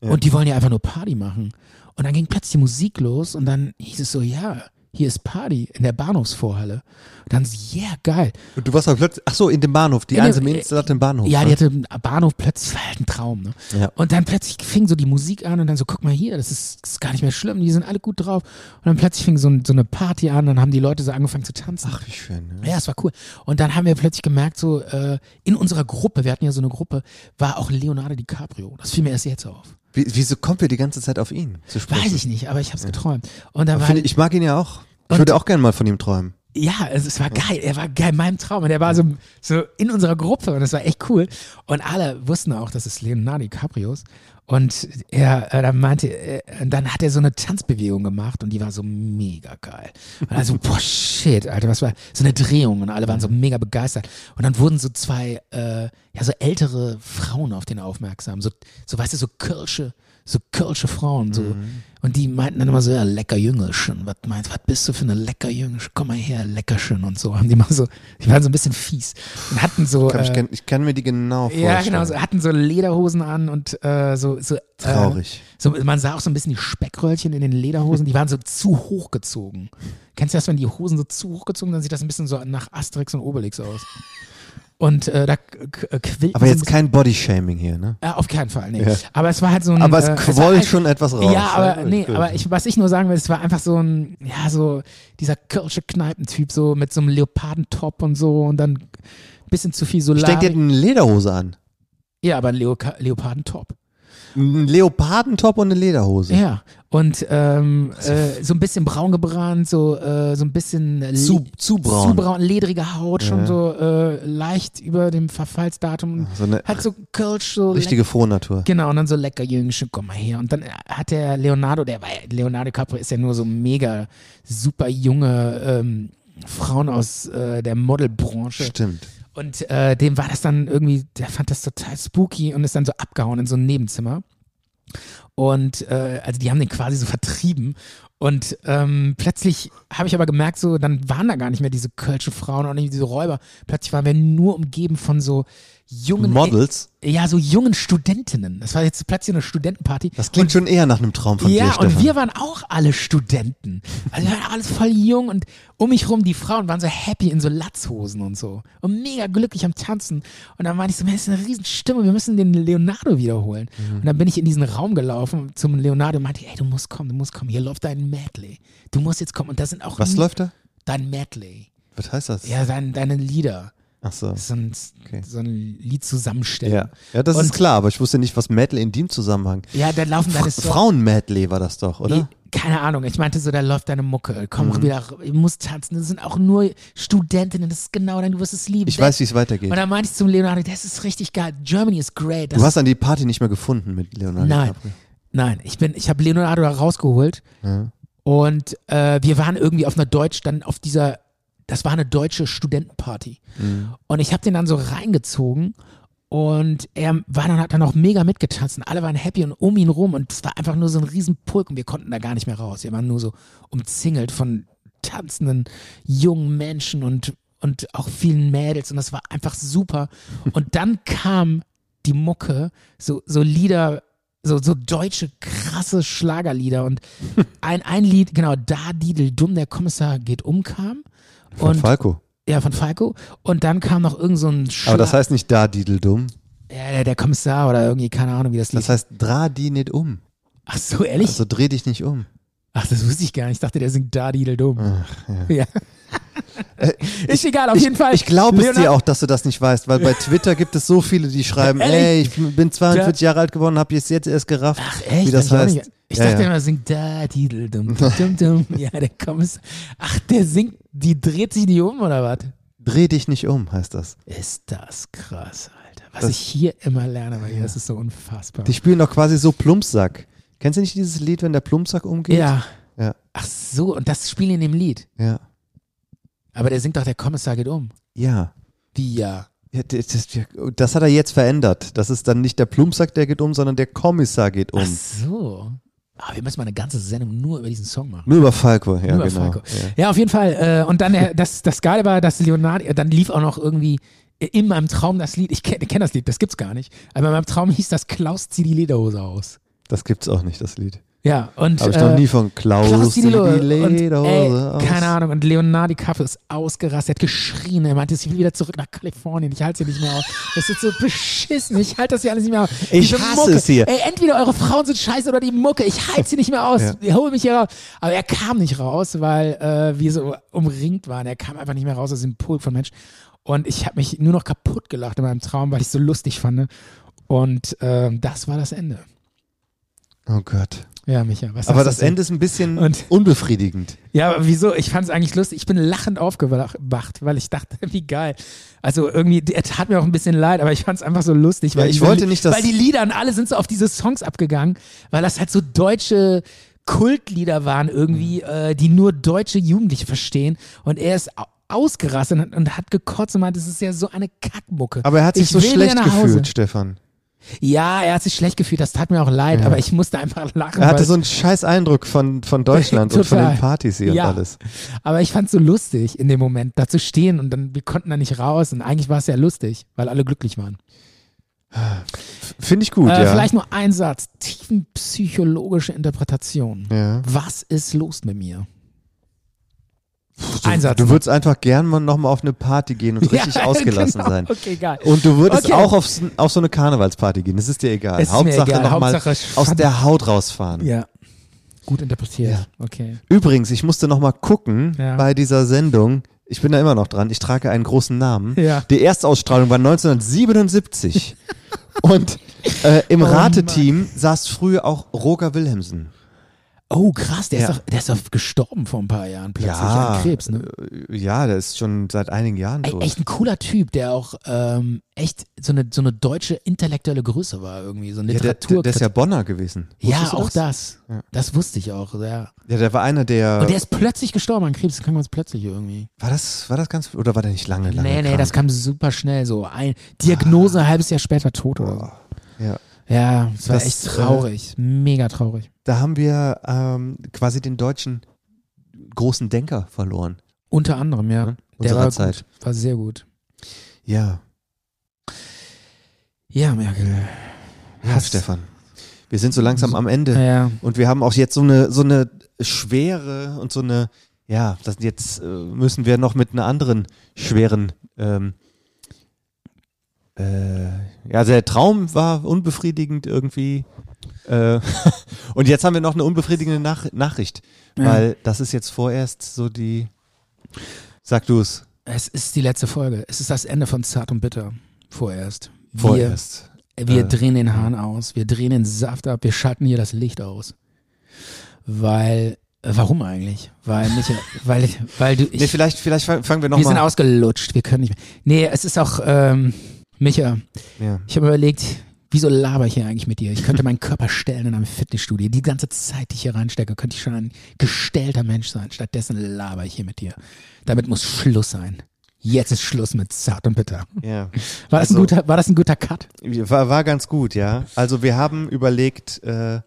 B: Und die wollen ja einfach nur Party machen. Und dann ging plötzlich die Musik los und dann hieß es so, ja, hier ist Party in der Bahnhofsvorhalle. Und dann, so, yeah, geil.
C: Und du warst aber plötzlich, ach so, in dem Bahnhof. Die
B: In dem-
C: einsame Insel hat den Bahnhof.
B: Ja,
C: ne?
B: die hatte einen Bahnhof plötzlich, war halt ein Traum. Ne?
C: Ja.
B: Und dann plötzlich fing so die Musik an und dann so, guck mal hier, das ist, das ist gar nicht mehr schlimm, die sind alle gut drauf. Und dann plötzlich fing so, ein, so eine Party an, dann haben die Leute so angefangen zu tanzen.
C: Ach, wie schön. Ne?
B: Ja, es war cool. Und dann haben wir plötzlich gemerkt, so äh, in unserer Gruppe, wir hatten ja so eine Gruppe, war auch Leonardo DiCaprio. Das fiel mir erst jetzt auf.
C: Wie, wieso kommen wir die ganze Zeit auf ihn zu sprechen?
B: Weiß ich nicht, aber ich habe es geträumt. Und da
C: Aber
B: war
C: finde ich, ich mag ihn ja auch. Ich
B: Und-
C: würde auch gerne mal von ihm träumen.
B: Ja, also es, es war geil. Er war geil in meinem Traum. Und er war so, so in unserer Gruppe und es war echt cool. Und alle wussten auch, dass es Leonardo DiCaprio ist. Und er äh, dann meinte, äh, dann hat er so eine Tanzbewegung gemacht und die war so mega geil. Und also, boah, shit, Alter, was war so eine Drehung und alle waren so mega begeistert. Und dann wurden so zwei, äh, ja, so ältere Frauen auf den aufmerksam. So, so weißt du, so Kirsche, so Kirsche Frauen, so. Und die meinten dann immer so, ja, lecker Jüngerchen, was meinst, was bist du für eine lecker Jüngerchen, komm mal her, leckerchen und so. Haben die mal so, die waren so ein bisschen fies und hatten so,
C: Kann, ich,
B: äh,
C: kann, ich kann mir die genau vorstellen.
B: ja, genau, so, hatten so Lederhosen an und äh, so, so äh,
C: Traurig.
B: So, man sah auch so ein bisschen die Speckröllchen in den Lederhosen, die waren so zu hochgezogen. Kennst du das, wenn die Hosen so zu hochgezogen sind, dann sieht das ein bisschen so nach Asterix und Obelix aus. Und äh, da k- k- äh, quillt
C: Aber jetzt kein Bodyshaming hier, ne?
B: äh, auf keinen Fall, nee.
C: Ja.
B: Aber es war halt so ein.
C: Aber es
B: äh,
C: quoll
B: war halt-
C: schon etwas raus.
B: Ja, aber,
C: Ja,
B: nee,
C: gut.
B: aber ich, was ich nur sagen will, es war einfach so ein, ja, so dieser Kirsche Kneipentyp, so mit so einem Leopardentop und so und dann ein bisschen zu viel
C: Ich
B: Solar.
C: denke, der hat eine Lederhose an.
B: ja, aber ein Leo Leopardentop.
C: Ein Leopardentop und eine Lederhose.
B: Ja. Und ähm, äh, so ein bisschen braun gebrannt, so, äh, so ein bisschen äh,
C: Zu-
B: le-
C: zu braun.
B: Zu braun, ledrige Haut, schon
C: Ja.
B: so äh, leicht über dem Verfallsdatum.
C: So eine
B: Hat so Kirsch, so
C: richtige Frohnatur.
B: Genau, und dann so lecker Jüngchen, komm mal her. Und dann hat der Leonardo, der war ja, Leonardo Caprio ist ja nur so mega super junge ähm, Frauen aus äh, der Modelbranche.
C: Stimmt.
B: Und äh, dem war das dann irgendwie, der fand das total spooky und ist dann so abgehauen in so ein Nebenzimmer. Und äh, also die haben den quasi so vertrieben. Und ähm, plötzlich habe ich aber gemerkt, so, dann waren da gar nicht mehr diese kölsche Frauen und nicht diese Räuber. Plötzlich waren wir nur umgeben von so jungen
C: Models?
B: Ja, so jungen Studentinnen. Das war jetzt plötzlich eine Studentenparty.
C: Das klingt schon eher nach einem Traum von dir,
B: Ja,
C: Stefan.
B: und wir waren auch alle Studenten. Also wir waren alles voll jung und um mich rum die Frauen waren so happy in so Latzhosen und so. Und mega glücklich am Tanzen. Und dann meinte ich so, man, das ist eine Riesenstimme, wir müssen den Leonardo wiederholen.
C: Mhm.
B: Und dann bin ich in diesen Raum gelaufen zum Leonardo und meinte, ey, du musst kommen, du musst kommen, hier läuft dein Medley. Du musst jetzt kommen. Und das sind auch...
C: Was läuft da?
B: Dein Medley.
C: Was heißt das?
B: Ja, dein, deine Lieder.
C: Ach so.
B: Das ist so ein, so ein Lied zusammenstellen.
C: Ja, ja das
B: Und-
C: ist klar, aber ich wusste nicht, was Metal in dem Zusammenhang.
B: Ja, da laufen deine Songs.
C: Frauen-Medley war das doch, oder?
B: Keine Ahnung, ich meinte so, da läuft deine Mucke. Komm
C: Ne? Mhm.
B: wieder, r- ich muss tanzen. Das sind auch nur Studentinnen, das ist genau dein, du wirst es lieben.
C: Ich weiß, wie es weitergeht.
B: Und dann meinte ich zum Leonardo, das ist richtig geil. Germany is great. Das
C: du hast an die Party nicht mehr gefunden mit Leonardo
B: Nein.
C: DiCaprio.
B: Nein, ich bin, ich habe Leonardo da rausgeholt
C: Ja.
B: und äh, wir waren irgendwie auf einer Deutsch, dann auf dieser das war eine deutsche Studentenparty.
O: Mhm.
B: Und ich habe den dann so reingezogen und er war dann, hat dann auch mega mitgetanzt und alle waren happy und um ihn rum und es war einfach nur so ein Riesenpulk und wir konnten da gar nicht mehr raus. Wir waren nur so umzingelt von tanzenden jungen Menschen und, und auch vielen Mädels und das war einfach
C: (laughs)
B: super. Und dann kam die Mucke, so, so Lieder, so, so deutsche krasse Schlagerlieder
C: (laughs)
B: und ein, ein Lied, genau, da Didel Dumm, der Kommissar geht um kam.
C: Von
B: und,
C: Falco.
B: Ja, von Falco. Und dann kam noch irgend so ein
C: Aber das
B: Schlag-
C: heißt nicht da Dideldum.
B: ja, der, der Kommissar oder irgendwie, keine Ahnung, wie das lief.
C: Das heißt, dreh die nicht um.
B: Ach so, ehrlich?
C: Also dreh dich nicht um.
B: Ach, das wusste ich gar nicht. Ich dachte, der singt da Dideldum.
C: Ach, ja. Äh,
B: Ja. (laughs) ist egal, auf jeden Fall.
C: Ich glaube es
B: Leonard-
C: dir auch, dass du das nicht
B: (laughs)
C: weißt, weil bei Twitter gibt es so viele, die schreiben,
B: Ehrlich?
C: ey, ich bin 42 Jahre alt geworden, habe jetzt jetzt erst gerafft,
B: Echt?
C: wie das
B: Hab ich auch
C: heißt.
B: nicht- Ich
C: Ja,
B: dachte
C: ja.
B: immer, singt da Dideldum. Dum,
C: (laughs)
B: dum. Ja, der Kommissar. Ach, der singt, die dreht sich die um oder was?
C: Dreh dich nicht um, heißt das.
B: Ist das krass, Alter. Was
C: Das-
B: ich hier immer lerne, weil das ist so unfassbar.
C: Die spielen doch quasi so Plumpsack. Kennst du nicht dieses Lied, wenn der Plumpsack umgeht?
B: Ja.
C: Ja.
B: Ach so, und das spielen in dem Lied.
C: Ja.
B: Aber der singt doch, der Kommissar geht um.
C: Ja.
B: Wie ja.
C: Ja, das, das, das hat er jetzt verändert. Das ist dann nicht der Plumpsack, der geht um, sondern der Kommissar geht um.
B: Ach so. Aber wir müssen mal eine ganze Sendung nur über diesen Song machen.
C: Nur über Falco,
B: Nur
C: ja,
B: über
C: genau.
B: Falco.
C: Ja.
B: Ja, auf jeden Fall. Äh, und dann, äh, das, das Geile war, dass Leonardo, äh, dann lief auch noch irgendwie äh, in meinem Traum das Lied. Ich kenne kenn das Lied, das gibt's gar nicht. Aber in meinem Traum hieß das Klaus zieh die Lederhose aus.
C: Das gibt's auch nicht, das Lied.
B: Ja, und.
C: Habe ich noch
B: äh,
C: nie von Klaus,
B: zieh die Lo- und,
C: Lederhose
B: ey, Keine Ahnung. Und Leonardo DiCaprio ist ausgerastet, hat geschrien. Er meinte, ich will wieder zurück nach Kalifornien. Ich halte es hier nicht mehr aus. Das ist so beschissen. Ich halte das hier alles nicht mehr aus.
C: Ich
B: Diese
C: hasse
B: Mucke.
C: es hier.
B: Ey, entweder eure Frauen sind scheiße oder die Mucke. Ich halte sie nicht mehr aus.
C: Ja.
B: Ich Hol mich hier raus. Aber er kam nicht raus, weil äh, wir so umringt waren. Er kam einfach nicht mehr raus aus dem Pulk von Menschen. Und ich habe mich nur noch kaputt gelacht in meinem Traum, weil ich es so lustig fand. Und ähm, das war das Ende.
C: Oh Gott.
B: Ja, Micha, was sagst du
C: Aber das
B: dazu?
C: Ende ist ein
B: (laughs)
C: bisschen
B: Und-
C: unbefriedigend.
B: Ja, aber wieso? Ich fand es eigentlich lustig. Ich bin lachend aufgewacht, weil ich dachte, (laughs) wie geil. Also irgendwie, er tat mir auch ein bisschen leid, aber ich fand es einfach so lustig.
C: Ja,
B: Weil
C: ich
B: diese
C: wollte
B: Li-
C: nicht, dass-
B: Weil die Lieder und alle sind so auf diese Songs abgegangen, weil das halt so deutsche Kultlieder waren irgendwie,
C: Mhm.
B: äh, die nur deutsche Jugendliche verstehen. Und er ist au- ausgerastet und, und hat gekotzt und meint, das ist ja so eine Kackmucke.
C: Aber er hat sich
B: Ich
C: so
B: will wieder
C: schlecht
B: nach Hause.
C: gefühlt, Stefan.
B: Ja, er hat sich schlecht gefühlt, das tat mir auch leid,
C: Ja.
B: aber ich musste einfach lachen.
C: Er hatte
B: weil-
C: so einen scheiß Eindruck von, von Deutschland und von
B: Total.
C: den Partys hier
B: Ja.
C: und alles.
B: Aber ich fand's so lustig in dem Moment, da zu stehen und dann, wir konnten da nicht raus und eigentlich war es ja lustig, weil alle glücklich waren.
C: Finde ich gut,
B: äh,
C: ja.
B: Vielleicht nur ein Satz, tiefenpsychologische Interpretation.
C: Ja.
B: Was ist los mit mir? ein Satz. (laughs)
C: Du würdest einfach gern mal nochmal auf eine Party gehen und
B: Ja,
C: richtig ausgelassen
B: genau.
C: sein.
B: Okay, geil.
C: Und du würdest
B: Okay.
C: auch aufs, auf so eine Karnevalsparty gehen. Das ist dir egal.
B: Es ist mir
C: Hauptsache
B: egal.
C: nochmal
B: Hauptsache,
C: aus
B: ich fand-
C: der Haut rausfahren.
B: Ja. Gut interpretiert. Okay.
C: Übrigens, ich musste nochmal gucken
B: Ja.
C: bei dieser Sendung. Ich bin da immer noch dran. Ich trage einen großen Namen.
B: Ja.
C: Die Erstausstrahlung war 1977.
B: (laughs)
C: Und äh, im
B: Oh
C: Rateteam saß früher auch Roger Wilhelmsen.
B: Oh, krass, der,
C: Ja.
B: ist doch, der ist doch gestorben vor ein paar Jahren plötzlich
C: Ja,
B: an Krebs, ne?
C: äh, ja, der ist schon seit einigen Jahren
B: Ey,
C: tot.
B: echt ein cooler Typ, der auch ähm, echt so eine, so eine deutsche intellektuelle Größe war irgendwie, so ein
C: ja, der,
B: Literatur.
C: der, der ist ja Bonner gewesen.
B: Ja,
C: Wusstest du
B: auch das. Das wusste ich auch. Ja.
C: Ja, der war einer der.
B: Und der ist plötzlich gestorben an Krebs. Das kann man plötzlich irgendwie.
C: war das, war das ganz oder war der nicht lange lange?
B: nee, nee,
C: krank?
B: das kam super schnell. So ein Diagnose, ein halbes Jahr später tot oder so.
C: Ja.
B: Ah. Ja, äh, es war
C: Das,
B: echt traurig. Mega traurig.
C: Da haben wir ähm, quasi den deutschen großen Denker verloren.
B: Unter anderem, ja. Der
C: unserer
B: war
C: Zeit.
B: Gut, war sehr gut.
C: Ja,
B: Ja, Merkel.
C: ja
B: Hast- Also
C: Stefan. Wir sind so langsam am Ende.
B: Ja.
C: Und wir haben auch jetzt so eine so eine schwere und so eine ja, das jetzt äh, müssen wir noch mit einer anderen schweren ähm, äh, ja, also der Traum war unbefriedigend irgendwie. Äh, (laughs) und jetzt haben wir noch eine unbefriedigende Nach Nachricht,
B: Ja.
C: weil das ist jetzt vorerst so die. Sag du es.
B: Es ist die letzte Folge. Es ist das Ende von Zart und Bitter. Vorerst. Wir,
C: Vorerst.
B: Wir
C: Äh,
B: drehen den Hahn aus. Wir drehen den Saft ab. Wir schalten hier das Licht aus. Weil, äh, warum eigentlich? Weil,
C: (laughs)
B: Michael, weil, ich- weil du, ich,
C: Nee, vielleicht, vielleicht fang- fangen wir
B: wir sind
C: nochmal.
B: ausgelutscht. Wir können nicht mehr. Nee, es ist auch, ähm, Micha,
C: Ja.
B: ich habe überlegt, Wieso laber ich hier eigentlich mit dir? Ich könnte meinen Körper stellen in einem Fitnessstudio. Die ganze Zeit, die ich hier reinstecke, könnte ich schon ein gestellter Mensch sein. Stattdessen laber ich hier mit dir. Damit muss Schluss sein. Jetzt ist Schluss mit Zart und Bitter.
C: Ja.
B: War, das
C: Also-
B: ein guter, war das ein guter Cut?
C: War, war ganz gut, ja. Also wir haben überlegt, äh,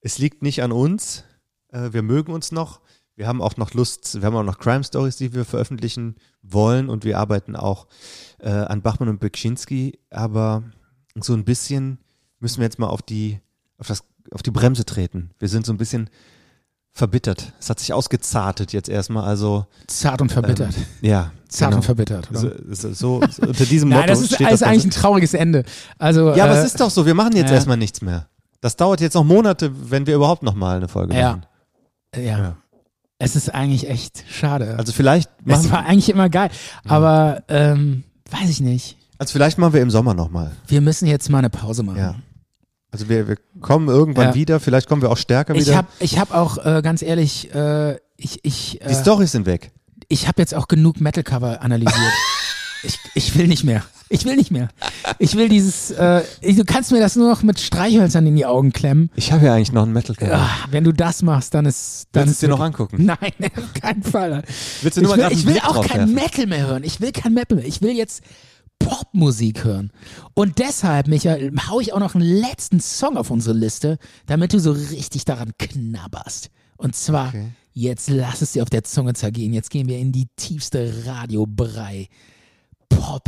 C: es liegt nicht an uns, äh, wir mögen uns noch. Wir haben auch noch Lust, wir haben auch noch Crime Stories, die wir veröffentlichen wollen und wir arbeiten auch äh, an Bachmann und Bekschinski, aber so ein bisschen müssen wir jetzt mal auf die, auf das, auf die Bremse treten. Wir sind so ein bisschen verbittert. Es hat sich ausgezartet jetzt erstmal, also
B: Zart und verbittert.
C: Ähm, ja.
B: Zart und verbittert, oder?
C: So, so, so, so unter
B: (laughs)
C: diesem
B: Nein,
C: Motto
B: das ist,
C: steht
B: ist
C: das
B: eigentlich
C: Ganze.
B: ein trauriges Ende. Also,
C: Ja, aber
B: äh,
C: es ist doch so, wir machen jetzt
B: ja.
C: erstmal nichts mehr. Das dauert jetzt noch Monate, wenn wir überhaupt noch mal eine Folge
B: Ja.
C: machen.
B: Ja. Es ist eigentlich echt schade.
C: Also vielleicht
B: Es
C: machen
B: war eigentlich immer geil. Aber ähm, weiß ich nicht.
C: also vielleicht machen wir im Sommer noch mal.
B: Wir müssen jetzt mal eine Pause machen.
C: Ja. Also wir, wir kommen irgendwann
B: Ja.
C: wieder, vielleicht kommen wir auch stärker
B: Ich
C: wieder.
B: habe ich hab auch, äh, ganz ehrlich, äh, ich, ich, äh,
C: Die Storys sind weg.
B: ich habe jetzt auch genug Metal-Cover
C: (laughs)
B: analysiert. ich, ich will nicht mehr. Ich will nicht mehr. Ich will dieses, äh, ich, du kannst mir das nur noch mit Streichhölzern in die Augen klemmen.
C: Ich habe ja eigentlich noch einen Metal Cover.
B: Ah, wenn du das machst, dann ist dann
C: Willst du
B: ist
C: es dir noch
B: wirklich-
C: angucken?
B: (laughs) Nein, auf keinen Fall.
C: Willst du nur
B: ich
C: mal
B: will,
C: grad einen
B: ich will
C: Blick
B: auch
C: drauf
B: kein
C: werfen?
B: Metal mehr hören. Ich will kein Metal mehr. Ich will jetzt Popmusik hören. Und deshalb, Michael, hau ich auch noch einen letzten Song auf unsere Liste, damit du so richtig daran knabberst. Und zwar, jetzt lass es dir auf der Zunge zergehen. Jetzt gehen wir in die tiefste Radiobrei. Pop.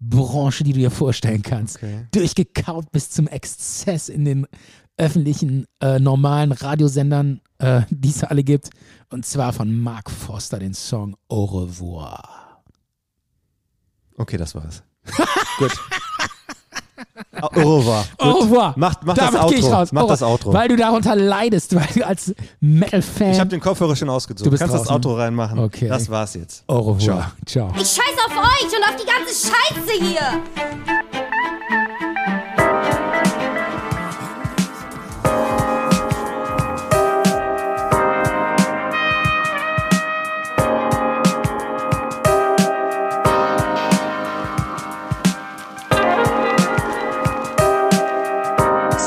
B: Branche, die du dir vorstellen kannst. Durchgekaut bis zum Exzess in den öffentlichen, äh, normalen Radiosendern, äh, die es alle gibt. Und zwar von Mark Foster den Song Au revoir.
C: Okay, das war's. (laughs) Gut. Ah, Au revoir. Gut.
B: Au revoir.
C: Macht, macht das
B: Damit
C: Outro.
B: geh ich raus.
C: Macht
B: Au
C: das
B: revoir.
C: Outro.
B: Weil du darunter leidest, weil du als Metal-Fan.
C: ich habe den Kopfhörer schon ausgezogen.
B: Du bist
C: Kannst
B: raus,
C: das
B: ne?
C: Outro reinmachen.
B: Okay.
C: Das war's jetzt.
B: Au revoir.
C: Ciao.
B: Ciao.
N: Ich scheiß auf euch und auf die ganze Scheiße hier.